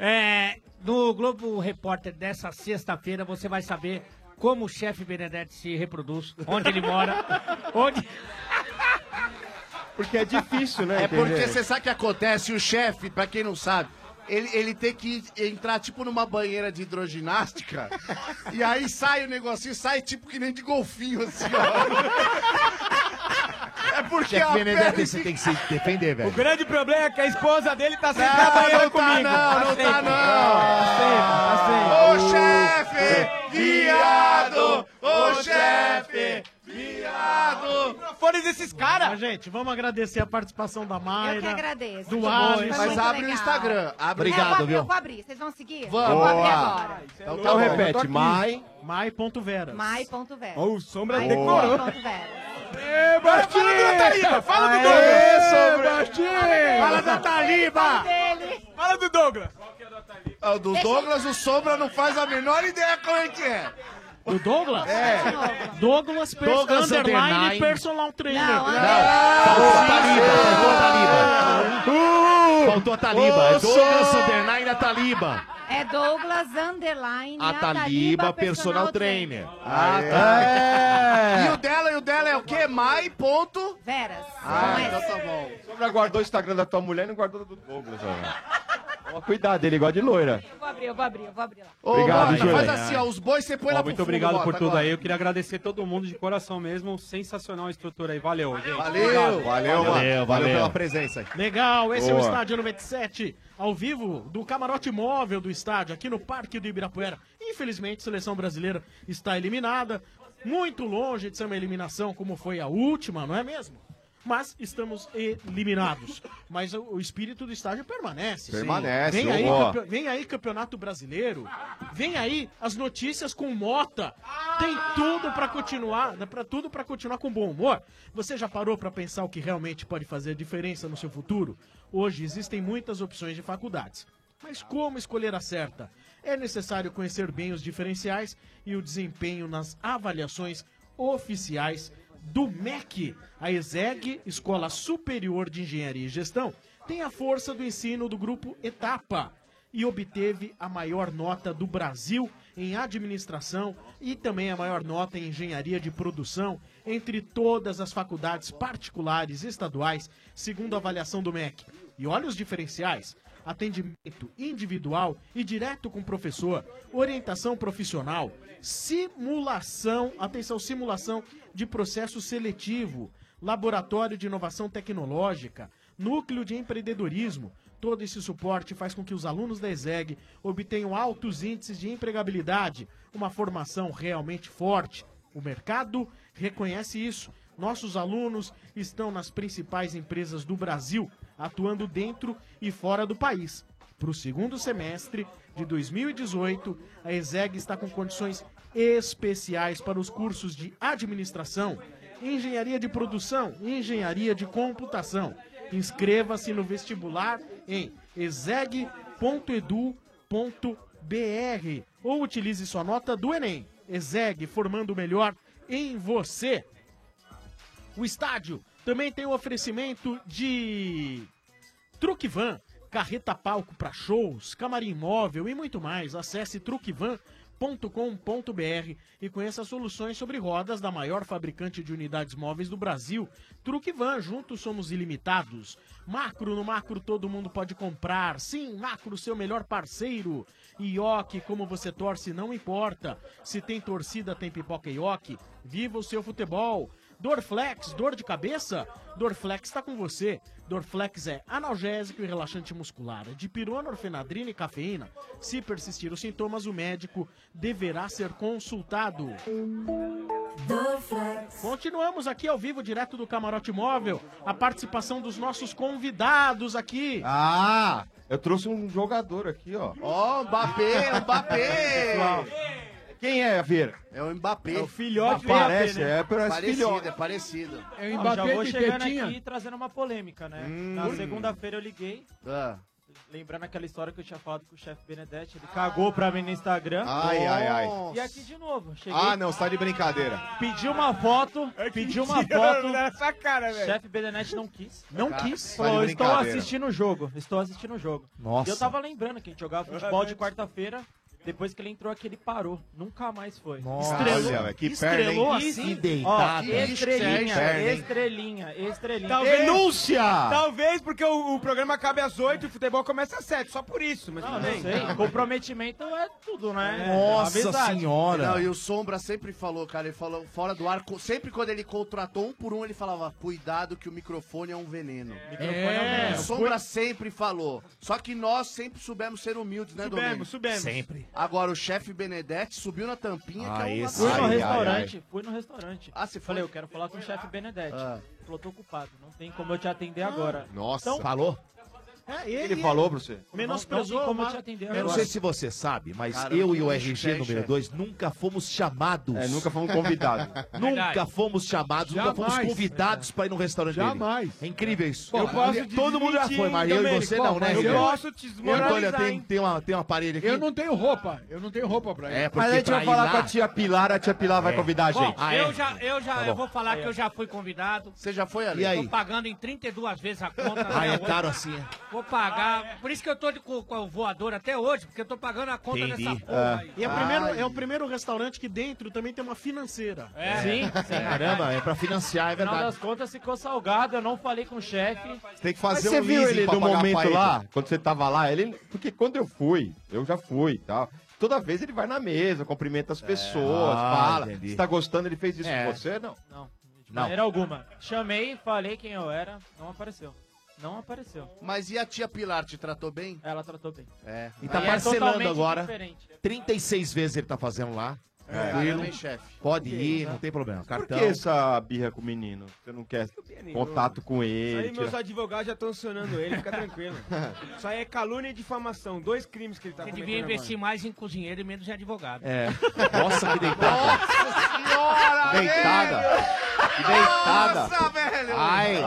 [SPEAKER 16] É, no Globo Repórter dessa sexta-feira você vai saber como o chefe Benedetti se reproduz, onde ele
[SPEAKER 10] (laughs)
[SPEAKER 16] mora, onde...
[SPEAKER 25] Porque é difícil, né?
[SPEAKER 14] É porque
[SPEAKER 25] entender?
[SPEAKER 14] você sabe o que acontece? O chefe, pra quem não sabe, ele, ele tem que entrar tipo numa banheira de hidroginástica e aí sai o negocinho, sai tipo que nem de golfinho, assim, ó. É porque
[SPEAKER 2] Chefe
[SPEAKER 14] a perna
[SPEAKER 2] Benedetti, você tem que se defender, velho.
[SPEAKER 13] O grande problema é que a esposa dele tá sempre
[SPEAKER 14] Não,
[SPEAKER 13] trabalhando
[SPEAKER 14] não tá
[SPEAKER 13] comigo.
[SPEAKER 14] não, não tá não.
[SPEAKER 15] Tá
[SPEAKER 14] Ô chefe, viado! Ô chefe, viado!
[SPEAKER 10] Microfones desses caras! gente, vamos agradecer a participação da Mayra.
[SPEAKER 24] Eu que agradeço.
[SPEAKER 10] Do
[SPEAKER 24] Foi
[SPEAKER 10] Alisson.
[SPEAKER 24] muito legal. eu vou abrir, Eu vou abrir. Vocês vão seguir? Eu vou abrir agora.
[SPEAKER 10] Então,
[SPEAKER 25] tá bom. Eu tô aqui.
[SPEAKER 10] Mai.veras.
[SPEAKER 24] Mai.veras.
[SPEAKER 10] Ó, o Sombra
[SPEAKER 24] Mai
[SPEAKER 10] decorou.
[SPEAKER 24] ponto veras.
[SPEAKER 10] Ê, Bastinho!
[SPEAKER 24] Fala do
[SPEAKER 10] Aê,
[SPEAKER 24] Douglas.
[SPEAKER 10] Sombra!
[SPEAKER 24] Fala da
[SPEAKER 14] Taliba!
[SPEAKER 13] Fala do Douglas!
[SPEAKER 14] Ah, O do Douglas, o Sombra não faz a menor ideia como é que é.
[SPEAKER 10] Do Douglas?
[SPEAKER 14] É.
[SPEAKER 10] Douglas, pers
[SPEAKER 14] Douglas
[SPEAKER 10] underline
[SPEAKER 14] underline.
[SPEAKER 10] personal trainer.
[SPEAKER 14] Não,
[SPEAKER 2] Faltou a Taliba, faltou a Taliba. Faltou a Taliba. É
[SPEAKER 24] Ô,
[SPEAKER 2] Douglas
[SPEAKER 24] só-
[SPEAKER 2] Sandernay da Taliba.
[SPEAKER 24] É Douglas Underline.
[SPEAKER 2] A Taliba, personal trainer.
[SPEAKER 14] Ah,
[SPEAKER 2] tá.
[SPEAKER 14] E o dela, e o dela é o quê? Mai. Ponto.
[SPEAKER 24] Veras.
[SPEAKER 25] Ah,
[SPEAKER 24] então
[SPEAKER 14] tá bom.
[SPEAKER 25] Sombra guardou o Instagram da tua mulher e não guardou do Douglas, ó. Toma Cuidado, ele gosta de loira.
[SPEAKER 24] Eu vou abrir, eu vou abrir, eu vou abrir lá.
[SPEAKER 25] Ô, Obrigado,
[SPEAKER 14] Mota,
[SPEAKER 25] Júlia.
[SPEAKER 14] Faz assim, ó, os bois você põe
[SPEAKER 25] Ó,
[SPEAKER 14] lá pro
[SPEAKER 22] Muito
[SPEAKER 14] fundo,
[SPEAKER 22] obrigado
[SPEAKER 14] Mota,
[SPEAKER 22] por tudo
[SPEAKER 14] agora.
[SPEAKER 22] aí. Eu queria agradecer todo mundo de coração mesmo. Sensacional a estrutura aí. Valeu, gente.
[SPEAKER 8] Valeu, valeu, valeu, valeu pela presença aí.
[SPEAKER 10] Legal, esse é o
[SPEAKER 8] Boa.
[SPEAKER 10] Estádio 97, ao vivo do camarote móvel do estádio, aqui no Parque do Ibirapuera. Infelizmente, a seleção brasileira está eliminada, muito longe de ser uma eliminação como foi a última, não é mesmo? Mas estamos eliminados. Mas o o espírito do estádio permanece.
[SPEAKER 8] Permanece,
[SPEAKER 10] Vem aí,
[SPEAKER 8] ó.
[SPEAKER 10] campe- vem aí Campeonato Brasileiro. Vem aí as notícias com Mota. Tem tudo pra continuar, para tudo para continuar com bom humor. Você já parou pra pensar o que realmente pode fazer diferença no seu futuro? Hoje existem muitas opções de faculdades. Mas como escolher a certa? É necessário conhecer bem os diferenciais e o desempenho nas avaliações oficiais do MEC, a ESEG, Escola Superior de Engenharia e Gestão, tem a força do ensino do grupo Etapa e obteve a maior nota do Brasil em administração e também a maior nota em engenharia de produção entre todas as faculdades particulares e estaduais, segundo a avaliação do MEC. E olha os diferenciais: atendimento individual e direto com o professor, orientação profissional, simulação, atenção, simulação de processo seletivo, laboratório de inovação tecnológica, núcleo de empreendedorismo. Todo esse suporte faz com que os alunos da ESEG obtenham altos índices de empregabilidade, uma formação realmente forte. O mercado reconhece isso. Nossos alunos estão nas principais empresas do Brasil, atuando dentro e fora do país. Para o segundo semestre de 2018, a ESEG está com condições especiais para os cursos de administração, engenharia de produção e engenharia de computação. Inscreva-se no vestibular em exeg.edu.br ou utilize sua nota do Enem. ESEG, formando o melhor em você. O estádio também tem o oferecimento de Truque Van, carreta palco para shows, camarim móvel e muito mais. Acesse truquevan.com.br e conheça as soluções sobre rodas da maior fabricante de unidades móveis do Brasil. Truque Van, juntos somos ilimitados. Macro, no Macro todo mundo pode comprar. Sim, Macro, seu melhor parceiro. Ioki, como você torce, não importa. Se tem torcida, tem pipoca Ioki. Viva o seu futebol. Dorflex, dor de cabeça? Dorflex está com você. Dorflex é analgésico e relaxante muscular, de pirona, orfenadrina e cafeína. Se persistir os sintomas, o médico deverá ser consultado. Continuamos aqui ao vivo, direto do Camarote Móvel, a participação dos nossos convidados aqui.
[SPEAKER 2] Ah, eu trouxe um jogador aqui, ó.
[SPEAKER 14] Ó, oh, Mbappé, Mbappé!
[SPEAKER 2] Pessoal, Quem é, Vera?
[SPEAKER 14] É o Mbappé.
[SPEAKER 2] É o filhote do Mbappé, Parece, né? é, parece
[SPEAKER 14] parecido,
[SPEAKER 2] filhote.
[SPEAKER 14] é parecido.
[SPEAKER 2] É o
[SPEAKER 15] Ó,
[SPEAKER 2] Mbappé
[SPEAKER 15] já vou
[SPEAKER 2] de
[SPEAKER 15] chegando
[SPEAKER 2] tetinha?
[SPEAKER 15] aqui trazendo uma polêmica, né?
[SPEAKER 2] Hum.
[SPEAKER 15] Na segunda-feira eu liguei.
[SPEAKER 14] Ah.
[SPEAKER 15] Lembrando aquela história que eu tinha falado com o chefe Benedetti, ele cagou pra mim no Instagram.
[SPEAKER 13] Ah.
[SPEAKER 14] Ah,
[SPEAKER 8] Ai, ai, ai.
[SPEAKER 15] E aqui de novo, cheguei.
[SPEAKER 8] Ah, não, você tá de brincadeira.
[SPEAKER 15] Pedi uma foto,
[SPEAKER 14] É
[SPEAKER 15] pedi uma
[SPEAKER 8] mentira,
[SPEAKER 15] foto.
[SPEAKER 8] né?
[SPEAKER 15] Essa cara,
[SPEAKER 8] velho.
[SPEAKER 15] Chefe Benedetti não quis.
[SPEAKER 10] Não Cara, quis.
[SPEAKER 15] Falou,
[SPEAKER 10] tá de
[SPEAKER 15] estou
[SPEAKER 10] brincadeira.
[SPEAKER 15] assistindo o jogo, estou assistindo o jogo.
[SPEAKER 10] Nossa.
[SPEAKER 15] E eu tava lembrando que a gente jogava futebol de quarta-feira. Depois que ele entrou aqui, ele parou. Nunca mais foi.
[SPEAKER 10] Nossa,
[SPEAKER 15] estrelou,
[SPEAKER 10] olha, que
[SPEAKER 15] estrelou
[SPEAKER 10] perna, hein?
[SPEAKER 15] assim.
[SPEAKER 10] Que deitada.
[SPEAKER 15] Ó, estrelinha,
[SPEAKER 10] Que perna, hein?
[SPEAKER 15] estrelinha, estrelinha.
[SPEAKER 13] Talvez-
[SPEAKER 15] Talvez
[SPEAKER 13] Talvez porque o, o programa acabe às 8 e o futebol começa às 7, só por isso. Mas
[SPEAKER 15] Não, não sei. Comprometimento é tudo, né?
[SPEAKER 14] Nossa
[SPEAKER 15] Amizade.
[SPEAKER 14] senhora! Não, e o Sombra sempre falou, cara, ele falou fora do ar, co- sempre quando ele contratou um por um, ele falava, cuidado que o microfone é um veneno.
[SPEAKER 15] é um veneno.
[SPEAKER 14] O Sombra sempre falou. Só que nós sempre soubemos ser humildes, né,
[SPEAKER 15] Soubemos,
[SPEAKER 14] Domênico?
[SPEAKER 15] soubemos. Sempre.
[SPEAKER 14] Agora, o chefe Benedetti subiu na tampinha, que é uma
[SPEAKER 15] Fui no
[SPEAKER 14] Ai, ai,
[SPEAKER 15] restaurante,
[SPEAKER 14] ai.
[SPEAKER 15] fui no restaurante.
[SPEAKER 14] Ah, você
[SPEAKER 15] Falei,
[SPEAKER 14] foi?
[SPEAKER 15] eu quero falar com o chefe Benedetti.
[SPEAKER 14] Ah.
[SPEAKER 15] Falou, tô ocupado, não tem como eu te atender agora.
[SPEAKER 2] Nossa.
[SPEAKER 15] Então-
[SPEAKER 2] Falou?
[SPEAKER 15] É,
[SPEAKER 2] Ele falou pra você?
[SPEAKER 15] Menosprezou, não, não tem como eu te atender
[SPEAKER 2] Eu não
[SPEAKER 15] agora.
[SPEAKER 2] sei se você sabe, mas
[SPEAKER 15] Cara,
[SPEAKER 2] eu
[SPEAKER 15] que
[SPEAKER 2] e o
[SPEAKER 15] bicho
[SPEAKER 2] RG
[SPEAKER 15] tem,
[SPEAKER 2] número
[SPEAKER 15] chefe.
[SPEAKER 2] 2 nunca fomos chamados.
[SPEAKER 8] É, nunca fomos convidados.
[SPEAKER 2] (laughs) nunca
[SPEAKER 8] Verdade.
[SPEAKER 2] fomos chamados, nunca fomos
[SPEAKER 8] Jamais.
[SPEAKER 2] convidados pra ir no restaurante dele.
[SPEAKER 8] Jamais.
[SPEAKER 2] É incrível isso.
[SPEAKER 8] Pô, Eu posso
[SPEAKER 2] Todo mundo já
[SPEAKER 8] desmentir,
[SPEAKER 2] foi, mas eu e
[SPEAKER 8] Domênico,
[SPEAKER 2] você
[SPEAKER 8] pô,
[SPEAKER 2] não, né?
[SPEAKER 8] mas
[SPEAKER 2] Ribeiro?
[SPEAKER 8] eu posso te desmoralizar,
[SPEAKER 2] Olha, tem,
[SPEAKER 8] hein?
[SPEAKER 2] tem, uma, tem um aparelho aqui.
[SPEAKER 18] Eu não tenho roupa, eu não tenho roupa pra ir.
[SPEAKER 2] É,
[SPEAKER 18] Mas
[SPEAKER 2] porque
[SPEAKER 18] aí deixa eu
[SPEAKER 2] pra ir
[SPEAKER 18] falar
[SPEAKER 2] lá-
[SPEAKER 18] com a tia
[SPEAKER 2] Pilar, a tia Pilar vai
[SPEAKER 18] a
[SPEAKER 2] convidar
[SPEAKER 16] É. Bom,
[SPEAKER 18] gente.
[SPEAKER 16] eu
[SPEAKER 11] É.
[SPEAKER 16] já, eu já,
[SPEAKER 2] Tá bom.
[SPEAKER 16] eu vou falar
[SPEAKER 2] É.
[SPEAKER 16] que eu já fui convidado.
[SPEAKER 14] Você já foi
[SPEAKER 2] Ale? E aí?
[SPEAKER 16] Tô pagando em 32 vezes a conta.
[SPEAKER 2] Ah,
[SPEAKER 16] até
[SPEAKER 2] é
[SPEAKER 16] hoje.
[SPEAKER 2] caro assim, é.
[SPEAKER 16] Vou pagar. Por isso que eu tô de, com, com o voador até hoje, porque eu tô pagando a conta
[SPEAKER 2] Entendi.
[SPEAKER 16] dessa porra
[SPEAKER 2] Ah.
[SPEAKER 16] aí.
[SPEAKER 10] E é o, primeiro, é o primeiro restaurante que dentro também tem uma financeira.
[SPEAKER 15] É. Sim, sim.
[SPEAKER 2] Caramba, é pra financiar, é
[SPEAKER 15] No final
[SPEAKER 2] verdade.
[SPEAKER 15] das contas ficou salgado, eu não falei com o chefe.
[SPEAKER 2] Tem que
[SPEAKER 8] Mas
[SPEAKER 2] fazer
[SPEAKER 8] você
[SPEAKER 2] um
[SPEAKER 8] viu
[SPEAKER 2] leasing
[SPEAKER 8] ele
[SPEAKER 2] pra
[SPEAKER 8] do
[SPEAKER 2] pagar a
[SPEAKER 8] momento
[SPEAKER 2] paella.
[SPEAKER 8] lá, quando você tava lá, ele. Porque quando eu fui, eu já fui e tal. Toda vez ele vai na mesa, cumprimenta as pessoas,
[SPEAKER 2] Ah,
[SPEAKER 8] fala.
[SPEAKER 2] entendi.
[SPEAKER 8] Se tá gostando, ele fez isso
[SPEAKER 2] É.
[SPEAKER 8] com você? Não.
[SPEAKER 15] Não, de
[SPEAKER 8] Não.
[SPEAKER 15] maneira alguma. Chamei, falei quem eu era, não apareceu. Não apareceu.
[SPEAKER 14] Mas e a tia Pilar, te tratou bem?
[SPEAKER 15] Ela tratou bem.
[SPEAKER 14] É.
[SPEAKER 2] E tá
[SPEAKER 14] Aí é
[SPEAKER 2] parcelando
[SPEAKER 14] totalmente
[SPEAKER 2] agora.
[SPEAKER 14] diferente.
[SPEAKER 2] 36 vezes ele tá fazendo lá.
[SPEAKER 8] É.
[SPEAKER 2] Tranquilo.
[SPEAKER 8] Parabéns, chefe.
[SPEAKER 2] Pode
[SPEAKER 8] Ok,
[SPEAKER 2] ir,
[SPEAKER 8] né?
[SPEAKER 2] não tem problema.
[SPEAKER 8] Por que
[SPEAKER 2] Cartão.
[SPEAKER 8] essa birra com o menino? Você não quer
[SPEAKER 15] é
[SPEAKER 8] contato com
[SPEAKER 13] Isso
[SPEAKER 8] ele?
[SPEAKER 13] aí meus
[SPEAKER 8] tira-
[SPEAKER 13] advogados já estão acionando ele, fica
[SPEAKER 8] (laughs)
[SPEAKER 13] tranquilo. Isso aí é calúnia e difamação, dois crimes que ele tá
[SPEAKER 16] Você
[SPEAKER 13] cometendo
[SPEAKER 16] devia investir
[SPEAKER 13] agora.
[SPEAKER 16] mais em cozinheiro e menos em advogado.
[SPEAKER 2] né,
[SPEAKER 16] (laughs)
[SPEAKER 2] É. Nossa, que deitada.
[SPEAKER 14] Senhora,
[SPEAKER 10] Ah.
[SPEAKER 2] Deitada. Que deitada.
[SPEAKER 14] Nossa, velho!
[SPEAKER 2] Ai.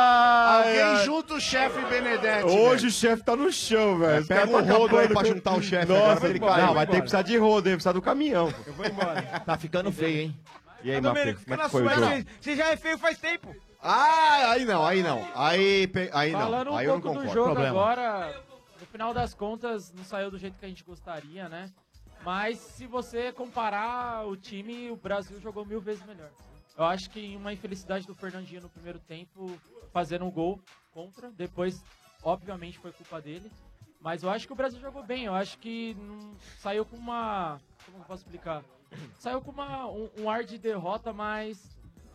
[SPEAKER 14] Alguém junta o chefe Benedetti.
[SPEAKER 8] Hoje o chefe tá no chão, velho. Os
[SPEAKER 14] pega
[SPEAKER 8] caras tão
[SPEAKER 14] o rodo
[SPEAKER 8] acabando
[SPEAKER 14] aí pra
[SPEAKER 8] com-
[SPEAKER 14] juntar o chefe, agora
[SPEAKER 8] Nossa,
[SPEAKER 14] vai
[SPEAKER 8] ele
[SPEAKER 14] embora,
[SPEAKER 8] Não,
[SPEAKER 14] vai
[SPEAKER 8] vai ter que
[SPEAKER 14] embora.
[SPEAKER 8] precisar de rodo, hein? Precisar do caminhão.
[SPEAKER 13] Eu vou embora.
[SPEAKER 2] Tá ficando feio, hein?
[SPEAKER 8] E aí,
[SPEAKER 13] Ô,
[SPEAKER 8] Mapê,
[SPEAKER 13] Domênico,
[SPEAKER 8] como
[SPEAKER 13] fica
[SPEAKER 8] é
[SPEAKER 13] na
[SPEAKER 8] que foi
[SPEAKER 13] sua,
[SPEAKER 8] o jogo?
[SPEAKER 13] você- você já é feio faz tempo.
[SPEAKER 8] Ah, aí não, aí não. Aí, pe- aí não.
[SPEAKER 15] Falando um
[SPEAKER 8] aí eu não
[SPEAKER 15] pouco
[SPEAKER 8] concordo.
[SPEAKER 15] do jogo agora, no final das contas, não saiu do jeito que a gente gostaria, né? Mas se você comparar o time, o Brasil jogou mil vezes melhor. Eu acho que uma infelicidade do Fernandinho no primeiro tempo, fazendo um gol contra, depois, obviamente, foi culpa dele. Mas eu acho que o Brasil jogou bem, eu acho que não- saiu com uma. Como eu posso explicar? Saiu com uma, um, um ar de derrota, mas.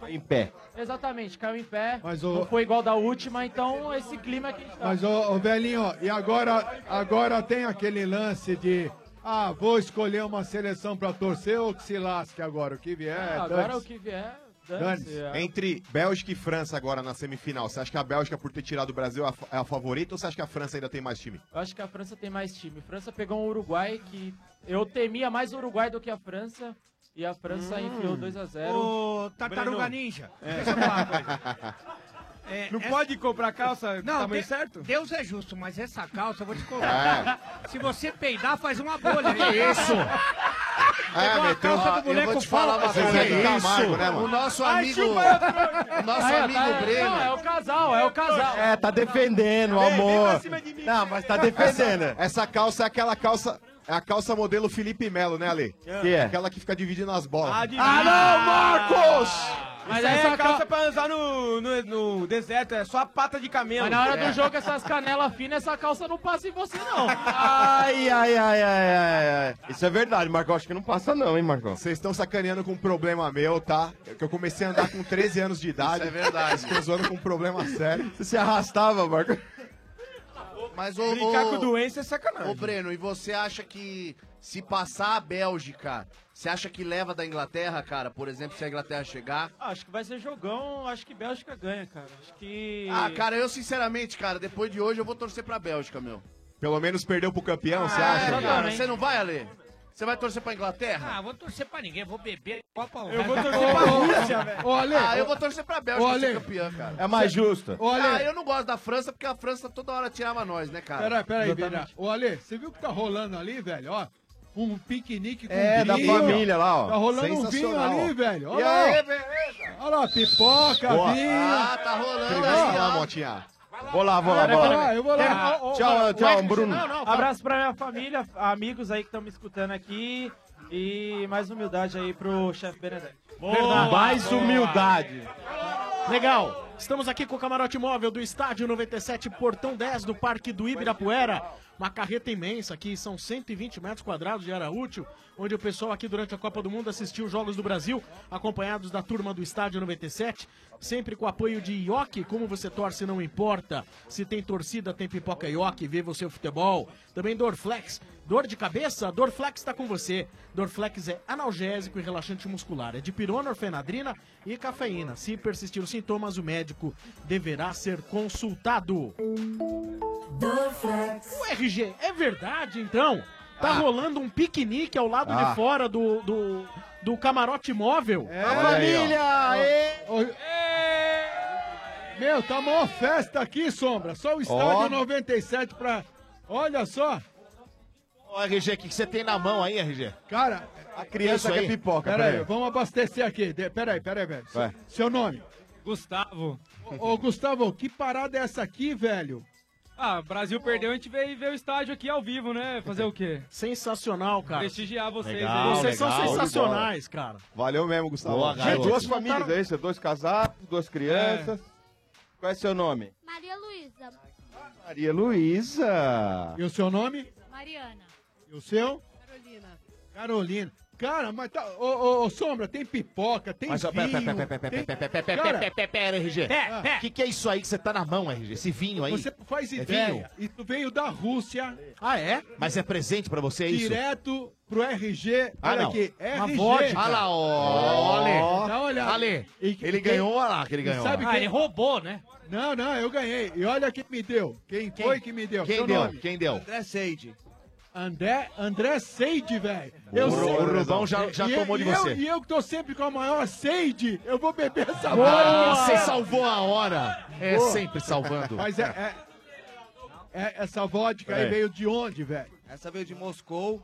[SPEAKER 8] Em pé.
[SPEAKER 15] Exatamente, caiu em pé.
[SPEAKER 18] Mas o-
[SPEAKER 15] Não foi igual da última, então esse clima que a gente tá.
[SPEAKER 18] Mas, ô, ô, velhinho, ó, e agora, agora tem aquele lance de. Ah, vou escolher uma seleção pra torcer ou que se lasque agora, o que
[SPEAKER 20] É,
[SPEAKER 18] vier.
[SPEAKER 15] Ah, agora o que vier, dane-se. É.
[SPEAKER 8] Entre Bélgica e França agora na semifinal, você acha que a Bélgica, por ter tirado o Brasil, é a fa- é a favorita ou você acha que a França ainda tem mais time?
[SPEAKER 15] Eu acho que a França tem mais time. França pegou um Uruguai que eu temia mais o Uruguai do que a França. E a França
[SPEAKER 16] Hum.
[SPEAKER 15] enfiou 2x0.
[SPEAKER 16] Ô, Tartaruga Ninja,
[SPEAKER 17] É.
[SPEAKER 16] deixa eu falar
[SPEAKER 17] (laughs)
[SPEAKER 16] uma coisa.
[SPEAKER 13] Não pode comprar calça do
[SPEAKER 16] É, Não,
[SPEAKER 13] tamanho
[SPEAKER 16] De-
[SPEAKER 13] certo?
[SPEAKER 16] Deus é justo, mas essa calça eu vou te cobrar.
[SPEAKER 2] É.
[SPEAKER 16] Se você peidar, faz uma bolha.
[SPEAKER 14] Que isso?
[SPEAKER 16] é
[SPEAKER 21] É,
[SPEAKER 16] Pegou a
[SPEAKER 14] mas tem-
[SPEAKER 16] calça
[SPEAKER 14] ó,
[SPEAKER 16] do
[SPEAKER 14] eu
[SPEAKER 16] boneco
[SPEAKER 14] vou te falar
[SPEAKER 16] fala
[SPEAKER 14] uma
[SPEAKER 16] pra
[SPEAKER 14] coisa.
[SPEAKER 16] você.
[SPEAKER 14] Zé
[SPEAKER 21] tá
[SPEAKER 14] Camargo, né, mano?
[SPEAKER 16] O nosso
[SPEAKER 14] Ai,
[SPEAKER 16] amigo...
[SPEAKER 14] chupa,
[SPEAKER 16] O
[SPEAKER 14] nosso
[SPEAKER 15] Aí, ó,
[SPEAKER 14] amigo
[SPEAKER 15] tá-
[SPEAKER 14] Breno.
[SPEAKER 15] Não, é o casal, é o casal.
[SPEAKER 8] É, tá defendendo, amor. Não, mas tá defendendo. Essa, essa calça é aquela calça. É a calça modelo Felipe Melo, né, Ale?
[SPEAKER 2] Que é?
[SPEAKER 8] Aquela que fica dividindo as bolas.
[SPEAKER 2] Ah, não, Marcos!
[SPEAKER 13] Mas
[SPEAKER 15] aí
[SPEAKER 13] essa
[SPEAKER 15] a cal-
[SPEAKER 13] calça é pra usar no, no, no deserto, é só a pata de camelo.
[SPEAKER 15] Mas na hora do
[SPEAKER 13] É.
[SPEAKER 15] jogo, essas canelas finas, essa calça não passa em você,
[SPEAKER 13] (laughs)
[SPEAKER 15] não.
[SPEAKER 17] Ah,
[SPEAKER 11] Ai, ai, ai, ai, ai, ai. Isso é verdade, Marcão. Acho que não passa, não, hein, Marcão?
[SPEAKER 8] Vocês estão sacaneando com um problema meu, tá? Que eu comecei a andar com 13 anos de idade.
[SPEAKER 11] Isso é verdade.
[SPEAKER 8] Estou zoando com um problema sério.
[SPEAKER 11] Você se arrastava, Marcão.
[SPEAKER 14] Mas o,
[SPEAKER 11] Brincar
[SPEAKER 14] o-
[SPEAKER 11] com
[SPEAKER 13] doença é sacanagem.
[SPEAKER 14] Ô, Breno, e você acha que se passar a Bélgica, você acha que leva da Inglaterra, cara? Por exemplo, se a Inglaterra chegar?
[SPEAKER 17] Acho que vai ser jogão, acho que Bélgica ganha, cara. Acho que.
[SPEAKER 14] Ah, cara, eu sinceramente, cara, depois de hoje eu vou torcer pra Bélgica, meu.
[SPEAKER 8] Pelo menos perdeu pro campeão, você acha?
[SPEAKER 14] É,
[SPEAKER 8] cara?
[SPEAKER 14] cara, você não vai, Ale? Você vai torcer pra Inglaterra?
[SPEAKER 26] Ah, vou torcer pra ninguém, vou beber um Copa
[SPEAKER 14] Eu
[SPEAKER 13] vou
[SPEAKER 14] torcer pra Rússia,
[SPEAKER 13] velho.
[SPEAKER 14] Ah, eu vou torcer pra Bélgica
[SPEAKER 13] Ô, Ale.
[SPEAKER 14] ser campeã, cara.
[SPEAKER 11] É mais justo.
[SPEAKER 18] Ô, Ale.
[SPEAKER 14] Ah, eu não gosto da França porque a França toda hora tirava nós, né, cara?
[SPEAKER 18] Peraí, peraí, Vira. Ô, Ale, você viu o que tá rolando ali, velho? Ó, um piquenique com
[SPEAKER 11] É, da
[SPEAKER 18] vinho,
[SPEAKER 11] família lá, ó.
[SPEAKER 18] Tá rolando um vinho
[SPEAKER 11] Sensacional,
[SPEAKER 18] ali,
[SPEAKER 11] ó.
[SPEAKER 18] velho.
[SPEAKER 11] E
[SPEAKER 18] Olha lá.
[SPEAKER 11] aí,
[SPEAKER 18] beleza? Olha lá, pipoca,
[SPEAKER 11] Boa.
[SPEAKER 18] vinho.
[SPEAKER 11] Ah,
[SPEAKER 14] tá rolando
[SPEAKER 11] aí, ó.
[SPEAKER 8] Motinha.
[SPEAKER 11] Vou lá, Ah, vou lá,
[SPEAKER 17] Vai,
[SPEAKER 11] vou
[SPEAKER 17] vai,
[SPEAKER 11] lá.
[SPEAKER 17] vai, eu vou lá.
[SPEAKER 11] Tchau,
[SPEAKER 17] Ô, ô, ô,
[SPEAKER 11] Tchau, tchau,
[SPEAKER 17] Wesley,
[SPEAKER 11] Bruno.
[SPEAKER 17] não, não, Abraço pra minha família, amigos aí que estão me escutando aqui. E mais humildade aí pro chefe Benedetto.
[SPEAKER 9] Verdade. Mais humildade.
[SPEAKER 10] Legal.
[SPEAKER 9] Estamos aqui com o
[SPEAKER 10] Camarote móvel do Estádio 97, portão 10 do Parque do Ibirapuera. Uma carreta imensa aqui, são 120 metros quadrados de área útil, onde o pessoal aqui durante a Copa do Mundo assistiu os Jogos do Brasil, acompanhados da turma do Estádio 97, sempre com o apoio de Ioki. Como você torce, não importa. Se tem torcida, tem pipoca Ioki, viva o seu futebol. Também Dorflex. Dor de cabeça? Dorflex está com você. Dorflex é analgésico e relaxante muscular. É de pirona, orfenadrina e cafeína. Se persistir os sintomas, o médico deverá ser consultado. O RG, é verdade então? Tá rolando um piquenique ao lado
[SPEAKER 9] Ah.
[SPEAKER 10] de fora do, do, do camarote móvel? É,
[SPEAKER 9] A família,
[SPEAKER 18] Meu, tá mó festa aqui, Sombra. Só o estádio
[SPEAKER 2] Ó.
[SPEAKER 18] 97 pra... Olha só.
[SPEAKER 2] Ó, RG, o que que você tem na mão aí, RG?
[SPEAKER 18] Cara, a
[SPEAKER 2] criança quer pipoca,
[SPEAKER 18] Peraí,
[SPEAKER 2] peraí.
[SPEAKER 18] vamos abastecer aqui. De- Peraí, peraí, velho.
[SPEAKER 2] Vai.
[SPEAKER 18] Se- Seu nome? Gustavo. Ô, ô, Gustavo, que parada é essa aqui, velho?
[SPEAKER 17] Ah, Brasil perdeu, a gente veio ver o estádio aqui ao vivo, né? Fazer o quê?
[SPEAKER 10] Sensacional, cara.
[SPEAKER 17] Prestigiar vocês
[SPEAKER 10] Legal,
[SPEAKER 17] aí.
[SPEAKER 10] Vocês são legal. sensacionais, cara.
[SPEAKER 11] Valeu mesmo, Gustavo.
[SPEAKER 10] Boa,
[SPEAKER 11] Tinha
[SPEAKER 10] garoto.
[SPEAKER 11] duas famílias aí, você dois casados, duas crianças. Qual é seu nome?
[SPEAKER 27] Maria Luísa.
[SPEAKER 11] Maria Luísa.
[SPEAKER 18] E o seu nome?
[SPEAKER 27] Mariana.
[SPEAKER 18] E o seu?
[SPEAKER 27] Carolina.
[SPEAKER 18] Carolina. Cara, mas tá. Ô, ô, ô, Sombra, tem pipoca, tem
[SPEAKER 2] Mas, ó,
[SPEAKER 18] vinho.
[SPEAKER 2] pera, pera, pera, pera,
[SPEAKER 18] tem-
[SPEAKER 2] pera, pera, pera, pera,
[SPEAKER 18] Cara,
[SPEAKER 2] pera, pera, pera, RG.
[SPEAKER 18] Pé, pé.
[SPEAKER 2] O que, que é isso aí que você tá na mão, RG? Esse vinho aí?
[SPEAKER 18] Você faz
[SPEAKER 2] É
[SPEAKER 18] ideia.
[SPEAKER 2] vinho?
[SPEAKER 18] Isso veio da Rússia.
[SPEAKER 10] Ah, é?
[SPEAKER 2] Mas é presente pra você, é isso?
[SPEAKER 18] Direto pro RG.
[SPEAKER 2] Ah,
[SPEAKER 18] olha
[SPEAKER 2] não.
[SPEAKER 18] aqui. RG.
[SPEAKER 2] Uma vodka.
[SPEAKER 18] Olha lá,
[SPEAKER 2] ó, Ale.
[SPEAKER 18] Dá uma olhada.
[SPEAKER 2] Ale, ele
[SPEAKER 18] quem-
[SPEAKER 2] ganhou, olha lá que ele
[SPEAKER 18] e
[SPEAKER 2] ganhou.
[SPEAKER 18] Sabe
[SPEAKER 2] Ah, ele
[SPEAKER 18] roubou, né? Não, não, eu ganhei. E olha quem me deu. Quem, foi que me deu?
[SPEAKER 2] Quem
[SPEAKER 18] Seu
[SPEAKER 2] deu?
[SPEAKER 18] nome?
[SPEAKER 2] Quem deu?
[SPEAKER 18] André Seide. André, André Seide, velho. Eu
[SPEAKER 2] O
[SPEAKER 18] sei-
[SPEAKER 2] Ro- o Rubão Então já- já
[SPEAKER 18] E eu-
[SPEAKER 2] tomou de
[SPEAKER 18] e eu-
[SPEAKER 2] você.
[SPEAKER 18] e eu que tô sempre com a maior Seide, eu vou beber essa
[SPEAKER 2] Ah,
[SPEAKER 18] bola.
[SPEAKER 2] você salvou a hora. É
[SPEAKER 18] Boa.
[SPEAKER 2] sempre salvando. Ah,
[SPEAKER 18] Mas é, é- é- essa vodka aí
[SPEAKER 2] É.
[SPEAKER 18] veio de onde, velho?
[SPEAKER 28] Essa veio de Moscou.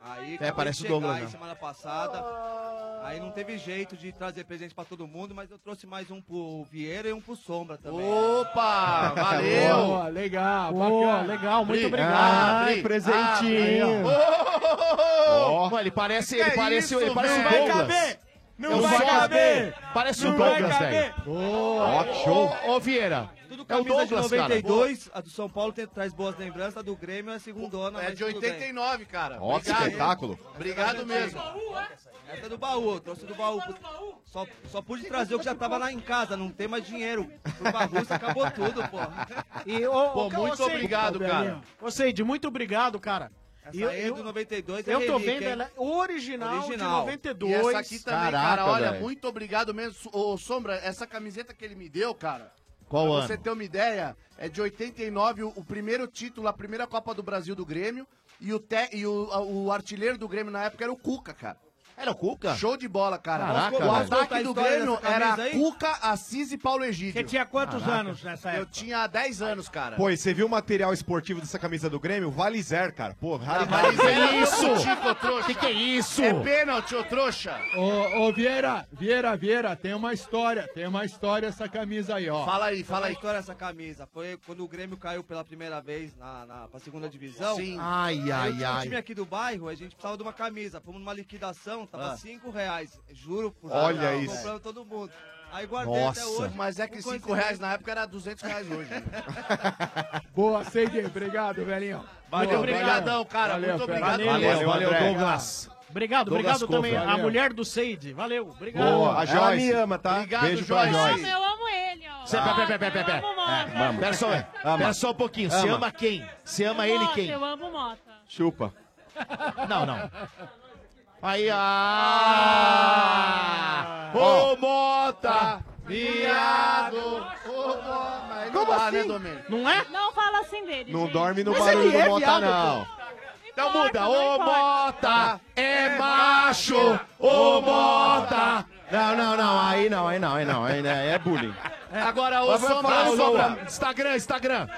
[SPEAKER 28] Aí
[SPEAKER 2] É, parece o
[SPEAKER 28] de chegar
[SPEAKER 2] Douglas,
[SPEAKER 28] aí
[SPEAKER 2] né?
[SPEAKER 28] semana passada. Aí não teve jeito de trazer presente pra todo mundo, mas eu trouxe mais um pro Vieira e um pro Sombra também. (laughs)
[SPEAKER 14] Opa,
[SPEAKER 28] valeu.
[SPEAKER 18] Boa, legal,
[SPEAKER 9] Boa, legal, muito obrigado.
[SPEAKER 2] ah,
[SPEAKER 28] Pri.
[SPEAKER 9] presentinho.
[SPEAKER 2] Ó, ele parece, ele
[SPEAKER 9] Que é
[SPEAKER 2] parece,
[SPEAKER 9] isso,
[SPEAKER 2] ele parece o
[SPEAKER 9] velho? Não vai
[SPEAKER 2] Douglas.
[SPEAKER 9] caber. Não
[SPEAKER 2] Eu
[SPEAKER 9] vai
[SPEAKER 2] só-
[SPEAKER 9] caber.
[SPEAKER 2] Parece
[SPEAKER 9] Não
[SPEAKER 2] o
[SPEAKER 9] vai
[SPEAKER 2] Douglas,
[SPEAKER 9] caber.
[SPEAKER 2] velho. Ó, que show. Ô, Vieira.
[SPEAKER 28] Tudo
[SPEAKER 2] É o
[SPEAKER 28] camisa
[SPEAKER 2] Douglas,
[SPEAKER 28] de
[SPEAKER 2] cara.
[SPEAKER 28] 92, a do São Paulo tem, traz boas lembranças, a do Grêmio é a segundona.
[SPEAKER 14] É
[SPEAKER 28] mas
[SPEAKER 14] de
[SPEAKER 28] tudo bem.
[SPEAKER 14] 89, cara.
[SPEAKER 11] Ó, que
[SPEAKER 14] Obrigado, hein?
[SPEAKER 11] espetáculo.
[SPEAKER 14] Obrigado mesmo.
[SPEAKER 28] Essa é do baú, eu trouxe do baú. Só, só pude trazer o que já tava lá em casa, não tem mais dinheiro. Pro bagunça acabou tudo, pô.
[SPEAKER 10] E, ô, ô, ô, Seide- Ô, Seide, muito obrigado, cara.
[SPEAKER 28] Essa
[SPEAKER 10] E eu-
[SPEAKER 28] aí é
[SPEAKER 10] eu-
[SPEAKER 28] do 92, é
[SPEAKER 10] Eu tô
[SPEAKER 28] relíquia,
[SPEAKER 10] vendo,
[SPEAKER 28] hein?
[SPEAKER 10] ela é original,
[SPEAKER 28] Original.
[SPEAKER 10] de 92.
[SPEAKER 14] E essa aqui também, cara, olha,
[SPEAKER 2] velho.
[SPEAKER 14] muito obrigado mesmo. Su- Ô, Sombra, essa camiseta que ele me deu, cara.
[SPEAKER 2] Qual
[SPEAKER 14] pra
[SPEAKER 2] ano?
[SPEAKER 14] você ter uma ideia, é de 89, o, o primeiro título, a primeira Copa do Brasil do Grêmio. E o, te- e o, a- o artilheiro do Grêmio na época era o Cuca, cara.
[SPEAKER 2] Era o Cuca?
[SPEAKER 14] Show de bola, cara.
[SPEAKER 2] Caraca,
[SPEAKER 14] o
[SPEAKER 2] velho.
[SPEAKER 14] ataque
[SPEAKER 2] Conta a
[SPEAKER 14] do
[SPEAKER 2] história
[SPEAKER 14] Grêmio
[SPEAKER 2] dessa
[SPEAKER 14] era
[SPEAKER 2] camisa aí.
[SPEAKER 14] Cuca, Assis e Paulo Egídio. Você
[SPEAKER 26] tinha
[SPEAKER 8] quantos Caraca. anos
[SPEAKER 26] nessa
[SPEAKER 14] época? Eu tinha 10 anos, cara.
[SPEAKER 8] Pô, e você viu o material esportivo dessa camisa do Grêmio? Valizer, cara. Pô, raridade.
[SPEAKER 14] é Que
[SPEAKER 2] é que é isso?
[SPEAKER 14] É pênalti, ô trouxa.
[SPEAKER 18] Ô, ô, Vieira, Vieira, Vieira, tem uma história, tem uma história essa camisa aí, ó.
[SPEAKER 28] Como é A história dessa camisa foi quando o Grêmio caiu pela primeira vez na, na pra segunda divisão.
[SPEAKER 2] Sim. Ai,
[SPEAKER 28] Aí
[SPEAKER 2] ai,
[SPEAKER 28] eu tinha Um
[SPEAKER 2] ai.
[SPEAKER 28] time aqui do bairro, a gente precisava de uma camisa. Fomos numa liquidação, tava
[SPEAKER 2] Ah.
[SPEAKER 28] 5 reais. Juro por
[SPEAKER 2] Olha
[SPEAKER 28] Deus,
[SPEAKER 2] isso.
[SPEAKER 28] comprando todo mundo. Aí guardei
[SPEAKER 2] Nossa.
[SPEAKER 28] até hoje.
[SPEAKER 14] Mas é que
[SPEAKER 28] por
[SPEAKER 14] 5
[SPEAKER 28] coincidência.
[SPEAKER 14] reais na época era 200 reais
[SPEAKER 28] (laughs)
[SPEAKER 14] hoje.
[SPEAKER 18] Boa, Seide. Obrigado, velhinho.
[SPEAKER 14] Valeu, obrigadão, cara. Muito
[SPEAKER 18] Fera.
[SPEAKER 14] obrigado.
[SPEAKER 18] Valeu,
[SPEAKER 2] valeu,
[SPEAKER 18] André.
[SPEAKER 2] Douglas.
[SPEAKER 1] Obrigado,
[SPEAKER 2] Douglas
[SPEAKER 1] obrigado também
[SPEAKER 2] Couto.
[SPEAKER 1] à
[SPEAKER 2] Valeu.
[SPEAKER 1] mulher do Seide. Valeu, obrigado.
[SPEAKER 2] Boa, a
[SPEAKER 1] Ela
[SPEAKER 2] Joyce.
[SPEAKER 1] me ama, tá?
[SPEAKER 2] Obrigado,
[SPEAKER 1] Beijo
[SPEAKER 2] Joyce.
[SPEAKER 1] pra Joyce.
[SPEAKER 29] Não, eu amo ele, ó.
[SPEAKER 2] Cê, pera, pera, pera, pera, pera. É, vamos. Pera só, pera só um pouquinho. Você
[SPEAKER 11] Ama.
[SPEAKER 2] ama quem? Você ama
[SPEAKER 29] Eu
[SPEAKER 2] ele
[SPEAKER 29] Mota,
[SPEAKER 2] quem?
[SPEAKER 29] Eu amo Mota.
[SPEAKER 11] Chupa.
[SPEAKER 2] Não, não. Aí, ah! Ô, Mota!
[SPEAKER 9] Viado!
[SPEAKER 14] Como assim?
[SPEAKER 1] Não é?
[SPEAKER 9] Não fala assim dele.
[SPEAKER 2] Não
[SPEAKER 9] gente.
[SPEAKER 2] dorme no barulho do Mota, não. Então muda. Ô, Mota! É macho! Ô, Mota!
[SPEAKER 11] Não, não, não. Aí não, aí não, aí não. Aí não, é bullying.
[SPEAKER 2] Agora, ô,
[SPEAKER 11] Mas vai falar,
[SPEAKER 2] Sombra, ô,
[SPEAKER 11] Sombra.
[SPEAKER 2] Sombra. Instagram, Instagram.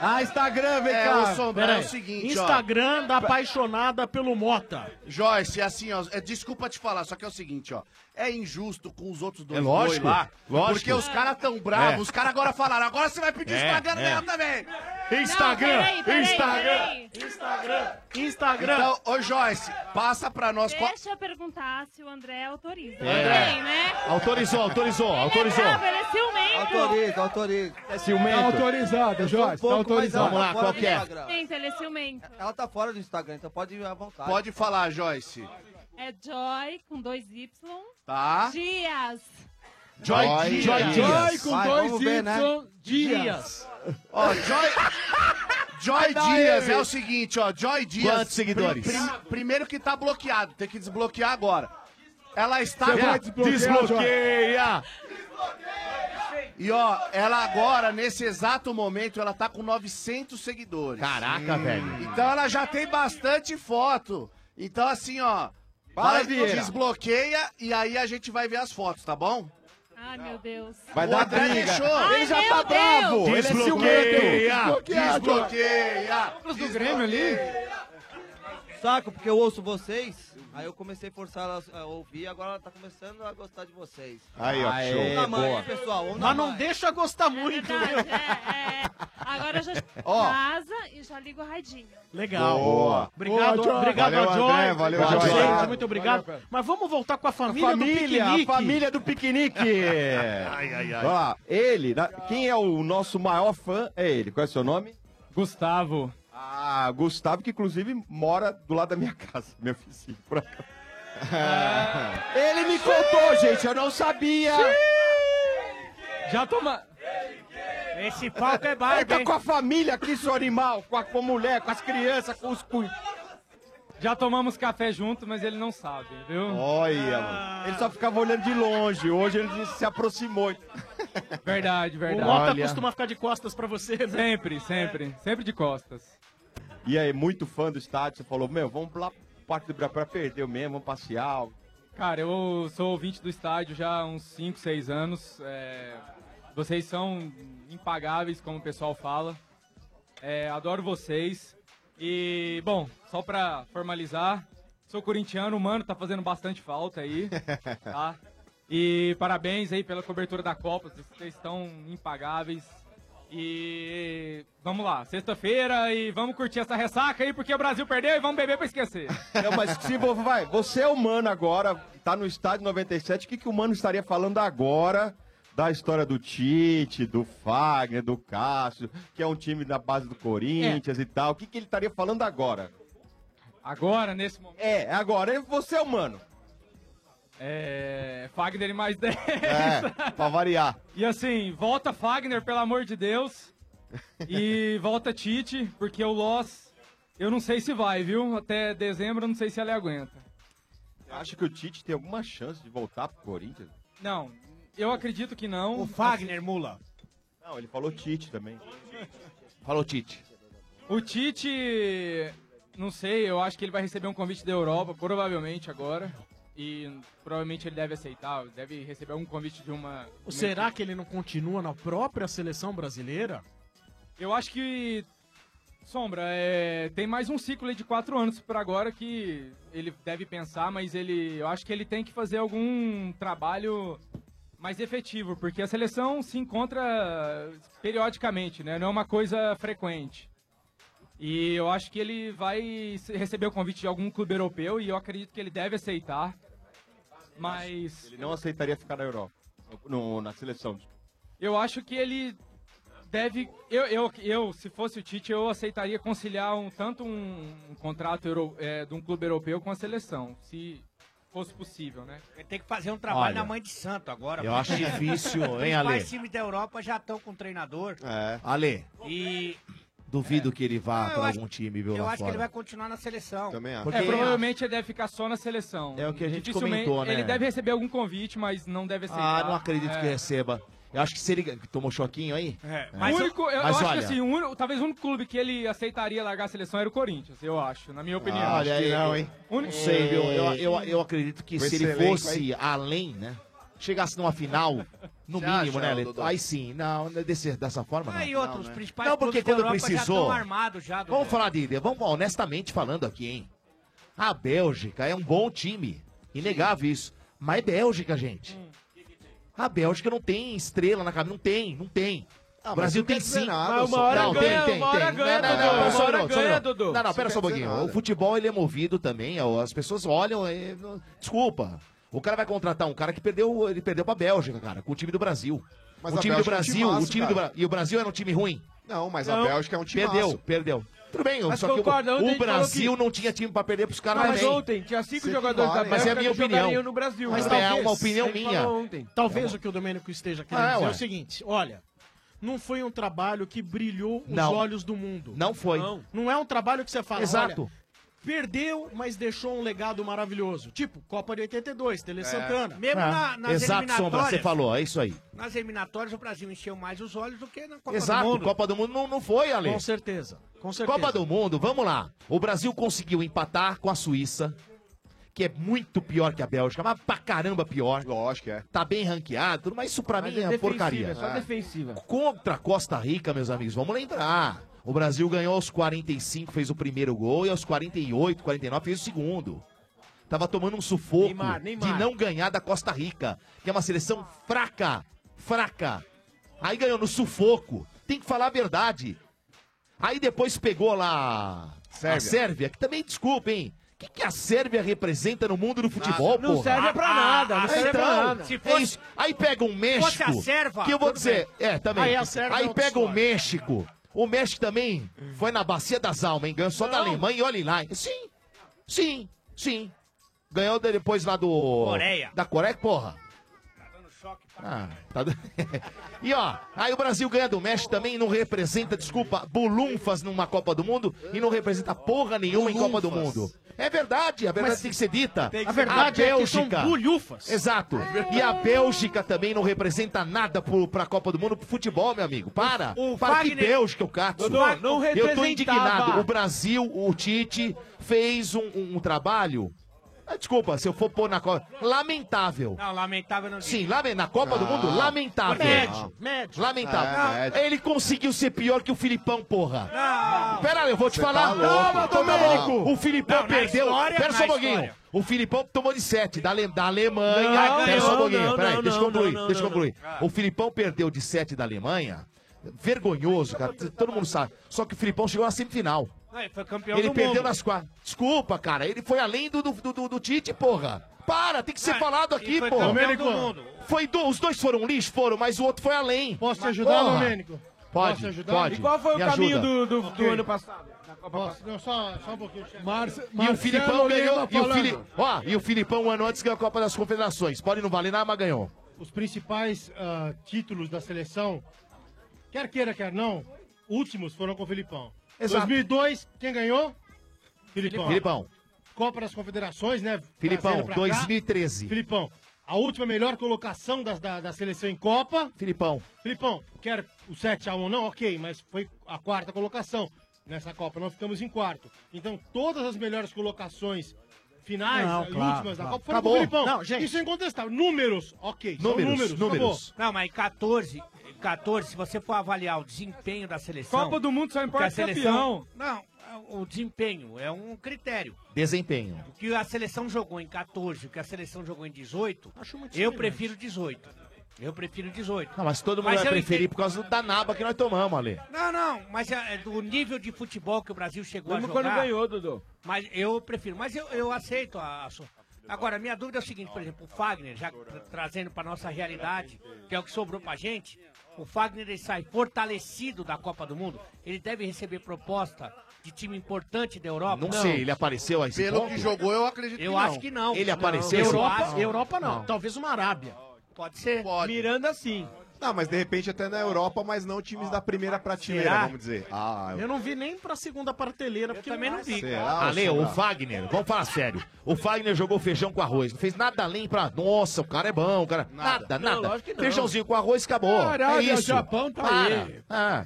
[SPEAKER 11] Ah, Instagram,
[SPEAKER 2] vem
[SPEAKER 11] cá.
[SPEAKER 2] Ô, Sombra,
[SPEAKER 1] Pera
[SPEAKER 2] é
[SPEAKER 1] aí.
[SPEAKER 2] o seguinte, ó.
[SPEAKER 1] Instagram da apaixonada pelo Mota.
[SPEAKER 14] Joyce, é assim, ó, é, desculpa te falar, só que é o seguinte, ó. É injusto com os outros dois
[SPEAKER 2] É lógico,
[SPEAKER 14] boi lá.
[SPEAKER 2] lógico.
[SPEAKER 14] Porque os caras tão bravos,
[SPEAKER 2] É.
[SPEAKER 14] os caras agora falaram, agora você vai pedir
[SPEAKER 2] É,
[SPEAKER 14] Instagram
[SPEAKER 2] é.
[SPEAKER 14] dela também.
[SPEAKER 2] Instagram, Instagram.
[SPEAKER 29] Instagram.
[SPEAKER 1] Instagram.
[SPEAKER 14] Então, ô Joyce, passa pra nós qual...
[SPEAKER 29] Deixa eu perguntar se o André autoriza.
[SPEAKER 2] É.
[SPEAKER 29] Também, né?
[SPEAKER 2] Autorizou, autorizou,
[SPEAKER 29] Ele
[SPEAKER 2] autorizou.
[SPEAKER 29] É bravo, ele é ciumento.
[SPEAKER 28] Autoriza, autoriza.
[SPEAKER 2] É ciumento? Tá autorizado,
[SPEAKER 28] Tá Eu sou um
[SPEAKER 2] Joyce, tá
[SPEAKER 28] pouco, mas
[SPEAKER 2] autorizado.
[SPEAKER 28] ela
[SPEAKER 2] Vamos
[SPEAKER 28] tá
[SPEAKER 2] lá,
[SPEAKER 28] fora
[SPEAKER 2] qual
[SPEAKER 28] do
[SPEAKER 2] que é?
[SPEAKER 28] Instagram.
[SPEAKER 29] Gente, ele é ciumento.
[SPEAKER 28] Ela tá fora do Instagram, então pode ir à vontade.
[SPEAKER 14] Pode falar, Joyce.
[SPEAKER 29] É Joy com dois Y.
[SPEAKER 14] Tá.
[SPEAKER 29] Dias.
[SPEAKER 14] Joy,
[SPEAKER 9] Joy,
[SPEAKER 14] Joy
[SPEAKER 9] Joy,
[SPEAKER 14] Dias.
[SPEAKER 9] Joy com
[SPEAKER 14] Vai,
[SPEAKER 9] dois
[SPEAKER 14] vamos ver, né?
[SPEAKER 9] Y, Dias.
[SPEAKER 14] Ó, Joy... Joy
[SPEAKER 9] Vai dar
[SPEAKER 14] Dias
[SPEAKER 9] ele.
[SPEAKER 14] é o seguinte, ó. Joy Dias.
[SPEAKER 2] Quantos seguidores?
[SPEAKER 14] primeiro que tá bloqueado, tem que desbloquear agora. Ela está.
[SPEAKER 2] Você vai desbloquear, Desbloqueia!
[SPEAKER 14] E ó, ela agora, nesse exato momento, ela tá com 900 seguidores.
[SPEAKER 2] Caraca, velho.
[SPEAKER 14] Então ela já tem bastante foto. Então assim, ó.
[SPEAKER 2] Fala,
[SPEAKER 14] vai,
[SPEAKER 2] Vieira.
[SPEAKER 14] desbloqueia e aí a gente vai ver as fotos, tá bom?
[SPEAKER 29] Ai, Ah, meu Deus.
[SPEAKER 14] Vai O dar André briga. deixou. Ai,
[SPEAKER 9] Ele já
[SPEAKER 14] meu
[SPEAKER 9] tá
[SPEAKER 14] Deus.
[SPEAKER 9] bravo. Ele é ciumento.
[SPEAKER 28] Desbloqueia.
[SPEAKER 14] Desbloqueia.
[SPEAKER 28] do Grêmio ali. Saco, porque eu ouço vocês, aí eu comecei a forçar ela a ouvir, agora ela tá começando a gostar de vocês.
[SPEAKER 2] Aí, ó,
[SPEAKER 28] Aê,
[SPEAKER 2] show.
[SPEAKER 28] Vamos na mãe,
[SPEAKER 2] Boa.
[SPEAKER 28] hein, pessoal. Vamos na
[SPEAKER 1] Mas não
[SPEAKER 28] mãe.
[SPEAKER 1] deixa
[SPEAKER 29] É
[SPEAKER 1] gostar muito.
[SPEAKER 29] Agora eu já
[SPEAKER 1] Ó.
[SPEAKER 29] casa e já ligo o radinho.
[SPEAKER 1] Legal.
[SPEAKER 2] Boa.
[SPEAKER 1] Obrigado,
[SPEAKER 2] Boa, Joy.
[SPEAKER 1] obrigado
[SPEAKER 2] Valeu,
[SPEAKER 1] a Joy.
[SPEAKER 2] André, valeu,
[SPEAKER 1] obrigado,
[SPEAKER 2] Joy.
[SPEAKER 1] gente,
[SPEAKER 2] Valeu.
[SPEAKER 1] muito obrigado.
[SPEAKER 2] Valeu,
[SPEAKER 1] Mas vamos voltar com a família,
[SPEAKER 11] família,
[SPEAKER 1] do
[SPEAKER 11] a
[SPEAKER 1] piquenique.
[SPEAKER 11] família do piquenique.
[SPEAKER 9] Ai, ai, ai.
[SPEAKER 11] Olha lá, ele, na- quem é o nosso maior fã é ele. Qual é o seu nome?
[SPEAKER 17] Gustavo.
[SPEAKER 11] Ah, Gustavo, que inclusive mora do lado da minha casa, meu vizinho, por acaso. (laughs) Ele me contou, gente, eu não sabia.
[SPEAKER 17] Já toma.
[SPEAKER 16] Esse palco é barba,
[SPEAKER 11] Ele tá
[SPEAKER 16] hein?
[SPEAKER 11] com a família aqui, seu animal, com a, com a mulher, com as crianças, com os cu...
[SPEAKER 17] Já tomamos café junto, mas ele não sabe, viu?
[SPEAKER 11] Olha, mano. Ele só ficava olhando de longe, hoje ele se aproximou.
[SPEAKER 17] Verdade,
[SPEAKER 1] O
[SPEAKER 17] verdade.
[SPEAKER 1] Mota costuma ficar de costas pra você, né?
[SPEAKER 17] Sempre, sempre. Sempre de costas.
[SPEAKER 11] E aí, muito fã do estádio, você falou, meu, vamos lá pro Parque do Ibirapuera, perdeu mesmo, vamos passear.
[SPEAKER 17] Cara, eu sou ouvinte do estádio já há uns 5, 6 anos. É, vocês são impagáveis, como o pessoal fala. É, adoro vocês. E, bom, só pra formalizar, sou corintiano, mano, tá fazendo bastante falta aí, tá? E parabéns aí pela cobertura da Copa, vocês estão impagáveis. E vamos lá, sexta-feira e vamos curtir essa ressaca aí, porque o Brasil perdeu e vamos beber pra esquecer.
[SPEAKER 11] Não, mas se vo- vai, você é humano agora, tá no estádio 97, o que, que o mano estaria falando agora da história do Tite, do Fagner, do Cássio, que é um time da base do Corinthians e tal? O que, que ele estaria falando agora?
[SPEAKER 17] Agora, nesse momento.
[SPEAKER 11] É, agora é você é humano.
[SPEAKER 17] É. Fagner e mais (laughs) 10.
[SPEAKER 11] É, pra variar.
[SPEAKER 17] E assim, volta Fagner, pelo amor de Deus.
[SPEAKER 11] (laughs)
[SPEAKER 17] E volta Tite, porque o Loss, eu não sei se vai, viu? Até dezembro, eu não sei se ele aguenta.
[SPEAKER 11] Você acha que o Tite tem alguma chance de voltar pro Corinthians?
[SPEAKER 17] Não, eu acredito que não. O
[SPEAKER 16] Fagner, mula.
[SPEAKER 11] Não, ele falou Tite também.
[SPEAKER 2] Falou, Tite.
[SPEAKER 17] O Tite, não sei, eu acho que ele vai receber um convite da Europa, provavelmente agora. E provavelmente ele deve aceitar, deve receber algum convite de uma. de uma
[SPEAKER 1] Será que ele não continua na própria seleção brasileira?
[SPEAKER 17] Eu acho que. Sombra, é, tem mais um ciclo aí de quatro anos por agora que ele deve pensar, mas ele. Eu acho que ele tem que fazer algum trabalho mais efetivo, porque a seleção se encontra periodicamente, né? Não é uma coisa frequente. E eu acho que ele vai se- receber o convite de algum clube europeu e eu acredito que ele deve aceitar. Mas.
[SPEAKER 11] Ele não aceitaria ficar na Europa. No- na seleção.
[SPEAKER 17] Eu acho que ele deve. Eu, eu, eu, se fosse o Tite, eu aceitaria conciliar um, tanto um, um contrato euro- eh, de um clube europeu com a seleção, se fosse possível, né?
[SPEAKER 16] Ele tem que fazer um trabalho
[SPEAKER 17] Olha,
[SPEAKER 16] na mãe de santo agora.
[SPEAKER 17] eu
[SPEAKER 16] porque
[SPEAKER 17] acho difícil,
[SPEAKER 16] os
[SPEAKER 2] hein, Ale?
[SPEAKER 16] principais times da Europa já estão com treinador.
[SPEAKER 2] É. Ale,
[SPEAKER 16] E
[SPEAKER 2] duvido que ele vá
[SPEAKER 16] Não, É. Ah, eu
[SPEAKER 2] pra
[SPEAKER 16] acho-
[SPEAKER 2] algum time, viu,
[SPEAKER 16] eu,
[SPEAKER 2] lá
[SPEAKER 16] acho que
[SPEAKER 2] fora.
[SPEAKER 16] ele vai continuar na seleção.
[SPEAKER 2] Também acho.
[SPEAKER 17] Porque
[SPEAKER 2] Porque-
[SPEAKER 17] É, provavelmente ele deve ficar só na seleção.
[SPEAKER 2] É o que a gente
[SPEAKER 17] Dificilmente-
[SPEAKER 2] comentou, né?
[SPEAKER 17] Ele deve receber algum convite, mas não deve aceitar.
[SPEAKER 2] Ah, não acredito
[SPEAKER 17] É.
[SPEAKER 2] que receba. Eu acho que se ele tomou choquinho aí.
[SPEAKER 17] É. Mas o único, eu, eu
[SPEAKER 2] Mas
[SPEAKER 17] acho
[SPEAKER 2] olha-
[SPEAKER 17] que assim, o único- talvez o único clube que ele aceitaria largar a seleção era o Corinthians, eu acho, na minha opinião.
[SPEAKER 2] Ah, olha aí, não, hein?
[SPEAKER 17] O
[SPEAKER 2] Não
[SPEAKER 17] único-
[SPEAKER 2] sei, viu? Eu, eu, eu acredito que
[SPEAKER 17] Com
[SPEAKER 2] se
[SPEAKER 17] esse
[SPEAKER 2] ele
[SPEAKER 17] elenco
[SPEAKER 2] fosse
[SPEAKER 17] aí.
[SPEAKER 2] além, né? Chegasse numa final, no
[SPEAKER 16] Você
[SPEAKER 2] mínimo,
[SPEAKER 16] acha,
[SPEAKER 2] né, Leto?
[SPEAKER 16] Dodô?
[SPEAKER 2] Aí sim, não, é desse, dessa forma não.
[SPEAKER 16] Ah, e outros, os
[SPEAKER 2] né?
[SPEAKER 16] principais
[SPEAKER 2] Não, porque
[SPEAKER 16] clubes da
[SPEAKER 2] quando
[SPEAKER 16] Europa já
[SPEAKER 2] precisou.
[SPEAKER 16] estão armados já. Dodô.
[SPEAKER 8] né?
[SPEAKER 2] Vamos falar de. Vamos honestamente falando aqui, hein? A Bélgica é um bom time. Inegável isso. Mas é Bélgica, gente.
[SPEAKER 8] Hum.
[SPEAKER 2] A Bélgica não tem estrela na cabeça. Não tem, não tem.
[SPEAKER 8] Ah,
[SPEAKER 2] o
[SPEAKER 8] mas
[SPEAKER 2] Brasil
[SPEAKER 8] não quer
[SPEAKER 2] tem
[SPEAKER 8] dizer
[SPEAKER 2] sim.
[SPEAKER 8] nada, Mas uma hora
[SPEAKER 2] não,
[SPEAKER 8] ganha,
[SPEAKER 2] tem, tem,
[SPEAKER 8] uma hora
[SPEAKER 2] tem.
[SPEAKER 8] ganha,
[SPEAKER 2] não, não, não,
[SPEAKER 8] Dodô.
[SPEAKER 2] não, só um
[SPEAKER 8] Uma hora
[SPEAKER 2] minuto, só um
[SPEAKER 8] ganha,
[SPEAKER 2] minuto.
[SPEAKER 8] Dodô.
[SPEAKER 2] Não, não,
[SPEAKER 8] Isso
[SPEAKER 2] pera
[SPEAKER 8] não
[SPEAKER 2] só um
[SPEAKER 8] quer dizer
[SPEAKER 2] pouquinho. O
[SPEAKER 8] nada.
[SPEAKER 2] futebol, ele é movido também. ó, As pessoas olham... é, não- Desculpa. O cara vai contratar um cara que perdeu, ele perdeu pra Bélgica, cara, com o time do Brasil.
[SPEAKER 8] Mas
[SPEAKER 2] o
[SPEAKER 8] a
[SPEAKER 2] time do
[SPEAKER 8] Bélgica é um
[SPEAKER 2] Brasil,
[SPEAKER 8] timaço,
[SPEAKER 2] o time do
[SPEAKER 8] cara.
[SPEAKER 2] Bra- E o Brasil era um time ruim?
[SPEAKER 8] Não, mas a Bélgica é um timaço.
[SPEAKER 2] Perdeu, perdeu. Tudo bem,
[SPEAKER 8] Mas
[SPEAKER 2] só
[SPEAKER 8] concorda,
[SPEAKER 2] que
[SPEAKER 8] ontem
[SPEAKER 2] o-
[SPEAKER 8] a
[SPEAKER 2] o,
[SPEAKER 8] gente falou
[SPEAKER 2] Brasil
[SPEAKER 8] que-
[SPEAKER 2] não tinha time pra perder pros caras
[SPEAKER 13] Mas
[SPEAKER 2] também.
[SPEAKER 13] ontem, tinha cinco
[SPEAKER 2] Você que
[SPEAKER 13] jogadores
[SPEAKER 2] fala,
[SPEAKER 13] da
[SPEAKER 2] Mas é
[SPEAKER 13] Bélgica
[SPEAKER 2] a minha
[SPEAKER 13] que
[SPEAKER 2] opinião.
[SPEAKER 13] jogariam no Brasil.
[SPEAKER 2] Mas
[SPEAKER 13] Cara.
[SPEAKER 2] é uma
[SPEAKER 13] Talvez.
[SPEAKER 2] opinião
[SPEAKER 13] Ele
[SPEAKER 2] minha.
[SPEAKER 13] falou ontem. É
[SPEAKER 10] Talvez o que o Domênico esteja querendo
[SPEAKER 2] É,
[SPEAKER 10] dizer é
[SPEAKER 2] ué.
[SPEAKER 10] o seguinte, olha, não foi um trabalho que brilhou os
[SPEAKER 2] Não.
[SPEAKER 10] olhos do mundo.
[SPEAKER 2] Não foi.
[SPEAKER 10] Não, Não é um trabalho que você fala,
[SPEAKER 2] Exato.
[SPEAKER 10] olha, perdeu, mas deixou um legado maravilhoso. Tipo, Copa de 82, Tele
[SPEAKER 2] É.
[SPEAKER 10] Santana.
[SPEAKER 16] Mesmo
[SPEAKER 2] Ah,
[SPEAKER 16] na- nas
[SPEAKER 2] Exato, Sombra, você
[SPEAKER 16] eliminatórias-
[SPEAKER 2] falou, é isso aí.
[SPEAKER 16] Nas eliminatórias, o Brasil encheu mais os olhos do que na Copa
[SPEAKER 2] Exato,
[SPEAKER 16] do Mundo.
[SPEAKER 2] Copa do Mundo não, não foi, Ale.
[SPEAKER 16] Com certeza. Com certeza.
[SPEAKER 2] Copa do Mundo, vamos lá. O Brasil conseguiu empatar com a Suíça, que é muito pior que a Bélgica, mas pra caramba pior.
[SPEAKER 8] Lógico que é.
[SPEAKER 2] Tá bem ranqueado, tudo, mas isso pra
[SPEAKER 13] Mas
[SPEAKER 2] mim é,
[SPEAKER 13] defensiva,
[SPEAKER 2] porcaria.
[SPEAKER 13] é Só defensiva.
[SPEAKER 2] Contra a Costa Rica, meus amigos, vamos lembrar. O Brasil ganhou aos 45, fez o primeiro gol, e aos 48, 49 fez o segundo. Tava tomando um sufoco
[SPEAKER 10] Neymar, Neymar.
[SPEAKER 2] de não ganhar da Costa Rica, que é uma seleção fraca, fraca. Aí ganhou no sufoco. Tem que falar a verdade. Aí depois pegou lá a
[SPEAKER 8] Sérvia.
[SPEAKER 2] Sérvia, que também, desculpa, hein? O que, que a Sérvia representa no mundo do futebol,
[SPEAKER 13] Não
[SPEAKER 2] porra?
[SPEAKER 13] serve pra nada, não
[SPEAKER 2] Ah,
[SPEAKER 13] serve
[SPEAKER 2] então,
[SPEAKER 13] pra nada.
[SPEAKER 2] Se fosse- é isso. Aí pega um México.
[SPEAKER 13] fosse a Sérvia,
[SPEAKER 2] que eu vou
[SPEAKER 13] tudo
[SPEAKER 2] dizer,
[SPEAKER 13] bem.
[SPEAKER 2] é, também.
[SPEAKER 13] Aí a Sérvia é
[SPEAKER 2] Aí
[SPEAKER 13] outra
[SPEAKER 2] pega o
[SPEAKER 13] história.
[SPEAKER 2] México. O México também foi na bacia das almas, hein? Ganhou só da Alemanha e olha lá. Sim, sim, sim. Ganhou depois lá do...
[SPEAKER 9] Coreia.
[SPEAKER 2] Da Coreia, porra. Ah, tá (laughs) do- e ó, aí o Brasil ganha do México também e não representa, desculpa, bolunfas numa Copa do Mundo e não representa porra nenhuma em Copa do
[SPEAKER 9] Bolunfas.
[SPEAKER 2] Mundo. É verdade, a verdade tem que ser dita.
[SPEAKER 9] tem que ser dita.
[SPEAKER 2] a Bélgica,
[SPEAKER 9] É que são bolhufas.
[SPEAKER 2] Exato. E a Bélgica também não representa nada pro, pra Copa do Mundo pro futebol, meu amigo. Para.
[SPEAKER 9] O
[SPEAKER 2] para que
[SPEAKER 9] Fagner-
[SPEAKER 2] Bélgica, o Cato.
[SPEAKER 9] Dodô, não
[SPEAKER 2] Eu tô
[SPEAKER 9] representava.
[SPEAKER 2] indignado. O Brasil, o Tite, fez um, um- um trabalho. Ah, Desculpa, se eu for pôr na Copa. Lamentável.
[SPEAKER 16] Não, lamentável não.
[SPEAKER 2] Sim, lame- na Copa do
[SPEAKER 16] Não.
[SPEAKER 9] Ah.
[SPEAKER 2] Mundo,
[SPEAKER 17] Ah,
[SPEAKER 2] lamentável.
[SPEAKER 16] Médio,
[SPEAKER 2] médio.
[SPEAKER 16] É,
[SPEAKER 2] Lamentável.
[SPEAKER 16] médio.
[SPEAKER 2] Ele conseguiu ser pior que o Filipão, porra.
[SPEAKER 16] Não.
[SPEAKER 2] Pera aí, eu vou te
[SPEAKER 16] Você
[SPEAKER 2] falar.
[SPEAKER 16] tá louco.
[SPEAKER 2] Calma,
[SPEAKER 16] Tá
[SPEAKER 2] Domênico.
[SPEAKER 16] louco.
[SPEAKER 2] O Filipão
[SPEAKER 16] Não, na
[SPEAKER 2] perdeu.
[SPEAKER 16] história,
[SPEAKER 2] Pera só
[SPEAKER 16] na
[SPEAKER 2] um pouquinho.
[SPEAKER 16] história.
[SPEAKER 2] O Filipão tomou de 7 da, Ale- da Alemanha.
[SPEAKER 9] Não,
[SPEAKER 2] Pera só um
[SPEAKER 9] não,
[SPEAKER 2] pouquinho.
[SPEAKER 9] não,
[SPEAKER 2] Pera aí,
[SPEAKER 9] não,
[SPEAKER 2] deixa eu
[SPEAKER 9] não,
[SPEAKER 2] concluir.
[SPEAKER 9] não,
[SPEAKER 2] Deixa eu
[SPEAKER 9] não,
[SPEAKER 2] concluir.
[SPEAKER 9] não.
[SPEAKER 2] O Filipão perdeu de 7 da Alemanha. Vergonhoso, cara. Todo mundo sabe. Só que o Filipão chegou na semifinal.
[SPEAKER 16] Não, ele foi campeão
[SPEAKER 2] ele
[SPEAKER 16] do
[SPEAKER 2] perdeu
[SPEAKER 16] mundo.
[SPEAKER 2] nas quatro. Desculpa, cara. Ele foi além do, do, do- do- do Tite, porra. Para, tem que ser
[SPEAKER 16] Não,
[SPEAKER 2] falado
[SPEAKER 16] ele
[SPEAKER 2] aqui,
[SPEAKER 16] É, foi
[SPEAKER 2] porra.
[SPEAKER 16] campeão do mundo.
[SPEAKER 2] Foi do- os dois foram um lixo? Foram, mas o outro foi além. Posso
[SPEAKER 18] te ajudar, Domênico?
[SPEAKER 2] Pode,
[SPEAKER 18] Posso te ajudar?
[SPEAKER 2] pode.
[SPEAKER 18] E qual foi o
[SPEAKER 2] Me
[SPEAKER 18] caminho do-
[SPEAKER 2] ajuda.
[SPEAKER 18] do- do
[SPEAKER 2] Ok.
[SPEAKER 18] ano
[SPEAKER 13] passado? Na Copa
[SPEAKER 18] Posso? Não, só, só um pouquinho.
[SPEAKER 2] E o Filipão
[SPEAKER 16] tá
[SPEAKER 2] ganhou. E o, Fili...
[SPEAKER 18] Fili-
[SPEAKER 2] Ó, e o Filipão, um ano antes, ganhou a Copa das Confederações. Pode não valer nada, mas ganhou.
[SPEAKER 20] os principais ah, títulos da seleção, quer queira, quer não, últimos foram com o Filipão.
[SPEAKER 2] Exato.
[SPEAKER 20] 2002, quem ganhou? Filipão.
[SPEAKER 2] Filipão.
[SPEAKER 20] Copa das Confederações, né?
[SPEAKER 2] Filipão,
[SPEAKER 20] Trazendo pra cá.
[SPEAKER 2] 2013.
[SPEAKER 20] Filipão. A última melhor colocação da, da, da seleção em Copa.
[SPEAKER 2] Filipão.
[SPEAKER 20] Filipão, quer o 7x1 não? Ok, mas foi a quarta colocação nessa Copa. Não ficamos em quarto. Então, todas as melhores colocações finais
[SPEAKER 10] Não,
[SPEAKER 20] e
[SPEAKER 10] claro,
[SPEAKER 20] últimas da
[SPEAKER 10] claro.
[SPEAKER 20] Copa foram com
[SPEAKER 10] Acabou.
[SPEAKER 20] o Filipão.
[SPEAKER 10] Não, gente.
[SPEAKER 20] Isso é incontestável. Números, ok. são números, acabou.
[SPEAKER 16] Não, mas em 14, em 14, se você for avaliar o desempenho da seleção.
[SPEAKER 17] Copa do Mundo só importa
[SPEAKER 16] que a
[SPEAKER 17] campeão.
[SPEAKER 16] Não, o desempenho é um critério.
[SPEAKER 2] Desempenho.
[SPEAKER 16] O que a seleção jogou em 14, o que a seleção jogou em 18, eu
[SPEAKER 2] semelhante.
[SPEAKER 16] prefiro 18. Eu prefiro 18.
[SPEAKER 2] Não, mas todo mundo
[SPEAKER 16] Mas
[SPEAKER 2] vai
[SPEAKER 16] eu
[SPEAKER 2] preferir
[SPEAKER 16] entendo-
[SPEAKER 2] por causa da naba que nós tomamos, Ale.
[SPEAKER 16] Não, não, mas é, é do nível de futebol que o Brasil chegou a
[SPEAKER 13] Mesmo
[SPEAKER 16] jogar.
[SPEAKER 13] quando ganhou, Dodô.
[SPEAKER 16] Mas eu prefiro, mas eu, eu aceito a, a sua. Agora, minha dúvida é o seguinte, por exemplo, o Fagner, já tra- trazendo para nossa realidade, que é o que sobrou pra gente, o Fagner ele sai fortalecido da Copa do Mundo, ele deve receber proposta de time importante da Europa.
[SPEAKER 2] Não, sei, ele apareceu a esse
[SPEAKER 16] Pelo
[SPEAKER 2] ponto?
[SPEAKER 16] que jogou, eu acredito
[SPEAKER 10] que
[SPEAKER 16] Eu
[SPEAKER 10] não.
[SPEAKER 16] acho que não.
[SPEAKER 2] Ele
[SPEAKER 16] Não.
[SPEAKER 2] apareceu a esse
[SPEAKER 10] Europa,
[SPEAKER 2] ponto?
[SPEAKER 10] Europa não.
[SPEAKER 2] Não.
[SPEAKER 10] Talvez uma Arábia.
[SPEAKER 16] Pode ser.
[SPEAKER 13] Miranda, sim.
[SPEAKER 8] Não, mas de repente até na Europa, mas não times da primeira prateleira,
[SPEAKER 10] Será?
[SPEAKER 8] vamos dizer. Ah,
[SPEAKER 10] Eu não vi nem pra segunda prateleira, porque também não é vi.
[SPEAKER 2] Será, Ale, o Wagner, vamos falar sério. O Wagner jogou feijão com arroz. Não fez nada além pra. Nossa, o cara é bom, o cara. Nada, nada.
[SPEAKER 10] Não, lógico que não.
[SPEAKER 2] Feijãozinho com arroz acabou.
[SPEAKER 10] Caralho,
[SPEAKER 2] é isso.
[SPEAKER 10] o Japão tá
[SPEAKER 2] Para.
[SPEAKER 10] aí.
[SPEAKER 2] Ah.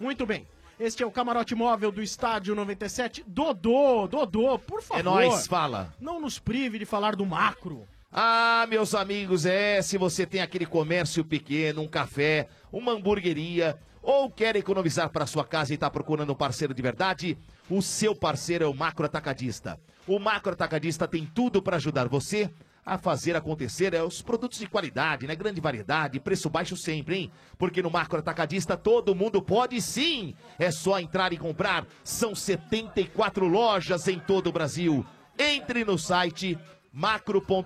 [SPEAKER 10] Muito bem. Este é o camarote móvel do Estádio 97. Dodô, Dodô, por favor.
[SPEAKER 2] É nóis, fala.
[SPEAKER 10] Não nos prive de falar do macro.
[SPEAKER 2] Ah, meus amigos, é, se você tem aquele comércio pequeno, um café, uma hamburgueria, ou quer economizar para sua casa e está procurando um parceiro de verdade, o seu parceiro é o Macro Atacadista. O Macro Atacadista tem tudo para ajudar você a fazer acontecer é, os produtos de qualidade, né? Grande variedade, preço baixo sempre, hein? Porque no Macro Atacadista todo mundo pode sim. É só entrar e comprar. São 74 lojas em todo o Brasil. Entre no site macro.com.br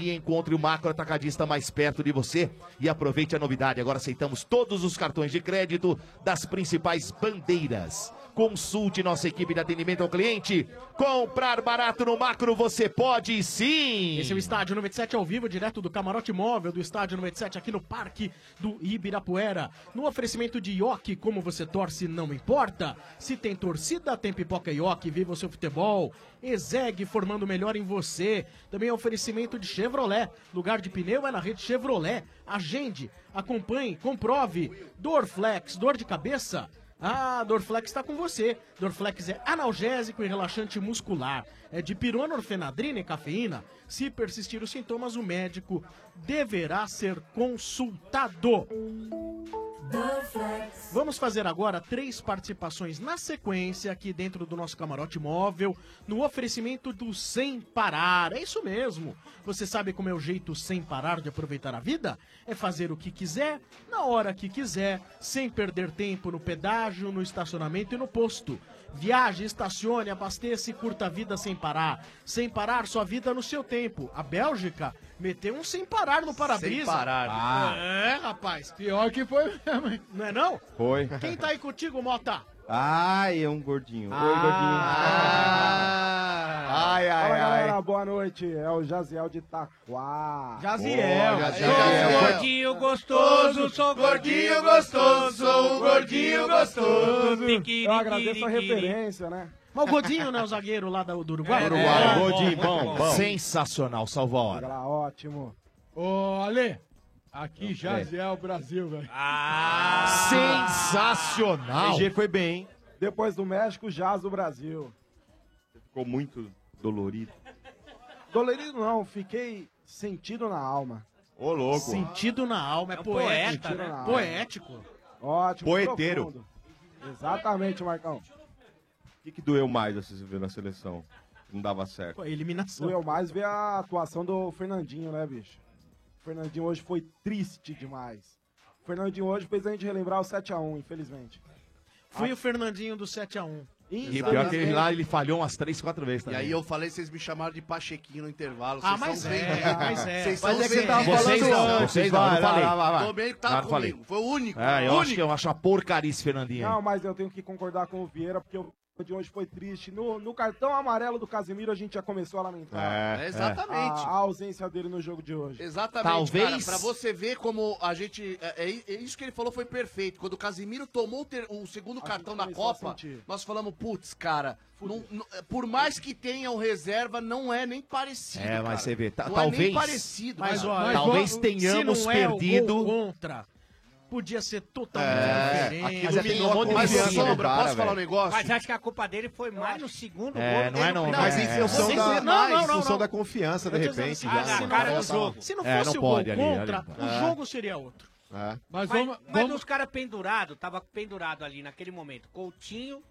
[SPEAKER 2] e encontre o macro atacadista mais perto de você e aproveite a novidade. Agora aceitamos todos os cartões de crédito das principais bandeiras. Consulte nossa equipe de atendimento ao cliente. Comprar barato no macro você pode sim.
[SPEAKER 10] Esse é o Estádio 97 ao vivo, direto do camarote móvel do Estádio 97, aqui no Parque do Ibirapuera. No oferecimento de Ioki, como você torce, não importa. Se tem torcida, tem pipoca Ioki, viva o seu futebol. Exeg, formando o melhor em você. Também é oferecimento de Chevrolet. Lugar de pneu é na rede Chevrolet. Agende, acompanhe, comprove. Dorflex, dor de cabeça? Ah, Dorflex está com você. Dorflex é analgésico e relaxante muscular. É de pirona, orfenadrina e cafeína. Se persistir os sintomas, o médico deverá ser consultado. Vamos fazer agora três participações na sequência aqui dentro do nosso camarote móvel, no oferecimento do Sem Parar. É isso mesmo. Você sabe como é o jeito sem parar de aproveitar a vida? É fazer o que quiser, na hora que quiser, sem perder tempo no pedágio, no estacionamento e no posto. Viaje, estacione, abasteça e curta a vida sem parar. Sem parar sua vida no seu tempo. A Bélgica meteu um sem parar no para-brisa.
[SPEAKER 18] parar. Ah.
[SPEAKER 10] É, rapaz. Pior que foi mesmo, hein? Não é não?
[SPEAKER 11] Foi.
[SPEAKER 10] Quem tá aí contigo, Mota?
[SPEAKER 11] Ai, é um gordinho. Oi, gordinho. Ai, ai,
[SPEAKER 30] Fala,
[SPEAKER 11] ai.
[SPEAKER 30] galera, boa noite. É o Jaziel de Taquá.
[SPEAKER 11] Jaziel. Boa, Jaziel.
[SPEAKER 30] Sou
[SPEAKER 16] Gordinho gostoso, sou gordinho gostoso, sou um gordinho gostoso.
[SPEAKER 30] Eu agradeço a
[SPEAKER 16] Tiquiriquiri.
[SPEAKER 30] referência, né?
[SPEAKER 10] Mas o Godinho, né? O zagueiro lá da- do Uruguai. É,
[SPEAKER 2] Uruguai,
[SPEAKER 10] Bom,
[SPEAKER 2] Godinho,
[SPEAKER 10] muito
[SPEAKER 2] É, bom, bom. Sensacional, salva a hora.
[SPEAKER 30] Tá ótimo.
[SPEAKER 18] Ô, Ale, aqui Jaziel, Brasil, velho.
[SPEAKER 11] Ah.
[SPEAKER 2] Sensacional.
[SPEAKER 30] GG foi bem, hein? Depois do México, Jaz do Brasil.
[SPEAKER 11] Ficou muito dolorido.
[SPEAKER 30] Dolorido não, fiquei sentido na alma.
[SPEAKER 11] Ô, louco.
[SPEAKER 10] Sentido na alma, é,
[SPEAKER 30] É um
[SPEAKER 10] poeta,
[SPEAKER 30] poeta,
[SPEAKER 10] né?
[SPEAKER 30] né?
[SPEAKER 10] Poético.
[SPEAKER 30] Ótimo.
[SPEAKER 11] Poeteiro.
[SPEAKER 30] profundo. Exatamente, Marcão.
[SPEAKER 11] O que, que doeu mais assim, você viu na seleção? Não dava certo.
[SPEAKER 30] eliminação. Doeu mais ver a atuação do Fernandinho, né, bicho? O Fernandinho hoje foi triste demais. O Fernandinho hoje fez a gente relembrar o 7x1, infelizmente. Ah,
[SPEAKER 10] Fui o Fernandinho do 7x1.
[SPEAKER 2] E pior que ele lá ele falhou umas três, quatro vezes
[SPEAKER 14] E
[SPEAKER 2] também.
[SPEAKER 14] aí eu falei, vocês me chamaram de Pachequinho no intervalo.
[SPEAKER 10] Ah,
[SPEAKER 14] vocês
[SPEAKER 10] mas
[SPEAKER 14] são
[SPEAKER 10] é,
[SPEAKER 14] vendidos.
[SPEAKER 10] mas é. Mas
[SPEAKER 14] Vocês são
[SPEAKER 10] é que
[SPEAKER 14] vendidos.
[SPEAKER 2] Vocês não, vocês não, vocês não, eu não falei.
[SPEAKER 14] Tomei, tá
[SPEAKER 2] Claro que falei.
[SPEAKER 14] comigo. Foi o único.
[SPEAKER 2] Ah, eu
[SPEAKER 14] único.
[SPEAKER 2] acho que eu acho uma porcaria esse Fernandinho. aí.
[SPEAKER 30] Não, mas eu tenho que concordar com o Vieira, porque o de hoje foi triste. No, no cartão amarelo do Casemiro, a gente já começou a lamentar.
[SPEAKER 2] É, É,
[SPEAKER 14] exatamente.
[SPEAKER 30] A, a ausência dele no jogo de hoje.
[SPEAKER 14] Exatamente, cara, pra você ver como a gente. É, é- é isso que ele falou foi perfeito. Quando o Casimiro tomou o, ter- o segundo cartão na
[SPEAKER 30] começou a
[SPEAKER 14] Copa,
[SPEAKER 30] sentir.
[SPEAKER 14] nós falamos, putz, cara, não- não- é, por mais que tenha o reserva, não é nem parecido.
[SPEAKER 2] É, mas
[SPEAKER 14] cara.
[SPEAKER 2] você vê, ta-
[SPEAKER 14] não é nem
[SPEAKER 2] talvez-
[SPEAKER 14] parecido,
[SPEAKER 2] Mas,
[SPEAKER 14] cara.
[SPEAKER 2] ó, Talvez
[SPEAKER 10] vo-
[SPEAKER 2] tenhamos
[SPEAKER 10] se não é o
[SPEAKER 2] perdido-
[SPEAKER 10] gol contra. Podia ser totalmente
[SPEAKER 2] É,
[SPEAKER 10] diferente.
[SPEAKER 2] aquilo Mas é, tem um monte de
[SPEAKER 14] Mas, ô,
[SPEAKER 2] confiança no
[SPEAKER 14] Sombra,
[SPEAKER 2] cara,
[SPEAKER 14] posso falar um
[SPEAKER 2] velho.
[SPEAKER 14] negócio?
[SPEAKER 16] Mas acho que a culpa dele foi mais no segundo
[SPEAKER 2] É,
[SPEAKER 16] gol.
[SPEAKER 2] não é não.
[SPEAKER 8] Mas
[SPEAKER 2] é,
[SPEAKER 8] em função,
[SPEAKER 2] é.
[SPEAKER 8] da,
[SPEAKER 2] Não, não,
[SPEAKER 8] em
[SPEAKER 2] não,
[SPEAKER 8] função
[SPEAKER 2] não.
[SPEAKER 8] da confiança, de
[SPEAKER 2] Eu tô
[SPEAKER 8] repente.
[SPEAKER 2] dizendo assim,
[SPEAKER 8] já. né?
[SPEAKER 2] ah, na cara do jogo.
[SPEAKER 16] Se não
[SPEAKER 8] É,
[SPEAKER 16] fosse
[SPEAKER 8] não
[SPEAKER 16] o gol
[SPEAKER 8] pode ali, ali.
[SPEAKER 16] contra,
[SPEAKER 8] É.
[SPEAKER 16] o jogo seria outro.
[SPEAKER 8] É.
[SPEAKER 16] Mas,
[SPEAKER 18] vamos-
[SPEAKER 16] mas
[SPEAKER 18] vamos-
[SPEAKER 16] os caras pendurados, tava pendurado ali naquele momento. Coutinho,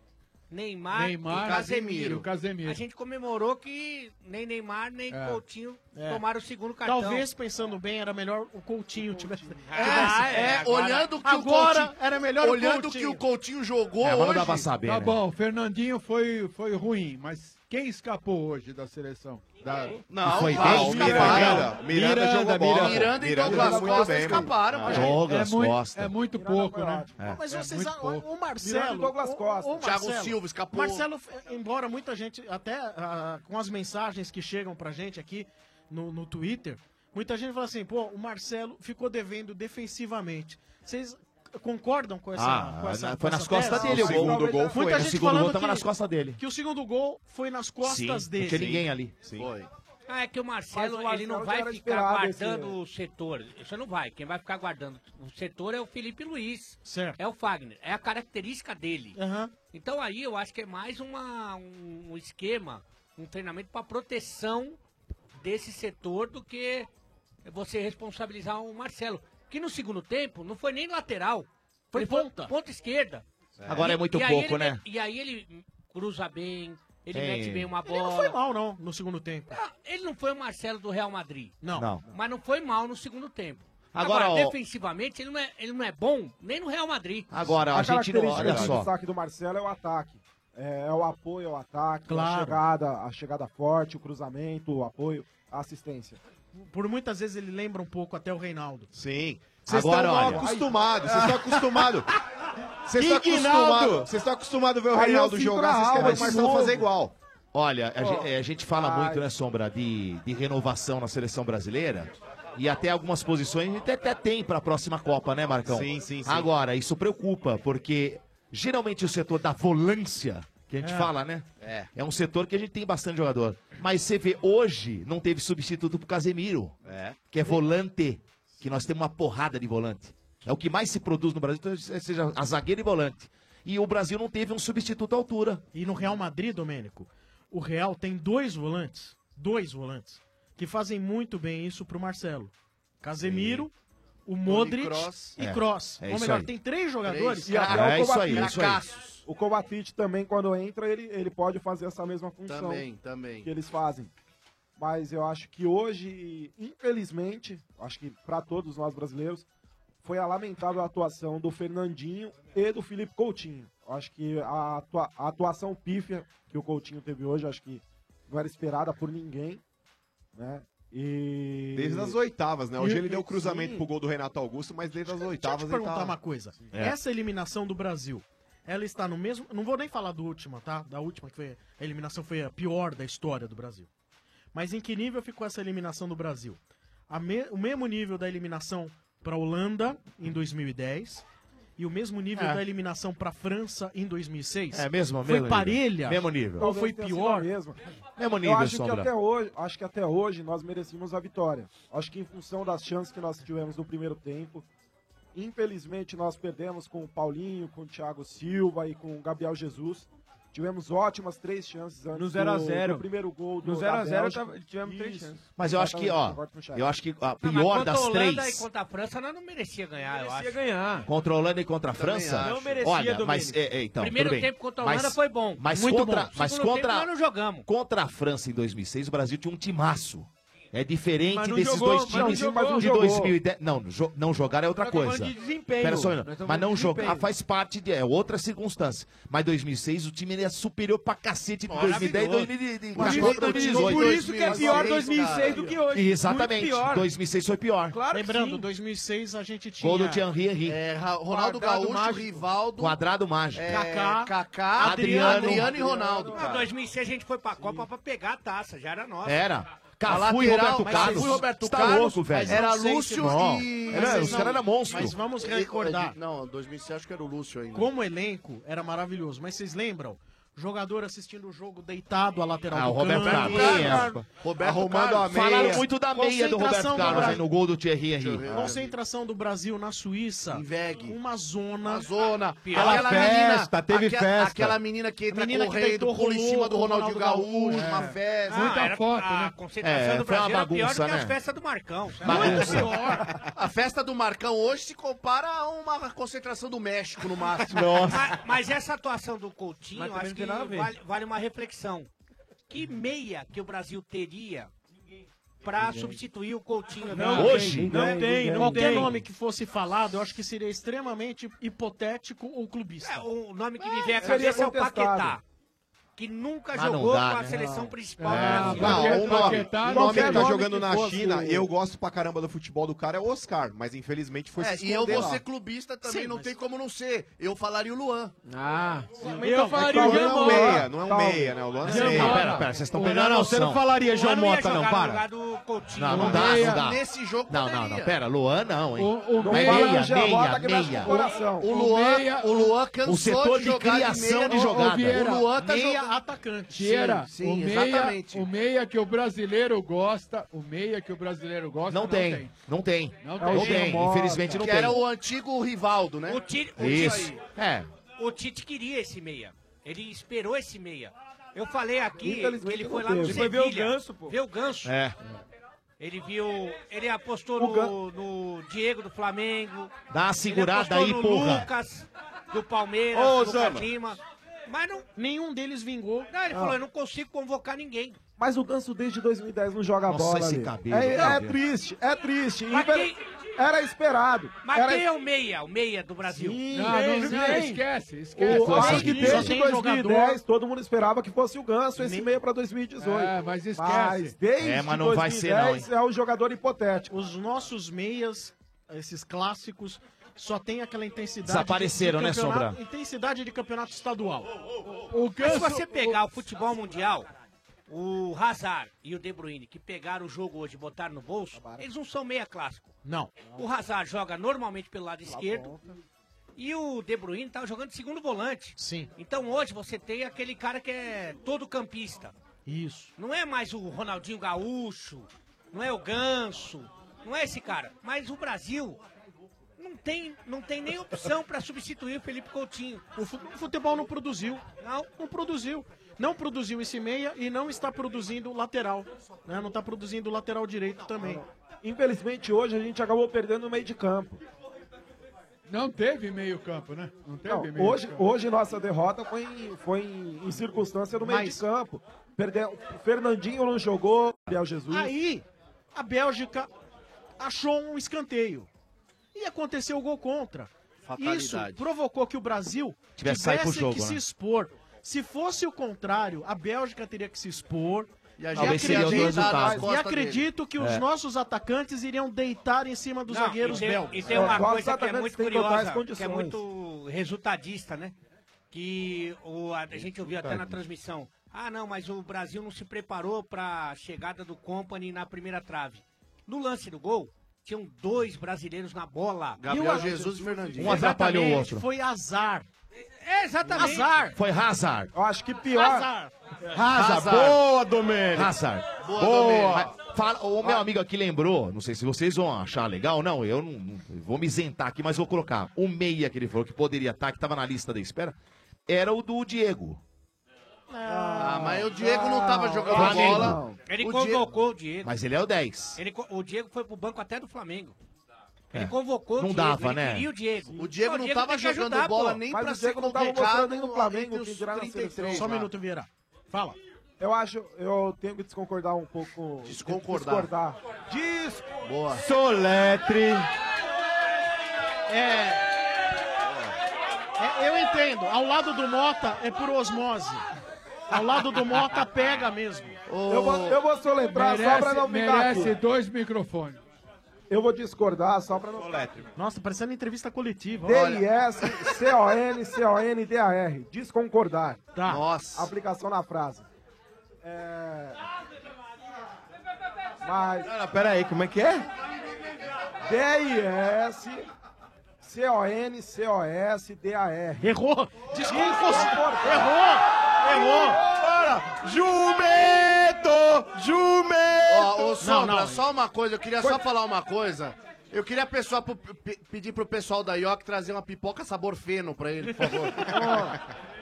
[SPEAKER 16] Neymar,
[SPEAKER 18] Neymar
[SPEAKER 16] e Casemiro.
[SPEAKER 18] e o Casemiro.
[SPEAKER 16] A gente comemorou que nem Neymar, nem
[SPEAKER 18] É.
[SPEAKER 16] Coutinho
[SPEAKER 18] É.
[SPEAKER 16] tomaram o segundo cartão.
[SPEAKER 10] Talvez, pensando bem, era melhor o Coutinho tivesse.
[SPEAKER 16] Ah, é, agora-
[SPEAKER 14] olhando que
[SPEAKER 10] agora
[SPEAKER 14] o Coutinho,
[SPEAKER 10] era melhor o
[SPEAKER 14] olhando
[SPEAKER 10] Coutinho.
[SPEAKER 14] que o Coutinho jogou
[SPEAKER 2] É, mas não
[SPEAKER 14] hoje.
[SPEAKER 2] dá pra saber,
[SPEAKER 18] Tá
[SPEAKER 2] né?
[SPEAKER 18] bom, o Fernandinho foi, foi ruim, mas Quem escapou hoje da seleção? Da...
[SPEAKER 14] Não, Foi claro, bem,
[SPEAKER 18] Miranda,
[SPEAKER 14] Miranda.
[SPEAKER 18] Miranda,
[SPEAKER 14] escaparam. Miranda
[SPEAKER 18] jogou
[SPEAKER 14] e
[SPEAKER 18] bola.
[SPEAKER 14] Miranda e Douglas
[SPEAKER 18] jogou
[SPEAKER 14] Costa
[SPEAKER 18] muito bem,
[SPEAKER 14] escaparam,
[SPEAKER 18] mano.
[SPEAKER 14] mas-
[SPEAKER 18] É,
[SPEAKER 14] Douglas
[SPEAKER 18] é muito,
[SPEAKER 14] Costa.
[SPEAKER 18] É muito pouco, né?
[SPEAKER 10] É. Mas
[SPEAKER 18] É
[SPEAKER 10] vocês,
[SPEAKER 18] muito
[SPEAKER 10] o-
[SPEAKER 18] pouco.
[SPEAKER 10] o Marcelo,
[SPEAKER 18] Miranda, Douglas
[SPEAKER 10] o-
[SPEAKER 18] Costa.
[SPEAKER 10] o
[SPEAKER 18] Thiago
[SPEAKER 10] Marcelo-
[SPEAKER 18] Silva escapou.
[SPEAKER 10] Marcelo, embora muita gente, até ah, com as mensagens que chegam pra gente aqui no, no Twitter, muita gente fala assim, pô, o Marcelo ficou devendo defensivamente. Vocês concordam com essa,
[SPEAKER 2] Ah,
[SPEAKER 10] com essa
[SPEAKER 2] na- foi
[SPEAKER 10] com essa
[SPEAKER 2] nas costas
[SPEAKER 10] tese?
[SPEAKER 2] dele o gol. O segundo gol foi.
[SPEAKER 10] Muita
[SPEAKER 2] O
[SPEAKER 10] gente
[SPEAKER 2] segundo gol
[SPEAKER 10] falando
[SPEAKER 2] tava
[SPEAKER 10] que-
[SPEAKER 2] nas costas dele.
[SPEAKER 10] Que o segundo gol foi nas costas
[SPEAKER 2] Sim,
[SPEAKER 10] dele.
[SPEAKER 2] Não tinha ninguém ali. Sim.
[SPEAKER 16] Ah, é que o
[SPEAKER 10] Mas
[SPEAKER 16] Marcelo,
[SPEAKER 10] o Marcelo
[SPEAKER 16] ele não
[SPEAKER 10] já
[SPEAKER 16] vai
[SPEAKER 10] era assim, né?
[SPEAKER 16] ficar
[SPEAKER 10] esperado esse-
[SPEAKER 16] guardando o setor. Você não vai. Quem vai ficar guardando o setor é o Felipe Luiz.
[SPEAKER 10] Certo.
[SPEAKER 16] É o Fagner. É a característica dele. Então aí eu acho que é mais uma, um um esquema, um treinamento para proteção desse setor do que você responsabilizar o Marcelo. Que no segundo tempo não foi nem lateral. Foi
[SPEAKER 10] Ele
[SPEAKER 16] ponta. Ponta esquerda.
[SPEAKER 2] Agora é muito
[SPEAKER 16] aí
[SPEAKER 2] pouco,
[SPEAKER 16] ele
[SPEAKER 2] né?
[SPEAKER 16] me- E aí ele cruza bem, ele
[SPEAKER 2] Tem-
[SPEAKER 16] mete bem uma
[SPEAKER 10] Ele
[SPEAKER 16] bola.
[SPEAKER 10] não foi mal, não, no segundo tempo.
[SPEAKER 16] Ele não foi o Marcelo do Real Madrid.
[SPEAKER 10] Não.
[SPEAKER 2] Não.
[SPEAKER 16] Mas não foi mal no segundo tempo.
[SPEAKER 2] Agora,
[SPEAKER 16] Agora,
[SPEAKER 2] ó-
[SPEAKER 16] defensivamente, ele não, é, ele não é bom nem no Real Madrid.
[SPEAKER 2] Agora, a gente não. Olha
[SPEAKER 30] característica do
[SPEAKER 2] só.
[SPEAKER 30] destaque do Marcelo é o ataque. É, é o apoio ao ataque,
[SPEAKER 10] Claro.
[SPEAKER 30] a chegada, a chegada forte, o cruzamento, o apoio, a assistência.
[SPEAKER 10] Por muitas vezes ele lembra um pouco até o Reinaldo.
[SPEAKER 2] Sim.
[SPEAKER 10] Vocês
[SPEAKER 30] Agora,
[SPEAKER 10] estão mal
[SPEAKER 30] olha. É.
[SPEAKER 10] acostumados,
[SPEAKER 8] Vocês estão acostumados. Vocês estão
[SPEAKER 2] Ignaldo!
[SPEAKER 8] acostumados. Vocês estão acostumados a ver o
[SPEAKER 2] Aí eu
[SPEAKER 8] Reinaldo
[SPEAKER 2] sinto
[SPEAKER 8] jogar,
[SPEAKER 2] na
[SPEAKER 8] vocês querem
[SPEAKER 2] alma
[SPEAKER 8] ver o
[SPEAKER 2] de
[SPEAKER 8] Marcelo
[SPEAKER 2] novo.
[SPEAKER 8] fazer igual.
[SPEAKER 2] Olha, a,
[SPEAKER 8] Ó.
[SPEAKER 2] gente, a gente fala
[SPEAKER 8] Ai.
[SPEAKER 2] muito, né, Sombra, de, de renovação na seleção brasileira. E até algumas posições a gente até tem pra próxima Copa, né, Marcão?
[SPEAKER 8] Sim, sim, sim.
[SPEAKER 2] Agora, isso preocupa, porque geralmente o setor da volância, que a gente
[SPEAKER 8] É.
[SPEAKER 2] fala, né?
[SPEAKER 8] É.
[SPEAKER 2] É um setor que a gente tem bastante jogador. Mas você vê, hoje não teve substituto pro Casemiro,
[SPEAKER 8] É.
[SPEAKER 2] que é volante, que nós temos uma porrada de volante. É o que mais se produz no Brasil, então, seja a zagueira e volante. E o Brasil não teve um substituto à altura.
[SPEAKER 10] E no Real Madrid, Domênico, o Real tem dois volantes, dois volantes, que fazem muito bem isso pro Marcelo. Casemiro, o Modric
[SPEAKER 30] Kroos.
[SPEAKER 10] e
[SPEAKER 30] É,
[SPEAKER 10] Cross.
[SPEAKER 30] é
[SPEAKER 10] Ou
[SPEAKER 30] isso
[SPEAKER 10] melhor,
[SPEAKER 30] aí.
[SPEAKER 10] tem três jogadores.
[SPEAKER 30] E até o Kovacic.
[SPEAKER 2] Fracassos.
[SPEAKER 30] O Kovacic também, quando entra, ele, ele pode fazer essa mesma função.
[SPEAKER 14] Também, também.
[SPEAKER 30] Que eles fazem. Mas eu acho que hoje, infelizmente, acho que pra todos nós brasileiros, foi a lamentável atuação do Fernandinho e do Felipe Coutinho. Eu acho que a, atua- a atuação pífia que o Coutinho teve hoje, eu acho que não era esperada por ninguém, né? E...
[SPEAKER 8] Desde as oitavas, né? Hoje
[SPEAKER 10] E-
[SPEAKER 8] ele deu o cruzamento
[SPEAKER 10] sim.
[SPEAKER 8] pro gol do Renato Augusto, mas desde as
[SPEAKER 10] Deixa eu te
[SPEAKER 8] oitavas ele
[SPEAKER 10] perguntar
[SPEAKER 8] tá...
[SPEAKER 10] uma coisa.
[SPEAKER 8] É.
[SPEAKER 10] Essa eliminação do Brasil, ela está no mesmo. Não vou nem falar do última, tá? Da última, que foi. A eliminação foi a pior da história do Brasil. Mas em que nível ficou essa eliminação do Brasil? A me- o mesmo nível da eliminação para a Holanda em 2010 e o mesmo nível
[SPEAKER 2] É.
[SPEAKER 10] da eliminação para a França em 2006.
[SPEAKER 2] É mesmo,
[SPEAKER 10] Foi
[SPEAKER 2] mesmo nível.
[SPEAKER 10] parelha?
[SPEAKER 2] Mesmo nível.
[SPEAKER 10] Ou foi
[SPEAKER 30] Talvez tenha
[SPEAKER 10] pior?
[SPEAKER 30] sido a mesma.
[SPEAKER 2] Mesmo
[SPEAKER 30] Eu
[SPEAKER 2] nível,
[SPEAKER 30] acho que
[SPEAKER 2] Sombra.
[SPEAKER 30] até hoje, acho que até hoje nós merecíamos a vitória. Acho que em função das chances que nós tivemos no primeiro tempo, infelizmente nós perdemos com o Paulinho, com o Thiago Silva e com o Gabriel Jesus. Tivemos ótimas três chances antes
[SPEAKER 13] No 0 a
[SPEAKER 30] do-
[SPEAKER 13] 0.
[SPEAKER 30] do primeiro gol do
[SPEAKER 13] No 0 a 0
[SPEAKER 30] da Bélgica.
[SPEAKER 13] tava- tivemos três
[SPEAKER 30] Isso,
[SPEAKER 13] chances.
[SPEAKER 2] Mas eu acho que, ó,
[SPEAKER 30] exatamente, concordo com o Chay.
[SPEAKER 2] eu acho que a
[SPEAKER 16] Não, Ah, mas
[SPEAKER 2] pior
[SPEAKER 16] contra
[SPEAKER 2] das
[SPEAKER 16] a Holanda
[SPEAKER 2] três,
[SPEAKER 16] e contra a França, nós não merecia ganhar, eu acho.
[SPEAKER 13] Merecia ganhar.
[SPEAKER 2] contra a Holanda e contra a
[SPEAKER 16] Também
[SPEAKER 2] França,
[SPEAKER 16] acho. Não merecia,
[SPEAKER 2] olha, mas,
[SPEAKER 16] Domênico.
[SPEAKER 2] é, é, então,
[SPEAKER 16] Primeiro
[SPEAKER 2] tudo bem.
[SPEAKER 16] tempo contra a Holanda
[SPEAKER 2] Mas-
[SPEAKER 16] foi bom,
[SPEAKER 2] Mas
[SPEAKER 16] muito
[SPEAKER 2] contra,
[SPEAKER 16] bom.
[SPEAKER 2] Mas
[SPEAKER 16] Segundo
[SPEAKER 2] contra,
[SPEAKER 16] tempo nós não jogamos.
[SPEAKER 2] contra a França em 2006, o Brasil tinha um timaço. É diferente
[SPEAKER 13] Mas não
[SPEAKER 2] desses
[SPEAKER 13] jogou,
[SPEAKER 2] dois
[SPEAKER 13] mas não
[SPEAKER 2] times um
[SPEAKER 13] jogou.
[SPEAKER 2] de
[SPEAKER 13] jogou.
[SPEAKER 2] 2010. Não, jo- não jogar é outra
[SPEAKER 13] Nós estamos
[SPEAKER 2] coisa.
[SPEAKER 13] falando de desempenho.
[SPEAKER 2] Pera só, um minuto.
[SPEAKER 13] Nós estamos
[SPEAKER 2] mas não
[SPEAKER 13] falando de
[SPEAKER 2] jogar
[SPEAKER 13] desempenho.
[SPEAKER 2] faz parte de é outra circunstância. Mas 2006 o time ele é superior pra cacete de 2010
[SPEAKER 13] Maravilhoso.
[SPEAKER 2] 2014 2018.
[SPEAKER 13] Por isso que é pior 2006 do que hoje.
[SPEAKER 2] Exatamente.
[SPEAKER 13] Muito pior.
[SPEAKER 2] 2006 foi pior.
[SPEAKER 10] Lembrando, 2006 a gente tinha.
[SPEAKER 2] Gol do Thierry Henry.
[SPEAKER 10] É,
[SPEAKER 14] Ronaldo Gaúcho, Rivaldo.
[SPEAKER 2] Quadrado mágico.
[SPEAKER 14] É,
[SPEAKER 10] tá.
[SPEAKER 2] Kaká,
[SPEAKER 14] Kaká,
[SPEAKER 2] Adriano,
[SPEAKER 14] Adriano e Ronaldo.
[SPEAKER 16] Em 2006 a gente foi pra Copa pra pegar a taça, já era nossa.
[SPEAKER 2] Era.
[SPEAKER 16] A
[SPEAKER 2] Cafu e
[SPEAKER 16] lateral,
[SPEAKER 2] Roberto
[SPEAKER 16] mas
[SPEAKER 2] Carlos.
[SPEAKER 16] Cafu e Roberto
[SPEAKER 2] Você tá
[SPEAKER 16] Carlos,
[SPEAKER 2] louco, velho.
[SPEAKER 16] mas Era
[SPEAKER 14] Não sei Lúcio se-
[SPEAKER 2] Não.
[SPEAKER 14] e-
[SPEAKER 2] Era, os caras eram monstros.
[SPEAKER 10] Mas vamos
[SPEAKER 14] E-
[SPEAKER 10] recordar.
[SPEAKER 14] Não, 2007 acho que era o Lúcio
[SPEAKER 2] Né?
[SPEAKER 14] ainda.
[SPEAKER 10] Como elenco, era maravilhoso. Mas vocês lembram? Jogador assistindo o jogo deitado à lateral
[SPEAKER 2] Ah,
[SPEAKER 10] do
[SPEAKER 2] o Roberto
[SPEAKER 10] campo.
[SPEAKER 2] Carlos. Carlos.
[SPEAKER 10] Roberto
[SPEAKER 2] Arrumando
[SPEAKER 10] Carlos.
[SPEAKER 2] a meia. Falaram muito da meia do Roberto
[SPEAKER 10] Concentração do
[SPEAKER 2] Carlos aí
[SPEAKER 10] Brasil.
[SPEAKER 2] no gol do Thierry Henry.
[SPEAKER 10] Concentração do Brasil na Suíça. Uma zona. Uma
[SPEAKER 14] zona.
[SPEAKER 2] Aquela festa, teve
[SPEAKER 14] aque-
[SPEAKER 2] festa.
[SPEAKER 14] Aquela menina que entra
[SPEAKER 10] menina que
[SPEAKER 14] correndo,
[SPEAKER 10] deitou,
[SPEAKER 14] pula em
[SPEAKER 10] rolou
[SPEAKER 14] cima do
[SPEAKER 10] com o
[SPEAKER 14] Ronaldinho
[SPEAKER 10] Ronaldo
[SPEAKER 14] Gaúcho,
[SPEAKER 10] Gaúcho.
[SPEAKER 14] uma
[SPEAKER 10] É.
[SPEAKER 14] festa. né?
[SPEAKER 16] Ah, era- a concentração
[SPEAKER 2] É,
[SPEAKER 16] do
[SPEAKER 2] foi uma
[SPEAKER 16] Brasil era pior
[SPEAKER 2] bagunça,
[SPEAKER 16] do que as
[SPEAKER 2] né?
[SPEAKER 16] festas do Marcão. sabe?
[SPEAKER 2] Bagunça.
[SPEAKER 14] A festa do Marcão hoje se compara a uma concentração do México, no máximo.
[SPEAKER 16] Mas, mas essa atuação do Coutinho,
[SPEAKER 14] Mas também
[SPEAKER 16] acho
[SPEAKER 14] não
[SPEAKER 16] que
[SPEAKER 14] tem nada a ver.
[SPEAKER 16] vale, vale uma reflexão. Que meia que o Brasil teria pra substituir o Coutinho?
[SPEAKER 10] Não,
[SPEAKER 16] né?
[SPEAKER 10] hoje?
[SPEAKER 16] Né?
[SPEAKER 10] Qualquer nome que fosse falado, eu acho que seria extremamente hipotético ou clubista.
[SPEAKER 16] É, O nome que me vem
[SPEAKER 10] Seria
[SPEAKER 16] à cabeça é o
[SPEAKER 10] contestado.
[SPEAKER 16] Paquetá. que nunca
[SPEAKER 2] Ah, não
[SPEAKER 16] jogou
[SPEAKER 2] dá,
[SPEAKER 16] com a
[SPEAKER 2] né?
[SPEAKER 16] seleção
[SPEAKER 2] Não.
[SPEAKER 16] principal do
[SPEAKER 2] É,
[SPEAKER 16] Brasil.
[SPEAKER 2] não,
[SPEAKER 16] Qualquer
[SPEAKER 2] o nome-
[SPEAKER 16] Paquetá,
[SPEAKER 2] o
[SPEAKER 16] não
[SPEAKER 2] nome
[SPEAKER 16] quer
[SPEAKER 2] que tá
[SPEAKER 16] nome
[SPEAKER 2] jogando
[SPEAKER 16] que
[SPEAKER 2] na
[SPEAKER 16] fosse
[SPEAKER 2] China,
[SPEAKER 16] o-
[SPEAKER 2] eu gosto pra caramba do futebol do cara, é o Oscar, mas infelizmente foi se
[SPEAKER 14] É, e
[SPEAKER 2] esconder
[SPEAKER 14] eu vou
[SPEAKER 2] lá.
[SPEAKER 14] ser clubista também,
[SPEAKER 2] Sim,
[SPEAKER 14] não
[SPEAKER 2] mas-
[SPEAKER 14] tem como não ser. Eu falaria o Luan.
[SPEAKER 2] Ah,
[SPEAKER 14] Eu falaria
[SPEAKER 2] o
[SPEAKER 14] o
[SPEAKER 2] Luan não é um
[SPEAKER 14] Jean Moura.
[SPEAKER 2] meia, não é um
[SPEAKER 14] Calma.
[SPEAKER 2] meia, né? O Luan é
[SPEAKER 14] Jean
[SPEAKER 2] meia.
[SPEAKER 14] Moura.
[SPEAKER 2] Pera, pera, vocês estão
[SPEAKER 14] O
[SPEAKER 2] perdendo a
[SPEAKER 14] Luan não,
[SPEAKER 2] noção.
[SPEAKER 14] você não falaria
[SPEAKER 2] O Luan
[SPEAKER 14] Jean
[SPEAKER 2] ia
[SPEAKER 14] Mota,
[SPEAKER 2] jogar
[SPEAKER 14] não,
[SPEAKER 2] no
[SPEAKER 14] para.
[SPEAKER 2] lugar
[SPEAKER 16] do Coutinho.
[SPEAKER 2] Não, não
[SPEAKER 14] O
[SPEAKER 2] dá,
[SPEAKER 14] meia-
[SPEAKER 2] não dá.
[SPEAKER 14] nesse jogo
[SPEAKER 2] Não, não, não,
[SPEAKER 14] poderia.
[SPEAKER 2] pera, Luan não, hein?
[SPEAKER 14] O- o
[SPEAKER 2] Não, é
[SPEAKER 14] meia-
[SPEAKER 2] meia,
[SPEAKER 14] Jean Mota que
[SPEAKER 2] meia,
[SPEAKER 14] mexe com o
[SPEAKER 2] meia.
[SPEAKER 14] coração. O
[SPEAKER 2] Luan-
[SPEAKER 14] meia- o Luan cansou
[SPEAKER 2] O setor de
[SPEAKER 14] de jogar de
[SPEAKER 2] criação
[SPEAKER 14] meia
[SPEAKER 2] de
[SPEAKER 14] no-
[SPEAKER 2] jogada.
[SPEAKER 14] Ô, Vieira,
[SPEAKER 2] O Luan tá
[SPEAKER 14] meia
[SPEAKER 2] jogando.
[SPEAKER 10] atacante.
[SPEAKER 18] Vieira,
[SPEAKER 2] Sim,
[SPEAKER 18] o
[SPEAKER 2] sim,
[SPEAKER 18] meia,
[SPEAKER 2] exatamente.
[SPEAKER 18] O meia que o brasileiro gosta, o meia que o brasileiro gosta.
[SPEAKER 2] Não tem, não tem.
[SPEAKER 18] Não
[SPEAKER 2] Não
[SPEAKER 18] tem.
[SPEAKER 2] tem, infelizmente não
[SPEAKER 14] que era
[SPEAKER 2] tem.
[SPEAKER 14] o antigo Rivaldo, né?
[SPEAKER 16] O Tite, o
[SPEAKER 2] Isso.
[SPEAKER 16] Tite-
[SPEAKER 2] É.
[SPEAKER 16] o Tite queria esse meia. Ele esperou esse meia. Eu falei aqui que
[SPEAKER 15] Infelizmente,
[SPEAKER 16] ele
[SPEAKER 15] não
[SPEAKER 16] foi lá no
[SPEAKER 15] teve. Ele foi
[SPEAKER 16] Sevilha.
[SPEAKER 15] ver o Ganso, pô.
[SPEAKER 16] Ver o Ganso.
[SPEAKER 2] É.
[SPEAKER 16] Ele viu... Ele apostou no, no Diego do Flamengo.
[SPEAKER 2] Dá uma segurada
[SPEAKER 16] ele
[SPEAKER 2] aí,
[SPEAKER 16] apostou no
[SPEAKER 2] porra.
[SPEAKER 16] Lucas do Palmeiras,
[SPEAKER 2] Ô,
[SPEAKER 16] do Lucas
[SPEAKER 2] Osama.
[SPEAKER 16] Lima. Mas não...
[SPEAKER 10] Nenhum deles vingou.
[SPEAKER 16] Não, ele
[SPEAKER 30] Ah.
[SPEAKER 16] falou, eu não consigo convocar ninguém.
[SPEAKER 30] Mas o Ganso desde 2010 não joga
[SPEAKER 10] Nossa,
[SPEAKER 30] bola.
[SPEAKER 10] esse
[SPEAKER 30] ali.
[SPEAKER 10] cabelo,
[SPEAKER 30] é, é
[SPEAKER 10] cabelo.
[SPEAKER 30] triste, é triste.
[SPEAKER 16] Mas
[SPEAKER 30] Inver-
[SPEAKER 16] quem-
[SPEAKER 30] Era esperado.
[SPEAKER 16] Mas
[SPEAKER 30] era...
[SPEAKER 16] quem é o meia? O meia do Brasil?
[SPEAKER 30] O, acho que
[SPEAKER 16] Só
[SPEAKER 30] desde
[SPEAKER 16] tem
[SPEAKER 30] 2010
[SPEAKER 16] jogador-
[SPEAKER 30] todo mundo esperava que fosse o Ganso esse meia para 2018.
[SPEAKER 18] É, mas esquece.
[SPEAKER 30] Mas desde
[SPEAKER 18] É, mas não vai ser não,
[SPEAKER 30] 2010 é o jogador hipotético.
[SPEAKER 10] Os nossos meias, esses clássicos, só tem aquela intensidade.
[SPEAKER 2] Desapareceram, né,
[SPEAKER 10] campeonato-
[SPEAKER 2] Sombra?
[SPEAKER 10] Intensidade de campeonato estadual.
[SPEAKER 16] Mas se você pegar o futebol mundial, o Hazard e o De Bruyne, que pegaram o jogo hoje e botaram no bolso, eles não são meia clássico.
[SPEAKER 10] Não.
[SPEAKER 16] O Hazard joga normalmente pelo lado esquerdo e o De Bruyne tá jogando de segundo volante.
[SPEAKER 10] Sim.
[SPEAKER 16] Então hoje você tem aquele cara que é todo campista.
[SPEAKER 10] Isso.
[SPEAKER 16] Não é mais o Ronaldinho Gaúcho, não é o Ganso, não é esse cara. Mas o Brasil não tem, não tem nem opção para substituir o Felipe Coutinho.
[SPEAKER 10] O fu- o futebol não produziu.
[SPEAKER 16] Não,
[SPEAKER 10] não produziu. Não produziu esse meia e não está produzindo lateral. né? Não está produzindo lateral direito também.
[SPEAKER 30] Infelizmente hoje a gente acabou perdendo o meio de campo.
[SPEAKER 18] Não teve meio campo, né? Não teve
[SPEAKER 30] é, Não,
[SPEAKER 18] meio
[SPEAKER 30] hoje,
[SPEAKER 18] campo.
[SPEAKER 30] hoje nossa derrota foi em, foi em, em circunstância do meio
[SPEAKER 10] Mas-
[SPEAKER 30] de campo. Perdeu, o Fernandinho não jogou, Gabriel Jesus.
[SPEAKER 10] Aí, a Bélgica achou um escanteio. E aconteceu o gol contra.
[SPEAKER 14] Fatalidade.
[SPEAKER 10] Isso provocou que o Brasil
[SPEAKER 2] Tivesse que sair pro jogo,
[SPEAKER 10] que
[SPEAKER 2] né?
[SPEAKER 10] se expor. Se fosse o contrário, a Bélgica teria que se expor. E,
[SPEAKER 2] gente Talvez seria outro
[SPEAKER 10] acredito-
[SPEAKER 2] resultado.
[SPEAKER 10] e
[SPEAKER 2] Costa
[SPEAKER 10] acredito que os
[SPEAKER 2] É.
[SPEAKER 10] nossos atacantes iriam deitar em cima dos
[SPEAKER 16] Não,
[SPEAKER 10] zagueiros
[SPEAKER 16] e tem,
[SPEAKER 10] belgas.
[SPEAKER 16] E tem uma coisa que é muito curiosa, que é muito resultadista, né? Que o, a, a gente ouviu até na transmissão. Ah, não, mas o Brasil não se preparou para a chegada do Company na primeira trave. No lance do gol, tinham dois brasileiros na bola.
[SPEAKER 14] Gabriel
[SPEAKER 16] E o-
[SPEAKER 14] Jesus e Fernandinho.
[SPEAKER 2] Um atrapalhou o
[SPEAKER 16] Exatamente.
[SPEAKER 2] outro.
[SPEAKER 10] Foi azar.
[SPEAKER 16] É, exatamente.
[SPEAKER 10] Azar.
[SPEAKER 2] Foi Hazard.
[SPEAKER 30] Eu acho que
[SPEAKER 10] Azar.
[SPEAKER 2] Hazard. Boa, Domênico. Hazard.
[SPEAKER 14] Boa,
[SPEAKER 2] Boa.
[SPEAKER 14] Domênico.
[SPEAKER 2] Mas fala- o meu amigo aqui lembrou, não sei se vocês vão achar legal, não, eu não, não- eu vou me isentar aqui, mas vou colocar. O meia que ele falou que poderia estar, que estava na lista da espera, era o do Diego.
[SPEAKER 14] Ah, mas o Diego não tava jogando
[SPEAKER 2] Flamengo.
[SPEAKER 14] bola.
[SPEAKER 16] Ele
[SPEAKER 14] O Diego-
[SPEAKER 16] convocou o Diego.
[SPEAKER 2] Mas ele é o 10.
[SPEAKER 16] Ele co- o Diego foi pro banco até do Flamengo. Ele
[SPEAKER 2] É.
[SPEAKER 16] convocou
[SPEAKER 2] Não
[SPEAKER 16] o Diego,
[SPEAKER 2] dava,
[SPEAKER 16] ele
[SPEAKER 2] né?
[SPEAKER 16] queria o Diego.
[SPEAKER 14] O Diego
[SPEAKER 16] Pô,
[SPEAKER 14] não tava
[SPEAKER 16] tem que
[SPEAKER 14] jogando
[SPEAKER 16] ajudar,
[SPEAKER 14] bola
[SPEAKER 16] pô.
[SPEAKER 14] nem
[SPEAKER 30] Mas
[SPEAKER 14] pra
[SPEAKER 30] o Diego
[SPEAKER 14] ser
[SPEAKER 30] não tava mostrando
[SPEAKER 14] convocado
[SPEAKER 30] nem no
[SPEAKER 14] no-
[SPEAKER 30] Flamengo
[SPEAKER 14] entre
[SPEAKER 30] que
[SPEAKER 14] os
[SPEAKER 30] dirá na
[SPEAKER 14] 33
[SPEAKER 30] seleção.
[SPEAKER 14] Só um já. minuto,
[SPEAKER 10] Vieira. Fala.
[SPEAKER 30] Eu acho, eu tenho que desconcordar um pouco.
[SPEAKER 14] Desconcordar.
[SPEAKER 30] Discordar. Dis-
[SPEAKER 14] Boa.
[SPEAKER 11] Soletre.
[SPEAKER 10] É. É, eu entendo. Ao lado do Mota é por osmose. Ao lado do Mota pega mesmo.
[SPEAKER 30] Eu vou, eu vou soletrar só pra não ficar aqui.
[SPEAKER 18] dois microfones.
[SPEAKER 30] Eu vou discordar só pra não ficar
[SPEAKER 10] Nossa, parecendo entrevista coletiva.
[SPEAKER 30] D-I-S, C-O-N, C-O-N, D-A-R. Desconcordar.
[SPEAKER 10] Tá.
[SPEAKER 30] Nossa. Aplicação na frase. É... Mas...
[SPEAKER 11] Pera, pera aí, como é que é?
[SPEAKER 30] D-I-S, C-O-N, C-O-S, D-A-R.
[SPEAKER 10] Errou!
[SPEAKER 14] Errou! Jumento! Jumento! Ô, Sombra,
[SPEAKER 9] Não, não.
[SPEAKER 14] só uma coisa, eu queria só falar uma coisa. Eu queria pessoal pro- pe- pedir pro pessoal da IOC trazer uma pipoca sabor feno pra ele, por favor.
[SPEAKER 10] (laughs)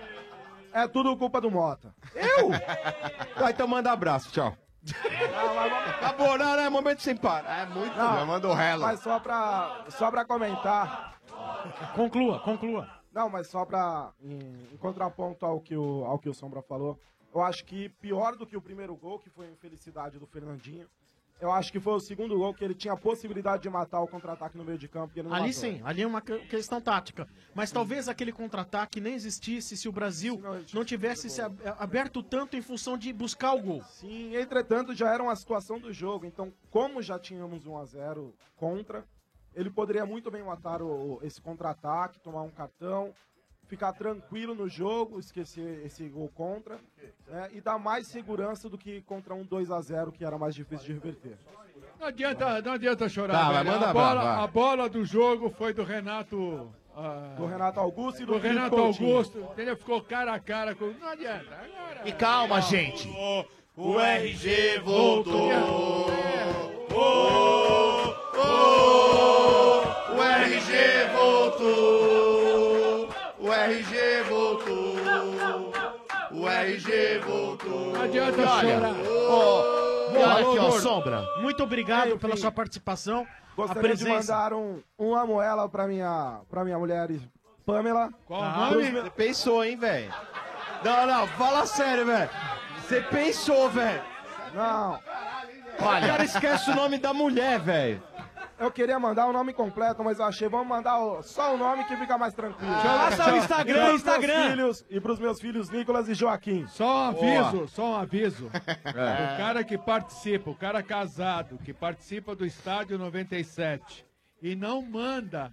[SPEAKER 30] É tudo culpa do Mota.
[SPEAKER 11] Eu? Tá, então manda abraço, tchau. Acabou, não, não, é momento sem par.
[SPEAKER 14] É muito.
[SPEAKER 30] Não,
[SPEAKER 11] Já mandou rela.
[SPEAKER 30] Mas só pra, só pra comentar.
[SPEAKER 10] Conclua, conclua.
[SPEAKER 30] Não, mas só pra. Em, em contraponto ao que, o, ao que o Sombra falou, eu acho que pior do que o primeiro gol, que foi a infelicidade do Fernandinho, Eu acho que foi o segundo gol que ele tinha a possibilidade de matar o contra-ataque no meio de campo. que ele não
[SPEAKER 10] Ali
[SPEAKER 30] matou.
[SPEAKER 10] sim, ali é uma que- questão tática. Mas talvez aquele contra-ataque nem existisse se o Brasil não tivesse se ab- aberto tanto em função de buscar o gol.
[SPEAKER 30] Sim, entretanto, já era uma situação do jogo. Então, como já tínhamos 1 a 0 contra, ele poderia muito bem matar o- esse contra-ataque, tomar um cartão, ficar tranquilo no jogo, esquecer esse gol contra, né, e dar mais segurança do que contra um 2 a 0 que era mais difícil de reverter.
[SPEAKER 18] Não adianta, não adianta chorar.
[SPEAKER 30] Tá, vai,
[SPEAKER 18] velho.
[SPEAKER 30] manda
[SPEAKER 18] a, bola,
[SPEAKER 30] brava, vai.
[SPEAKER 18] a bola do jogo foi do Renato. ah,
[SPEAKER 30] Do Renato Augusto e do Felipe
[SPEAKER 18] Renato
[SPEAKER 30] Coutinho.
[SPEAKER 18] Augusto. Entendeu? Ficou cara a cara com. Não adianta. Agora,
[SPEAKER 2] E calma, gente.
[SPEAKER 9] O RG voltou.
[SPEAKER 14] O RG voltou. O RG voltou. O RG voltou.
[SPEAKER 10] Não adianta chorar.
[SPEAKER 14] Oh,
[SPEAKER 10] Olha
[SPEAKER 14] aqui, ó,
[SPEAKER 10] gordo.
[SPEAKER 14] sombra.
[SPEAKER 10] Muito obrigado pela sua participação.
[SPEAKER 30] Gostaria
[SPEAKER 10] a presença.
[SPEAKER 30] de mandar um, uma moela pra minha, pra minha mulher Pamela.
[SPEAKER 10] Qual
[SPEAKER 30] Ah,
[SPEAKER 11] nome?
[SPEAKER 30] pros meus-
[SPEAKER 11] Você pensou, hein, velho? Não, não, fala sério, velho. Você pensou, velho.
[SPEAKER 30] Não.
[SPEAKER 11] Olha. O cara esquece o nome da mulher, velho.
[SPEAKER 30] Eu queria mandar o nome completo, mas eu achei, vamos mandar o- só o nome que fica mais tranquilo.
[SPEAKER 18] Ah, Passa o Instagram,
[SPEAKER 30] Pros meus
[SPEAKER 18] Instagram.
[SPEAKER 30] filhos, e pros meus filhos Nicolas e Joaquim.
[SPEAKER 18] Só um aviso, só um aviso.
[SPEAKER 30] É.
[SPEAKER 18] O cara que participa, o cara casado, que participa do Estádio 97 e não manda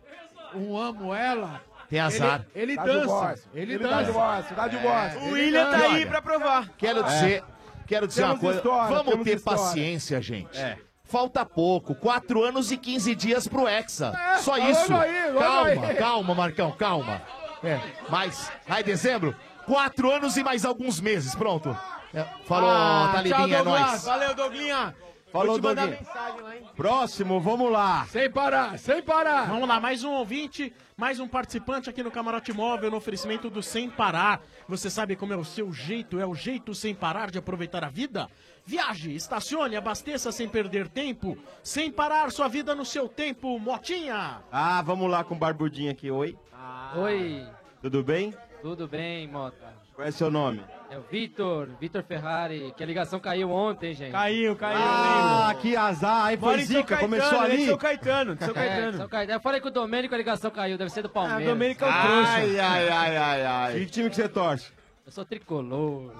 [SPEAKER 18] um amo ela.
[SPEAKER 2] Tem azar.
[SPEAKER 18] Ele, ele
[SPEAKER 2] Dá
[SPEAKER 18] dança.
[SPEAKER 2] divórcio.
[SPEAKER 18] Ele,
[SPEAKER 2] Ele dá
[SPEAKER 18] dança. É.
[SPEAKER 2] divórcio, dá divórcio. O
[SPEAKER 18] Ele
[SPEAKER 2] William
[SPEAKER 18] dança.
[SPEAKER 2] tá aí pra
[SPEAKER 10] provar.
[SPEAKER 2] Quero dizer, quero dizer uma coisa. Vamos ter paciência, gente. Falta pouco. 4 anos e 15 dias pro Hexa.
[SPEAKER 9] É,
[SPEAKER 2] Só
[SPEAKER 9] logo
[SPEAKER 2] isso.
[SPEAKER 9] aí, logo
[SPEAKER 2] calma,
[SPEAKER 9] aí.
[SPEAKER 2] calma, Marcão, calma. É, mas, aí dezembro, 4 anos e mais alguns meses. Pronto. É, falou,
[SPEAKER 10] Ah, tchau,
[SPEAKER 2] Talibinha, é
[SPEAKER 10] Douglas.
[SPEAKER 2] nóis.
[SPEAKER 10] Valeu, Douglinha.
[SPEAKER 2] Falou,
[SPEAKER 10] Vou te mandar
[SPEAKER 2] Douglinha.
[SPEAKER 10] mensagem lá, hein?
[SPEAKER 11] Próximo, vamos lá.
[SPEAKER 18] Sem parar, sem parar.
[SPEAKER 10] Vamos lá, mais um ouvinte, mais um participante aqui no Camarote Móvel no oferecimento do Sem Parar. Você sabe como é o seu jeito, é o jeito sem parar de aproveitar a vida? Viaje, estacione, abasteça sem perder tempo, sem parar sua vida no seu tempo, Motinha.
[SPEAKER 11] Ah, vamos lá com o Barbudinho aqui, oi.
[SPEAKER 17] Oi,
[SPEAKER 11] Tudo bem?
[SPEAKER 17] tudo bem, Mota?
[SPEAKER 11] Qual é seu nome?
[SPEAKER 17] É o Vitor, Vitor Ferrari, que a ligação caiu ontem, gente.
[SPEAKER 13] Caiu, caiu.
[SPEAKER 11] Ah, que azar. Aí foi
[SPEAKER 13] Mora em São
[SPEAKER 11] zica,
[SPEAKER 13] Caetano,
[SPEAKER 11] começou
[SPEAKER 13] ele é de
[SPEAKER 11] ali.
[SPEAKER 13] São Caetano, de São
[SPEAKER 17] (laughs) É, São
[SPEAKER 13] Caetano.
[SPEAKER 17] Caetano. Eu falei que o Domênico a ligação caiu, deve ser do Palmeiras.
[SPEAKER 13] Ah, Domênico é o
[SPEAKER 11] Ai, ai, ai, ai, ai. Então, Que time que você torce?
[SPEAKER 17] Eu sou tricolor.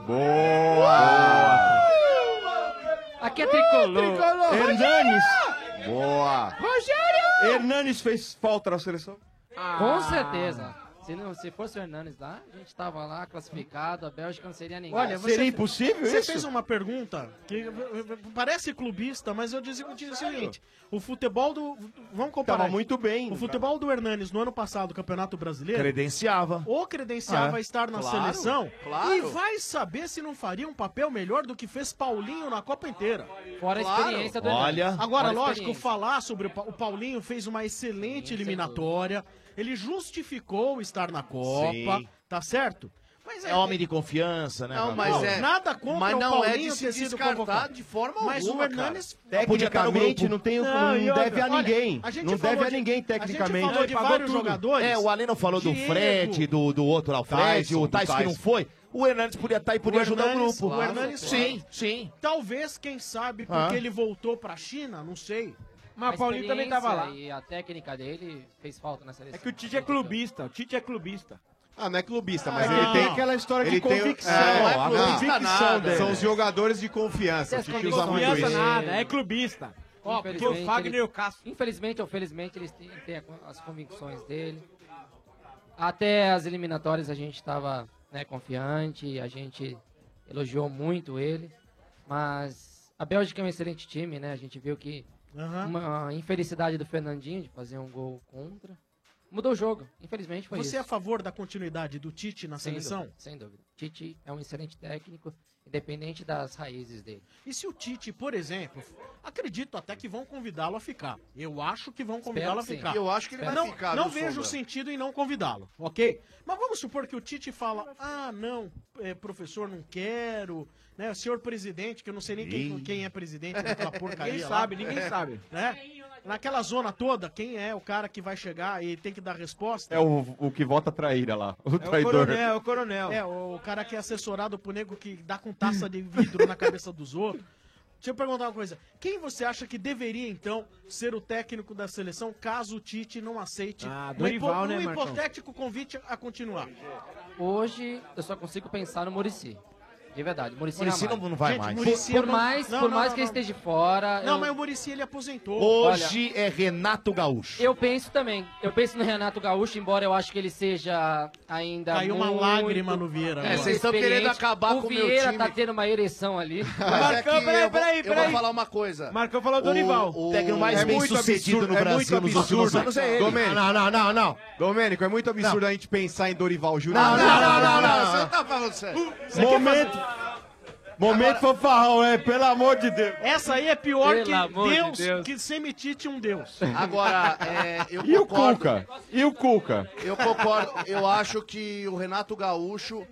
[SPEAKER 11] Boa!
[SPEAKER 17] Aqui é tricolor.
[SPEAKER 11] Hernanes. Boa!
[SPEAKER 17] Rogério!
[SPEAKER 11] Hernanes fez falta na seleção?
[SPEAKER 17] Ah. Com certeza. Se, não, se fosse o Hernanes lá, a gente tava lá classificado, a Bélgica não seria ninguém.
[SPEAKER 10] você fez uma pergunta que parece clubista, mas eu dizia, eu dizia o seguinte: o futebol do. Vamos comparar.
[SPEAKER 11] Tava muito bem.
[SPEAKER 10] O futebol do Hernanes no ano passado, Campeonato Brasileiro.
[SPEAKER 2] Credenciava.
[SPEAKER 10] Ou credenciava
[SPEAKER 2] É.
[SPEAKER 10] estar na
[SPEAKER 2] Claro,
[SPEAKER 10] seleção.
[SPEAKER 2] claro.
[SPEAKER 10] E vai saber se não faria um papel melhor do que fez Paulinho na Copa inteira.
[SPEAKER 17] Fora a Claro. experiência do Hernanes.
[SPEAKER 10] Olha. Agora,
[SPEAKER 17] Fora a
[SPEAKER 10] lógico,
[SPEAKER 17] experiência.
[SPEAKER 10] falar sobre o Pa- o Paulinho fez uma excelente eliminatória. Ele justificou estar na Copa.
[SPEAKER 2] Sim.
[SPEAKER 10] Tá certo? Mas
[SPEAKER 2] É homem de confiança, né?
[SPEAKER 10] não,
[SPEAKER 2] Gabriel?
[SPEAKER 10] mas é. Nada contra
[SPEAKER 2] Mas não
[SPEAKER 10] o Paulinho
[SPEAKER 2] é de se
[SPEAKER 10] ter sido
[SPEAKER 2] descartar
[SPEAKER 10] convocado.
[SPEAKER 2] de forma
[SPEAKER 10] Mas o
[SPEAKER 2] alguma,
[SPEAKER 10] Hernanes...
[SPEAKER 2] cara. Podia estar no
[SPEAKER 11] Tecnicamente,
[SPEAKER 2] grupo.
[SPEAKER 11] não, tem, não,
[SPEAKER 10] Não, e outra,
[SPEAKER 11] deve a
[SPEAKER 10] olha,
[SPEAKER 11] ninguém.
[SPEAKER 10] a gente
[SPEAKER 11] não
[SPEAKER 10] falou
[SPEAKER 11] deve a
[SPEAKER 10] de- a
[SPEAKER 11] ninguém,
[SPEAKER 10] gente
[SPEAKER 11] tecnicamente.
[SPEAKER 10] falou de
[SPEAKER 11] Pagou
[SPEAKER 10] vários
[SPEAKER 11] tudo.
[SPEAKER 10] jogadores.
[SPEAKER 2] É, o Alê não falou do
[SPEAKER 10] Diego.
[SPEAKER 2] Fred, do, do outro lá, o Fred,
[SPEAKER 10] Tyson,
[SPEAKER 2] o
[SPEAKER 10] do
[SPEAKER 2] Tyson que não
[SPEAKER 10] Tyson.
[SPEAKER 2] foi. O Hernandes podia estar e podia ajudar
[SPEAKER 10] Hernanes-
[SPEAKER 2] o grupo.
[SPEAKER 10] O Hernanes
[SPEAKER 2] sim, sim.
[SPEAKER 10] Talvez, quem sabe,
[SPEAKER 2] Ah.
[SPEAKER 10] porque ele voltou pra China, não sei.
[SPEAKER 17] A experiência E a técnica dele fez falta na seleção.
[SPEAKER 13] É que o Tite é clubista, o Tite é clubista.
[SPEAKER 8] Ah, não é clubista, mas
[SPEAKER 13] Ah,
[SPEAKER 8] ele
[SPEAKER 13] não.
[SPEAKER 8] tem
[SPEAKER 13] Aquela história de
[SPEAKER 8] ele tem-
[SPEAKER 13] convicção,
[SPEAKER 8] É,
[SPEAKER 13] não é
[SPEAKER 8] a
[SPEAKER 13] clubista
[SPEAKER 8] convicção
[SPEAKER 13] nada.
[SPEAKER 8] dele. São os jogadores de confiança. O Tite usa muito
[SPEAKER 13] Confiança
[SPEAKER 8] isso.
[SPEAKER 13] nada, é clubista. Ó, porque o
[SPEAKER 17] Infelizmente,
[SPEAKER 13] Fagner
[SPEAKER 17] ele-
[SPEAKER 13] e o Cássio.
[SPEAKER 17] Infelizmente ou felizmente, ele tem, tem a- as convicções dele. Até as eliminatórias a gente estava né, confiante, a gente elogiou muito ele. Mas a Bélgica é um excelente time, né? A gente viu que
[SPEAKER 10] Aham.
[SPEAKER 17] uma infelicidade do Fernandinho de fazer um gol contra mudou o jogo. Infelizmente foi
[SPEAKER 10] Você é a
[SPEAKER 17] isso.
[SPEAKER 10] favor da continuidade do Tite na
[SPEAKER 17] Sem
[SPEAKER 10] seleção?
[SPEAKER 17] dúvida, sem dúvida. Tite é um excelente técnico, independente das raízes dele.
[SPEAKER 10] E se o Tite, por exemplo, acredito até que vão convidá-lo a ficar. Eu acho que vão
[SPEAKER 17] Espero
[SPEAKER 10] convidá-lo a
[SPEAKER 17] que sim.
[SPEAKER 10] ficar.
[SPEAKER 17] Eu acho que ele vai
[SPEAKER 10] não,
[SPEAKER 17] ficar,
[SPEAKER 10] Não
[SPEAKER 17] viu,
[SPEAKER 10] vejo
[SPEAKER 17] Sombra?
[SPEAKER 10] sentido em não convidá-lo, ok? Mas vamos supor que o Tite fala, ah, não, é, professor, não quero, né, o senhor presidente, que eu não sei nem quem, quem é presidente
[SPEAKER 17] (laughs)
[SPEAKER 10] daquela porcaria
[SPEAKER 13] Ninguém
[SPEAKER 10] lá.
[SPEAKER 13] sabe, ninguém sabe.
[SPEAKER 10] Né? Naquela zona toda, quem é o cara que vai chegar e tem que dar resposta?
[SPEAKER 11] É o, o que vota traíra lá, o traidor.
[SPEAKER 10] É, coronel. É, o cara que é assessorado por nego que dá com taça de vidro na cabeça dos outros. Deixa eu perguntar uma coisa. Quem você acha que deveria, então, ser o técnico da seleção caso o Tite não aceite
[SPEAKER 23] Ah,
[SPEAKER 10] um,
[SPEAKER 23] Dorival, né,
[SPEAKER 10] um
[SPEAKER 23] Marcão?
[SPEAKER 10] hipotético convite a continuar?
[SPEAKER 23] Hoje eu só consigo pensar no Murici. De verdade, Murici
[SPEAKER 10] Muricy não- não vai Gente, mais.
[SPEAKER 23] Por,
[SPEAKER 10] Muricy
[SPEAKER 23] por
[SPEAKER 10] eu não-
[SPEAKER 23] mais,
[SPEAKER 10] não,
[SPEAKER 23] por
[SPEAKER 10] não,
[SPEAKER 23] mais
[SPEAKER 10] não,
[SPEAKER 23] que
[SPEAKER 10] não.
[SPEAKER 23] ele esteja fora.
[SPEAKER 10] Ah, Não,
[SPEAKER 23] eu,
[SPEAKER 10] mas o Murici ele aposentou.
[SPEAKER 2] Hoje é Renato Gaúcho.
[SPEAKER 23] eu penso também. Eu penso no Renato Gaúcho, embora eu acho que ele seja ainda.
[SPEAKER 10] Caiu uma
[SPEAKER 23] muito
[SPEAKER 10] lágrima no Vieira.
[SPEAKER 23] inexperiente.
[SPEAKER 10] É, vocês estão querendo acabar
[SPEAKER 23] o
[SPEAKER 10] com o meu
[SPEAKER 23] Vieira
[SPEAKER 10] time.
[SPEAKER 23] tá tendo uma ereção ali.
[SPEAKER 14] Mas é que eu vou- Eu vou falar uma coisa.
[SPEAKER 23] Marcão falou do Dorival.
[SPEAKER 14] O, o
[SPEAKER 23] Técnico um mais
[SPEAKER 14] é
[SPEAKER 23] bem
[SPEAKER 14] muito
[SPEAKER 23] sucedido
[SPEAKER 14] absurdo-
[SPEAKER 23] no
[SPEAKER 14] é
[SPEAKER 23] Brasil
[SPEAKER 14] muito
[SPEAKER 23] nos
[SPEAKER 14] absurdo.
[SPEAKER 23] últimos anos é ele.
[SPEAKER 8] Domênico.
[SPEAKER 14] Não, não, não, não.
[SPEAKER 8] Domênico, é muito absurdo a gente pensar em Dorival Júnior.
[SPEAKER 14] Não, não, não, não, não, Você não tá falando sério.
[SPEAKER 11] Momento. Momento fanfarrão, é, pelo amor de Deus.
[SPEAKER 10] Essa aí é pior
[SPEAKER 11] Pelo amor
[SPEAKER 10] que
[SPEAKER 11] de
[SPEAKER 10] Deus,
[SPEAKER 11] Deus.
[SPEAKER 10] que semitite um Deus.
[SPEAKER 14] Agora, é, eu
[SPEAKER 11] E o
[SPEAKER 14] concordo.
[SPEAKER 11] Cuca? E o Cuca?
[SPEAKER 14] Eu concordo. Eu acho que o Renato Gaúcho,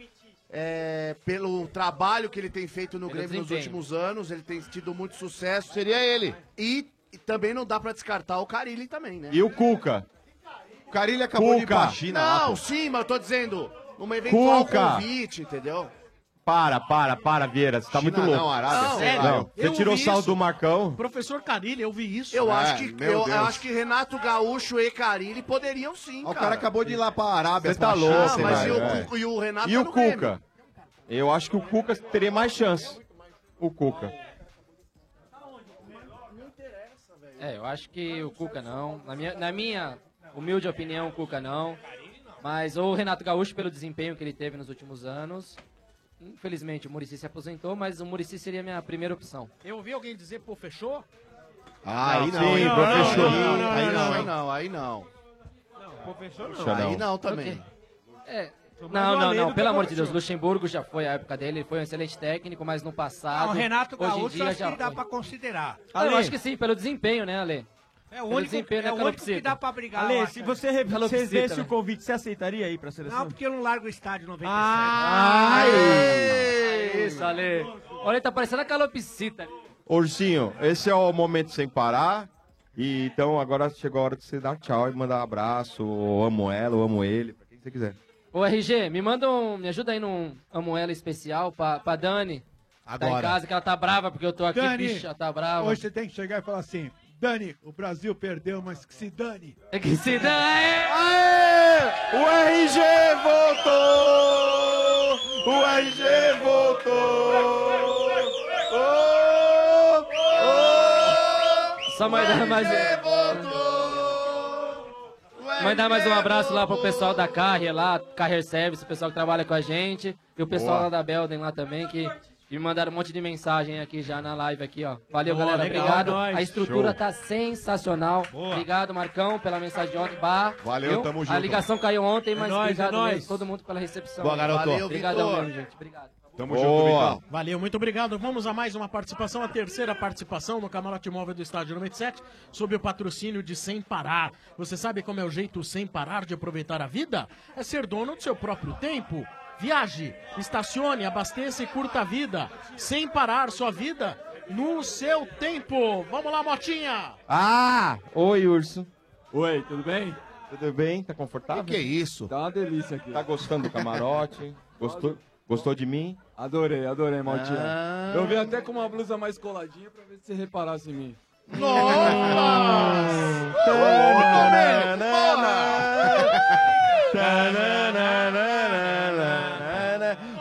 [SPEAKER 14] é, pelo trabalho que ele tem feito no
[SPEAKER 28] Pelo
[SPEAKER 14] Grêmio nos
[SPEAKER 28] desempenho.
[SPEAKER 14] últimos anos, ele tem tido muito sucesso. Seria ele. E, e também não dá pra descartar o Carilli também, né?
[SPEAKER 11] E o Cuca?
[SPEAKER 8] O Carilli acabou de ir pra
[SPEAKER 11] Cuca.
[SPEAKER 8] China. lá,
[SPEAKER 14] Não,
[SPEAKER 8] pô.
[SPEAKER 14] sim, mas eu tô dizendo, numa eventual
[SPEAKER 11] Cuca.
[SPEAKER 14] convite, entendeu?
[SPEAKER 11] Para, para, para, Vieira. Você tá muito louco.
[SPEAKER 14] não, Arábia, Não, sei lá.
[SPEAKER 11] Não,
[SPEAKER 14] eu
[SPEAKER 11] Você tirou o
[SPEAKER 14] ouvi
[SPEAKER 11] sal
[SPEAKER 14] isso.
[SPEAKER 11] do Marcão.
[SPEAKER 10] Professor Carilli, eu vi isso.
[SPEAKER 14] Eu,
[SPEAKER 11] É,
[SPEAKER 14] acho, que,
[SPEAKER 11] meu
[SPEAKER 14] eu
[SPEAKER 11] Deus.
[SPEAKER 14] acho que Renato Gaúcho e Carilli poderiam sim,
[SPEAKER 8] Ó, O
[SPEAKER 14] cara.
[SPEAKER 8] cara acabou de ir lá pra Arábia.
[SPEAKER 11] Você tá
[SPEAKER 8] pra China,
[SPEAKER 11] louco,
[SPEAKER 8] sei lá,
[SPEAKER 11] mas
[SPEAKER 14] Ah, E o,
[SPEAKER 11] É.
[SPEAKER 14] Cuca- e o Renato
[SPEAKER 11] E
[SPEAKER 14] tá
[SPEAKER 11] o
[SPEAKER 14] no Grêmio.
[SPEAKER 11] Cuca? Eu acho que o Cuca teria mais chance. O Cuca.
[SPEAKER 23] É, eu acho que o Cuca não. Na minha, na minha humilde opinião, o Cuca não. Mas ou o Renato Gaúcho, pelo desempenho que ele teve nos últimos anos. Infelizmente, o Murici se aposentou, mas o Murici seria a minha primeira opção.
[SPEAKER 10] Eu ouvi alguém dizer, pô, fechou?
[SPEAKER 14] Ah,
[SPEAKER 23] Não,
[SPEAKER 14] aí não,
[SPEAKER 23] sim,
[SPEAKER 14] aí não,
[SPEAKER 23] professor.
[SPEAKER 14] aí não,
[SPEAKER 23] Não,
[SPEAKER 14] aí não,
[SPEAKER 23] não, não,
[SPEAKER 14] aí não, aí não.
[SPEAKER 23] Professor
[SPEAKER 14] não. Aí não também.
[SPEAKER 23] É.
[SPEAKER 14] Tô mais
[SPEAKER 23] Não, não,
[SPEAKER 14] além do
[SPEAKER 23] não.
[SPEAKER 14] que
[SPEAKER 23] Pelo amor de
[SPEAKER 14] aconteceu.
[SPEAKER 23] Deus, Luxemburgo já foi a época dele, ele foi um excelente técnico, mas no passado.
[SPEAKER 16] Não, Renato
[SPEAKER 23] hoje em
[SPEAKER 16] Gaúcho
[SPEAKER 23] dia
[SPEAKER 16] acho
[SPEAKER 23] já
[SPEAKER 16] que dá
[SPEAKER 23] foi.
[SPEAKER 16] pra considerar.
[SPEAKER 23] Ah, eu acho que sim, pelo desempenho, né, Ale?
[SPEAKER 16] É o
[SPEAKER 23] Pelo
[SPEAKER 16] único,
[SPEAKER 23] desempenho,
[SPEAKER 16] é
[SPEAKER 23] né,
[SPEAKER 16] o único que
[SPEAKER 23] calopsita.
[SPEAKER 16] dá pra brigar. eu
[SPEAKER 13] Ale,
[SPEAKER 16] acho.
[SPEAKER 13] Ah, se você re-
[SPEAKER 23] Calopsita,
[SPEAKER 13] recebesse
[SPEAKER 23] né?
[SPEAKER 13] o convite, você aceitaria ir pra seleção?
[SPEAKER 16] Não, porque eu não largo o estádio 97.
[SPEAKER 23] Ah, É Isso, Ale. Olha, ele tá parecendo a calopsita.
[SPEAKER 11] Ursinho, esse é o momento sem parar. E então agora chegou a hora de você dar tchau e mandar um abraço. Eu amo ela, eu amo ele, pra quem você quiser.
[SPEAKER 23] Ô, RG, me manda um. Me ajuda aí num Amoela especial pra, pra Dani. Tá
[SPEAKER 11] Agora.
[SPEAKER 23] em casa, que ela tá brava porque eu tô aqui,
[SPEAKER 18] Dani,
[SPEAKER 23] bicho, ela tá brava.
[SPEAKER 18] Hoje você tem que chegar e falar assim: Dani, o Brasil perdeu, mas que se dane.
[SPEAKER 23] É que se dane!
[SPEAKER 11] Aê! O RG voltou! O RG voltou! Oh, oh,
[SPEAKER 23] Só mandar mais um. Mandar mais um abraço lá pro pessoal da Carrier lá, Carrier Service, o pessoal que trabalha com a gente. E o pessoal
[SPEAKER 11] Boa.
[SPEAKER 23] lá da Belden lá também, que me mandaram um monte de mensagem aqui já na live aqui, ó. Valeu,
[SPEAKER 16] Boa,
[SPEAKER 23] galera.
[SPEAKER 16] legal,
[SPEAKER 23] obrigado.
[SPEAKER 16] nós.
[SPEAKER 23] A estrutura
[SPEAKER 16] Show.
[SPEAKER 23] tá sensacional. Obrigado, Marcão, pela mensagem de ontem. Bah,
[SPEAKER 16] Valeu,
[SPEAKER 23] viu?
[SPEAKER 16] tamo
[SPEAKER 23] A
[SPEAKER 16] junto.
[SPEAKER 23] ligação caiu ontem,
[SPEAKER 16] É
[SPEAKER 23] mas
[SPEAKER 16] nóis,
[SPEAKER 23] obrigado
[SPEAKER 16] é nóis.
[SPEAKER 23] mesmo, todo mundo pela recepção.
[SPEAKER 16] Boa, garoto. Valeu,
[SPEAKER 23] Obrigadão
[SPEAKER 16] Vitor.
[SPEAKER 23] mesmo, gente. Obrigado.
[SPEAKER 11] Tamo junto, Vitão.
[SPEAKER 10] Valeu, muito obrigado. Vamos a mais uma participação, a terceira participação no Camarote Móvel do Estádio 97, sob o patrocínio de Sem Parar. Você sabe como é o jeito sem parar de aproveitar a vida? É ser dono do seu próprio tempo. Viaje, estacione, abasteça e curta a vida. Sem parar sua vida no seu tempo. Vamos lá, Motinha!
[SPEAKER 11] Ah! Oi, urso.
[SPEAKER 22] Oi, tudo bem?
[SPEAKER 11] Tudo bem? Tá confortável?
[SPEAKER 22] Que que é
[SPEAKER 11] isso?
[SPEAKER 22] Tá uma delícia aqui.
[SPEAKER 11] Tá gostando
[SPEAKER 22] (laughs)
[SPEAKER 11] do camarote? Gostou, gostou de mim?
[SPEAKER 22] Adorei, adorei, Maltinha.
[SPEAKER 11] Ah.
[SPEAKER 22] Eu vim até com uma blusa mais coladinha pra ver se você reparasse em mim.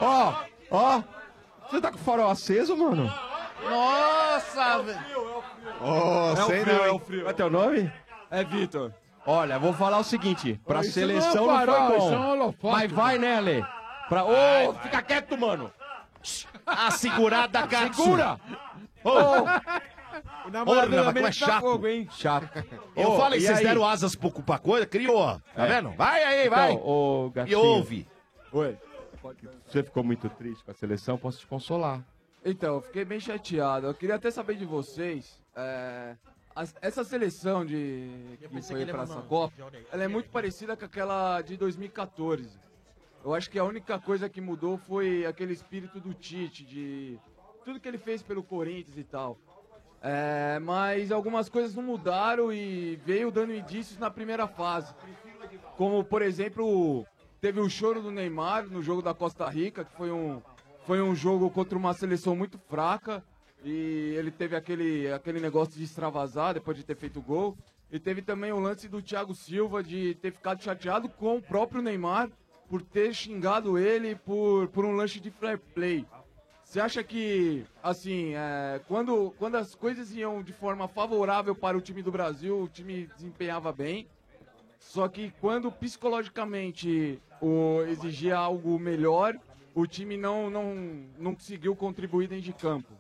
[SPEAKER 11] Ó, ó. Você tá com o farol aceso, mano?
[SPEAKER 14] Nossa, velho.
[SPEAKER 11] Ó,
[SPEAKER 22] É o
[SPEAKER 11] sei
[SPEAKER 22] frio,
[SPEAKER 11] não,
[SPEAKER 22] é
[SPEAKER 11] hein?
[SPEAKER 22] o frio.
[SPEAKER 11] Qual é teu nome?
[SPEAKER 22] É Vitor.
[SPEAKER 11] Olha, vou falar o seguinte, pra
[SPEAKER 22] isso não
[SPEAKER 11] seleção
[SPEAKER 22] é
[SPEAKER 11] não,
[SPEAKER 22] um farol,
[SPEAKER 11] foi
[SPEAKER 22] isso é um
[SPEAKER 11] bom.
[SPEAKER 22] holofote.
[SPEAKER 11] Mas vai, né, Ale? Pra... Ô, fica quieto, mano.
[SPEAKER 13] (laughs)
[SPEAKER 2] A segurada, cara.
[SPEAKER 11] Segura! Ô,
[SPEAKER 13] O
[SPEAKER 10] Tá
[SPEAKER 2] namorado da
[SPEAKER 13] América
[SPEAKER 2] é chato.
[SPEAKER 13] Fogo, hein?
[SPEAKER 11] Chato.
[SPEAKER 2] Eu
[SPEAKER 11] Ô,
[SPEAKER 2] falei,
[SPEAKER 11] e
[SPEAKER 2] vocês
[SPEAKER 11] aí?
[SPEAKER 2] deram asas pro, pra coisa, criou. Tá
[SPEAKER 11] É.
[SPEAKER 2] vendo? Vai aí, vai.
[SPEAKER 11] Então, ô,
[SPEAKER 2] e
[SPEAKER 11] gatinho.
[SPEAKER 2] ouve.
[SPEAKER 22] Oi.
[SPEAKER 11] Você ficou muito triste com a seleção, posso te consolar.
[SPEAKER 22] Então, eu fiquei bem chateado. Eu queria até saber de vocês. é, as- essa seleção de que
[SPEAKER 12] pensei
[SPEAKER 22] foi
[SPEAKER 12] que ele
[SPEAKER 22] pra
[SPEAKER 12] ia
[SPEAKER 22] essa
[SPEAKER 12] mandar um
[SPEAKER 22] Copa, ela é muito parecida com aquela de 2014. Eu acho que a única coisa que mudou foi aquele espírito do Tite, de tudo que ele fez pelo Corinthians e tal. É, mas algumas coisas não mudaram e veio dando indícios na primeira fase. Como, por exemplo, teve o choro do Neymar no jogo da Costa Rica, que foi um, foi um jogo contra uma seleção muito fraca.
[SPEAKER 31] e ele teve aquele, aquele negócio de extravasar depois de ter feito o gol. E teve também o lance do Thiago Silva de ter ficado chateado com o próprio Neymar por ter xingado ele por, por um lanche de fair play. Você acha que, assim, é, quando, quando as coisas iam de forma favorável para o time do Brasil, o time desempenhava bem, só que quando psicologicamente o, exigia algo melhor, o time não, não, não conseguiu contribuir dentro de campo.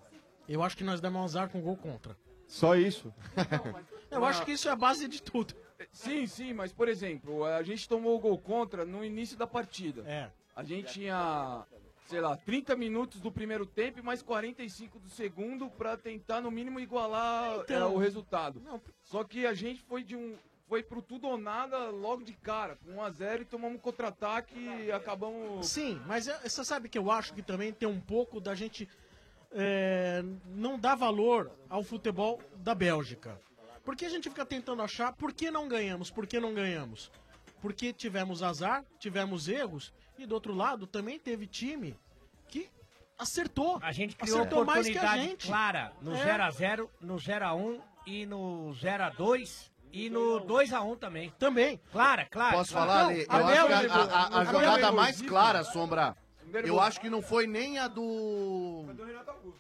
[SPEAKER 10] Eu acho que nós demos um azar com gol contra.
[SPEAKER 11] Só isso?
[SPEAKER 10] Eu acho que isso é a base de tudo.
[SPEAKER 31] Sim, sim, mas por exemplo, a gente tomou o gol contra no início da partida.
[SPEAKER 10] É.
[SPEAKER 31] A gente tinha, sei lá, 30 minutos do primeiro tempo e mais 45 do segundo pra tentar no mínimo igualar
[SPEAKER 28] Então.
[SPEAKER 31] é, o resultado. Só que a gente foi de um foi pro tudo ou nada logo de cara, com 1 a 0 e tomamos um contra-ataque e acabamos
[SPEAKER 10] Sim, mas eu- você sabe que eu acho que também tem um pouco da gente é, não dar valor ao futebol da Bélgica. Porque a gente fica tentando achar por que não ganhamos, por que não ganhamos. Porque tivemos azar, tivemos erros, e do outro lado também teve time que acertou.
[SPEAKER 16] A gente criou
[SPEAKER 10] acertou mais que
[SPEAKER 16] oportunidade
[SPEAKER 10] a gente.
[SPEAKER 16] clara no
[SPEAKER 10] É.
[SPEAKER 16] 0x0, no 0x1 e no 0x2 e no 2x1 também.
[SPEAKER 10] Também.
[SPEAKER 16] Clara, clara.
[SPEAKER 14] Posso
[SPEAKER 16] clara.
[SPEAKER 14] falar,
[SPEAKER 16] Não,
[SPEAKER 14] Ale? Eu
[SPEAKER 16] Abel-
[SPEAKER 14] acho que a, a- a
[SPEAKER 16] Abel-
[SPEAKER 14] jogada
[SPEAKER 10] é
[SPEAKER 16] Abel-
[SPEAKER 14] mais
[SPEAKER 16] Abel-
[SPEAKER 14] clara, Sombra, eu
[SPEAKER 16] Nervoso.
[SPEAKER 14] acho que não foi nem a do... do Renato Augusto.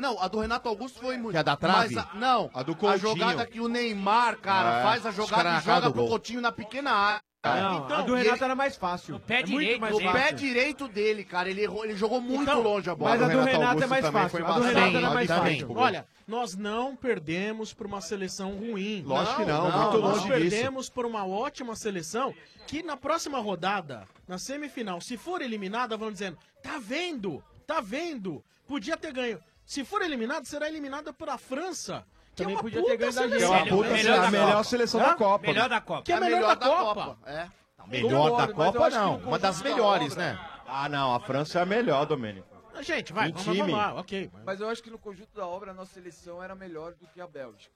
[SPEAKER 14] Não, a do Renato Augusto foi muito...
[SPEAKER 2] Que é a da trave?
[SPEAKER 14] Mas não,
[SPEAKER 2] A do
[SPEAKER 14] a
[SPEAKER 2] Coutinho.
[SPEAKER 14] jogada que o Neymar, cara,
[SPEAKER 2] É,
[SPEAKER 14] faz a jogada e
[SPEAKER 2] escaracado
[SPEAKER 14] joga
[SPEAKER 2] o
[SPEAKER 14] pro
[SPEAKER 2] gol.
[SPEAKER 14] Coutinho na pequena área. Então,
[SPEAKER 2] Não, a do
[SPEAKER 14] e
[SPEAKER 2] Renato
[SPEAKER 14] ele-
[SPEAKER 2] era mais fácil. No
[SPEAKER 14] pé,
[SPEAKER 2] pé direito,
[SPEAKER 14] direito,
[SPEAKER 2] né?
[SPEAKER 14] pé direito dele, cara, ele, errou, ele jogou muito longe a bola.
[SPEAKER 2] mas a do Renato é mais
[SPEAKER 14] também
[SPEAKER 2] fácil,
[SPEAKER 14] foi
[SPEAKER 2] a do
[SPEAKER 14] bastante.
[SPEAKER 2] Renato era mais
[SPEAKER 14] Também.
[SPEAKER 2] fácil.
[SPEAKER 10] é Olha, nós não perdemos por uma seleção ruim.
[SPEAKER 2] Lógico que não, muito
[SPEAKER 10] nós
[SPEAKER 2] longe disso.
[SPEAKER 10] perdemos por uma ótima seleção que na próxima rodada, na semifinal, se for eliminada, vão dizendo: tá vendo, tá vendo, podia ter ganho. Se for eliminada, será eliminada pela França. Que é uma
[SPEAKER 11] podia
[SPEAKER 10] puta
[SPEAKER 11] ter ganho da gente.
[SPEAKER 10] seleção.
[SPEAKER 11] É uma puta seleção, a melhor seleção da
[SPEAKER 10] Hã?
[SPEAKER 11] Copa. Melhor
[SPEAKER 16] da Copa.
[SPEAKER 10] Que é a melhor, da, Copa.
[SPEAKER 14] É.
[SPEAKER 11] Melhor da Copa, não. Uma das melhores,
[SPEAKER 2] né?
[SPEAKER 11] Ah, não. A França é a melhor, Domênico.
[SPEAKER 10] Gente,
[SPEAKER 11] vai, Em vamos- vamos time. lá,
[SPEAKER 10] ok.
[SPEAKER 31] Mas eu acho que no conjunto da obra a nossa seleção era melhor do que a Bélgica.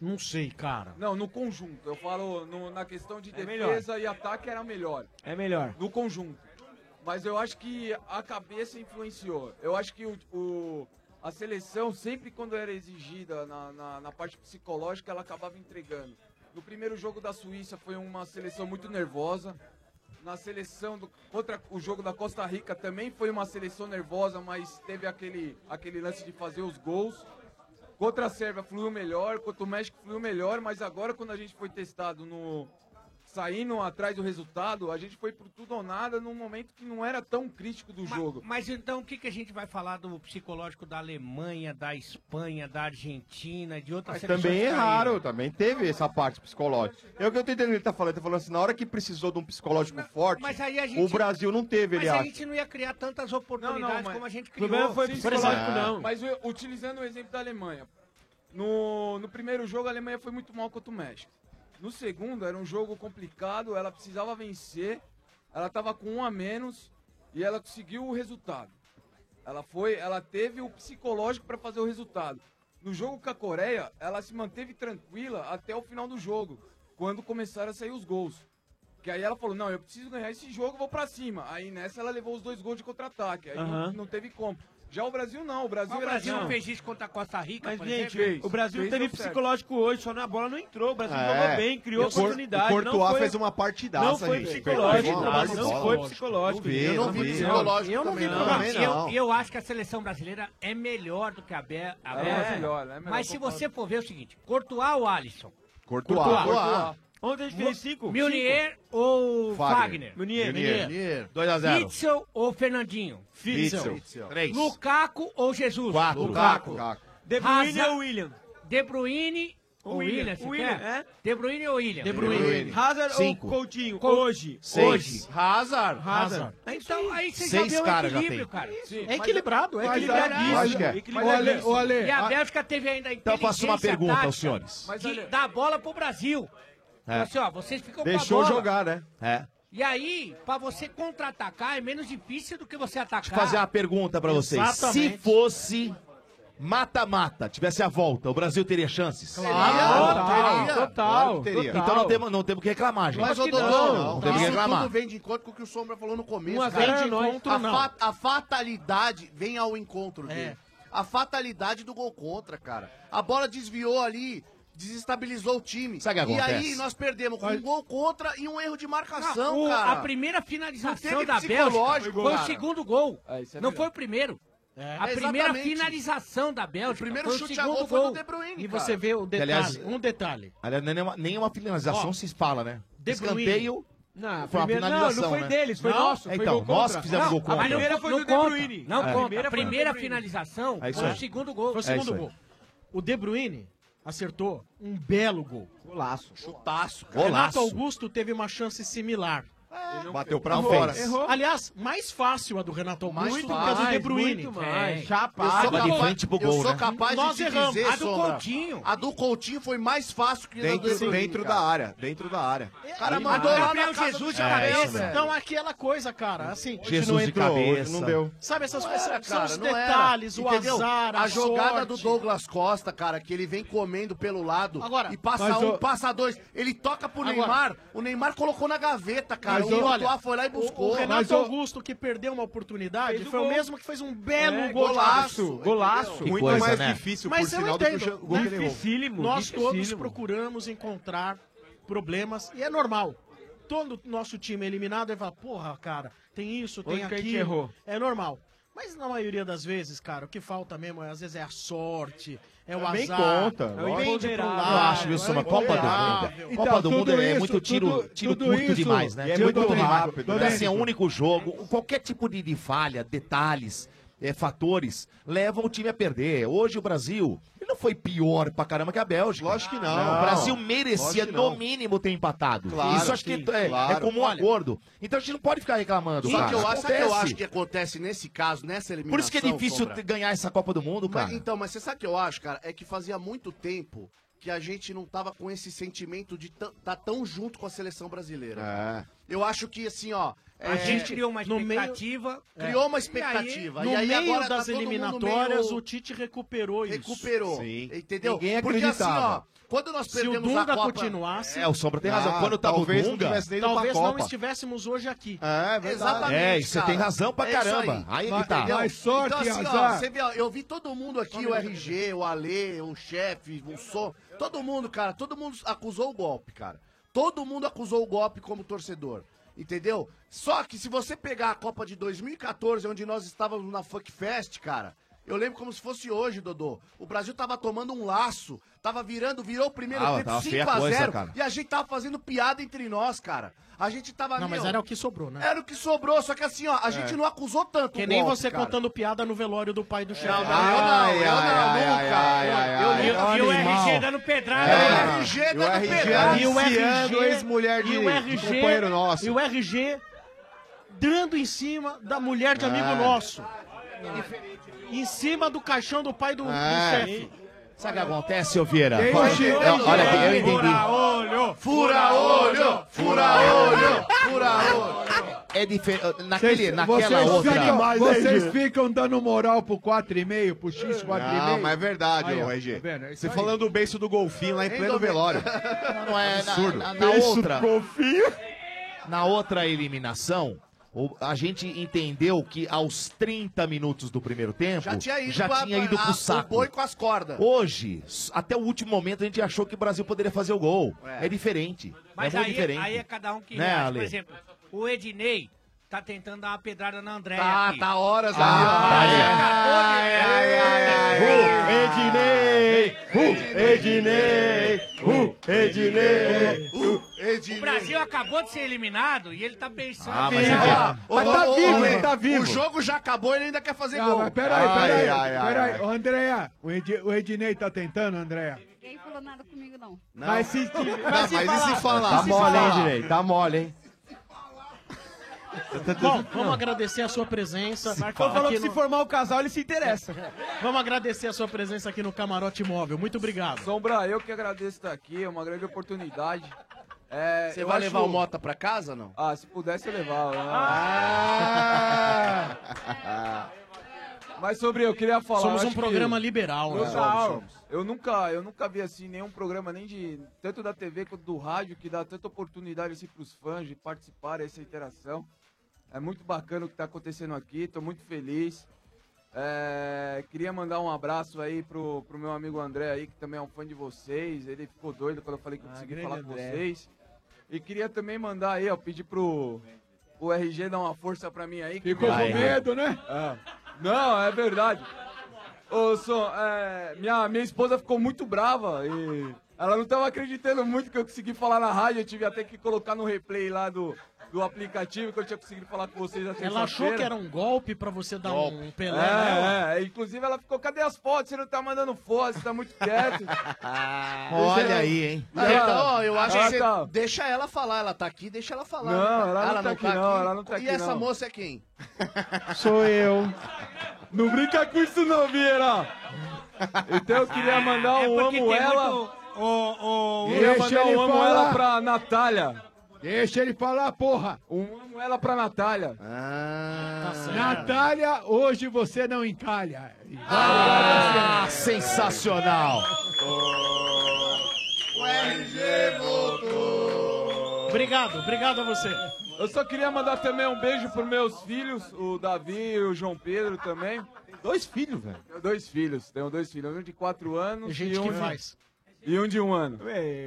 [SPEAKER 10] Não sei, cara.
[SPEAKER 31] Não, no conjunto. Eu falo no- na questão de
[SPEAKER 13] É melhor.
[SPEAKER 31] defesa e ataque era melhor.
[SPEAKER 13] É melhor.
[SPEAKER 31] No conjunto. Mas eu acho que a cabeça influenciou. Eu acho que o, o- a seleção, sempre quando era exigida na, na- na parte psicológica, ela acabava entregando. No primeiro jogo da Suíça foi uma seleção muito nervosa. Na seleção do, contra o jogo da Costa Rica também foi uma seleção nervosa, mas teve aquele, aquele lance de fazer os gols. Contra a Sérvia fluiu melhor, contra o México fluiu melhor, mas agora quando a gente foi testado no, saindo atrás do resultado, a gente foi pro tudo ou nada num momento que não era tão crítico do jogo.
[SPEAKER 16] Mas então o que, que a gente vai falar do psicológico da Alemanha, da Espanha, da Argentina, de outras
[SPEAKER 11] Mas
[SPEAKER 16] seleções
[SPEAKER 11] também
[SPEAKER 16] que caíram?
[SPEAKER 11] erraram, também teve essa parte psicológica. É o que eu tô entendendo que ele tá falando. Ele tá falando assim, na hora que precisou de um psicológico forte,
[SPEAKER 16] mas aí a gente-
[SPEAKER 11] o Brasil não teve, ele
[SPEAKER 16] Mas a
[SPEAKER 11] acha.
[SPEAKER 16] gente não ia criar tantas oportunidades como a gente criou.
[SPEAKER 31] psicológico,
[SPEAKER 11] não.
[SPEAKER 31] Mas eu- utilizando o exemplo da Alemanha. No, no primeiro jogo, a Alemanha foi muito mal contra o México. No segundo, era um jogo complicado, ela precisava vencer. Ela estava com um a menos e ela conseguiu o resultado. Ela foi, ela teve o psicológico para fazer o resultado. No jogo com a Coreia, ela se manteve tranquila até o final do jogo, quando começaram a sair os gols. Que aí ela falou: "Não, eu preciso ganhar esse jogo, vou pra cima". Aí nessa ela levou os dois gols de contra-ataque. Aí não,
[SPEAKER 13] Aham.
[SPEAKER 31] não teve como. Já o Brasil não, o Brasil
[SPEAKER 14] Ah,
[SPEAKER 16] Mas o
[SPEAKER 31] era
[SPEAKER 16] Brasil
[SPEAKER 31] assim,
[SPEAKER 16] não
[SPEAKER 31] ó.
[SPEAKER 16] fez isso contra a Costa Rica,
[SPEAKER 13] Mas,
[SPEAKER 16] por
[SPEAKER 13] gente,
[SPEAKER 16] exemplo?
[SPEAKER 13] o Brasil
[SPEAKER 31] Fez
[SPEAKER 13] teve
[SPEAKER 31] deu certo.
[SPEAKER 13] psicológico hoje, só na bola não entrou. O Brasil
[SPEAKER 8] É.
[SPEAKER 13] jogou bem, criou
[SPEAKER 8] E o Cor-
[SPEAKER 13] oportunidade.
[SPEAKER 8] o Courtois
[SPEAKER 13] não foi-
[SPEAKER 8] fez uma partidaça,
[SPEAKER 13] Não foi
[SPEAKER 8] gente.
[SPEAKER 13] psicológico,
[SPEAKER 8] Pegou uma
[SPEAKER 13] não,
[SPEAKER 8] base de
[SPEAKER 13] não
[SPEAKER 8] bola.
[SPEAKER 13] foi psicológico.
[SPEAKER 8] Não vi, não vi psicológico
[SPEAKER 13] Eu não vi
[SPEAKER 8] também, não.
[SPEAKER 13] psicológico.
[SPEAKER 8] Também
[SPEAKER 16] Eu-
[SPEAKER 8] não.
[SPEAKER 16] Eu, acho que a seleção brasileira é melhor do que a, Be a
[SPEAKER 31] É,
[SPEAKER 16] Bélgica.
[SPEAKER 31] é melhor, é melhor,
[SPEAKER 16] Mas se
[SPEAKER 31] concordo.
[SPEAKER 16] você for ver é o seguinte, Courtois ou Alisson?
[SPEAKER 8] Courtois.
[SPEAKER 2] Courtois.
[SPEAKER 13] Ontem a gente fez cinco.
[SPEAKER 16] Munier ou Fagner?
[SPEAKER 2] Fagner.
[SPEAKER 16] Munier.
[SPEAKER 2] Munier. Munier. 2 a 0.
[SPEAKER 16] Witzel ou Fernandinho?
[SPEAKER 2] Witzel. Witzel. Três.
[SPEAKER 16] Lukaku ou Jesus?
[SPEAKER 2] Quatro. Lukaku.
[SPEAKER 13] De Bruyne
[SPEAKER 16] Hazard-
[SPEAKER 13] ou William?
[SPEAKER 16] De Bruyne ou
[SPEAKER 13] William.
[SPEAKER 16] William, você
[SPEAKER 13] William,
[SPEAKER 16] quer?
[SPEAKER 13] é?
[SPEAKER 16] De Bruyne ou William?
[SPEAKER 13] De Bruyne. Hazard ou Coutinho? Hoje.
[SPEAKER 16] Hoje.
[SPEAKER 14] Hazard.
[SPEAKER 13] Hazard.
[SPEAKER 16] Então aí você
[SPEAKER 13] Seis
[SPEAKER 16] já vê o
[SPEAKER 13] caras já
[SPEAKER 16] equilíbrio,
[SPEAKER 13] tem.
[SPEAKER 16] cara.
[SPEAKER 13] Sim,
[SPEAKER 16] é
[SPEAKER 13] mas-
[SPEAKER 16] equilibrado, é
[SPEAKER 13] mas
[SPEAKER 16] equilibrado.
[SPEAKER 2] eu acho que é.
[SPEAKER 16] Equilibrado.
[SPEAKER 2] Ô, Ale, ô, Ale,
[SPEAKER 16] E a
[SPEAKER 2] a-
[SPEAKER 16] Bélgica teve ainda a
[SPEAKER 2] Então eu faço uma
[SPEAKER 16] inteligência
[SPEAKER 2] pergunta aos
[SPEAKER 16] tática
[SPEAKER 2] senhores.
[SPEAKER 16] de dar a bola pro Brasil.
[SPEAKER 2] É.
[SPEAKER 16] Assim, ó, vocês ficam
[SPEAKER 2] Deixou
[SPEAKER 16] com a bola.
[SPEAKER 2] jogar, né?
[SPEAKER 10] Tá.
[SPEAKER 2] É.
[SPEAKER 16] E aí, pra você contra-atacar é menos difícil do que você atacar.
[SPEAKER 2] fazer uma pergunta pra vocês.
[SPEAKER 16] Exatamente.
[SPEAKER 2] Se fosse mata-mata, tivesse a volta, o Brasil teria chances?
[SPEAKER 14] Ah, Claro,
[SPEAKER 2] Total,
[SPEAKER 14] total, total.
[SPEAKER 2] Então não temos não temos que reclamar, gente.
[SPEAKER 14] Mas, ô
[SPEAKER 2] não,
[SPEAKER 14] Dodô,
[SPEAKER 2] não, temos que
[SPEAKER 14] isso
[SPEAKER 2] reclamar.
[SPEAKER 14] tudo vem de encontro com o que o Sombra falou no começo.
[SPEAKER 2] Um a
[SPEAKER 14] cara.
[SPEAKER 2] zero é nós.
[SPEAKER 14] a,
[SPEAKER 2] Não.
[SPEAKER 16] É.
[SPEAKER 14] fa- a fatalidade vem ao encontro dele. a fatalidade do gol contra, cara. A bola desviou ali, desestabilizou o time.
[SPEAKER 2] Sabe o que
[SPEAKER 14] e
[SPEAKER 2] acontece?
[SPEAKER 14] aí nós perdemos com um gol contra e um erro de marcação,
[SPEAKER 16] Não, o-
[SPEAKER 14] cara.
[SPEAKER 16] A primeira finalização
[SPEAKER 14] Não teve
[SPEAKER 16] da Bélgica
[SPEAKER 14] psicológico,
[SPEAKER 16] foi o
[SPEAKER 14] cara.
[SPEAKER 16] segundo gol.
[SPEAKER 14] é
[SPEAKER 16] não
[SPEAKER 14] verdade.
[SPEAKER 16] foi o primeiro. A
[SPEAKER 14] É,
[SPEAKER 16] primeira
[SPEAKER 14] exatamente.
[SPEAKER 16] finalização da Bélgica.
[SPEAKER 14] primeiro
[SPEAKER 16] foi o
[SPEAKER 14] chute a
[SPEAKER 16] segundo
[SPEAKER 14] gol foi do De Bruyne,
[SPEAKER 16] E
[SPEAKER 2] cara.
[SPEAKER 16] você vê o
[SPEAKER 2] Que,
[SPEAKER 16] detalhe.
[SPEAKER 2] aliás,
[SPEAKER 16] um detalhe.
[SPEAKER 2] Aliás, nem é uma, nem uma finalização
[SPEAKER 16] Ó,
[SPEAKER 2] se fala, né?
[SPEAKER 16] De Bruyne.
[SPEAKER 2] Escanteio.
[SPEAKER 16] Não,
[SPEAKER 2] foi uma
[SPEAKER 16] primeiro- não, não
[SPEAKER 2] finalização,
[SPEAKER 16] foi
[SPEAKER 2] né?
[SPEAKER 16] deles, foi
[SPEAKER 2] Não?
[SPEAKER 16] nosso, foi
[SPEAKER 2] Então,
[SPEAKER 16] gol
[SPEAKER 2] nós
[SPEAKER 16] contra.
[SPEAKER 2] fizemos
[SPEAKER 16] Não,
[SPEAKER 2] gol
[SPEAKER 16] a
[SPEAKER 2] contra.
[SPEAKER 16] primeira foi
[SPEAKER 2] Não
[SPEAKER 16] do De
[SPEAKER 2] conta.
[SPEAKER 16] Bruyne.
[SPEAKER 2] É.
[SPEAKER 16] Não conta.
[SPEAKER 2] Primeira
[SPEAKER 16] Primeira,
[SPEAKER 2] foi do De Bruyne.
[SPEAKER 16] finalização
[SPEAKER 2] É isso
[SPEAKER 16] foi
[SPEAKER 2] aí.
[SPEAKER 16] o segundo gol.
[SPEAKER 2] Foi o É segundo isso aí. gol.
[SPEAKER 10] O De Bruyne acertou um belo gol.
[SPEAKER 2] Golaço.
[SPEAKER 10] Chutaço,
[SPEAKER 2] cara.
[SPEAKER 10] Renato
[SPEAKER 2] Golaço.
[SPEAKER 10] Augusto teve uma chance similar.
[SPEAKER 11] Bateu pra fora.
[SPEAKER 10] Aliás, mais fácil a do Renato Augusto
[SPEAKER 11] Muito
[SPEAKER 10] do que a do
[SPEAKER 11] mais,
[SPEAKER 10] De Bruyne.
[SPEAKER 11] muito
[SPEAKER 10] É.
[SPEAKER 11] mais. Chapa,
[SPEAKER 10] Eu sou
[SPEAKER 11] água de
[SPEAKER 10] capaz-
[SPEAKER 11] frente pro
[SPEAKER 10] eu
[SPEAKER 11] gol,
[SPEAKER 10] sou
[SPEAKER 11] né?
[SPEAKER 10] capaz de
[SPEAKER 14] Nós
[SPEAKER 10] te
[SPEAKER 14] erramos.
[SPEAKER 10] dizer,
[SPEAKER 14] a do
[SPEAKER 10] Sombra.
[SPEAKER 14] Coutinho. A do Coutinho foi mais fácil que a do
[SPEAKER 11] Dentro,
[SPEAKER 14] Edu
[SPEAKER 11] dentro
[SPEAKER 14] Henrique, cara.
[SPEAKER 11] da área, dentro da área.
[SPEAKER 14] O cara
[SPEAKER 10] E
[SPEAKER 14] mandou
[SPEAKER 16] Ah,
[SPEAKER 10] o
[SPEAKER 16] é
[SPEAKER 14] lá
[SPEAKER 10] Gabriel
[SPEAKER 14] na casa
[SPEAKER 10] Jesus
[SPEAKER 14] do
[SPEAKER 10] de
[SPEAKER 14] Gabriel,
[SPEAKER 10] cabeça.
[SPEAKER 14] velho.
[SPEAKER 10] Então aquela coisa, cara, assim,
[SPEAKER 11] Hoje Jesus não de entrou, hoje cabeça. não deu.
[SPEAKER 10] Sabe essas
[SPEAKER 14] Não
[SPEAKER 10] coisas,
[SPEAKER 14] era,
[SPEAKER 10] são os
[SPEAKER 14] cara, não era.
[SPEAKER 10] detalhes, o
[SPEAKER 14] Entendeu?
[SPEAKER 10] azar, a,
[SPEAKER 14] A jogada
[SPEAKER 10] sorte.
[SPEAKER 14] do Douglas Costa, cara, que ele vem comendo pelo lado
[SPEAKER 10] Agora,
[SPEAKER 14] e passa
[SPEAKER 10] mas
[SPEAKER 14] um,
[SPEAKER 10] o-
[SPEAKER 14] passa dois. Ele toca pro
[SPEAKER 10] Agora-
[SPEAKER 14] Neymar, o Neymar colocou na gaveta, cara.
[SPEAKER 10] Mas
[SPEAKER 14] o
[SPEAKER 10] o-
[SPEAKER 14] Courtois foi lá e
[SPEAKER 10] o-
[SPEAKER 14] buscou.
[SPEAKER 10] O, Renato
[SPEAKER 14] Mas o-
[SPEAKER 10] Augusto, que perdeu uma oportunidade,
[SPEAKER 14] Fez o
[SPEAKER 10] foi o
[SPEAKER 14] gol.
[SPEAKER 10] mesmo que fez um belo
[SPEAKER 14] É,
[SPEAKER 10] gol de
[SPEAKER 14] golaço,
[SPEAKER 10] cabeça.
[SPEAKER 14] golaço.
[SPEAKER 10] Entendeu?
[SPEAKER 14] Muito
[SPEAKER 10] Coisa,
[SPEAKER 2] É
[SPEAKER 13] né?
[SPEAKER 8] né?
[SPEAKER 14] mais difícil, por
[SPEAKER 10] Mas eu
[SPEAKER 14] sinal, do que o
[SPEAKER 10] entendo,
[SPEAKER 14] jo- gol
[SPEAKER 10] né?
[SPEAKER 14] que ele errou. Dificílimo,
[SPEAKER 10] Nós todos
[SPEAKER 13] (laughs)
[SPEAKER 14] dificílimo.
[SPEAKER 10] procuramos encontrar problemas, e é normal. Todo nosso time é eliminado, ele fala, porra, cara, tem isso, tem
[SPEAKER 13] Onde que a gente
[SPEAKER 10] aquilo.
[SPEAKER 13] errou?
[SPEAKER 10] É normal. Mas na maioria das vezes, cara, o que falta mesmo, é, às vezes, é a sorte, é o
[SPEAKER 11] Também
[SPEAKER 10] azar.
[SPEAKER 11] conta,
[SPEAKER 10] é o
[SPEAKER 11] lógico.
[SPEAKER 10] imponderável.
[SPEAKER 11] Eu
[SPEAKER 2] Eu acho, viu, Soma? Copa do Mundo.
[SPEAKER 11] Então,
[SPEAKER 2] Copa do Mundo é muito tiro, tiro curto demais, né?
[SPEAKER 11] É
[SPEAKER 2] Tiro
[SPEAKER 11] muito
[SPEAKER 2] curto demais.
[SPEAKER 11] rápido.
[SPEAKER 2] Então,
[SPEAKER 11] né?
[SPEAKER 2] assim, é um único jogo. Qualquer tipo de, de falha, detalhes, é, fatores, levam o time a perder. Hoje o Brasil ele não foi pior pra caramba que a Bélgica. Lógico que
[SPEAKER 11] não.
[SPEAKER 2] O Brasil
[SPEAKER 11] Lógico
[SPEAKER 2] merecia,
[SPEAKER 11] que
[SPEAKER 2] no
[SPEAKER 11] não.
[SPEAKER 2] mínimo, ter empatado.
[SPEAKER 14] Claro,
[SPEAKER 2] Isso acho que
[SPEAKER 14] sim,
[SPEAKER 2] é,
[SPEAKER 14] claro.
[SPEAKER 2] é comum
[SPEAKER 14] Olha,
[SPEAKER 2] acordo. Então a gente não pode ficar reclamando,
[SPEAKER 14] Só
[SPEAKER 2] cara.
[SPEAKER 14] que eu acho, sabe o que eu
[SPEAKER 2] Acontece.
[SPEAKER 14] acho que acontece nesse caso, nessa eliminação.
[SPEAKER 2] Por isso que é difícil
[SPEAKER 14] Sombra?
[SPEAKER 2] ter- ganhar essa Copa do Mundo,
[SPEAKER 14] Mas,
[SPEAKER 2] cara.
[SPEAKER 14] então, mas você sabe o que eu acho, cara? É que fazia muito tempo que a gente não tava com esse sentimento de estar tá tão junto com a seleção brasileira.
[SPEAKER 2] É.
[SPEAKER 14] Eu acho que, assim, ó...
[SPEAKER 16] A
[SPEAKER 14] é,
[SPEAKER 16] gente criou uma
[SPEAKER 14] no meio-
[SPEAKER 16] expectativa.
[SPEAKER 14] Criou uma
[SPEAKER 16] É.
[SPEAKER 14] expectativa.
[SPEAKER 10] No
[SPEAKER 14] E aí,
[SPEAKER 10] meio
[SPEAKER 14] agora tá
[SPEAKER 10] das
[SPEAKER 14] todo mundo
[SPEAKER 10] eliminatórias,
[SPEAKER 14] meio-
[SPEAKER 10] o Tite recuperou, isso.
[SPEAKER 14] recuperou. Entendeu?
[SPEAKER 10] Ninguém
[SPEAKER 14] Porque assim, ó,
[SPEAKER 10] acreditava.
[SPEAKER 14] quando nós
[SPEAKER 10] Se o
[SPEAKER 14] perdemos
[SPEAKER 10] Dunga
[SPEAKER 14] a Copa...
[SPEAKER 10] continuasse-
[SPEAKER 2] É, o Sombra tem razão.
[SPEAKER 14] Ah,
[SPEAKER 2] Quando tá
[SPEAKER 14] talvez
[SPEAKER 2] o
[SPEAKER 14] não
[SPEAKER 2] Dunga,
[SPEAKER 14] tivesse nem ido
[SPEAKER 10] Talvez
[SPEAKER 2] pra
[SPEAKER 10] não
[SPEAKER 2] Copa.
[SPEAKER 10] estivéssemos hoje aqui.
[SPEAKER 14] É, verdade. Exatamente,
[SPEAKER 2] É, e você
[SPEAKER 14] cara.
[SPEAKER 2] tem razão pra
[SPEAKER 14] É isso
[SPEAKER 2] caramba. Aí ele tá.
[SPEAKER 14] entendeu?
[SPEAKER 2] Mas sorte,
[SPEAKER 14] então, assim,
[SPEAKER 2] azar.
[SPEAKER 14] Ó, você vê, ó, eu vi todo mundo aqui, o RG, o Ale, o chefe, o Som. Todo mundo, cara, todo mundo acusou o golpe, cara. Todo mundo acusou o golpe como torcedor. Entendeu? Só que se você pegar a Copa de 2014, onde nós estávamos na Funk Fest, cara, eu lembro como se fosse hoje, Dodô. O Brasil tava tomando um laço, tava virando, virou o primeiro
[SPEAKER 2] Ah,
[SPEAKER 14] tempo
[SPEAKER 2] tava feia a
[SPEAKER 14] 5 a 0
[SPEAKER 2] coisa, cara.
[SPEAKER 14] e a gente tava fazendo piada entre nós, cara. A gente tava
[SPEAKER 10] Não, mas
[SPEAKER 14] meu,
[SPEAKER 10] era o que sobrou, né?
[SPEAKER 14] era o que sobrou, só que assim, ó, a
[SPEAKER 10] É.
[SPEAKER 14] gente não acusou tanto.
[SPEAKER 10] Que
[SPEAKER 14] o
[SPEAKER 10] nem
[SPEAKER 14] golpe,
[SPEAKER 10] você
[SPEAKER 14] cara. É.
[SPEAKER 10] contando piada no velório do pai do chefe.
[SPEAKER 14] Não, não, eu não, eu não, nunca. Eu- eu-
[SPEAKER 10] E o RG dando pedrada.
[SPEAKER 14] É, o RG dando pedrada.
[SPEAKER 10] E o
[SPEAKER 14] Anunciando
[SPEAKER 10] RG,
[SPEAKER 14] ex-mulher de-
[SPEAKER 10] e o RG,
[SPEAKER 14] de companheiro nosso.
[SPEAKER 10] E o RG dando em cima da mulher de amigo
[SPEAKER 14] É.
[SPEAKER 10] nosso. Em cima do caixão do pai do, do chefe.
[SPEAKER 2] Sabe o que acontece, ô Vieira?
[SPEAKER 10] Tem
[SPEAKER 2] Olha,
[SPEAKER 10] hoje-
[SPEAKER 2] eu-
[SPEAKER 10] hoje-
[SPEAKER 2] olha aqui, eu
[SPEAKER 10] Fura
[SPEAKER 2] entendi.
[SPEAKER 10] olho!
[SPEAKER 14] Fura olho! Fura olho! Fura olho!
[SPEAKER 2] É diferente. Naquele, naquela
[SPEAKER 18] vocês
[SPEAKER 2] outra.
[SPEAKER 18] Ficam, vocês ficam dando moral pro 4,5, pro X, 4,5.
[SPEAKER 9] Não, mas é verdade,
[SPEAKER 18] Aí,
[SPEAKER 9] ô
[SPEAKER 18] ó,
[SPEAKER 9] RG.
[SPEAKER 18] tá vendo? É isso
[SPEAKER 9] Você
[SPEAKER 18] aí.
[SPEAKER 9] falando do beiço do golfinho lá em
[SPEAKER 18] Hein,
[SPEAKER 9] pleno
[SPEAKER 18] Domingo?
[SPEAKER 9] velório.
[SPEAKER 2] Não é na,
[SPEAKER 9] Absurdo.
[SPEAKER 2] na- na
[SPEAKER 9] Beijo
[SPEAKER 2] outra.
[SPEAKER 9] do
[SPEAKER 2] Na outra eliminação, o- a gente entendeu que aos 30 minutos do primeiro tempo
[SPEAKER 14] Já tinha ido,
[SPEAKER 2] já
[SPEAKER 14] pra-
[SPEAKER 2] tinha ido
[SPEAKER 14] a-
[SPEAKER 2] pro
[SPEAKER 14] O
[SPEAKER 2] saco.
[SPEAKER 14] boi com as cordas.
[SPEAKER 2] Hoje, s- até o último momento, a gente achou que o Brasil poderia fazer o gol. É, diferente.
[SPEAKER 16] Mas
[SPEAKER 2] é
[SPEAKER 16] aí,
[SPEAKER 2] muito diferente.
[SPEAKER 16] aí é cada um que
[SPEAKER 2] Né,
[SPEAKER 16] reage.
[SPEAKER 2] Ale?
[SPEAKER 16] Por exemplo, o Ednei tá tentando dar uma pedrada na Andréia.
[SPEAKER 14] Tá,
[SPEAKER 16] aqui.
[SPEAKER 14] tá horas
[SPEAKER 16] Ah, tá
[SPEAKER 14] aí.
[SPEAKER 2] é.
[SPEAKER 11] Ednei! Uh, Ednei! Uh, Ednei!
[SPEAKER 16] O Brasil acabou de ser eliminado e ele tá pensando.
[SPEAKER 11] Ah,
[SPEAKER 16] em
[SPEAKER 11] mas é
[SPEAKER 16] ganhar.
[SPEAKER 11] verdade.
[SPEAKER 14] Mas tá vivo, ele tá
[SPEAKER 18] vivo.
[SPEAKER 14] O jogo já acabou, ele ainda quer fazer
[SPEAKER 18] Ah,
[SPEAKER 14] gol.
[SPEAKER 18] mas peraí, peraí.
[SPEAKER 14] Ai, ai, ai,
[SPEAKER 18] peraí.
[SPEAKER 14] ai.
[SPEAKER 18] Ô, Andréia, o, Ed- o Ednei tá tentando, Andréia?
[SPEAKER 32] Ninguém falou nada comigo, não.
[SPEAKER 18] Mas se,
[SPEAKER 32] mas e se falar?
[SPEAKER 11] Tá
[SPEAKER 18] Se
[SPEAKER 11] mole, hein,
[SPEAKER 18] falar?
[SPEAKER 11] Ednei? Tá mole, hein?
[SPEAKER 10] Bom, vamos agradecer a sua presença.
[SPEAKER 13] Marcão falou que se
[SPEAKER 10] formar o casal, ele se interessa. Vamos agradecer a sua presença aqui no Camarote Móvel. Muito obrigado.
[SPEAKER 31] Sombra, eu que agradeço estar aqui, é uma grande oportunidade. É,
[SPEAKER 14] Você
[SPEAKER 31] eu
[SPEAKER 14] vai
[SPEAKER 31] acho-
[SPEAKER 14] levar o Mota pra casa ou não?
[SPEAKER 31] Ah, se pudesse eu levava. né?
[SPEAKER 14] Ah!
[SPEAKER 31] (laughs)
[SPEAKER 25] Ah,
[SPEAKER 31] Mas sobre eu queria falar.
[SPEAKER 10] Somos
[SPEAKER 31] eu
[SPEAKER 10] um
[SPEAKER 31] acho
[SPEAKER 10] programa liberal, né?
[SPEAKER 31] Total.
[SPEAKER 10] Somos,
[SPEAKER 31] Eu nunca, eu nunca vi assim nenhum programa nem de tanto da TV quanto do rádio que dá tanta oportunidade assim para os fãs de tá participar dessa interação. É muito bacana o que está acontecendo aqui. Estou muito feliz. É, queria mandar um abraço aí pro, pro meu amigo André aí, que também é um fã de vocês. Ele ficou doido quando eu falei que
[SPEAKER 10] Ah,
[SPEAKER 31] eu consegui
[SPEAKER 25] grande
[SPEAKER 31] falar com
[SPEAKER 25] André.
[SPEAKER 31] vocês. E queria também mandar aí, ó, pedir pro o RG dar uma força pra mim aí. que-
[SPEAKER 18] Ficou com medo, né?
[SPEAKER 31] É. Não, é verdade. Ô, Som, é, minha, minha esposa ficou muito brava e ela não tava acreditando muito que eu consegui falar na rádio. Eu tive até que colocar no replay lá do, do aplicativo que eu tinha conseguido falar com vocês na
[SPEAKER 10] Ela achou
[SPEAKER 31] terça-feira.
[SPEAKER 10] que era um golpe pra você dar um pelé né? nela.
[SPEAKER 31] É, é, inclusive ela ficou, cadê as fotos? Você não tá mandando fotos, você tá muito quieto.
[SPEAKER 2] Olha aí, hein?
[SPEAKER 31] Ah,
[SPEAKER 14] Então, eu acho
[SPEAKER 31] ah,
[SPEAKER 14] que você
[SPEAKER 31] tá.
[SPEAKER 14] deixa ela falar. Ela tá aqui, deixa ela falar.
[SPEAKER 31] Não, ela não tá aqui, não, ela não tá
[SPEAKER 14] E
[SPEAKER 31] aqui,
[SPEAKER 14] essa
[SPEAKER 31] não.
[SPEAKER 14] moça é quem?
[SPEAKER 18] Sou eu.
[SPEAKER 31] Não brinca com isso não, Vieira. Então eu queria mandar
[SPEAKER 10] É
[SPEAKER 31] um
[SPEAKER 10] porque
[SPEAKER 31] amo
[SPEAKER 10] tem
[SPEAKER 31] ela.
[SPEAKER 10] muito- o- o-
[SPEAKER 31] Queria
[SPEAKER 18] Deixa
[SPEAKER 31] mandar
[SPEAKER 18] ele
[SPEAKER 31] um amo
[SPEAKER 18] falar.
[SPEAKER 31] ela pra Natália.
[SPEAKER 18] Deixa ele falar, porra.
[SPEAKER 31] Um amo ela pra Natália. Tá
[SPEAKER 18] Natália, hoje você não encalha.
[SPEAKER 2] Ah, sensacional.
[SPEAKER 31] Ah.
[SPEAKER 10] Obrigado, obrigado a você.
[SPEAKER 31] Eu só queria mandar também um beijo pros meus filhos, o Davi e o João Pedro também. Dois filhos, velho? Tenho dois filhos, tenho dois filhos, um de quatro anos e um
[SPEAKER 10] que
[SPEAKER 31] de-
[SPEAKER 10] faz.
[SPEAKER 31] E um de um ano.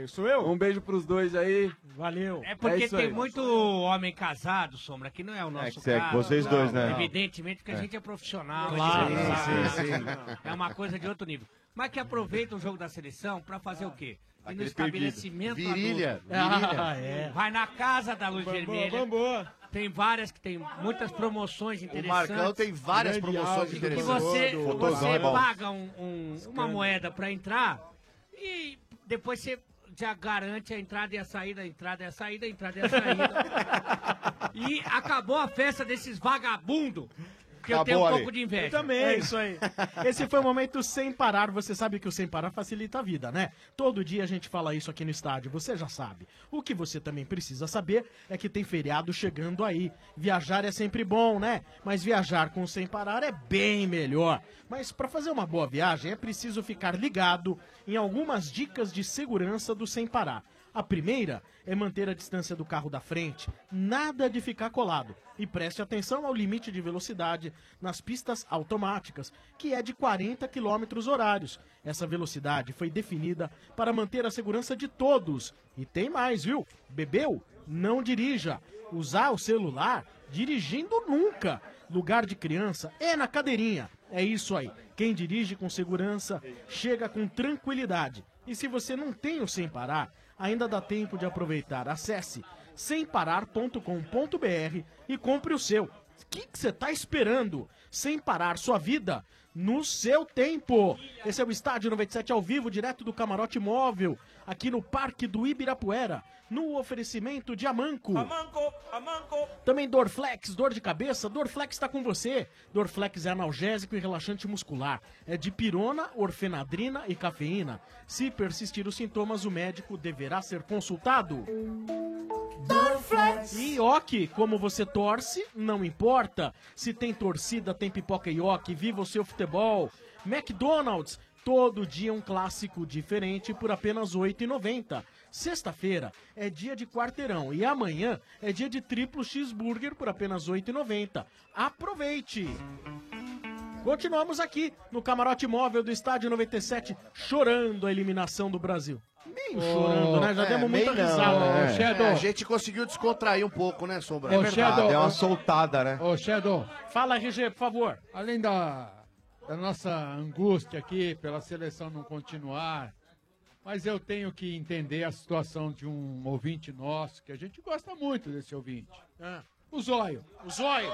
[SPEAKER 31] sou eu? Um beijo pros dois aí.
[SPEAKER 10] Valeu.
[SPEAKER 31] É
[SPEAKER 10] porque
[SPEAKER 31] isso
[SPEAKER 10] tem
[SPEAKER 31] aí.
[SPEAKER 10] muito
[SPEAKER 16] homem casado, Sombra, que não é o nosso
[SPEAKER 11] que é
[SPEAKER 16] caso.
[SPEAKER 11] vocês dois, né?
[SPEAKER 16] Evidentemente que a
[SPEAKER 11] É.
[SPEAKER 16] gente é profissional.
[SPEAKER 11] Claro,
[SPEAKER 16] a gente sabe,
[SPEAKER 11] sim,
[SPEAKER 16] né?
[SPEAKER 11] sim, sim.
[SPEAKER 16] É uma coisa de outro nível. Mas que aproveita o jogo da seleção pra fazer o quê? E no
[SPEAKER 11] Aquele
[SPEAKER 16] estabelecimento
[SPEAKER 11] perdido.
[SPEAKER 16] (laughs)
[SPEAKER 11] Virilha,
[SPEAKER 16] adulto.
[SPEAKER 11] virilha.
[SPEAKER 16] Ah, é. Vai na casa da luz vermelha. Tem várias que tem muitas promoções interessantes.
[SPEAKER 14] Marcão tem várias Grande promoções
[SPEAKER 16] E
[SPEAKER 14] interessantes.
[SPEAKER 16] Que
[SPEAKER 14] Do-
[SPEAKER 16] você,
[SPEAKER 14] do-
[SPEAKER 16] você
[SPEAKER 11] é
[SPEAKER 14] do-
[SPEAKER 16] paga um- um- uma moeda pra entrar e depois você já garante a entrada e a saída, a entrada e a saída, a entrada e a saída. e acabou a festa desses vagabundos. Que eu tenho um pouco de inveja.
[SPEAKER 10] Eu também, é isso aí. Esse foi o momento sem parar. Você sabe que o sem parar facilita a vida, né? Todo dia a gente fala isso aqui no estádio, você já sabe. O que você também precisa saber é que tem feriado chegando aí. Viajar é sempre bom, né? Mas viajar com o sem parar é bem melhor. Mas para fazer uma boa viagem é preciso ficar ligado em algumas dicas de segurança do sem parar. A primeira é manter a distância do carro da frente, nada de ficar colado. E preste atenção ao limite de velocidade nas pistas automáticas, que é de 40 km horários. Essa velocidade foi definida para manter a segurança de todos. E tem mais, viu? Bebeu? Não dirija. Usar o celular? Dirigindo nunca. Lugar de criança é na cadeirinha. É isso aí. Quem dirige com segurança chega com tranquilidade. E se você não tem o sem parar, ainda dá tempo de aproveitar. Acesse semparar.com.br e compre o seu. O que que você está esperando? Sem parar sua vida no seu tempo. Esse é o Estádio 97 ao vivo, direto do Camarote Móvel, aqui no Parque do Ibirapuera, no oferecimento de Amanco. Também Dorflex, dor de cabeça, Dorflex está com você. Dorflex é analgésico e relaxante muscular. É de pirona, orfenadrina e cafeína. Se persistir os sintomas, o médico deverá ser consultado. E ok, como você torce, não importa. Se tem torcida, tem pipoca e ok, viva o seu futebol. McDonald's, todo dia um clássico diferente por apenas R$ 8,90. Sexta-feira é dia de quarteirão e amanhã é dia de triplo cheeseburger por apenas R$ 8,90. Aproveite! Continuamos aqui no camarote móvel do Estádio 97, chorando a eliminação do Brasil. Meio chorando, né? Já demos muita risada.
[SPEAKER 14] é, né?
[SPEAKER 10] Shadow.
[SPEAKER 14] É, a gente conseguiu descontrair um pouco, né, Sombra?
[SPEAKER 18] Ô, Shadow,
[SPEAKER 14] É uma
[SPEAKER 18] ô-
[SPEAKER 14] soltada, né?
[SPEAKER 18] Ô, Shadow.
[SPEAKER 10] Fala, RG, por favor.
[SPEAKER 18] Além da, da nossa angústia aqui pela seleção não continuar, mas eu tenho que entender a situação de um ouvinte nosso, que a gente gosta muito desse ouvinte. O Zóio.
[SPEAKER 10] Ah. O Zóio.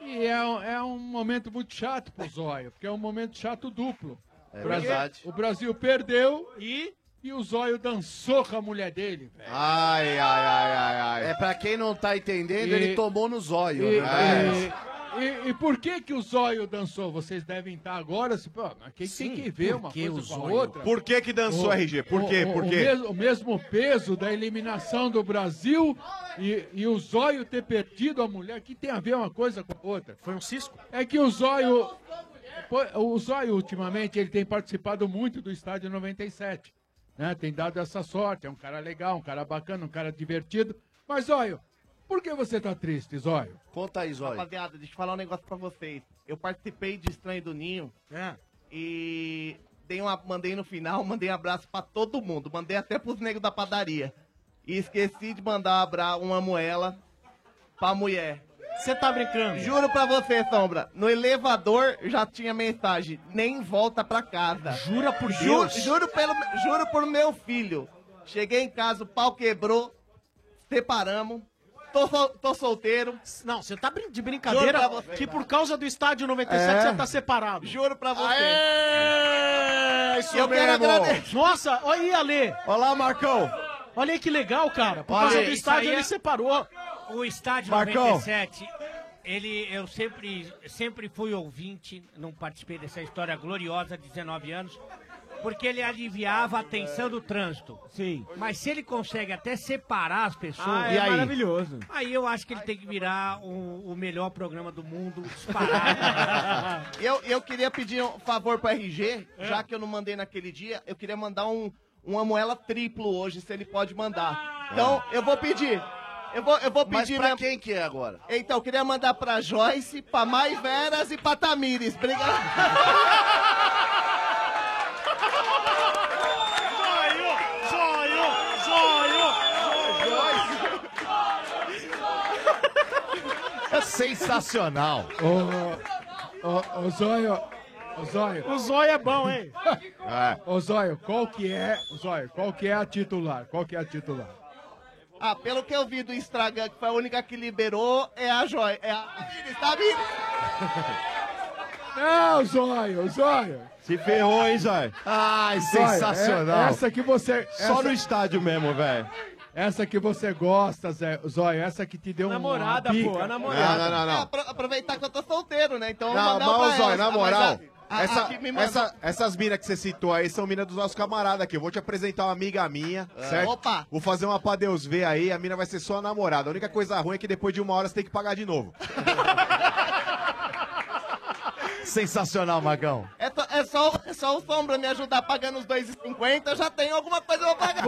[SPEAKER 18] E é, um- é um momento muito chato pro Zóio, porque é um momento chato duplo.
[SPEAKER 14] É
[SPEAKER 18] O Brasil-
[SPEAKER 14] verdade.
[SPEAKER 18] O Brasil perdeu
[SPEAKER 10] e,
[SPEAKER 18] e o Zóio dançou com a mulher dele, velho.
[SPEAKER 14] Ai, ai, ai, ai, ai. É, pra quem não tá entendendo,
[SPEAKER 18] E-
[SPEAKER 14] ele tomou no zóio,
[SPEAKER 18] E,
[SPEAKER 14] né?
[SPEAKER 18] e- e- e por que que o Zóio dançou? Vocês devem estar agora, se, pô, mas quem
[SPEAKER 8] Sim,
[SPEAKER 18] tem que ver
[SPEAKER 8] por
[SPEAKER 18] uma
[SPEAKER 8] que o
[SPEAKER 18] coisa com a
[SPEAKER 8] Zóio?
[SPEAKER 18] outra?
[SPEAKER 8] Por que que dançou, RG? Por
[SPEAKER 18] o-
[SPEAKER 8] quê?
[SPEAKER 18] o-
[SPEAKER 8] Por
[SPEAKER 18] o
[SPEAKER 8] quê?
[SPEAKER 18] mesmo- O mesmo, peso da eliminação do Brasil e, e o Zóio ter perdido a mulher, que tem a ver uma coisa com a outra?
[SPEAKER 10] Foi um cisco?
[SPEAKER 18] É que o Zóio... pô, O Zóio, ultimamente, ele tem participado muito do Estádio 97. né? Tem dado essa sorte, é um cara legal, um cara bacana, um cara divertido. Mas, Zóio, por que você tá triste, Zóio?
[SPEAKER 14] Conta aí, Zóio.
[SPEAKER 25] Rapaziada, deixa eu falar um negócio pra vocês. Eu participei de Estranho do Ninho e dei uma, mandei no final, (laughs) mandei um abraço pra todo mundo. Mandei até pros negros da padaria. E esqueci de mandar um abra- um amo ela pra mulher.
[SPEAKER 10] Você tá brincando?
[SPEAKER 25] Juro pra você, Sombra. No elevador já tinha mensagem. Nem volta pra casa.
[SPEAKER 10] Jura por Deus?
[SPEAKER 25] juro, pelo, juro por meu filho. Cheguei em casa, o pau quebrou. Separamos. Tô, sol- tô solteiro.
[SPEAKER 10] Não, você tá de Brincadeira que por causa do estádio 97
[SPEAKER 25] É.
[SPEAKER 10] você tá separado.
[SPEAKER 25] Juro pra É
[SPEAKER 10] você.
[SPEAKER 25] isso Eu quero mesmo. agradecer.
[SPEAKER 10] Nossa, olha aí, Ale.
[SPEAKER 11] Olá, Marcão.
[SPEAKER 10] Olha aí que legal, cara. Por
[SPEAKER 25] Olha
[SPEAKER 10] causa
[SPEAKER 25] aí.
[SPEAKER 10] do
[SPEAKER 25] Isso
[SPEAKER 10] estádio
[SPEAKER 25] aí é-
[SPEAKER 10] ele separou.
[SPEAKER 25] O
[SPEAKER 10] estádio
[SPEAKER 25] Marcão. 97,
[SPEAKER 16] ele, eu sempre, sempre fui ouvinte, não participei dessa história gloriosa de 19 anos, porque ele aliviava a tensão do trânsito. Sim. Mas se ele consegue até separar as pessoas...
[SPEAKER 25] Ah, é E aí? maravilhoso.
[SPEAKER 16] Aí eu acho que ele tem que virar o, o melhor programa do
[SPEAKER 2] (laughs)
[SPEAKER 16] mundo, disparado.
[SPEAKER 25] Eu, eu queria pedir um favor pro RG, já que eu não mandei naquele dia, eu queria mandar um, um Amoela triplo hoje, se ele pode mandar. Então, eu vou pedir. Eu vou, eu vou
[SPEAKER 14] Mas
[SPEAKER 25] pedir.
[SPEAKER 14] pra
[SPEAKER 25] quem que é agora? Então, eu queria mandar pra Joyce, pra Mais Veras e pra Tamires. Obrigado.
[SPEAKER 9] Zóio! Zóio! Zóio!
[SPEAKER 2] É sensacional.
[SPEAKER 18] Ô, ô, ô, Zóio, ô, Zóio.
[SPEAKER 10] O zóio é bom, hein?
[SPEAKER 11] É.
[SPEAKER 18] Ô, Zóio, qual que é, ô, Zóio, qual que é a titular? Qual que é a titular?
[SPEAKER 25] Ah, pelo que eu vi do Instagram, que foi a única que liberou, é a Joyce. É a Tamires, Tamires.
[SPEAKER 18] Não, Zóio, Zóio.
[SPEAKER 11] Se ferrou, hein, Zóio?
[SPEAKER 2] Ai,
[SPEAKER 18] Zóio,
[SPEAKER 11] sensacional.
[SPEAKER 18] é- essa que você...
[SPEAKER 11] Só
[SPEAKER 18] essa-
[SPEAKER 11] no estádio mesmo, velho.
[SPEAKER 18] Essa que você gosta, Zé, Zóio, essa que te deu um
[SPEAKER 25] Namorada,
[SPEAKER 18] uma
[SPEAKER 25] pô,
[SPEAKER 18] bica.
[SPEAKER 25] a namorada.
[SPEAKER 11] Não, não, não.
[SPEAKER 25] É, apro- aproveitar que eu tô solteiro, né? Então, eu vou
[SPEAKER 8] Ah, Não,
[SPEAKER 25] mandar
[SPEAKER 8] mas,
[SPEAKER 25] pra
[SPEAKER 8] Zóio,
[SPEAKER 25] elas.
[SPEAKER 8] na
[SPEAKER 25] Ah, mas
[SPEAKER 8] moral,
[SPEAKER 25] a- a-
[SPEAKER 8] essa-
[SPEAKER 25] a que me mandou-
[SPEAKER 8] essa- essas minas que você citou aí são minas dos nossos camaradas aqui. Eu vou te apresentar uma amiga minha,
[SPEAKER 25] Ah.
[SPEAKER 8] certo?
[SPEAKER 25] Opa!
[SPEAKER 8] Vou fazer uma pra Deus ver aí, a mina vai ser sua namorada. A única coisa ruim é que depois de uma hora você tem que pagar de novo.
[SPEAKER 2] (laughs) Sensacional, Magão.
[SPEAKER 25] É, só- é só, é só o Sombra me ajudar pagando os 2,50, eu já tenho alguma coisa pra pagar.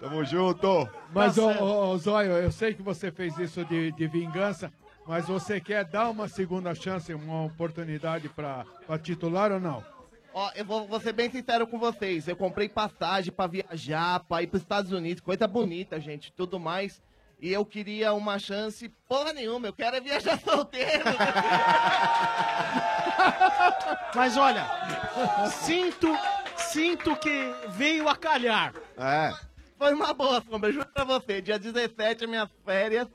[SPEAKER 8] Tamo junto.
[SPEAKER 18] Mas,
[SPEAKER 8] Tá
[SPEAKER 18] ô,
[SPEAKER 8] certo.
[SPEAKER 18] ô, ô, Zóio, eu sei que você fez isso de, de vingança, mas você quer dar uma segunda chance, uma oportunidade pra, pra titular ou não?
[SPEAKER 25] Ó, eu vou, vou ser bem sincero com vocês. Eu comprei passagem pra viajar, pra ir pros Estados Unidos, coisa bonita, gente, tudo mais. E eu queria uma chance, porra nenhuma, eu quero é viajar (laughs) solteiro.
[SPEAKER 10] Mas olha, sinto, sinto que veio a calhar.
[SPEAKER 8] É.
[SPEAKER 25] Foi uma boa, Sombra, juro pra você. Dia 17 é minha férias.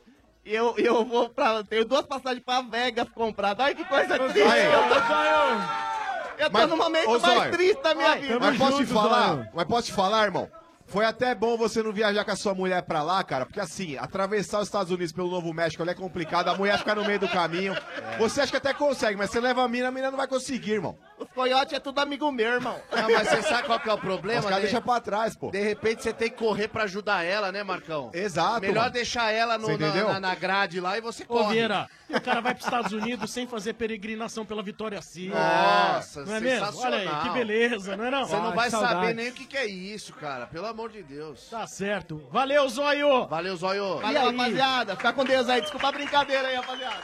[SPEAKER 25] E eu, eu vou pra. Tenho duas passagens pra Vegas compradas. Olha que coisa triste. Eu tô, eu tô
[SPEAKER 8] Mas-
[SPEAKER 25] no momento
[SPEAKER 8] ô,
[SPEAKER 25] mais
[SPEAKER 8] Zóio,
[SPEAKER 25] triste da minha vida.
[SPEAKER 8] Mas posso te falar, mas posso te falar, irmão? Foi até bom você não viajar com a sua mulher pra lá, cara, porque assim, atravessar os Estados Unidos pelo Novo México ali é complicado, a mulher fica no meio do caminho.
[SPEAKER 25] É.
[SPEAKER 8] Você acha que até consegue, mas você leva a mina, a mina não vai conseguir, irmão.
[SPEAKER 25] Os coiotes é tudo amigo meu, irmão.
[SPEAKER 14] Não, mas você sabe qual que é o problema?
[SPEAKER 8] Os caras
[SPEAKER 14] De-
[SPEAKER 8] deixam pra trás, pô.
[SPEAKER 14] De repente você tem que correr pra ajudar ela, né, Marcão?
[SPEAKER 8] Exato.
[SPEAKER 14] Melhor
[SPEAKER 8] mano.
[SPEAKER 14] deixar ela no-
[SPEAKER 8] Você
[SPEAKER 14] na,
[SPEAKER 8] entendeu?
[SPEAKER 14] na- na grade lá e você
[SPEAKER 10] Ô,
[SPEAKER 14] corre.
[SPEAKER 10] Vieira, o cara vai para os Estados Unidos sem fazer peregrinação pela Vitória Civil.
[SPEAKER 14] Nossa,
[SPEAKER 10] não é mesmo? Olha aí,
[SPEAKER 14] sensacional.
[SPEAKER 10] que beleza, não é não?
[SPEAKER 14] Você não
[SPEAKER 10] Ah,
[SPEAKER 14] vai
[SPEAKER 10] que
[SPEAKER 14] saber
[SPEAKER 10] saudades.
[SPEAKER 14] nem o que, que é isso, cara. Pelo amor de Deus.
[SPEAKER 10] Tá certo. Valeu, Zóio!
[SPEAKER 14] Valeu, Zóio.
[SPEAKER 25] Valeu, rapaziada. Fica com Deus aí. Desculpa a brincadeira aí, rapaziada.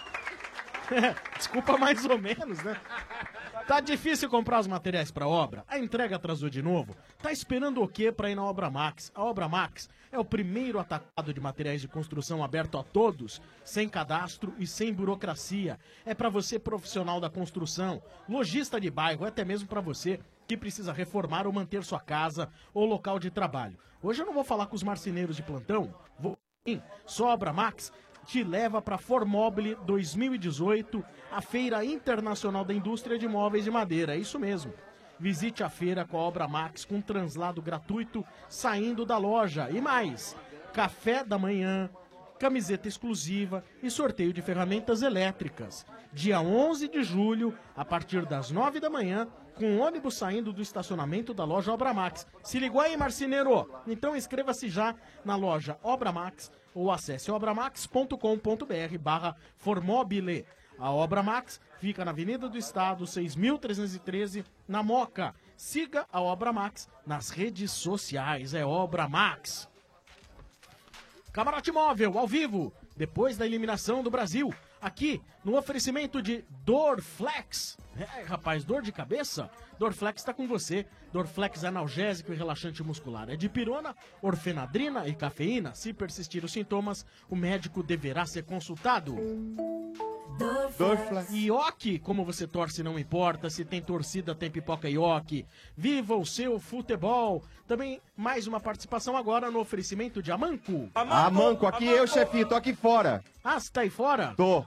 [SPEAKER 10] (laughs) Desculpa mais ou menos, né? Tá difícil comprar os materiais pra obra? A entrega atrasou de novo? Tá esperando o quê pra ir na Obra Max? A Obra Max é o primeiro atacado de materiais de construção aberto a todos, sem cadastro e sem burocracia. É pra você profissional da construção, lojista de bairro, é até mesmo pra você que precisa reformar ou manter sua casa ou local de trabalho. Hoje eu não vou falar com os marceneiros de plantão, vou Sim, Sobra Max te leva para Formobile 2018, a Feira Internacional da Indústria de Móveis de Madeira. É isso mesmo. Visite a feira com a Obra Max com translado gratuito saindo da loja. E mais, café da manhã, camiseta exclusiva e sorteio de ferramentas elétricas. Dia 11 de julho, a partir das 9 da manhã, com o ônibus saindo do estacionamento da loja Obra Max. Se ligou aí, marceneiro? Então inscreva-se já na loja Obra Max ou acesse obramax.com.br barra formobile. A Obra Max fica na Avenida do Estado, 6.313, na Moca. Siga a Obra Max nas redes sociais. É Obra Max. Camarote Móvel, ao vivo, depois da eliminação do Brasil, aqui no oferecimento de Dorflex. É, rapaz, dor de cabeça? Dorflex está com você. Dorflex analgésico e relaxante muscular é de pirona, orfenadrina e cafeína. Se persistir os sintomas, o médico deverá ser consultado. Dorflex. Ioki, como você torce não importa, se tem torcida tem pipoca Ioki. Viva o seu futebol. Também mais uma participação agora no oferecimento de Amanco.
[SPEAKER 11] Ah, manco, aqui eu, chefinho, tô aqui fora.
[SPEAKER 10] Ah, você tá aí fora?
[SPEAKER 11] Tô.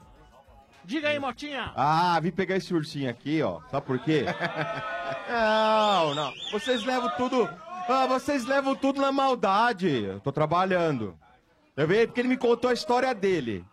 [SPEAKER 10] Diga aí, Motinha.
[SPEAKER 11] Ah, vim pegar esse ursinho aqui, ó. Sabe por
[SPEAKER 10] (laughs)
[SPEAKER 11] quê? não, não. Vocês levam tudo. Ah, vocês levam tudo na maldade. Eu tô trabalhando. Eu veio porque ele me contou a história dele.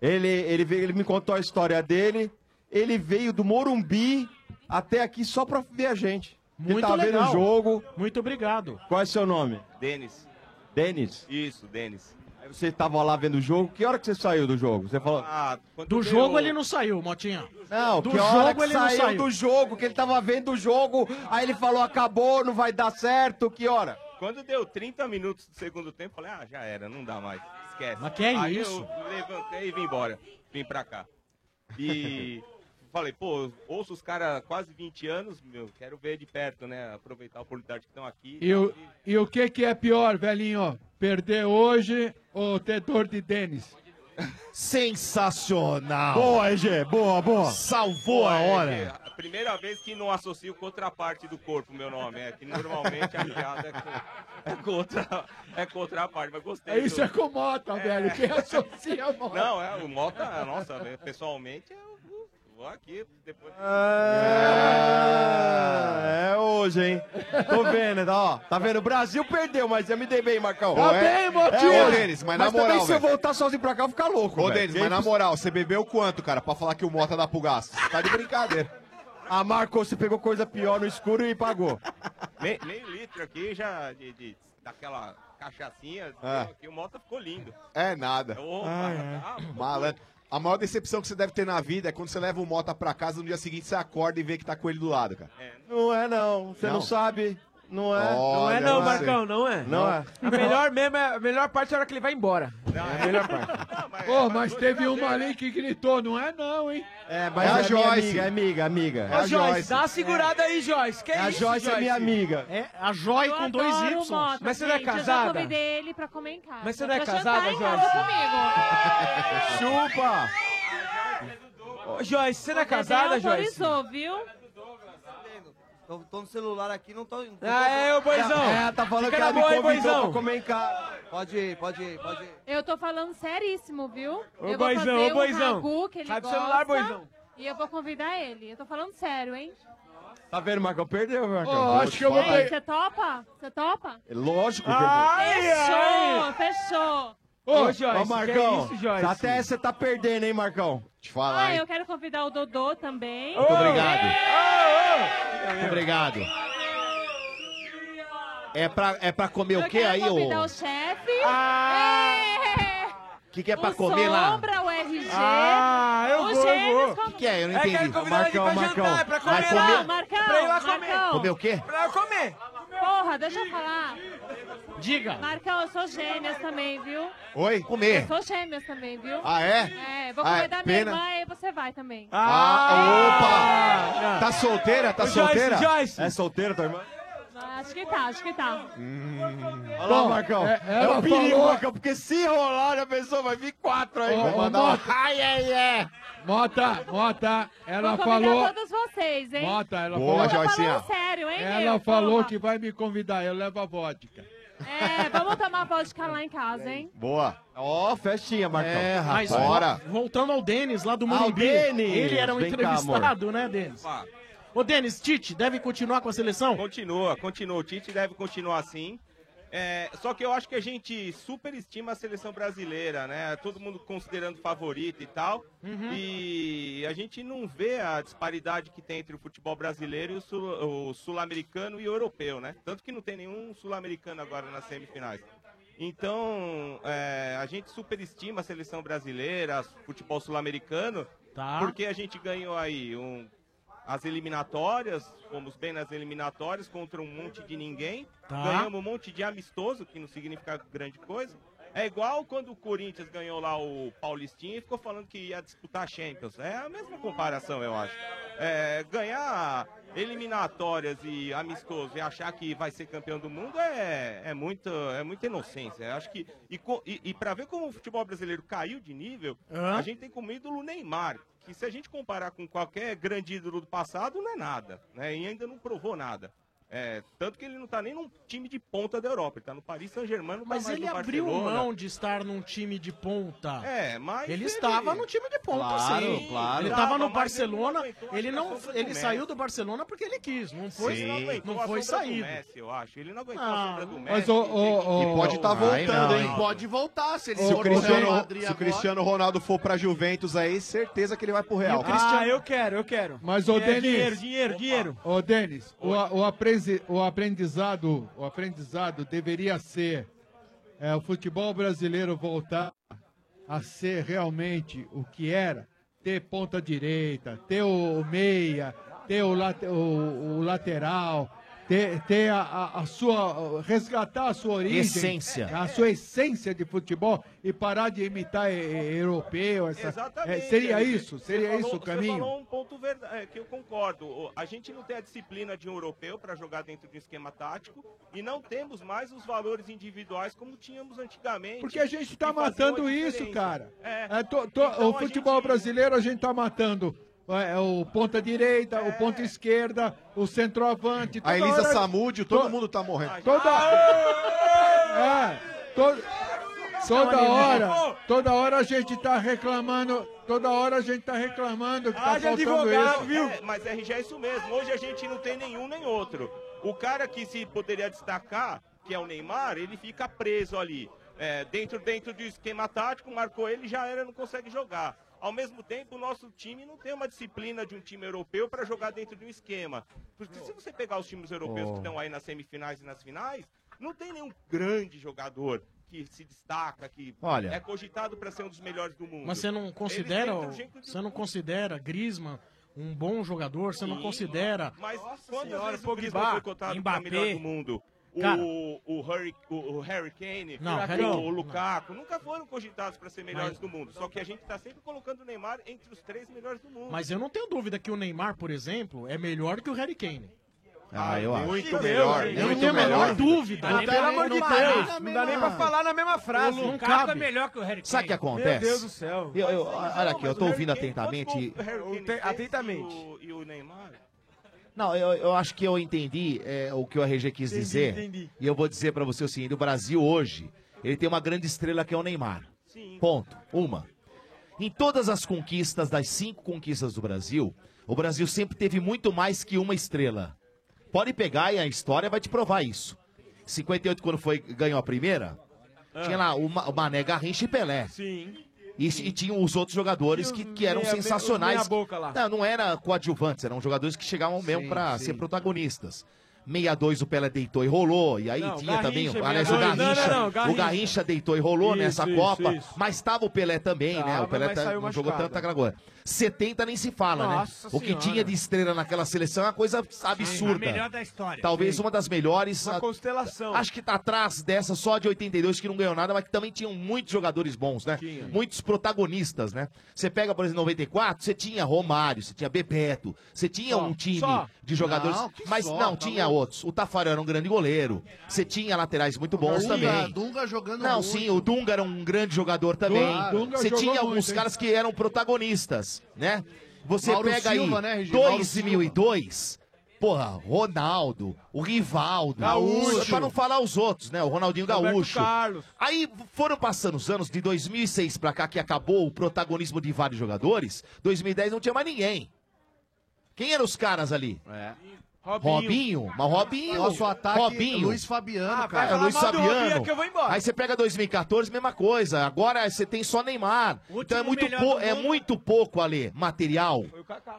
[SPEAKER 11] Ele, ele, veio, ele me contou a história dele. Ele veio do Morumbi até aqui só pra ver a gente. ele
[SPEAKER 10] Muito
[SPEAKER 11] tava vendo
[SPEAKER 10] legal.
[SPEAKER 11] o jogo.
[SPEAKER 10] Muito obrigado.
[SPEAKER 11] Qual é seu nome?
[SPEAKER 29] (laughs) Denis.
[SPEAKER 11] Denis?
[SPEAKER 29] Isso, Denis.
[SPEAKER 11] Aí Você tava lá vendo o jogo. Que hora que você saiu do jogo? Você falou.
[SPEAKER 29] Ah, quando
[SPEAKER 10] Do
[SPEAKER 29] deu-
[SPEAKER 10] jogo ele não saiu, Motinha.
[SPEAKER 11] Não,
[SPEAKER 10] do
[SPEAKER 11] que
[SPEAKER 10] jogo
[SPEAKER 11] hora que
[SPEAKER 10] ele não
[SPEAKER 11] saiu
[SPEAKER 10] saiu.
[SPEAKER 11] do jogo, que ele tava vendo o jogo, aí ele falou, acabou, não vai dar certo, que hora?
[SPEAKER 29] Quando deu 30 minutos do segundo tempo, falei, ah, já era, não dá mais. Esquece.
[SPEAKER 10] Mas que
[SPEAKER 29] Aí
[SPEAKER 10] isso?
[SPEAKER 29] Eu levantei e vim embora. Vim pra cá. E falei, pô, eu ouço os caras há quase 20 anos, meu, quero ver de perto, né? Aproveitar a oportunidade que estão aqui.
[SPEAKER 18] E o, e o que, que é pior, velhinho? Perder hoje ou ter dor de Denis?
[SPEAKER 2] Sensacional.
[SPEAKER 18] Boa,
[SPEAKER 2] EG. Boa, boa. Salvou a
[SPEAKER 29] Pô, é
[SPEAKER 2] hora.
[SPEAKER 29] que a primeira vez que não associo com outra parte do corpo meu nome. É que normalmente a piada é com, é com outra, é com outra parte, mas gostei.
[SPEAKER 18] Isso é com Mota, velho. Quem associa Mota?
[SPEAKER 29] Não, é, o Mota, nossa, né, pessoalmente, eu vou aqui depois.
[SPEAKER 11] É, é hoje, hein? Tô vendo, ó. Tá vendo? O Brasil perdeu, mas eu me dei bem, Marcão.
[SPEAKER 8] Tá
[SPEAKER 11] É-
[SPEAKER 8] bem, Motinha.
[SPEAKER 11] É, hoje.
[SPEAKER 8] Denis, mas
[SPEAKER 11] mas
[SPEAKER 8] na
[SPEAKER 11] também
[SPEAKER 8] moral,
[SPEAKER 11] se eu
[SPEAKER 8] velho.
[SPEAKER 11] voltar sozinho pra cá, eu vou ficar louco,
[SPEAKER 8] Ô,
[SPEAKER 11] velho.
[SPEAKER 8] Denis, mas na moral, você bebeu quanto, cara, pra falar que o Mota dá pro gasto? Tá de brincadeira.
[SPEAKER 11] Ah, Marcos, você pegou coisa pior no escuro e pagou.
[SPEAKER 29] Me- É. meio litro aqui já de, de- daquela cachaçinha,
[SPEAKER 8] Ah.
[SPEAKER 29] que o Mota ficou lindo.
[SPEAKER 8] É nada.
[SPEAKER 29] Opa,
[SPEAKER 25] tá
[SPEAKER 29] ah,
[SPEAKER 8] Malandro. A maior decepção que você deve ter na vida é quando você leva o Mota pra casa no dia seguinte você acorda e vê que tá com ele do lado, cara.
[SPEAKER 11] Não é, não. Você não,
[SPEAKER 8] Não.
[SPEAKER 11] sabe. Não é.
[SPEAKER 8] Não é, não, Marcão,
[SPEAKER 11] não é. Não é.
[SPEAKER 13] A melhor, mesmo é- a melhor parte é a hora que ele vai embora. É a melhor parte.
[SPEAKER 18] Pô, mas teve uma ali que gritou, não é não, hein?
[SPEAKER 11] né? É, mas é a Joyce. Amiga, é amiga, amiga.
[SPEAKER 18] É a Joyce.
[SPEAKER 13] dá uma segurada aí, Joyce. Que
[SPEAKER 11] A
[SPEAKER 13] isso,
[SPEAKER 11] Joyce é minha amiga.
[SPEAKER 10] É, a Joy
[SPEAKER 19] Eu
[SPEAKER 10] com dois
[SPEAKER 19] adoro
[SPEAKER 10] Y.
[SPEAKER 19] o Mota,
[SPEAKER 13] Mas você não é
[SPEAKER 19] gente, Eu já
[SPEAKER 13] casada?
[SPEAKER 19] convidei ele pra comer em casa.
[SPEAKER 13] Mas você não é
[SPEAKER 19] pra
[SPEAKER 13] casada,
[SPEAKER 19] jantar em casa
[SPEAKER 13] Joyce?
[SPEAKER 19] tá comigo.
[SPEAKER 11] Chupa!
[SPEAKER 13] Ô, Joyce, você não é
[SPEAKER 19] O bebê
[SPEAKER 13] casada, Joyce?
[SPEAKER 19] autorizou, viu?
[SPEAKER 28] Tô, tô no celular aqui, não tô. não tô-
[SPEAKER 13] Ah, é, ô, boizão.
[SPEAKER 28] É,
[SPEAKER 11] tá falando
[SPEAKER 28] Fica
[SPEAKER 11] que
[SPEAKER 28] na
[SPEAKER 11] ela me
[SPEAKER 28] boa, hein,
[SPEAKER 11] convidou
[SPEAKER 28] boizão.
[SPEAKER 11] pra comer em casa.
[SPEAKER 28] Pode ir, pode ir, pode ir.
[SPEAKER 19] Eu tô falando seríssimo, viu?
[SPEAKER 28] Ô,
[SPEAKER 19] eu
[SPEAKER 28] boizão,
[SPEAKER 19] vou fazer
[SPEAKER 28] ô, boizão.
[SPEAKER 19] um ragu que ele
[SPEAKER 28] Sai do
[SPEAKER 19] gosta,
[SPEAKER 28] celular, boizão.
[SPEAKER 19] E eu vou convidar ele. Eu tô falando sério, hein?
[SPEAKER 11] Tá vendo, Marcão? Perdeu, Marcão.
[SPEAKER 18] Ó, acho que
[SPEAKER 19] E
[SPEAKER 18] eu vou
[SPEAKER 19] aí,
[SPEAKER 18] ganhar.
[SPEAKER 19] você topa? Você topa?
[SPEAKER 11] É Lógico que
[SPEAKER 2] Ah!
[SPEAKER 11] é.
[SPEAKER 19] fechou, fechou.
[SPEAKER 11] Ô,
[SPEAKER 2] é
[SPEAKER 11] Ô, Marcão, até essa você tá perdendo, hein, Marcão? Te falar,
[SPEAKER 19] Ah, eu quero convidar o Dodô também.
[SPEAKER 11] Muito obrigado.
[SPEAKER 2] Muito obrigado. É pra, é pra comer
[SPEAKER 19] eu
[SPEAKER 2] o quê
[SPEAKER 19] quero
[SPEAKER 2] aí,
[SPEAKER 19] convidar
[SPEAKER 2] ô?
[SPEAKER 19] o chefe.
[SPEAKER 2] O que, que é pra
[SPEAKER 19] o
[SPEAKER 2] comer lá?
[SPEAKER 19] Sombra, o RG.
[SPEAKER 2] Ah, eu
[SPEAKER 19] o
[SPEAKER 2] vou, eu
[SPEAKER 19] Gêmeos
[SPEAKER 2] vou.
[SPEAKER 19] como-
[SPEAKER 2] Que que é? Eu não É, entendi. quero convidar ele pra Marcão, jantar, Marcão. é pra comer
[SPEAKER 19] Marcão,
[SPEAKER 2] lá.
[SPEAKER 19] Marcão,
[SPEAKER 2] Pra ir lá
[SPEAKER 19] Marcão.
[SPEAKER 2] comer. Comer o quê?
[SPEAKER 19] Pra eu comer. Porra, deixa eu falar.
[SPEAKER 10] Diga.
[SPEAKER 19] Marcão, eu sou gêmeas também, viu?
[SPEAKER 24] é
[SPEAKER 2] Oi?
[SPEAKER 19] Eu
[SPEAKER 2] Comer.
[SPEAKER 19] sou gêmeas também, viu?
[SPEAKER 2] Ah, é?
[SPEAKER 19] É, vou
[SPEAKER 2] Ah, é,
[SPEAKER 19] convidar minha
[SPEAKER 2] pena. é
[SPEAKER 19] irmã e você vai também.
[SPEAKER 2] Ah,
[SPEAKER 8] Ah, opa! Tá solteira? Tá
[SPEAKER 2] Ô, Joyce,
[SPEAKER 8] solteira?
[SPEAKER 2] Joyce.
[SPEAKER 8] É solteira, tua irmã?
[SPEAKER 19] Acho que tá, acho que tá.
[SPEAKER 11] Olha lá, Marcão. É,
[SPEAKER 8] é
[SPEAKER 11] um
[SPEAKER 8] ela
[SPEAKER 11] perigo,
[SPEAKER 8] falou-
[SPEAKER 11] Marcão, porque se rolar, a pessoa vai vir quatro aí.
[SPEAKER 18] Ô,
[SPEAKER 11] Vou
[SPEAKER 18] ô,
[SPEAKER 11] mandar uma-
[SPEAKER 18] Mota.
[SPEAKER 10] Ai, ai, ai.
[SPEAKER 18] Mota, Mota, ela
[SPEAKER 19] vou convidar
[SPEAKER 18] falou...
[SPEAKER 19] todos vocês, hein?
[SPEAKER 18] Mota, ela
[SPEAKER 19] Eu tô
[SPEAKER 18] falou...
[SPEAKER 2] assim,
[SPEAKER 19] falando sério, hein?
[SPEAKER 18] Ela
[SPEAKER 19] meu?
[SPEAKER 18] falou
[SPEAKER 19] Porra.
[SPEAKER 18] que vai me convidar, eu levo a vodka.
[SPEAKER 19] É, vamos tomar vodka lá em casa, hein?
[SPEAKER 11] Boa. Ó, festinha, Marcão.
[SPEAKER 10] É, rapaz.
[SPEAKER 11] Mas, Bora.
[SPEAKER 10] Voltando ao Denis lá do
[SPEAKER 11] Ah,
[SPEAKER 10] Morumbi.
[SPEAKER 11] o Denis!
[SPEAKER 10] Ele era um
[SPEAKER 11] Vem cá,
[SPEAKER 10] entrevistado, né, Denis? Ô, Denis, Tite, deve continuar com a seleção?
[SPEAKER 29] Continua, continua. O Tite deve continuar assim. É, só que eu acho que a gente superestima a seleção brasileira, né? Todo mundo considerando favorito e tal. E a gente não vê a disparidade que tem entre o futebol brasileiro e o sul- o sul-americano e o europeu, né? Tanto que não tem nenhum sul-americano agora nas semifinais. Então, é, a gente superestima a seleção brasileira, o futebol sul-americano, porque a gente ganhou aí um as eliminatórias, fomos bem nas eliminatórias contra um monte de ninguém,
[SPEAKER 10] Tá.
[SPEAKER 29] ganhamos um monte de amistoso, que não significa grande coisa, É igual quando o Corinthians ganhou lá o Paulistinha e ficou falando que ia disputar a Champions. É a mesma comparação, eu acho. É, ganhar eliminatórias e amistoso e achar que vai ser campeão do mundo é, é, muito, é muita inocência. Eu acho que, e, co- e, e para ver como o futebol brasileiro caiu de nível,
[SPEAKER 16] Hã?
[SPEAKER 29] a gente tem como ídolo o Neymar. Que se a gente comparar com qualquer grande ídolo do passado, não é nada. Né? E ainda não provou nada. É, tanto que ele não tá nem num time de ponta da Europa, ele tá no Paris Saint-Germain, não tá
[SPEAKER 10] Mas
[SPEAKER 29] mais
[SPEAKER 10] ele
[SPEAKER 29] no
[SPEAKER 10] abriu
[SPEAKER 29] Barcelona.
[SPEAKER 10] mão de estar num time de ponta.
[SPEAKER 29] É, mas
[SPEAKER 10] Ele
[SPEAKER 29] ele-
[SPEAKER 10] estava no time de ponta,
[SPEAKER 29] Claro,
[SPEAKER 10] sim.
[SPEAKER 29] claro.
[SPEAKER 10] Ele
[SPEAKER 29] Estava,
[SPEAKER 10] estava no
[SPEAKER 29] mas ele
[SPEAKER 10] Barcelona,
[SPEAKER 29] não aguentou
[SPEAKER 10] ele não,
[SPEAKER 29] assombra do
[SPEAKER 10] ele
[SPEAKER 29] Messi.
[SPEAKER 10] saiu do Barcelona porque ele quis, não foi,
[SPEAKER 29] Ele aguentou
[SPEAKER 10] não
[SPEAKER 29] a
[SPEAKER 10] foi
[SPEAKER 29] sombra do
[SPEAKER 10] saído.
[SPEAKER 29] Messi, eu acho. Ele não aguentou
[SPEAKER 10] Ah,
[SPEAKER 29] a sombra do Messi.
[SPEAKER 10] mas o- o-
[SPEAKER 8] E pode estar voltando, hein?
[SPEAKER 14] tá Pode voltar, se ele
[SPEAKER 8] Se o,
[SPEAKER 14] for pro Real
[SPEAKER 8] Cristiano,
[SPEAKER 14] Madrid
[SPEAKER 8] se o
[SPEAKER 14] agora.
[SPEAKER 8] Cristiano Ronaldo for pra Juventus aí, certeza que ele vai pro Real.
[SPEAKER 13] Ah, eu quero, eu quero.
[SPEAKER 18] Mas, ô,
[SPEAKER 13] É,
[SPEAKER 18] Denis.
[SPEAKER 13] Dinheiro, dinheiro, dinheiro.
[SPEAKER 18] Ô, Denis, o, a- o apresi- o aprendizado, o aprendizado deveria ser é, o futebol brasileiro voltar a ser realmente o que era, ter ponta direita, ter o, o meia, ter o, late- o- o lateral, ter, ter a, a- a sua resgatar a sua origem,
[SPEAKER 2] Essência.
[SPEAKER 18] a sua essência de futebol e parar de imitar eh, eh, europeu, essa-
[SPEAKER 29] É, Exatamente.
[SPEAKER 18] eh, seria
[SPEAKER 29] Henrique.
[SPEAKER 18] isso,
[SPEAKER 29] Você
[SPEAKER 18] seria
[SPEAKER 29] falou-
[SPEAKER 18] isso o
[SPEAKER 29] Você
[SPEAKER 18] caminho.
[SPEAKER 29] falou um ponto verdade, que eu concordo. O- A gente não tem a disciplina de um europeu para jogar dentro de um esquema tático e não temos mais os valores individuais como tínhamos antigamente.
[SPEAKER 18] Porque a gente tá
[SPEAKER 29] que faziam a
[SPEAKER 18] matando isso,
[SPEAKER 29] diferença.
[SPEAKER 18] cara.
[SPEAKER 29] É.
[SPEAKER 18] É, to- to-
[SPEAKER 29] Então,
[SPEAKER 18] o
[SPEAKER 29] a
[SPEAKER 18] futebol brasileiro a gente tá matando. é, o ponta direita,
[SPEAKER 29] É.
[SPEAKER 18] o ponta esquerda, o centroavante.
[SPEAKER 8] A Elisa Samúdio, todo mundo tá morrendo.
[SPEAKER 18] Toda, é, to- toda
[SPEAKER 8] Olha,
[SPEAKER 18] hora,
[SPEAKER 8] Elisa.
[SPEAKER 18] toda hora a gente tá reclamando, toda hora a gente tá reclamando que tá faltando isso.
[SPEAKER 29] É, mas RG é isso mesmo. Hoje a gente não tem nenhum nem outro. O cara que se poderia destacar, que é o Neymar, ele fica preso ali. É, dentro, dentro do esquema tático, marcou ele, já era, não consegue jogar. Ao mesmo tempo, o nosso time não tem uma disciplina de um time europeu para jogar dentro de um esquema. Porque se você pegar os times europeus
[SPEAKER 18] Oh.
[SPEAKER 29] que estão aí nas semifinais e nas finais, não tem nenhum grande jogador que se destaca, que
[SPEAKER 10] Olha.
[SPEAKER 29] é cogitado para ser um dos melhores do mundo.
[SPEAKER 10] Mas você não
[SPEAKER 29] Eles um
[SPEAKER 10] considera,
[SPEAKER 29] tentam
[SPEAKER 10] o- você não considera Griezmann um bom jogador, você não considera
[SPEAKER 29] Mas quantas
[SPEAKER 10] senhora,
[SPEAKER 29] vezes o
[SPEAKER 10] Pogba,
[SPEAKER 29] Griezmann foi cotado pra
[SPEAKER 10] Mbappé.
[SPEAKER 29] melhor do mundo? O,
[SPEAKER 10] Cara.
[SPEAKER 29] o, Harry, o, o Harry Kane,
[SPEAKER 10] Não,
[SPEAKER 29] o-
[SPEAKER 10] Harry Kane,
[SPEAKER 29] o
[SPEAKER 10] não.
[SPEAKER 29] Lukaku, nunca foram cogitados para ser
[SPEAKER 10] Mas-
[SPEAKER 29] melhores do mundo. Só que a gente tá sempre colocando o Neymar entre os três melhores do mundo.
[SPEAKER 10] Mas eu não tenho dúvida que o Neymar, por exemplo, é melhor que o Harry Kane.
[SPEAKER 2] Ah, eu acho.
[SPEAKER 10] Muito melhor,
[SPEAKER 2] Eu não
[SPEAKER 10] muito
[SPEAKER 2] tenho a menor
[SPEAKER 10] melhor.
[SPEAKER 2] dúvida.
[SPEAKER 10] Ah,
[SPEAKER 2] Não
[SPEAKER 10] pelo
[SPEAKER 2] tem-
[SPEAKER 10] amor
[SPEAKER 2] não
[SPEAKER 10] de
[SPEAKER 2] cabe
[SPEAKER 10] Deus,
[SPEAKER 2] na
[SPEAKER 10] não
[SPEAKER 2] mesma-
[SPEAKER 10] dá nem pra
[SPEAKER 13] falar na mesma frase.
[SPEAKER 10] O
[SPEAKER 13] Não
[SPEAKER 10] Lukaku
[SPEAKER 13] cabe.
[SPEAKER 10] é melhor que o Harry Kane.
[SPEAKER 2] Sabe o que
[SPEAKER 13] Meu
[SPEAKER 2] acontece?
[SPEAKER 13] Deus do céu.
[SPEAKER 2] Eu- eu- olha aqui, eu tô ouvindo atentamente.
[SPEAKER 13] Atentamente.
[SPEAKER 29] E o Neymar?
[SPEAKER 2] Não, eu, eu acho que eu entendi é, o que o RG quis
[SPEAKER 29] Entendi,
[SPEAKER 2] dizer.
[SPEAKER 29] entendi.
[SPEAKER 2] E eu vou dizer pra você o seguinte: o Brasil hoje, ele tem uma grande estrela que é o Neymar. Ponto. Uma. Em todas as conquistas, das cinco conquistas do Brasil, o Brasil sempre teve muito mais que uma estrela. Pode pegar e a história vai te provar isso. 58, quando foi, ganhou a primeira, tinha lá o, Ma- o Mané Garrincha e Pelé.
[SPEAKER 13] Ah. Sim.
[SPEAKER 2] E, e tinha os outros jogadores que, que eram
[SPEAKER 13] meia-
[SPEAKER 2] sensacionais.
[SPEAKER 13] os meia-boca lá.
[SPEAKER 2] Não, não era coadjuvantes, eram jogadores que chegavam mesmo
[SPEAKER 13] Sim,
[SPEAKER 2] pra
[SPEAKER 13] sim.
[SPEAKER 2] ser protagonistas. 62 o Pelé deitou e rolou, e aí
[SPEAKER 13] Não,
[SPEAKER 2] tinha
[SPEAKER 13] Garrincha,
[SPEAKER 2] também, aliás, o
[SPEAKER 13] 62.
[SPEAKER 2] Garrincha,
[SPEAKER 13] Não, não, não,
[SPEAKER 2] o Garrincha
[SPEAKER 13] Garrincha
[SPEAKER 2] deitou e rolou
[SPEAKER 13] Isso,
[SPEAKER 2] nessa
[SPEAKER 13] isso,
[SPEAKER 2] Copa,
[SPEAKER 13] isso.
[SPEAKER 2] mas tava o Pelé também, né?
[SPEAKER 13] Tava,
[SPEAKER 2] O Pelé
[SPEAKER 13] mas
[SPEAKER 2] tá,
[SPEAKER 13] saiu
[SPEAKER 2] não jogou
[SPEAKER 13] machucado.
[SPEAKER 2] tanto aquela coisa. 70 nem se fala,
[SPEAKER 13] Nossa
[SPEAKER 2] né? O que
[SPEAKER 13] Senhora.
[SPEAKER 2] tinha de estrela naquela seleção é uma coisa absurda.
[SPEAKER 13] a melhor da história.
[SPEAKER 2] Talvez
[SPEAKER 13] Sim.
[SPEAKER 2] uma das melhores.
[SPEAKER 13] Uma
[SPEAKER 2] a-
[SPEAKER 13] constelação.
[SPEAKER 2] Acho que tá atrás dessa só de 82 que não ganhou nada, mas que também tinham muitos jogadores bons, né? Muitos protagonistas, né? Você pega, por exemplo, 94, você tinha Romário, você tinha Bebeto, você tinha um time
[SPEAKER 13] Só.
[SPEAKER 2] de jogadores,
[SPEAKER 13] Não, que
[SPEAKER 2] mas
[SPEAKER 13] só,
[SPEAKER 2] não,
[SPEAKER 13] tá
[SPEAKER 2] tinha
[SPEAKER 13] louco.
[SPEAKER 2] outros. O Tafarel era um grande goleiro. Você tinha laterais
[SPEAKER 8] é
[SPEAKER 2] muito bons também.
[SPEAKER 14] Dunga jogando
[SPEAKER 2] Não,
[SPEAKER 14] muito.
[SPEAKER 2] sim, o Dunga era um grande jogador também.
[SPEAKER 14] Dunga
[SPEAKER 2] Você
[SPEAKER 14] jogou
[SPEAKER 2] tinha alguns
[SPEAKER 14] muito, hein?
[SPEAKER 2] caras que eram protagonistas, né? Você
[SPEAKER 14] Mauro
[SPEAKER 2] pega
[SPEAKER 14] Silva,
[SPEAKER 2] aí
[SPEAKER 14] né, RG? Mauro
[SPEAKER 2] 2002, porra, Ronaldo, o Rivaldo,
[SPEAKER 14] Gaúcho.
[SPEAKER 2] Pra não falar os outros, né? O Ronaldinho
[SPEAKER 14] Roberto
[SPEAKER 2] Gaúcho.
[SPEAKER 14] Carlos.
[SPEAKER 2] Aí foram passando os anos de 2006 pra cá que acabou o protagonismo de vários jogadores. 2010 não tinha mais ninguém. Quem eram os caras ali? Robinho, mas Robinho.
[SPEAKER 14] Nosso ataque,
[SPEAKER 2] Robinho.
[SPEAKER 14] Luiz Fabiano,
[SPEAKER 2] Ah,
[SPEAKER 14] cara.
[SPEAKER 2] é, Luiz Fabiano. Aí você pega 2014, mesma coisa. Agora você tem só Neymar. Então é muito,
[SPEAKER 14] melhor
[SPEAKER 2] pou-
[SPEAKER 14] do
[SPEAKER 2] é
[SPEAKER 14] mundo.
[SPEAKER 2] muito pouco, Ale, material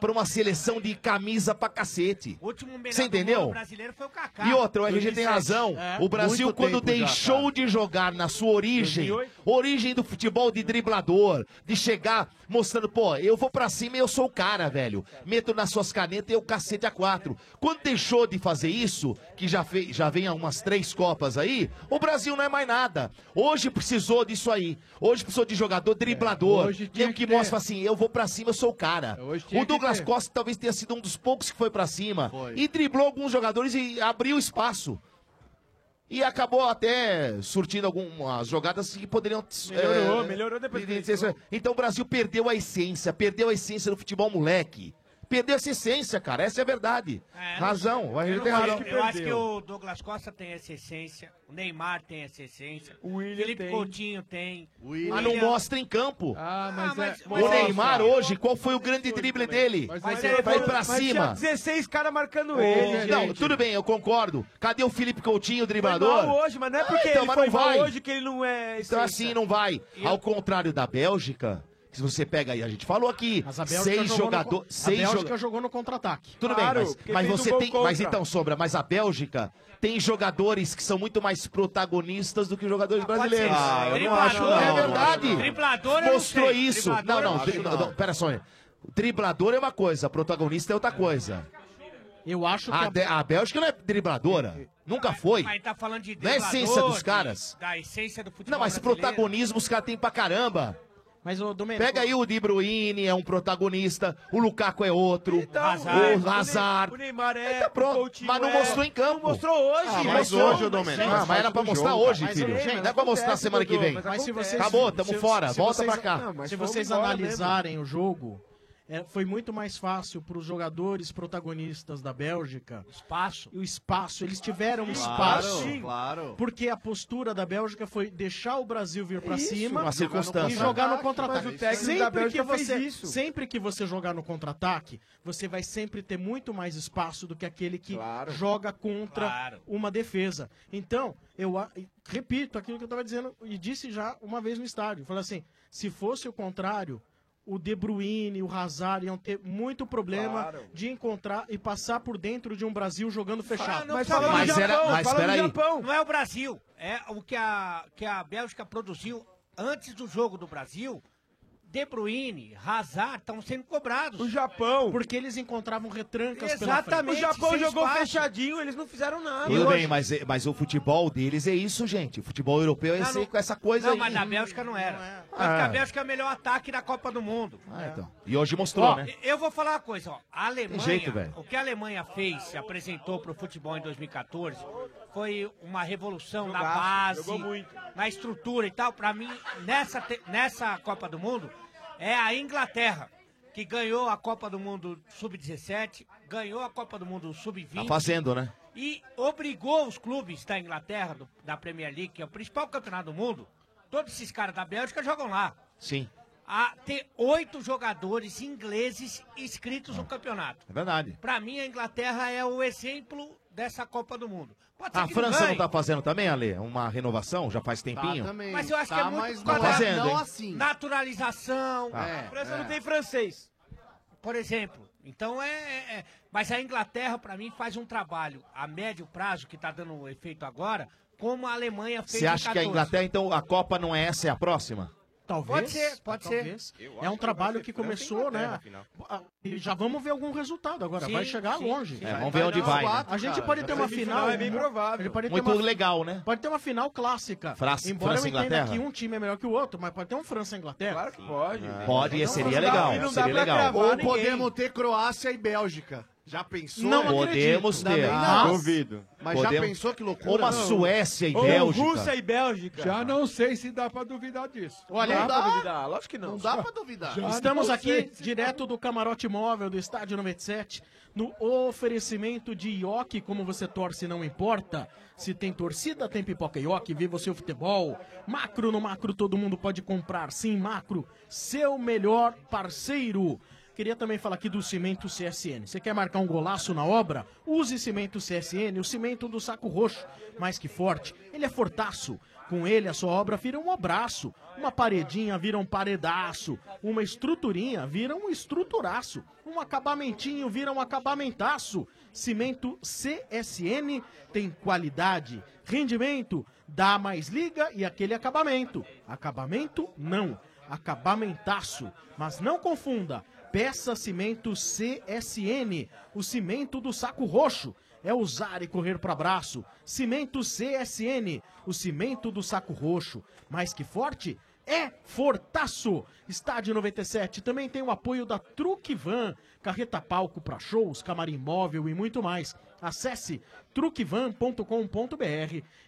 [SPEAKER 2] pra uma seleção de camisa pra cacete. Você entendeu?
[SPEAKER 16] brasileiro foi o Kaká.
[SPEAKER 2] E outra, o RG tem
[SPEAKER 16] 2007.
[SPEAKER 2] razão.
[SPEAKER 16] É.
[SPEAKER 2] O Brasil,
[SPEAKER 16] Muito
[SPEAKER 2] quando
[SPEAKER 16] tempo já,
[SPEAKER 2] deixou de jogar na sua origem,
[SPEAKER 16] 2008.
[SPEAKER 2] origem do futebol de driblador, de chegar mostrando, pô, eu vou pra cima e eu sou o cara, velho. Meto nas suas canetas e eu cacete a quatro. Quando Quando deixou de fazer isso, que já, fe- já vem algumas três Copas aí, o Brasil não é mais nada. Hoje precisou disso aí. Hoje precisou de jogador driblador.
[SPEAKER 18] hoje
[SPEAKER 2] que
[SPEAKER 18] tinha
[SPEAKER 2] que
[SPEAKER 18] que ter.
[SPEAKER 2] mostra fala assim, eu vou pra cima, eu sou o cara.
[SPEAKER 18] tinha
[SPEAKER 2] O Douglas
[SPEAKER 18] que ter.
[SPEAKER 2] Costa talvez tenha sido um dos poucos que foi pra cima. E driblou alguns jogadores e abriu espaço. E acabou até surtindo algumas jogadas que poderiam. eh,
[SPEAKER 13] Melhorou, melhorou depois
[SPEAKER 2] de- de- Então o Brasil perdeu a essência, perdeu a essência do futebol moleque. Perdeu essa essência, cara. Essa é a verdade. razão. O
[SPEAKER 16] Eu,
[SPEAKER 2] Ayrton
[SPEAKER 16] não
[SPEAKER 2] tem
[SPEAKER 16] acho
[SPEAKER 2] razão.
[SPEAKER 16] que- eu acho que o Douglas Costa tem essa essência, o Neymar tem essa essência, o Felipe
[SPEAKER 2] tem.
[SPEAKER 16] Coutinho tem. O
[SPEAKER 2] Mas não mostra em campo.
[SPEAKER 16] mas Ah, mas- é-
[SPEAKER 2] o
[SPEAKER 16] mas-
[SPEAKER 2] Neymar hoje, qual foi o grande drible dele?
[SPEAKER 13] Mas
[SPEAKER 2] Mas
[SPEAKER 13] ele
[SPEAKER 2] ele foi
[SPEAKER 13] evoluiu-
[SPEAKER 2] pra
[SPEAKER 13] mas tinha
[SPEAKER 2] cima.
[SPEAKER 13] 16 caras marcando ele.
[SPEAKER 2] Não, é
[SPEAKER 13] gente.
[SPEAKER 2] tudo bem, eu concordo. Cadê o Felipe Coutinho, o
[SPEAKER 13] Foi
[SPEAKER 2] driblador?
[SPEAKER 13] mal hoje, mas não é
[SPEAKER 2] Ah,
[SPEAKER 13] porque
[SPEAKER 2] então,
[SPEAKER 13] ele
[SPEAKER 2] mas
[SPEAKER 13] foi
[SPEAKER 2] não
[SPEAKER 13] mal
[SPEAKER 2] vai.
[SPEAKER 13] hoje que ele não é...
[SPEAKER 2] Então assim não vai. Ao contrário da Bélgica, que se você pega aí, a gente falou aqui,
[SPEAKER 10] Mas a Bélgica
[SPEAKER 2] seis
[SPEAKER 10] jogou no co-
[SPEAKER 2] jogadores, seis
[SPEAKER 10] a Bélgica
[SPEAKER 2] jogadores.
[SPEAKER 10] jogou no contra-ataque.
[SPEAKER 2] Tudo bem, mas, mas
[SPEAKER 13] um
[SPEAKER 29] um
[SPEAKER 2] você tem, mas então sobra, mas a Bélgica tem jogadores que são muito mais protagonistas do que jogadores brasileiros.
[SPEAKER 9] ser. Ah, eu não acho, não.
[SPEAKER 2] É verdade.
[SPEAKER 9] Driblador, eu não
[SPEAKER 2] Mostrou
[SPEAKER 9] sei.
[SPEAKER 2] isso.
[SPEAKER 9] Driblador,
[SPEAKER 2] Não,
[SPEAKER 9] eu
[SPEAKER 2] não,
[SPEAKER 9] não
[SPEAKER 2] dri-
[SPEAKER 9] sei.
[SPEAKER 2] não, não, pera só. Driblador é uma coisa, protagonista é outra coisa.
[SPEAKER 10] Eu acho que
[SPEAKER 2] A, Ah, de- a Bélgica não é dribladora. Nunca foi.
[SPEAKER 16] Aí tá falando de
[SPEAKER 2] Não é
[SPEAKER 16] driblador,
[SPEAKER 2] essência dos
[SPEAKER 16] de-
[SPEAKER 2] caras.
[SPEAKER 16] Da essência do futebol
[SPEAKER 2] Não, mas
[SPEAKER 16] brasileiro.
[SPEAKER 2] protagonismo os caras têm pra caramba.
[SPEAKER 10] Mas o Domenico...
[SPEAKER 2] Pega aí o De Bruyne, é um protagonista. O Lukaku é outro. o Lazar.
[SPEAKER 13] O Neymar é...
[SPEAKER 2] Tá pronto, mas não mostrou em campo. mostrou
[SPEAKER 13] hoje.
[SPEAKER 2] Ah, mas
[SPEAKER 13] Mostrou.
[SPEAKER 2] hoje, ô Domênico.
[SPEAKER 13] Mas
[SPEAKER 2] Ah, mas era
[SPEAKER 13] faz
[SPEAKER 2] pra
[SPEAKER 13] do
[SPEAKER 2] mostrar
[SPEAKER 13] jogo,
[SPEAKER 2] hoje,
[SPEAKER 13] cara.
[SPEAKER 2] filho.
[SPEAKER 13] Mas,
[SPEAKER 2] Não é
[SPEAKER 13] gente,
[SPEAKER 2] pra mostrar
[SPEAKER 13] acontece,
[SPEAKER 2] semana que
[SPEAKER 13] Dodô,
[SPEAKER 2] vem.
[SPEAKER 13] mas
[SPEAKER 10] Mas se
[SPEAKER 13] acontece.
[SPEAKER 10] vocês,
[SPEAKER 2] Acabou, tamo
[SPEAKER 10] se-
[SPEAKER 2] fora.
[SPEAKER 10] se
[SPEAKER 2] Volta
[SPEAKER 10] vocês-
[SPEAKER 2] pra cá.
[SPEAKER 10] não, mas se
[SPEAKER 2] vamos
[SPEAKER 10] vocês
[SPEAKER 2] embora
[SPEAKER 10] analisarem o jogo, é, foi muito mais fácil para os jogadores protagonistas da Bélgica.
[SPEAKER 16] Espaço.
[SPEAKER 10] E o espaço, eles tiveram
[SPEAKER 16] Sim,
[SPEAKER 10] espaço.
[SPEAKER 16] claro, claro.
[SPEAKER 10] Porque a postura da Bélgica foi deixar o Brasil vir para
[SPEAKER 2] Isso,
[SPEAKER 10] cima
[SPEAKER 2] uma circunstância.
[SPEAKER 10] e jogar no
[SPEAKER 2] Mas
[SPEAKER 10] contra-ataque.
[SPEAKER 2] o técnico da Bélgica
[SPEAKER 10] que
[SPEAKER 2] fez
[SPEAKER 10] você,
[SPEAKER 2] isso.
[SPEAKER 10] sempre que você jogar no contra-ataque, você vai sempre ter muito mais espaço do que aquele que joga contra
[SPEAKER 16] Claro.
[SPEAKER 10] uma defesa. Então, eu a- repito aquilo que eu estava dizendo e disse já uma vez no estádio. Eu Falei assim, se fosse o contrário, o De Bruyne, o Hazard iam ter muito problema
[SPEAKER 16] Claro.
[SPEAKER 10] de encontrar e passar por dentro de um Brasil jogando
[SPEAKER 13] Ah,
[SPEAKER 10] fechado.
[SPEAKER 16] Ah, não, Mas fala do mas Japão, era- mas fala do peraí.
[SPEAKER 10] Japão.
[SPEAKER 16] Não é o Brasil. É o que a, que a Bélgica produziu antes do jogo do Brasil. De Bruyne, Hazard estão sendo cobrados. O
[SPEAKER 13] Japão.
[SPEAKER 10] Porque eles encontravam retrancas pela frente.
[SPEAKER 13] Exatamente. O Japão
[SPEAKER 10] sem
[SPEAKER 13] jogou
[SPEAKER 10] espaço.
[SPEAKER 13] fechadinho, eles não fizeram nada.
[SPEAKER 2] Tudo bem, mas, mas o futebol deles é isso, gente. O futebol europeu é
[SPEAKER 16] Ah, Não,
[SPEAKER 2] esse-
[SPEAKER 16] não-
[SPEAKER 2] com essa coisa
[SPEAKER 16] Não,
[SPEAKER 2] aí.
[SPEAKER 16] mas na Bélgica não era. Tanto
[SPEAKER 2] Ah.
[SPEAKER 16] que a Bélgica é o melhor ataque da Copa do Mundo.
[SPEAKER 2] Ah, então. E hoje mostrou,
[SPEAKER 16] é. Ó,
[SPEAKER 2] né?
[SPEAKER 16] Eu vou falar uma coisa, ó. A Alemanha,
[SPEAKER 2] jeito, velho.
[SPEAKER 16] o que a Alemanha fez, se apresentou pro futebol em 2014, foi uma revolução na
[SPEAKER 13] Jogaço,
[SPEAKER 16] base,
[SPEAKER 13] jogou muito.
[SPEAKER 16] na estrutura e tal. Pra mim, nessa, te- nessa Copa do Mundo, é a Inglaterra, que ganhou a Copa do Mundo Sub-17, ganhou a Copa do Mundo Sub-20.
[SPEAKER 2] Tá fazendo, né?
[SPEAKER 16] E obrigou os clubes da Inglaterra, do- da Premier League, que é o principal campeonato do mundo, todos esses caras da Bélgica jogam lá
[SPEAKER 2] Sim,
[SPEAKER 16] a ter oito jogadores ingleses inscritos no campeonato.
[SPEAKER 2] é verdade.
[SPEAKER 16] Pra mim, a Inglaterra é o exemplo dessa Copa do Mundo. Pode ser
[SPEAKER 2] A
[SPEAKER 16] que Tá
[SPEAKER 2] França não
[SPEAKER 16] ganhe,
[SPEAKER 2] tá fazendo também, Ale? Uma renovação? Já faz tempinho?
[SPEAKER 16] Mas eu acho que é muito
[SPEAKER 2] Tá, não
[SPEAKER 16] quadrado-
[SPEAKER 2] fazendo, hein?
[SPEAKER 16] Naturalização.
[SPEAKER 2] Tá. É,
[SPEAKER 16] a França
[SPEAKER 2] é.
[SPEAKER 16] não tem francês. Por exemplo. Então é, é- é- Mas a Inglaterra, pra mim, faz um trabalho a médio prazo, que tá dando efeito agora, como a Alemanha fez
[SPEAKER 2] Você
[SPEAKER 16] em
[SPEAKER 2] acha que a
[SPEAKER 16] 14.
[SPEAKER 2] Inglaterra, então, a Copa não é essa, é a próxima?
[SPEAKER 10] Talvez.
[SPEAKER 16] Pode ser, pode
[SPEAKER 2] Tá
[SPEAKER 10] talvez.
[SPEAKER 16] ser. Eu acho
[SPEAKER 10] É um
[SPEAKER 16] que
[SPEAKER 10] trabalho
[SPEAKER 16] vai
[SPEAKER 10] que
[SPEAKER 16] ser França e
[SPEAKER 10] começou, né?
[SPEAKER 16] Inglaterra, afinal.
[SPEAKER 10] Ah, E já vamos ver algum resultado agora.
[SPEAKER 16] Sim,
[SPEAKER 10] vai chegar
[SPEAKER 16] sim,
[SPEAKER 10] longe.
[SPEAKER 16] sim.
[SPEAKER 2] É, vamos ver onde vai, né?
[SPEAKER 10] A gente
[SPEAKER 2] Cara,
[SPEAKER 10] pode
[SPEAKER 2] já
[SPEAKER 10] ter uma
[SPEAKER 2] sei que
[SPEAKER 10] final.
[SPEAKER 2] final é bem provável.
[SPEAKER 10] ele pode ter
[SPEAKER 2] Muito
[SPEAKER 10] uma-
[SPEAKER 2] legal, né?
[SPEAKER 10] Pode ter uma final clássica.
[SPEAKER 2] França-
[SPEAKER 10] Embora eu
[SPEAKER 2] França e
[SPEAKER 10] entenda
[SPEAKER 2] Inglaterra. Ah.
[SPEAKER 10] que um time é melhor que o outro, mas pode ter um França e Inglaterra. Claro que
[SPEAKER 13] pode.
[SPEAKER 2] Pode, e seria
[SPEAKER 10] dá-
[SPEAKER 2] legal.
[SPEAKER 10] e não dá
[SPEAKER 2] Seria
[SPEAKER 10] pra
[SPEAKER 2] legal.
[SPEAKER 10] gravar
[SPEAKER 14] Ou
[SPEAKER 10] ninguém.
[SPEAKER 14] podemos ter Croácia e Bélgica. Já pensou?
[SPEAKER 2] Não Podemos acredito. ter.
[SPEAKER 14] Também
[SPEAKER 2] Ah, duvido.
[SPEAKER 14] Mas já
[SPEAKER 2] Podemos.
[SPEAKER 14] pensou que loucura?
[SPEAKER 2] Ou uma
[SPEAKER 14] Não.
[SPEAKER 2] Suécia e Bélgica.
[SPEAKER 13] e Bélgica.
[SPEAKER 18] Já não sei se dá pra duvidar disso.
[SPEAKER 10] Olha,
[SPEAKER 18] Não
[SPEAKER 10] dá pra duvidar,
[SPEAKER 13] lógico que não.
[SPEAKER 10] Não
[SPEAKER 14] dá pra duvidar.
[SPEAKER 18] Já
[SPEAKER 10] Estamos
[SPEAKER 18] não
[SPEAKER 10] aqui
[SPEAKER 18] sei.
[SPEAKER 10] direto do camarote móvel do Estádio 97, no oferecimento de Ioki, como você torce não importa. Se tem torcida, tem pipoca Ioki, viva o seu futebol. Macro no macro, todo mundo pode comprar. Sim, macro, seu melhor parceiro. Queria também falar aqui do cimento CSN. Você quer marcar um golaço na obra? Use cimento CSN, o cimento do saco roxo. Mais que forte, ele é fortaço. Com ele, a sua obra vira um abraço. Uma paredinha vira um paredaço. Uma estruturinha vira um estruturaço. Um acabamentinho vira um acabamentaço. Cimento CSN tem qualidade, rendimento, dá mais liga e aquele acabamento. Acabamento não acabamentaço. Mas não confunda, Peça Cimento CSN, o cimento do saco roxo. É usar e correr para abraço. Cimento CSN, o cimento do saco roxo. Mais que forte, é Fortaço. Estádio 97 também tem o apoio da Truque Van, carreta palco para shows, camarim móvel e muito mais. Acesse truquevan.com.br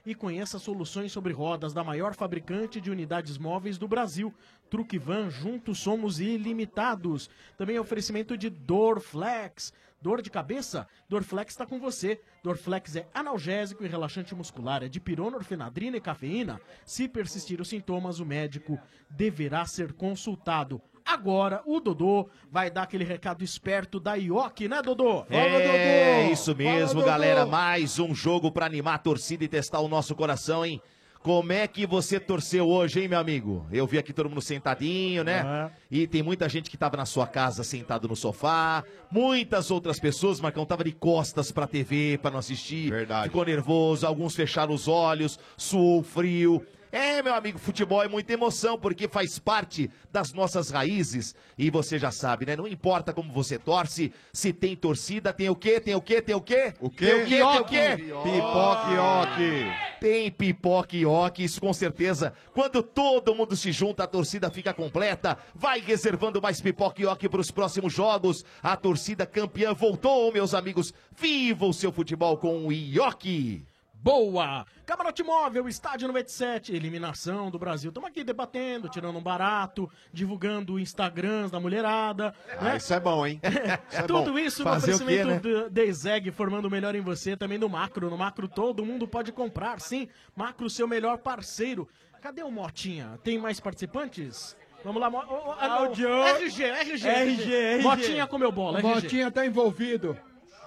[SPEAKER 10] e conheça soluções sobre rodas da maior fabricante de unidades móveis do Brasil. Truquevan, juntos somos ilimitados. Também é oferecimento de Dorflex. Dor de cabeça? Dorflex está com você. Dorflex é analgésico e relaxante muscular, é de pirona, orfenadrina e cafeína. Se persistir os sintomas, o médico deverá ser consultado. Agora o Dodô vai dar aquele recado esperto da IOC, né, Dodô?
[SPEAKER 2] É isso mesmo, galera. Mais um jogo pra animar a torcida e testar o nosso coração, hein? Como é que você torceu hoje, hein, meu amigo? Eu vi aqui todo mundo sentadinho, né? E tem muita gente que tava na sua casa sentado no sofá. Muitas outras pessoas, Marcão, tava de costas pra TV, pra não assistir. Verdade. Ficou nervoso, alguns fecharam os olhos, suou frio. É, meu amigo, futebol é muita emoção, porque faz parte das nossas raízes. E você já sabe, né? Não importa como você torce, se tem torcida, tem o quê? Tem o quê? Tem o quê? O
[SPEAKER 11] quê?
[SPEAKER 2] Tem o quê? Tem o quê?
[SPEAKER 11] Pipoque. Pipoque-oque.
[SPEAKER 2] Tem pipoque-oque, isso com certeza. Quando todo mundo se junta, a torcida fica completa. Vai reservando mais pipoque-oque para os próximos jogos. A torcida campeã voltou, meus amigos. Viva o seu futebol com um o Ioki.
[SPEAKER 10] Boa! Camarote Móvel, Estádio 97, eliminação do Brasil. Estamos aqui debatendo, tirando um barato, divulgando Instagrams da mulherada. né?
[SPEAKER 8] Ah, isso é
[SPEAKER 10] (laughs)
[SPEAKER 8] bom, hein? Isso é
[SPEAKER 10] Tudo
[SPEAKER 8] bom.
[SPEAKER 10] isso no
[SPEAKER 8] Fazer o quê,
[SPEAKER 10] oferecimento
[SPEAKER 8] né?
[SPEAKER 10] do- da Zeg, formando o melhor em você, também no Macro. No Macro todo mundo pode comprar, sim. Macro, seu melhor parceiro. Cadê o Motinha? Tem mais participantes? Vamos lá, Mo... oh, oh, ah, não.
[SPEAKER 18] Áudio.
[SPEAKER 10] RG, RG,
[SPEAKER 18] RG.
[SPEAKER 10] Motinha comeu bola, RG.
[SPEAKER 18] Motinha tá envolvido.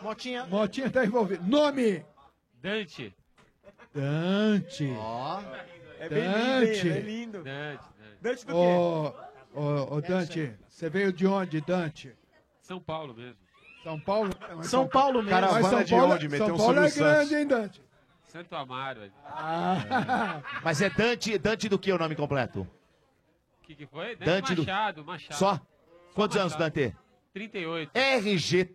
[SPEAKER 10] Motinha.
[SPEAKER 18] Motinha tá envolvido. Nome.
[SPEAKER 20] Dante.
[SPEAKER 18] Dante.
[SPEAKER 20] É
[SPEAKER 18] bem lindo, hein? É bem
[SPEAKER 20] lindo. Dante,
[SPEAKER 18] Dante Ô, ô, ô, Dante, você veio de onde, Dante?
[SPEAKER 20] São Paulo mesmo.
[SPEAKER 18] São Paulo?
[SPEAKER 20] São
[SPEAKER 18] Mas
[SPEAKER 20] Paulo mesmo.
[SPEAKER 18] Mas
[SPEAKER 20] Caravana
[SPEAKER 18] São
[SPEAKER 20] de
[SPEAKER 18] Paulo,
[SPEAKER 20] onde? Meteu
[SPEAKER 18] São
[SPEAKER 20] um
[SPEAKER 18] Paulo
[SPEAKER 20] Silvio
[SPEAKER 18] é grande,
[SPEAKER 20] Santos.
[SPEAKER 18] hein, Dante?
[SPEAKER 20] Santo Amaro. O
[SPEAKER 18] (laughs)
[SPEAKER 15] Ah.
[SPEAKER 2] Mas é Dante, Dante do que o nome completo?
[SPEAKER 20] (laughs) que, que foi?
[SPEAKER 2] Dante do-
[SPEAKER 20] Machado, Machado.
[SPEAKER 2] Só? Quantos anos, Dante?
[SPEAKER 20] 38.
[SPEAKER 2] RG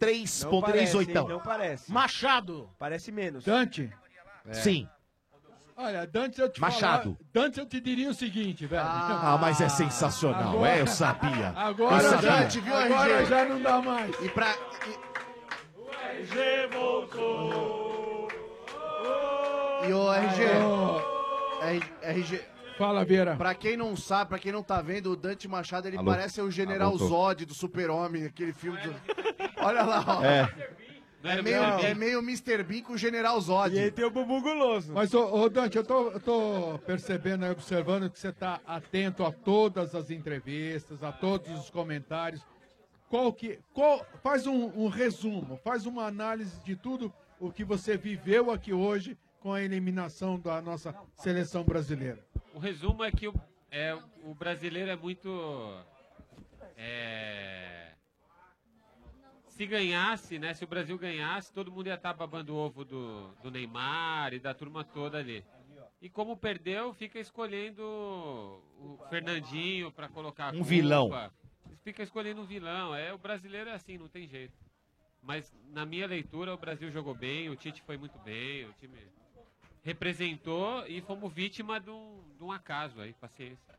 [SPEAKER 20] Não parece, hein?
[SPEAKER 2] 3.38.
[SPEAKER 20] Não parece.
[SPEAKER 10] Machado.
[SPEAKER 20] Parece menos.
[SPEAKER 18] Dante?
[SPEAKER 2] Sim.
[SPEAKER 18] Olha, Dante eu te
[SPEAKER 2] Machado.
[SPEAKER 18] falar- Dante eu te diria o seguinte, velho.
[SPEAKER 2] Ah, mas é sensacional,
[SPEAKER 18] Agora-
[SPEAKER 2] é, eu sabia.
[SPEAKER 18] Agora
[SPEAKER 2] eu
[SPEAKER 18] já-
[SPEAKER 2] sabia.
[SPEAKER 18] agora já não dá mais.
[SPEAKER 14] E pra...
[SPEAKER 9] RG voltou.
[SPEAKER 14] E o RG. RG.
[SPEAKER 18] Fala, Vieira.
[SPEAKER 14] Pra quem não sabe, pra quem não tá vendo, o Dante Machado, ele
[SPEAKER 11] Alô?
[SPEAKER 14] parece o General
[SPEAKER 11] Ah, voltou.
[SPEAKER 14] Zod do Super-Homem, aquele filme do... (laughs) Olha lá, ó.
[SPEAKER 11] É.
[SPEAKER 14] É meio, é meio Mr. Bean com o General Zod. E aí
[SPEAKER 18] tem o Bubu Guloso. Mas, ô, ô, Dante, eu tô, eu tô percebendo aí, observando que você tá atento a todas as entrevistas, a todos os comentários. Qual que. Qual, faz um, um resumo, faz uma análise de tudo o que você viveu aqui hoje com a eliminação da nossa seleção brasileira.
[SPEAKER 20] O resumo é que o, é, o brasileiro é muito. é, se ganhasse, né? Se o Brasil ganhasse, todo mundo ia estar babando o ovo do, do Neymar e da turma toda ali. E como perdeu, fica escolhendo o Fernandinho para colocar a
[SPEAKER 2] Um vilão.
[SPEAKER 20] culpa. Fica escolhendo um vilão. É, o brasileiro é assim, não tem jeito. Mas na minha leitura, o Brasil jogou bem, o Tite foi muito bem, o time representou e fomos vítima de um, de um acaso aí, paciência.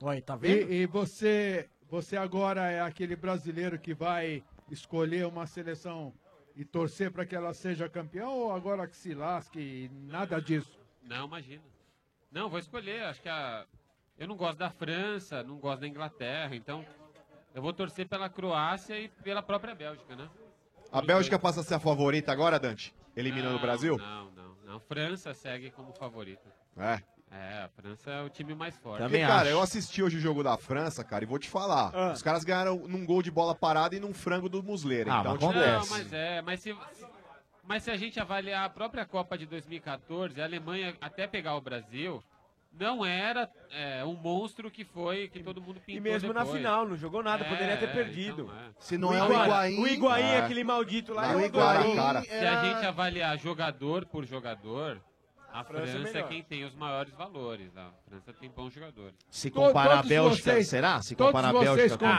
[SPEAKER 10] Olha, tá vendo?
[SPEAKER 18] E, e você, você agora é aquele brasileiro que vai escolher uma seleção e torcer para que ela seja campeã ou agora que se lasque e nada disso?
[SPEAKER 20] Não, imagina. Não, vou escolher. Acho que a. Eu não gosto da França, não gosto da Inglaterra, então eu vou torcer pela Croácia e pela própria Bélgica, né?
[SPEAKER 8] A Bélgica passa a ser a favorita agora, Dante? Eliminando
[SPEAKER 20] Não,
[SPEAKER 8] o Brasil?
[SPEAKER 20] Não, não, não. França segue como favorita.
[SPEAKER 8] É.
[SPEAKER 20] É, a França é o time mais forte.
[SPEAKER 8] Porque, cara, eu assisti hoje o jogo da França, cara, e vou te falar.
[SPEAKER 20] Ah.
[SPEAKER 8] Os caras ganharam num gol de bola parada e num frango do Musleira. então, tipo,
[SPEAKER 20] Não, Ah, mas é, mas se, mas se a gente avaliar a própria Copa de 2014, a Alemanha, até pegar o Brasil, não era é, um monstro que foi, que todo mundo pintou
[SPEAKER 15] E mesmo na
[SPEAKER 20] depois.
[SPEAKER 15] final, não jogou nada, poderia ter
[SPEAKER 20] é,
[SPEAKER 15] perdido.
[SPEAKER 14] Se
[SPEAKER 20] não é o Higuaín-
[SPEAKER 15] O Higuaín,
[SPEAKER 20] É.
[SPEAKER 15] aquele maldito lá.
[SPEAKER 20] Não,
[SPEAKER 2] é
[SPEAKER 15] eu
[SPEAKER 20] o
[SPEAKER 15] adoro.
[SPEAKER 20] Se a gente avaliar jogador por jogador, A
[SPEAKER 13] França é
[SPEAKER 20] França, é
[SPEAKER 13] melhor.
[SPEAKER 20] quem tem os maiores valores. A França tem bons jogadores.
[SPEAKER 2] Se
[SPEAKER 20] comparar
[SPEAKER 2] comparar a Bélgica, será? Se comparar a Bélgica com- E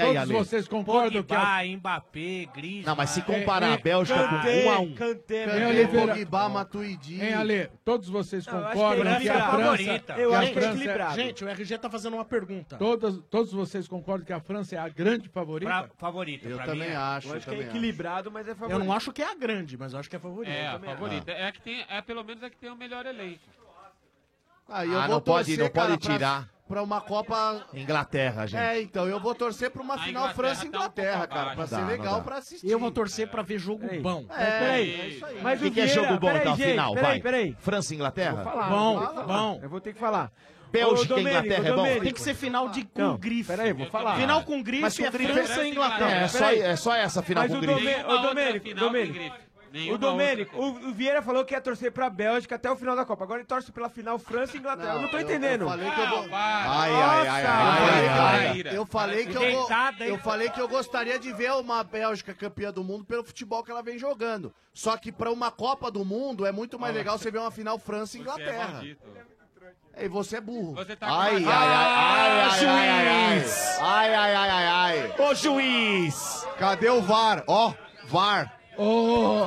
[SPEAKER 2] aí, Ale?
[SPEAKER 18] concordam
[SPEAKER 16] que a... Mbappé, Griezmann...
[SPEAKER 2] Não, Ah, mas
[SPEAKER 18] Ah,
[SPEAKER 2] se
[SPEAKER 18] é,
[SPEAKER 2] comparar a Bélgica com um a um.
[SPEAKER 16] Kanté,
[SPEAKER 18] Hein,
[SPEAKER 16] Kanté,
[SPEAKER 18] Oliveira?
[SPEAKER 16] Pogba,
[SPEAKER 18] Matuidi. Hein, Ale? Todos vocês concordam
[SPEAKER 10] eu acho
[SPEAKER 18] que
[SPEAKER 10] que
[SPEAKER 18] a
[SPEAKER 10] é a
[SPEAKER 18] França...
[SPEAKER 10] favorita. Eu
[SPEAKER 18] a
[SPEAKER 10] acho que é
[SPEAKER 18] França-
[SPEAKER 10] equilibrado.
[SPEAKER 18] Gente,
[SPEAKER 10] Gente, o RG tá fazendo uma pergunta.
[SPEAKER 18] todas, todos vocês concordam que a França é a grande favorita?
[SPEAKER 10] Pra- favorita, Eu pra também mim é. acho,
[SPEAKER 13] Eu acho eu que é também acho. equilibrado, mas é
[SPEAKER 10] Eu não acho que é a grande, mas eu acho que é a favorita.
[SPEAKER 20] É, a
[SPEAKER 10] Também acho.
[SPEAKER 20] favorita. É, a que tem, é pelo menos a que tem o melhor elenco.
[SPEAKER 14] Aí eu
[SPEAKER 2] Ah,
[SPEAKER 14] vou
[SPEAKER 2] não pode-
[SPEAKER 14] torcer,
[SPEAKER 2] não pode
[SPEAKER 14] cara, pra-
[SPEAKER 2] tirar.
[SPEAKER 14] Pra uma Copa.
[SPEAKER 2] Inglaterra, gente.
[SPEAKER 14] É, então, eu vou torcer pra uma final França-Inglaterra, cara. Pra ser legal pra assistir.
[SPEAKER 10] Eu vou torcer pra ver jogo bom.
[SPEAKER 14] É,
[SPEAKER 2] Peraí.
[SPEAKER 14] isso aí.
[SPEAKER 2] Mas o que, que é jogo bom da final? vai. França e
[SPEAKER 13] Eu
[SPEAKER 2] Inglaterra?
[SPEAKER 13] vou falar, eu vou
[SPEAKER 2] bom,
[SPEAKER 13] falar.
[SPEAKER 2] bom.
[SPEAKER 13] Eu vou ter que falar.
[SPEAKER 2] Bélgica
[SPEAKER 13] Ô,
[SPEAKER 2] e Inglaterra é bom?
[SPEAKER 13] Domênico.
[SPEAKER 2] Tem que
[SPEAKER 10] ser final de com
[SPEAKER 13] Não,
[SPEAKER 10] grife.
[SPEAKER 13] Peraí, eu vou falar.
[SPEAKER 10] Final com grife
[SPEAKER 13] Mas
[SPEAKER 10] é
[SPEAKER 13] grife
[SPEAKER 10] França e Inglaterra.
[SPEAKER 13] Não,
[SPEAKER 2] É só-
[SPEAKER 13] peraí.
[SPEAKER 2] é só essa final
[SPEAKER 13] Mas
[SPEAKER 2] com
[SPEAKER 13] o
[SPEAKER 2] grife.
[SPEAKER 13] Domê-
[SPEAKER 2] Nenhuma
[SPEAKER 13] ô,
[SPEAKER 2] outra
[SPEAKER 13] Domênico,
[SPEAKER 2] final tem
[SPEAKER 13] Domênico.
[SPEAKER 2] grife.
[SPEAKER 13] O
[SPEAKER 2] Nenhuma
[SPEAKER 13] Domênico, o, o Vieira falou que ia torcer pra Bélgica até o final da Copa. Agora ele torce pela final França e Inglaterra. eu não tô entendendo.
[SPEAKER 14] Eu falei que eu vou.
[SPEAKER 15] Ah,
[SPEAKER 13] Ai, ai, ai, ai, ai, ai.
[SPEAKER 14] Eu falei que eu vou-
[SPEAKER 13] Deitada, hein?
[SPEAKER 14] Eu falei que eu gostaria de ver uma Bélgica campeã do mundo pelo futebol que ela vem jogando. Só que pra uma Copa do Mundo é muito mais legal você ver uma final França e Inglaterra. E você é burro.
[SPEAKER 2] Ai, ai, ai, ai, ai, ai, ai, ai, ai, ai, ai. Ô, juiz!
[SPEAKER 8] Cadê o VAR? Ó, VAR.
[SPEAKER 18] Ô,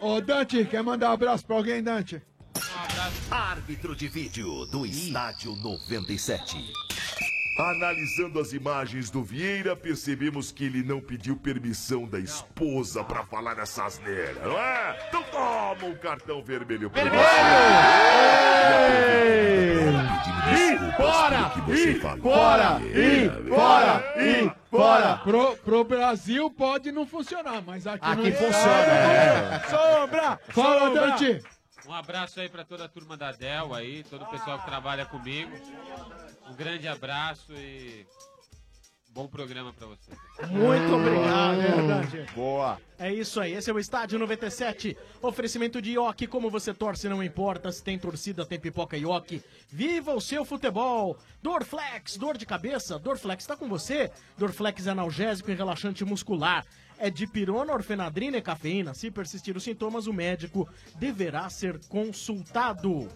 [SPEAKER 18] ô, Dante, quer mandar um abraço pra alguém, Dante?
[SPEAKER 30] Árbitro de vídeo do Estádio 97. Analisando as imagens do Vieira, percebemos que ele não pediu permissão da esposa pra falar essa asneira, não é? Então toma um cartão vermelho pra vermelho!
[SPEAKER 9] E fora!
[SPEAKER 30] E
[SPEAKER 18] fora!
[SPEAKER 30] E
[SPEAKER 18] fora!
[SPEAKER 30] E
[SPEAKER 18] fora! Pro, pro Brasil pode não funcionar, mas aqui,
[SPEAKER 20] Aqui
[SPEAKER 18] não
[SPEAKER 20] funciona,
[SPEAKER 18] É.
[SPEAKER 13] Sombra!
[SPEAKER 18] Fala,
[SPEAKER 20] Sombra!
[SPEAKER 18] Dante!
[SPEAKER 20] Um abraço aí pra toda a turma da Dell aí, todo o pessoal que trabalha comigo. Um grande abraço e bom programa pra vocês.
[SPEAKER 10] Muito obrigado.
[SPEAKER 20] é
[SPEAKER 2] Boa.
[SPEAKER 10] É isso aí, esse é o Estádio 97. Oferecimento de Ioki, como você torce, não importa. Se tem torcida, tem pipoca Ioki. Viva o seu futebol! Dorflex, dor de cabeça? Dorflex tá com você. Dorflex é analgésico e relaxante muscular. É de pirona, orfenadrina e cafeína. Se persistir os sintomas, o médico deverá ser consultado.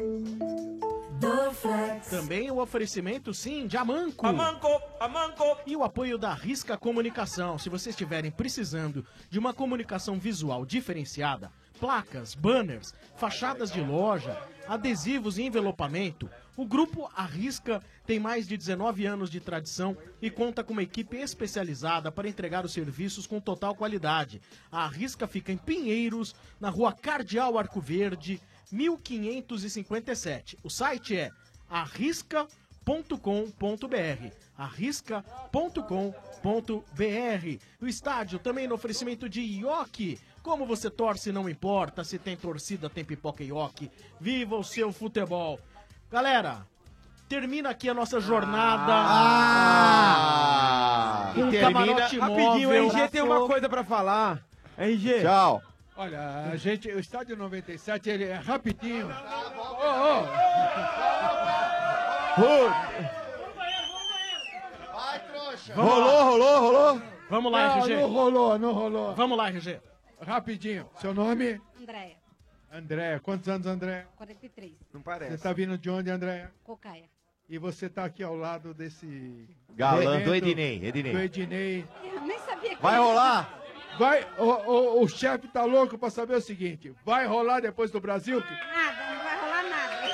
[SPEAKER 10] Também o oferecimento, sim, de Amanco. Amanco, Amanco. E o apoio da Risca Comunicação. Se vocês estiverem precisando de uma comunicação visual diferenciada, placas, banners, fachadas de loja, adesivos e envelopamento, o grupo Arrisca tem mais de 19 anos de tradição e conta com uma equipe especializada para entregar os serviços com total qualidade. A Arrisca fica em Pinheiros, na rua Cardeal Arco Verde, 1557. O site é arrisca.com.br. arrisca.com.br. O estádio também no oferecimento de Ioki. Como você torce, não importa. Se tem torcida, tem pipoca e Ioki. Viva o seu futebol. Galera, termina aqui a nossa jornada.
[SPEAKER 2] Ah!
[SPEAKER 10] Um
[SPEAKER 13] E
[SPEAKER 10] camarote
[SPEAKER 13] Rapidinho,
[SPEAKER 10] móvel.
[SPEAKER 13] RG um tem uma coisa pra falar. RG.
[SPEAKER 18] Tchau. Olha, a gente, o estádio 97, ele é rapidinho. Ô, ô.
[SPEAKER 10] Rolou,
[SPEAKER 18] rolou,
[SPEAKER 10] rolou? Vamos lá,
[SPEAKER 18] não,
[SPEAKER 10] RG.
[SPEAKER 18] Não rolou, não rolou.
[SPEAKER 10] Vamos lá, RG.
[SPEAKER 18] Rapidinho, seu nome?
[SPEAKER 12] Andréia,
[SPEAKER 18] Andréia. Quantos anos, Andréia?
[SPEAKER 12] 43.
[SPEAKER 13] Não
[SPEAKER 18] Você tá vindo de onde, Andréia?
[SPEAKER 12] Cocaia.
[SPEAKER 18] E você tá aqui ao lado desse...
[SPEAKER 2] Galã do
[SPEAKER 18] evento
[SPEAKER 2] Ednei, Ednei.
[SPEAKER 18] Do Ednei.
[SPEAKER 12] Eu nem sabia que...
[SPEAKER 18] Vai, o, o, o chefe tá louco pra saber o seguinte, vai rolar depois do Brasil?
[SPEAKER 12] Nada, não vai rolar nada.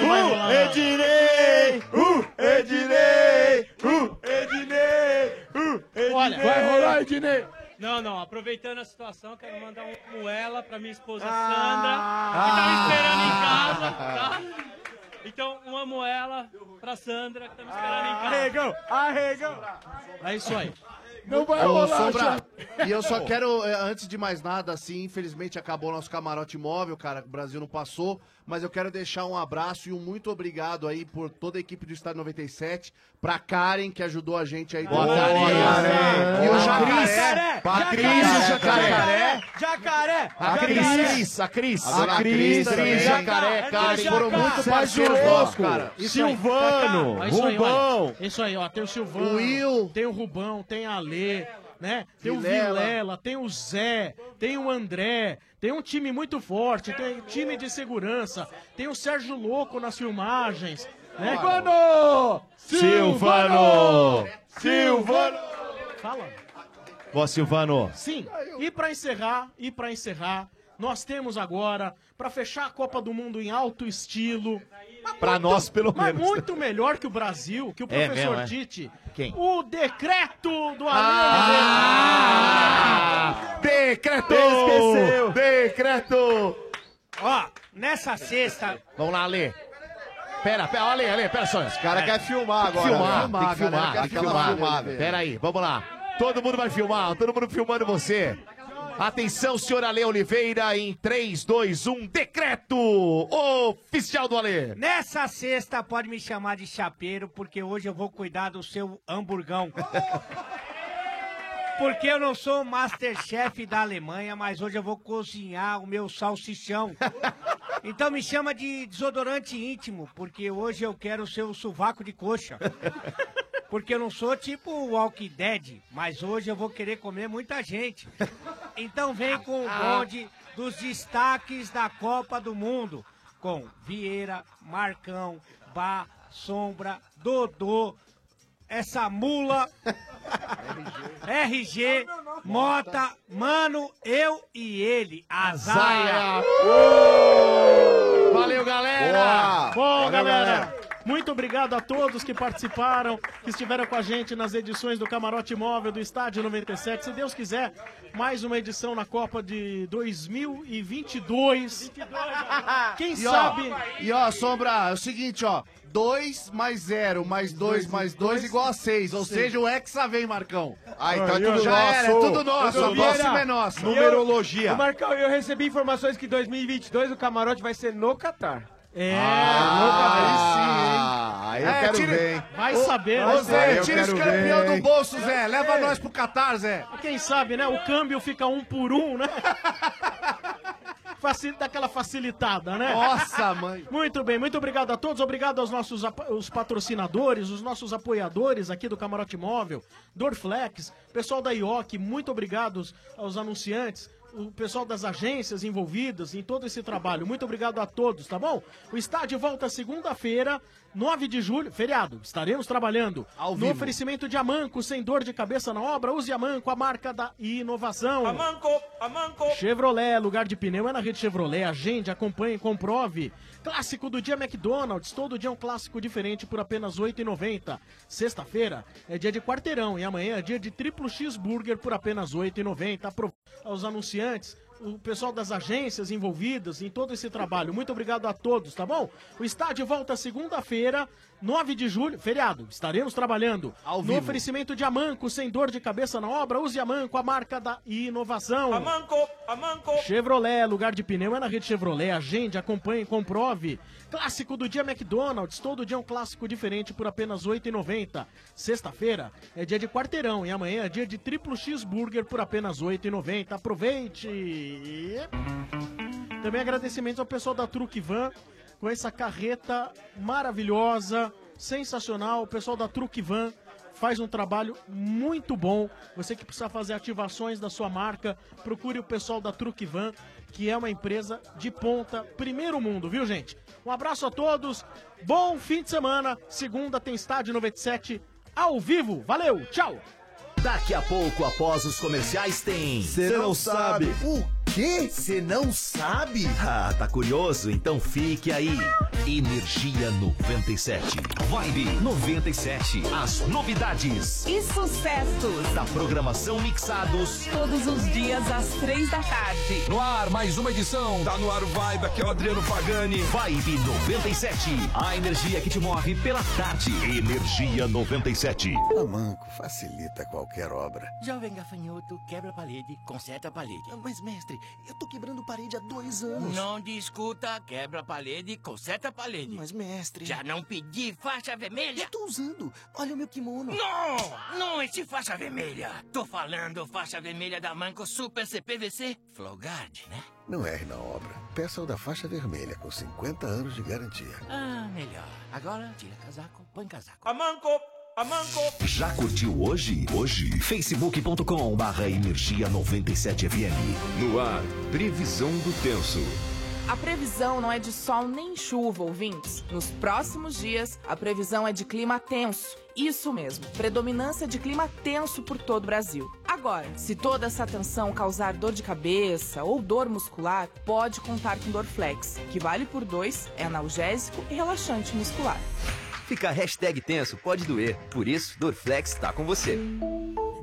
[SPEAKER 18] Não vai rolar
[SPEAKER 9] é
[SPEAKER 18] nada.
[SPEAKER 9] Edinei! Uh, Edinei! Uh, Edinei! Uh, Edinei!
[SPEAKER 18] Olha, vai rolar, Ednei!
[SPEAKER 15] Não, não, aproveitando a situação, quero mandar um moela pra minha esposa
[SPEAKER 9] Ah.
[SPEAKER 15] Sandra, que tá me esperando em Tá casa, tá? Então, uma moela pra Sandra, que tá me esperando em casa.
[SPEAKER 13] Ah, Arregão, arregão.
[SPEAKER 10] É isso aí.
[SPEAKER 18] Não
[SPEAKER 10] vai
[SPEAKER 14] Ô,
[SPEAKER 10] rolar,
[SPEAKER 14] Sombra,
[SPEAKER 10] já.
[SPEAKER 14] e eu só
[SPEAKER 10] Pô.
[SPEAKER 14] quero, eh, antes de mais nada, assim, infelizmente acabou nosso camarote móvel, cara, o Brasil não passou, mas eu quero deixar um abraço e um muito obrigado aí por toda a equipe do Estado 97, pra Karen, que ajudou a gente aí.
[SPEAKER 9] Boa,
[SPEAKER 14] também.
[SPEAKER 9] Karen.
[SPEAKER 14] né? E o
[SPEAKER 9] Boa,
[SPEAKER 14] Jacaré.
[SPEAKER 9] Cris. Patrícia,
[SPEAKER 14] E o
[SPEAKER 9] Jacaré.
[SPEAKER 13] Jacaré!
[SPEAKER 14] A Cris,
[SPEAKER 2] a Cris.
[SPEAKER 14] A dona Cris, também.
[SPEAKER 10] Jacaré,
[SPEAKER 14] Karen, foram muito
[SPEAKER 10] Sérgio
[SPEAKER 14] parceiros nossos,
[SPEAKER 10] Rocco,
[SPEAKER 14] cara.
[SPEAKER 10] isso aí.
[SPEAKER 14] Silvano,
[SPEAKER 10] Cacá, é isso aí,
[SPEAKER 14] Rubão.
[SPEAKER 10] olha. Isso aí, ó, tem o Silvano, tem o Rubão, tem a Lê, né? Tem o
[SPEAKER 16] Vilela.
[SPEAKER 10] Vilela, tem o Zé, tem o André, tem um time muito forte, tem time de segurança, tem o Sérgio Louco nas filmagens, né?
[SPEAKER 9] Silvano!
[SPEAKER 2] Silvano!
[SPEAKER 10] Silvano! Fala.
[SPEAKER 2] Ó, Silvano.
[SPEAKER 10] Sim. E pra encerrar, e para encerrar, nós temos agora pra fechar a Copa do Mundo em alto estilo. mas
[SPEAKER 2] Pra
[SPEAKER 10] muito-
[SPEAKER 2] nós, pelo
[SPEAKER 10] mas
[SPEAKER 2] menos.
[SPEAKER 10] muito melhor que o Brasil, que o
[SPEAKER 2] É
[SPEAKER 10] professor
[SPEAKER 2] mesmo, é.
[SPEAKER 10] Tite.
[SPEAKER 2] Quem? Ah!
[SPEAKER 10] O decreto do
[SPEAKER 2] Decreto!
[SPEAKER 10] Esqueceu.
[SPEAKER 2] Decreto!
[SPEAKER 16] Ó, nessa sexta.
[SPEAKER 2] Vamos lá, Ale. Pera, pera, Ale, Ale, pera só. Os
[SPEAKER 9] (laughs)
[SPEAKER 16] cara quer filmar agora, né?
[SPEAKER 2] Filmar, É. tem
[SPEAKER 16] Filmar,
[SPEAKER 2] que
[SPEAKER 16] galera,
[SPEAKER 2] filmar,
[SPEAKER 16] quer
[SPEAKER 2] tem que
[SPEAKER 16] aquela
[SPEAKER 2] filmar.
[SPEAKER 16] filmada.
[SPEAKER 2] Pera aí, vamos lá. Todo mundo vai filmar, todo mundo filmando você. Atenção, senhor Ale Oliveira, em 3, 2, 1, decreto oficial do Ale.
[SPEAKER 16] Nessa sexta pode me chamar de chapeiro, porque hoje eu vou cuidar do seu hamburgão. Porque eu não sou o Masterchef da Alemanha, mas hoje eu vou cozinhar o meu salsichão. Então me chama de desodorante íntimo, porque hoje eu quero o seu sovaco de coxa. Porque eu não sou tipo o Walking Dead, mas hoje eu vou querer comer muita gente. Então vem com o bonde dos destaques da Copa do Mundo. Com Vieira, Marcão, Bá, Sombra, Dodô, essa mula, RG, Mota, Mano, eu e ele, Azaia.
[SPEAKER 10] Valeu, galera!
[SPEAKER 16] Boa.
[SPEAKER 10] Bom,
[SPEAKER 16] Valeu,
[SPEAKER 10] galera.
[SPEAKER 16] galera.
[SPEAKER 10] Muito obrigado a todos que participaram, que estiveram com a gente nas edições do Camarote Móvel do Estádio 97. Se Deus quiser, mais uma edição na Copa de 2022. Quem
[SPEAKER 14] E ó,
[SPEAKER 10] sabe.
[SPEAKER 14] e ó, Sombra, é o seguinte, ó. 2 mais 0 mais 2 mais 2 igual a 6. Ou
[SPEAKER 8] Sim.
[SPEAKER 14] seja, o Hexa vem, Marcão.
[SPEAKER 8] Ah, então é
[SPEAKER 14] Já
[SPEAKER 8] tudo nosso.
[SPEAKER 14] Era, é tudo nosso. A
[SPEAKER 8] Tudo nosso.
[SPEAKER 14] próxima é nossa.
[SPEAKER 8] Numerologia.
[SPEAKER 13] Eu, Ô, Marcão, eu recebi informações que 2022 o camarote vai ser no Catar. Ah.
[SPEAKER 10] É,
[SPEAKER 8] Ah, aí sim, hein? Aí eu
[SPEAKER 2] É.
[SPEAKER 8] quero ver, hein?
[SPEAKER 10] Vai saber,
[SPEAKER 8] Ô,
[SPEAKER 10] vai
[SPEAKER 8] Zé,
[SPEAKER 10] saber.
[SPEAKER 8] Eu tira esse quero campeão ver, do hein?
[SPEAKER 14] bolso, Zé. Leva nós pro Catar, Zé.
[SPEAKER 10] Quem sabe, né? O câmbio fica um por um, (laughs) né? Facil... Dá aquela facilitada, né?
[SPEAKER 14] Nossa, mãe.
[SPEAKER 10] Muito bem, muito obrigado a todos. Obrigado aos nossos apa- os patrocinadores, os nossos apoiadores aqui do Camarote Móvel, Dorflex, pessoal da IOC, muito obrigado aos anunciantes. O pessoal das agências envolvidas em todo esse trabalho. Muito obrigado a todos, tá bom? O estádio volta segunda-feira, 9 de julho, feriado. Estaremos trabalhando.
[SPEAKER 14] Ao
[SPEAKER 10] no
[SPEAKER 14] vivo.
[SPEAKER 10] oferecimento de Amanco, sem dor de cabeça na obra, use Amanco, a marca da inovação.
[SPEAKER 28] Amanco, amanco.
[SPEAKER 10] Chevrolet, lugar de pneu é na rede Chevrolet. Agende, acompanhe, comprove. Clássico do dia McDonald's. Todo dia um clássico diferente por apenas R$ 8,90. Sexta-feira é dia de quarteirão e amanhã é dia de triplo cheeseburger por apenas R$ 8,90. Apro- Aos anunciantes, o pessoal das agências envolvidas em todo esse trabalho. Muito obrigado a todos, tá bom? O estádio volta segunda-feira, 9 de julho, feriado. Estaremos trabalhando. no
[SPEAKER 14] vivo.
[SPEAKER 10] oferecimento de Amanco, sem dor de cabeça na obra, use Amanco, a marca da inovação.
[SPEAKER 28] Amanco, amanco.
[SPEAKER 10] Chevrolet, lugar de pneu é na rede Chevrolet. Agende, acompanhe, comprove. Clássico do dia McDonald's. Todo dia um clássico diferente por apenas R$ 8,90. Sexta-feira é dia de quarteirão e amanhã é dia de triplo cheeseburger por apenas R$ 8,90. Aproveite! Também agradecimentos ao pessoal da Truque Van com essa carreta maravilhosa, sensacional. O pessoal da Truque Van faz um trabalho muito bom. Você que precisa fazer ativações da sua marca, procure o pessoal da Truque Van, que é uma empresa de ponta, primeiro mundo, viu, gente? Um abraço a todos. Bom fim de semana. Segunda tem estádio 97 ao vivo. Valeu, tchau.
[SPEAKER 17] Daqui a pouco, após os comerciais, tem. Cê
[SPEAKER 2] não sabe.
[SPEAKER 17] O quê? Você não sabe? Ah, tá curioso? Então fique aí. Energia 97. Vibe 97. As novidades
[SPEAKER 23] E sucessos.
[SPEAKER 17] da programação mixados.
[SPEAKER 23] Todos os dias às três da tarde.
[SPEAKER 17] No ar, mais uma edição. Tá no ar o Vibe, aqui é o Adriano Pagani. Vibe 97. A energia que te move pela tarde. Energia 97.
[SPEAKER 21] A Manco facilita qualquer obra.
[SPEAKER 24] Jovem gafanhoto, quebra a parede, conserta a parede. Mas, mestre, eu tô quebrando parede há dois anos. Não discuta, quebra a parede, conserta a parede.
[SPEAKER 21] Mas, mestre.
[SPEAKER 24] Já não pedi faixa vermelha?
[SPEAKER 21] Eu tô usando. Olha o meu kimono.
[SPEAKER 24] Não! Não esse faixa vermelha! Tô falando faixa vermelha da Manco Super CPVC Flowguard, né?
[SPEAKER 21] Não erre na obra. Peça o da faixa vermelha com 50 anos de garantia.
[SPEAKER 24] Ah, melhor. Agora, tira casaco, põe casaco.
[SPEAKER 28] Amanco,
[SPEAKER 9] Já curtiu hoje? Hoje, facebook.com barra energia 97 FM. No ar, previsão do tenso.
[SPEAKER 33] A previsão não é de sol nem chuva, ouvintes. Nos próximos dias, a previsão é de clima tenso. Isso mesmo, predominância de clima tenso por todo o Brasil. Agora, se toda essa tensão causar dor de cabeça ou dor muscular, pode contar com Dorflex, que vale por dois, é analgésico e relaxante muscular.
[SPEAKER 2] Ficar hashtag tenso pode doer. Por isso, Dorflex tá com você.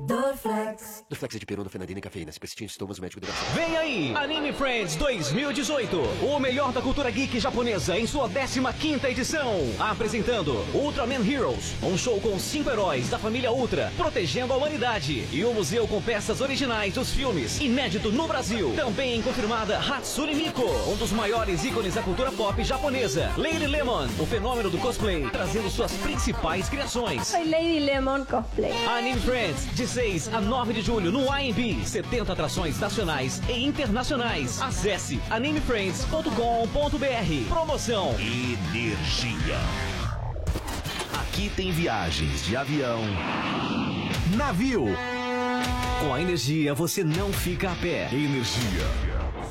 [SPEAKER 33] Dorflex.
[SPEAKER 2] Dorflex é de perona, fenadina e cafeína. Se persistir em sintomas, o médico deverá...
[SPEAKER 3] Vem aí, Anime Friends 2018, o melhor da cultura geek japonesa em sua 15ª edição. Apresentando Ultraman Heroes, um show com cinco heróis da família Ultra, protegendo a humanidade. E o museu com peças originais dos filmes, inédito no Brasil. Também confirmada Hatsune Miku, um dos maiores ícones da cultura pop japonesa. Lady Lemon, o fenômeno do cosplay, trazendo suas principais criações.
[SPEAKER 12] Foi Lady Lemon Cosplay.
[SPEAKER 3] Anime Friends, de 6 a 9 de julho no AMB. 70 atrações nacionais e internacionais. Acesse animefriends.com.br. Promoção.
[SPEAKER 9] Energia. Aqui tem viagens de avião. Navio.
[SPEAKER 2] Com a energia, você não fica a pé.
[SPEAKER 9] Energia.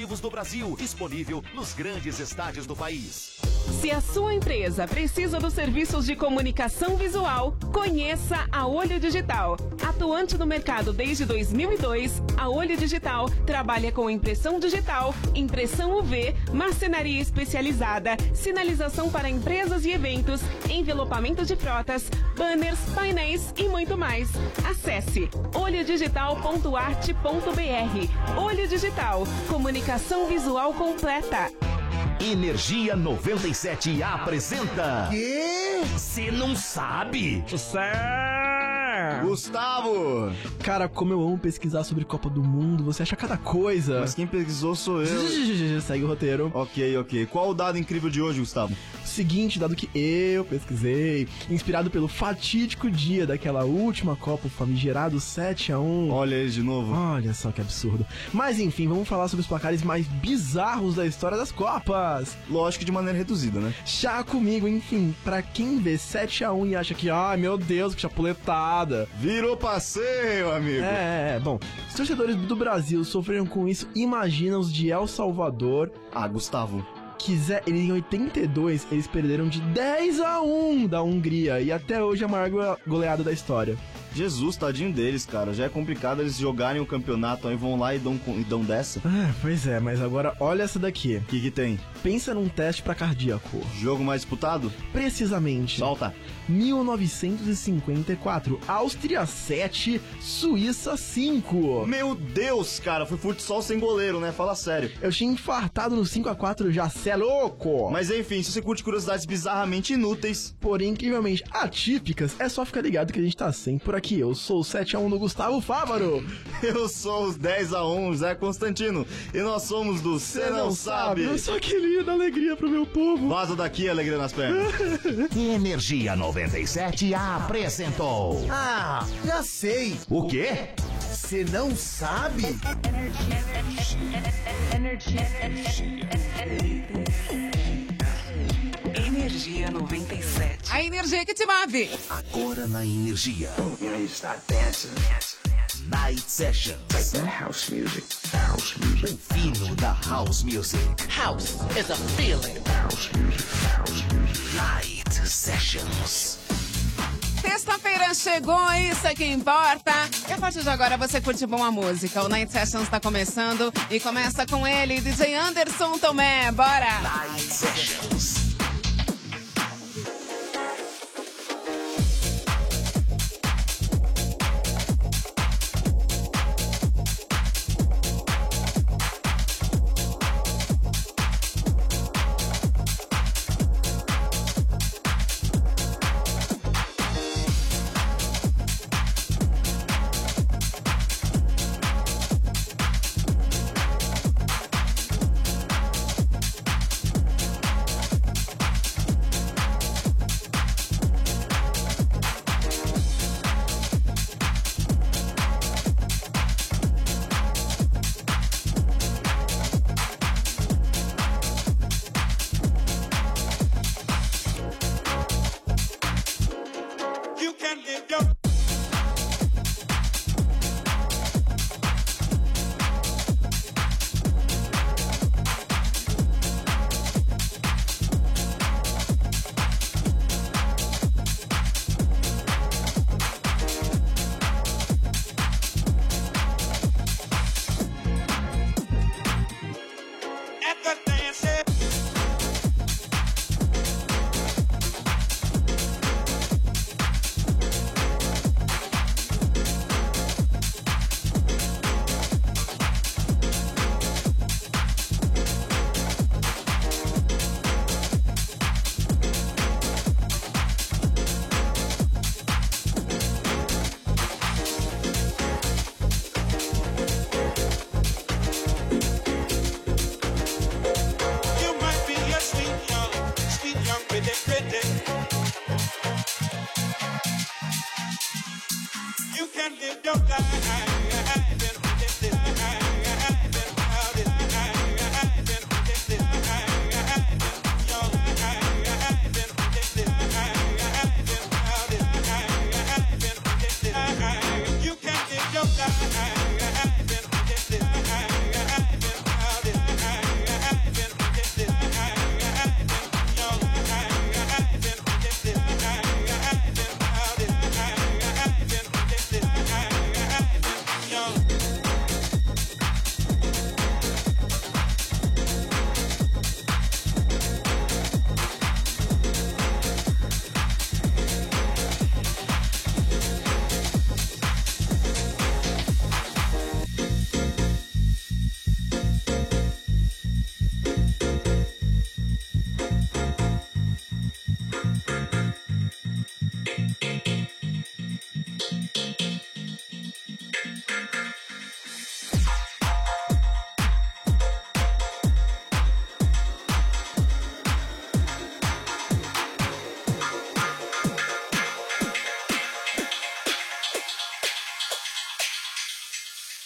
[SPEAKER 2] esportivos do Brasil, disponível nos grandes estádios do país.
[SPEAKER 33] Se a sua empresa precisa dos serviços de comunicação visual, conheça a Olho Digital. Atuante no mercado desde 2002, a Olho Digital trabalha com impressão digital, impressão UV, marcenaria especializada, sinalização para empresas e eventos, envelopamento de frotas, banners, painéis e muito mais. Acesse olhodigital.arte.br. Olho Digital, comunicação visual completa.
[SPEAKER 9] Energia 97 apresenta.
[SPEAKER 24] Quê?
[SPEAKER 9] Você não sabe?
[SPEAKER 24] Gustavo!
[SPEAKER 34] Cara, como eu amo pesquisar sobre Copa do Mundo, você acha cada coisa.
[SPEAKER 8] Mas quem pesquisou sou eu.
[SPEAKER 34] Segue o roteiro.
[SPEAKER 8] Ok, ok. Qual o dado incrível de hoje, Gustavo?
[SPEAKER 34] Seguinte, dado que eu pesquisei, inspirado pelo fatídico dia daquela última Copa, o famigerado 7x1.
[SPEAKER 8] Olha ele de novo.
[SPEAKER 34] Olha só que absurdo. Mas enfim, vamos falar sobre os placares mais bizarros da história das Copas.
[SPEAKER 8] Lógico, de maneira reduzida, né?
[SPEAKER 34] Chá comigo, enfim, pra quem vê 7x1 e acha que, ai meu Deus, que chapuletada.
[SPEAKER 8] Virou passeio, amigo.
[SPEAKER 34] É, é, bom. Os torcedores do Brasil sofreram com isso, imagina os de El Salvador.
[SPEAKER 8] Ah, Gustavo.
[SPEAKER 34] Quiser, eles em 82 eles perderam de 10 a 1 da Hungria e até hoje é a maior goleada da história.
[SPEAKER 8] Jesus, tadinho deles, cara. Já é complicado eles jogarem o campeonato, aí vão lá e dão, e dão dessa.
[SPEAKER 34] Ah, pois é, mas agora olha essa daqui. O
[SPEAKER 8] que, que tem?
[SPEAKER 34] Pensa num teste para cardíaco.
[SPEAKER 8] Jogo mais disputado?
[SPEAKER 34] Precisamente.
[SPEAKER 8] Solta.
[SPEAKER 34] 1954, Áustria 7, Suíça 5.
[SPEAKER 8] Meu Deus, cara, foi futsal sem goleiro, né? Fala sério.
[SPEAKER 34] Eu tinha infartado no 5 a 4 já, cê é louco!
[SPEAKER 8] Mas enfim, se você curte curiosidades bizarramente inúteis,
[SPEAKER 34] porém incrivelmente atípicas, é só ficar ligado que a gente tá sempre por aqui. Eu sou o 7 a 1 do Gustavo Fávaro.
[SPEAKER 8] (laughs) Eu sou os 10 a 1 Zé Constantino. E nós somos do Cê Não, não Sabe.
[SPEAKER 34] Eu sou que lindo, alegria pro meu povo.
[SPEAKER 8] Vaza daqui, alegria nas pernas.
[SPEAKER 34] (laughs)
[SPEAKER 9] Energia 97 apresentou.
[SPEAKER 24] Ah, já sei.
[SPEAKER 9] O quê?
[SPEAKER 24] Você não sabe?
[SPEAKER 33] Energia, energia 97. A energia que te move.
[SPEAKER 9] Agora na energia.
[SPEAKER 35] You know, you start dancing.
[SPEAKER 9] Night Sessions.
[SPEAKER 35] Like that house music. House music.
[SPEAKER 9] O fino da House Music.
[SPEAKER 35] House is a feeling. House music. House music.
[SPEAKER 9] Night Sessions.
[SPEAKER 33] Sexta-feira chegou, isso é que importa. E a partir de agora você curte boa música. O Night Sessions está começando e começa com ele, DJ Anderson Tomé. Bora!
[SPEAKER 9] Night Sessions.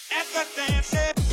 [SPEAKER 9] você.